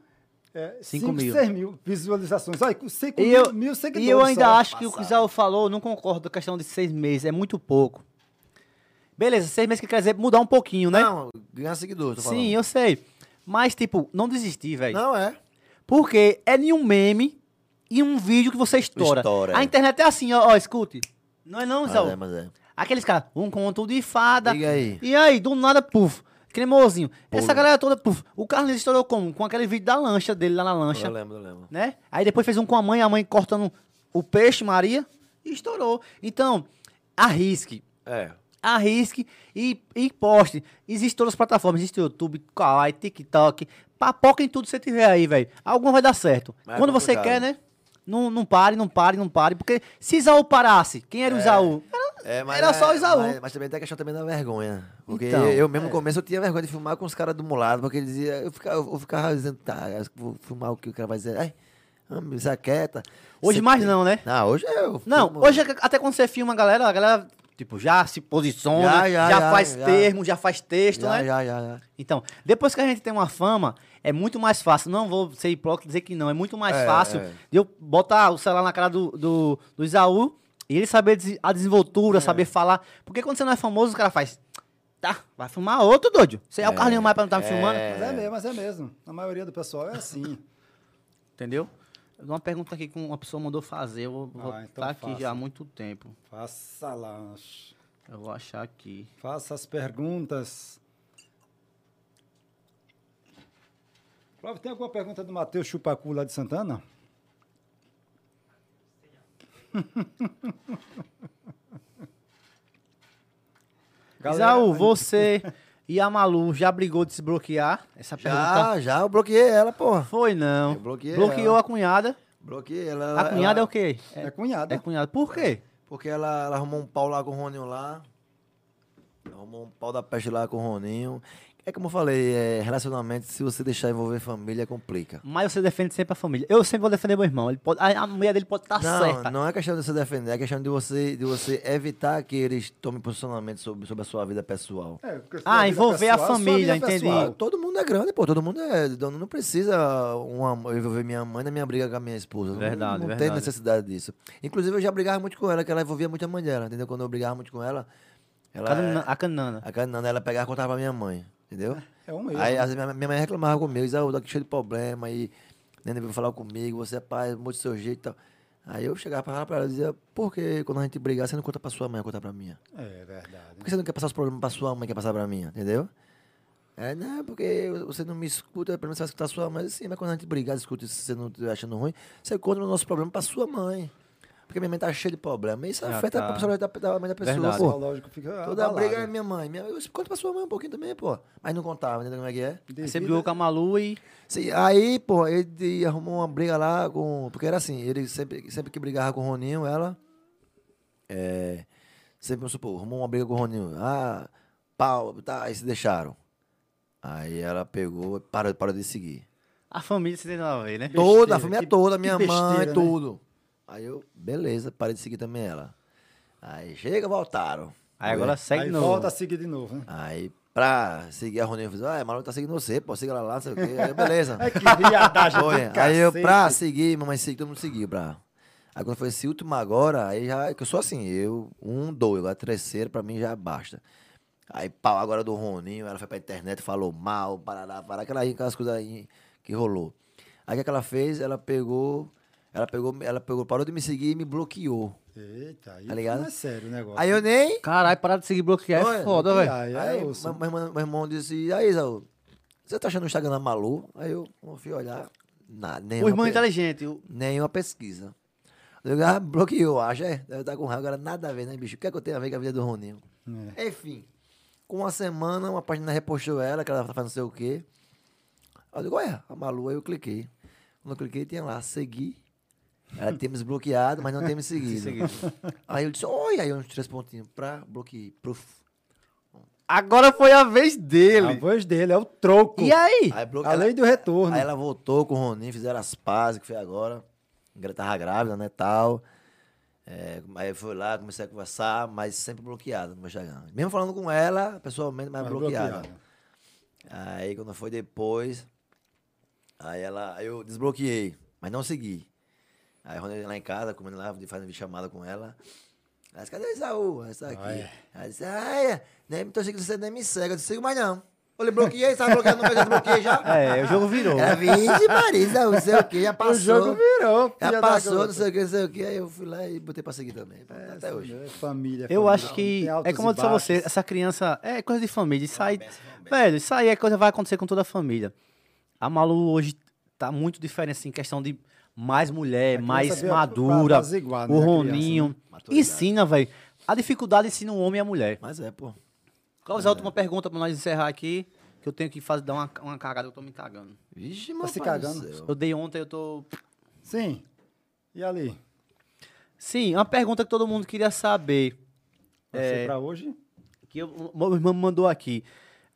S2: É,
S1: Cinco
S2: cinco,
S1: mil.
S2: seis mil visualizações. Olha, com cinco
S1: E
S2: mil,
S1: eu-
S2: mil seguidores.
S1: E eu ainda
S2: só.
S1: acho que o que o Zé falou, não concordo com a questão de seis meses, é muito pouco. Beleza, seis meses que quer dizer mudar um pouquinho, né?
S3: Não, ganhar seguidor, tô falando.
S1: Sim, eu sei. Mas, tipo, não desistir, velho.
S3: Não, é.
S1: Porque é nenhum meme e um vídeo que você estoura.
S3: Estoura,
S1: a
S3: é.
S1: internet é assim, ó, ó escute. Não é não,
S3: Mas
S1: Zé?
S3: é, mas é.
S1: Aqueles caras, um conto de fada.
S3: Diga aí.
S1: E aí, do nada, puf, cremosinho. Essa
S3: Pô.
S1: galera toda, puf. O Carlos estourou como? Com aquele vídeo da lancha dele lá na lancha
S3: Eu lembro, eu lembro.
S1: né? Aí depois fez um com a mãe, a mãe cortando o peixe, Maria, e estourou. Então, arrisque.
S5: É.
S1: Arrisque e, e poste. Existem todas as plataformas, existe o YouTube, Kawaii, TikTok. Papoca em tudo que você tiver aí, velho. Alguma vai dar certo.
S3: Mas é
S1: Quando você quer,
S3: complicado.
S1: né? Não, não pare, não pare, não pare. Porque se Isaú parasse, quem era o Isaú?
S3: É, mas
S1: Era só o Isaú.
S3: Mas, mas também tem a questão também da vergonha. Porque
S1: Então,
S3: eu mesmo no começo eu tinha vergonha de filmar com os caras do mulado, porque eles dizia, eu ficava, eu ficava dizendo, tá, eu vou filmar o que o cara vai dizer, ai, homem, isso é quieta.
S1: Hoje
S3: Você
S1: mais
S3: tem-
S1: não, né?
S3: Não, hoje é, eu
S1: Não,
S3: filmo-
S1: hoje é até quando você filma a galera, a galera, tipo, já se posiciona, já,
S3: Já, já, já,
S1: faz
S3: já.
S1: termo, já faz texto,
S3: já,
S1: né?
S3: já, já, já.
S1: Então, depois que a gente tem uma fama, é muito mais fácil. Não vou ser hipócrita e dizer que não. É muito mais
S3: É,
S1: fácil
S3: é.
S1: de eu botar o celular na cara do, do, do Isaú e ele saber desi- a desenvoltura,
S3: É.
S1: saber falar. Porque quando você não é famoso, o cara faz. Tá, vai filmar outro, doido. Você é, o Carlinho Maia pra não estar me filmando.
S2: Mas é mesmo, mas é mesmo. A maioria do pessoal é assim.
S1: Entendeu? Uma pergunta aqui que uma pessoa mandou fazer. Eu vou
S2: Ah,
S1: estar
S2: então
S1: aqui
S2: faça.
S1: já há muito tempo.
S2: Faça lá, oxe.
S1: Eu vou achar aqui.
S2: faça as perguntas. Cláudio, tem alguma pergunta do Matheus Chupacu lá de Santana? Galera,
S1: Isaú,
S2: a-
S1: você e a Malu já brigou de se bloquear? Essa pergunta.
S3: Já, já, eu bloqueei ela, porra.
S1: Foi não.
S3: Eu bloqueei
S1: Bloqueou
S3: ela.
S1: a cunhada.
S3: Bloqueei ela. ela-
S1: A cunhada é
S3: ela-
S1: o quê? É,
S2: É cunhada.
S1: é cunhada. Por quê?
S3: Porque ela, ela arrumou um pau lá com o Roninho lá. Arrumou um pau da peste lá com o Roninho. É como eu falei, é, relacionamento, se você deixar envolver família, complica.
S1: Mas você defende sempre a família. Eu sempre vou defender meu irmão. Ele pode, a, a mulher dele pode estar
S3: não,
S1: certa.
S3: não é questão de você defender, é questão de você, de você evitar que eles tomem posicionamento sobre, sobre a sua vida pessoal.
S2: É, porque sua
S1: Ah,
S2: vida
S1: envolver a
S2: pessoal, sua
S1: família,
S2: vida
S1: entendi.
S2: pessoal.
S3: Todo mundo é grande, pô. Todo mundo é. dono, Não precisa uma, eu envolver minha mãe na minha briga com a minha esposa. Não-
S5: Verdade,
S3: não,
S5: verdade.
S3: tem necessidade disso. Inclusive, eu já brigava muito com ela, que ela envolvia muito a mãe dela, entendeu? Quando eu brigava muito com ela, ela.
S5: um
S1: Cana- A canana.
S3: é. A Canana, ela pegava e contava pra minha mãe, entendeu?
S2: É um erro.
S3: Aí às vezes, minha, minha mãe reclamava comigo, Isaú, tô aqui cheio de problema, e Nenê veio falar comigo, você é pai, muito do seu jeito e tal. Aí eu chegava pra ela, pra ela e dizia, por que quando a gente brigar, você não conta pra sua mãe, conta pra minha?
S2: É verdade.
S3: Por que você não quer passar os problemas pra sua mãe, quer passar pra minha, entendeu? É, não, porque você não me escuta, pelo menos você vai escutar sua mãe. Sim, mas quando a gente brigar, escuta isso, se você não estiver achando ruim, você conta o nosso problema pra sua mãe. Porque minha mãe tá cheia de problema. Isso
S5: Ah,
S3: afeta
S5: tá.
S3: a personalidade da, da mãe da pessoa,
S5: Verdade.
S2: O
S3: pô.
S2: psicológico fica
S3: Toda
S2: abalado.
S3: briga é minha mãe. Minha, eu conto pra sua mãe um pouquinho também, pô. Mas não contava, entendeu como é que é?
S1: Aí Você
S2: Devido-
S1: brigou com a Malu e.
S3: Sim, aí, pô, ele de- arrumou uma briga lá com. Porque era assim, ele sempre, sempre que brigava com o Roninho, ela. É, sempre, vamos supor, arrumou uma briga com o Roninho. Ah, pau, tá, aí se deixaram. Aí ela pegou e parou, parou de seguir.
S1: A família se tem a ver, né?
S3: toda,
S2: besteira,
S3: a família
S2: que-
S3: toda,
S2: que
S3: minha
S2: besteira,
S3: mãe,
S2: né?
S3: tudo. Aí eu, beleza, parei de seguir também ela. Aí chega, voltaram.
S1: Aí agora segue
S2: Aí
S1: de novo.
S2: volta a seguir de novo, né?
S3: Aí, pra seguir a Roninho, eu fiz, ah, maluco tá seguindo você, pô, siga ela lá, não sei o quê. Aí, beleza.
S2: É que viadagem
S3: Foi.
S2: do
S3: Aí eu,
S2: cacete.
S3: pra seguir, mamãe seguir, todo mundo seguiu, pra. Aí quando foi esse último agora, aí já. Que eu sou assim, eu, um, dois, agora terceiro, pra mim já basta. Aí pau agora do Roninho, ela foi pra internet, falou mal, parará, parará, aquela, aquelas coisas aí que rolou. Aí o que, é que ela fez? Ela pegou. Ela pegou, ela pegou, parou de me seguir e me bloqueou.
S2: Eita, aí
S3: Tá ligado?
S2: não é sério o negócio.
S3: Aí eu nem.
S1: Caralho, parar de seguir bloquear é
S3: Olha,
S1: foda,
S2: Aí,
S1: velho.
S2: aí,
S3: Aí
S2: é
S3: meu,
S2: osso.
S3: meu irmão- meu irmão disse, e aí, Isaú, você tá achando o Instagram da Malu? Aí eu não fui olhar. Nada,
S1: O
S3: nenhuma
S1: irmão é
S3: pe-
S1: inteligente. o-
S3: Nenhuma pesquisa. Eu digo, ah, bloqueou, acho, é. Deve estar com raiva. Agora nada a ver, né, bicho? O que é que eu tenho a ver com a vida do Roninho?
S2: É.
S3: Enfim, com uma semana, uma página repostou ela, que ela tá fazendo não sei o quê. Aí eu digo, olha, a Malu, aí eu cliquei. Quando eu cliquei, tinha lá, seguir. Ela tem me desbloqueado, mas não tem me seguido. Aí eu disse, olha, aí uns três pontinhos pra bloquear. Pruf.
S1: Agora foi a vez
S2: A
S1: dele.
S2: voz dele é o troco.
S1: E aí?
S3: Aí bloque-
S2: A lei do retorno.
S1: é
S3: Aí ela voltou com o Roninho, fizeram as pazes, que foi agora. Gra- Tava grávida, né, tal. É, aí foi lá, comecei a conversar, mas sempre bloqueada no meu Instagram. Mesmo falando com ela, pessoalmente,
S1: Tá
S3: mas,
S2: Mas
S3: bloqueada.
S2: bloqueada.
S3: Aí, quando foi depois, aí ela, aí eu desbloqueei, mas não segui. Aí, quando eu ia lá em casa, comendo lá, fazendo chamada com ela, ela disse, cadê o Isaú? Ela disse, tá aqui.
S2: Ai.
S3: Ela disse, ai, nem me tô seguindo, você nem me segue. Eu disse, sigo mais não. Eu lhe bloqueei, sabe, bloqueando, mas já desbloqueei já.
S1: É, o jogo virou.
S3: Era vixe, Marisa, não sei o que, já passou.
S2: O jogo virou. filha
S3: Já
S2: da
S3: passou,
S2: gota.
S3: não sei o que, não sei o que. Aí eu fui lá e botei pra seguir também. Tá até
S1: né?
S3: hoje.
S2: É família.
S1: Eu
S2: família.
S1: acho que.
S2: Tem altos
S1: É como eu
S2: e
S1: disse a você,
S2: baixos.
S1: essa criança. É coisa de família. Isso aí.
S3: benção, é uma benção.
S1: Velho, isso aí é coisa que vai acontecer com toda a família. A Malu hoje tá muito diferente, assim, em questão de mais mulher, é
S2: A
S1: mais
S2: criança veio pra
S1: madura.
S2: apaziguar, né,
S1: o
S2: a criança,
S1: Roninho.
S3: Maturidade.
S1: Ensina, velho. A dificuldade ensina o homem e a mulher.
S3: Mas é, pô.
S1: Cláudio, a última pergunta pra nós encerrar aqui, que eu tenho que fazer, dar uma, uma cagada, eu tô me cagando.
S3: Vixe, mano.
S2: se
S3: pai do
S2: cagando.
S3: céu.
S1: Tá Eu dei ontem, eu tô.
S2: Sim. E ali?
S1: Sim, uma pergunta que todo mundo queria saber.
S2: Vai
S1: É.
S2: ser pra hoje?
S1: que eu- meu irmão me mandou aqui.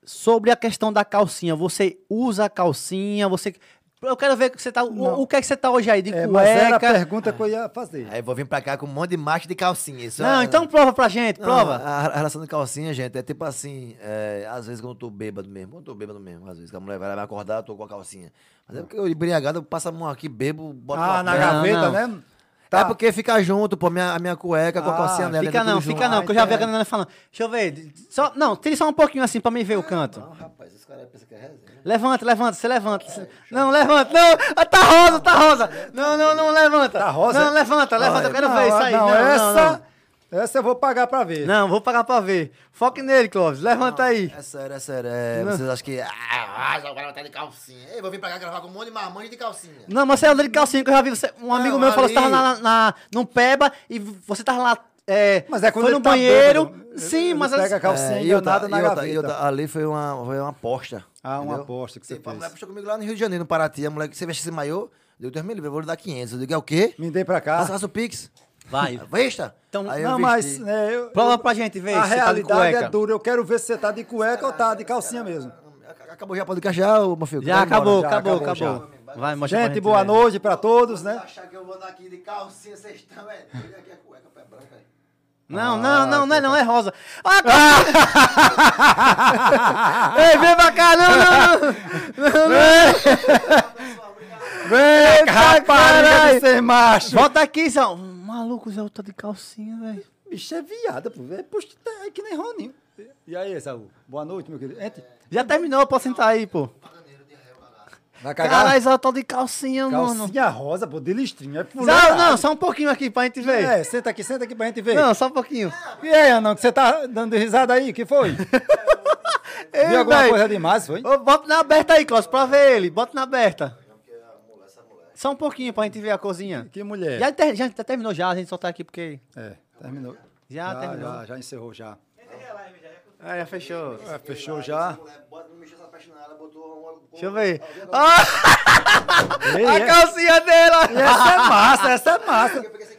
S1: Sobre a questão da calcinha, você usa a calcinha, você. Eu quero ver que você tá.
S2: Não.
S1: O, o que é que você tá hoje aí? De
S2: É, mas era a
S1: cueca.
S2: pergunta que eu ia fazer.
S1: É,
S3: Aí eu vou vir pra cá com um monte de macho de calcinha. Isso
S1: Não,
S3: é-
S1: então prova pra gente,
S3: Não,
S1: prova.
S3: A, a relação de calcinha, gente, é tipo assim, é, às vezes quando eu tô bêbado mesmo, quando eu tô bêbado mesmo, às vezes, que a mulher vai lá me acordar, eu tô com a calcinha. Mas é
S1: Tá.
S3: porque eu embriagado, eu passo a mão aqui, bebo, boto
S2: Ah,
S3: uma
S2: na
S1: Não,
S3: perna.
S2: gaveta,
S1: não.
S2: né?
S3: É porque fica junto, pô, minha, a minha cueca com a
S2: Ah,
S3: calcinha dela.
S1: Tá.
S3: é
S1: fica
S3: tudo
S1: não,
S3: junto. Ah,
S1: fica não, que eu já vi a
S2: então.
S1: galera falando. Deixa eu ver. d- Só, não, tira só um pouquinho assim pra mim ver o
S2: Ah,
S1: canto.
S3: Não, rapaz, esse cara pensa que é resenha.
S1: Levanta, levanta, você levanta. você- Não, levanta, não. Ah, tá rosa, tá rosa. Não, não, não, levanta.
S2: Tá rosa?
S1: Não, levanta, levanta, eu quero ver isso aí.
S2: Não,
S1: Não, não,
S2: essa,
S1: não.
S2: essa eu vou pagar pra ver.
S1: Não, vou pagar pra ver. Foque nele, Clóvis. Levanta aí.
S3: É sério, é sério. É, vocês acham que. Ah, ah, o cara tá de calcinha. Ei, vou vir pra cá gravar com um monte de marmanjo de calcinha.
S1: Não, mas você andou de calcinha, que eu já vi. você- um amigo meu falou que você
S3: ali-
S1: tava na, na, num peba e você tava lá. É,
S2: Mas é quando
S1: foi
S2: ele
S1: no
S2: tá
S1: banheiro.
S2: bêbado.
S1: Sim,
S2: Ele
S1: mas.
S2: pega a
S1: Pega
S2: calcinha
S3: É, e
S2: e nada na
S3: e outra,
S2: gaveta.
S3: e outra, ali foi uma, foi uma aposta.
S2: Ah, uma
S3: entendeu?
S2: aposta que você
S3: Tem- A mulher
S1: é
S2: fez.
S3: apostou comigo lá no Rio de Janeiro, no Paraty. A mulher que você veste esse maiô, deu Deus me livre, eu vou lhe dar 500. Eu digo, é o quê?
S2: Me dei pra
S3: Faça
S2: cá.
S3: faça o Pix.
S1: Vai.
S3: Vista?
S1: Então,
S3: Aí eu
S2: Não, mas...
S3: vesti.
S2: né, eu-
S1: Prova pra gente ver
S2: A
S1: se tá de
S2: realidade é
S1: cueca.
S2: dura. Eu quero ver se você tá de cueca ou tá de calcinha mesmo.
S3: Acabou já, pode encaixar, ô, meu filho.
S1: Já
S3: Vai embora.
S1: acabou,
S2: já,
S1: acabou,
S2: acabou,
S1: acabou. Vai, Ah, mostra pra
S2: Gente, boa
S1: ver.
S2: noite pra todos, né?
S3: Achar que eu vou andar aqui de calcinha, vocês estão, é. Olha aqui a cueca, pé é. branca. aí.
S1: Não, não, não, não é não, é rosa. Ah, calcinha. Ei, vem pra cá, não, não, não.
S2: Vem,
S1: caralho.
S2: rapariga de ser macho.
S1: Volta aqui, Zão. Maluco, o Zé tá de calcinha, velho.
S2: Bicho é viada, pô. É, puxa, é que nem Roninho. E aí, Saúl? Boa noite, meu querido. Entre.
S1: Já terminou, posso sentar aí, pô.
S2: Vai cagar?
S1: Caralho, Zé tá de calcinha, mano.
S2: Calcinha rosa, pô, de listrinha. É
S1: Não,
S2: fulano.
S1: não, só um pouquinho aqui pra gente ver.
S2: É, senta aqui, senta aqui pra gente ver.
S1: Não, só um pouquinho.
S2: E aí, Anão, que você tá dando risada aí? que foi?
S1: Ei,
S2: Viu alguma
S1: véi.
S2: coisa demais, foi?
S1: Ô, bota na aberta aí, Cláudio, pra ver ele. Bota na aberta. Só um pouquinho pra gente ver a cozinha.
S2: Que mulher.
S1: Já, ter- já terminou já, a gente só tá aqui porque...
S2: É, terminou.
S1: Já Ah, terminou.
S2: Já, já encerrou já.
S1: Ah, já fechou.
S2: É, fechou já.
S1: Deixa eu ver. Ah, a calcinha dela!
S2: é. Essa é massa, essa é massa.
S3: é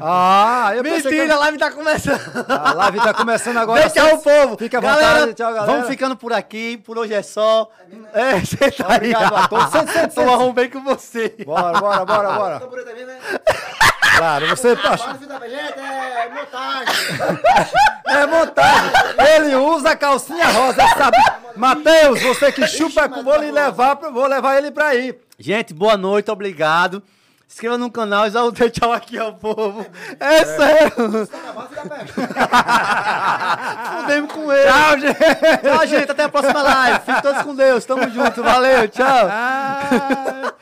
S2: Ah, eu pensei que...
S1: Mentira, a live tá começando.
S2: A live tá começando agora.
S1: Vem, tchau, o
S2: Vocês-
S1: povo.
S2: Fica à
S1: galera,
S2: vontade, tchau, galera.
S1: Vamos ficando por aqui, por hoje é só. É, você tá aí.
S2: Obrigado a todos. Senta, senta,
S1: Eu
S2: senta.
S1: arrumei com você.
S2: Bora, bora, bora, bora.
S3: né?
S2: Claro, você...
S1: tá-
S3: É, montagem.
S2: É montagem. Ele usa a calcinha rosa, sabe? Mateus, você que chupa com vou lhe levar, pra- vou levar ele pra aí.
S1: Gente, boa noite, obrigado. Se inscreva no canal e já dei tchau aqui ao povo. É, sério. Fudemos com ele. Tchau, gente. Tchau, gente. Até a próxima live. Fiquem todos com Deus. Tamo junto. Valeu, tchau.
S2: Ah,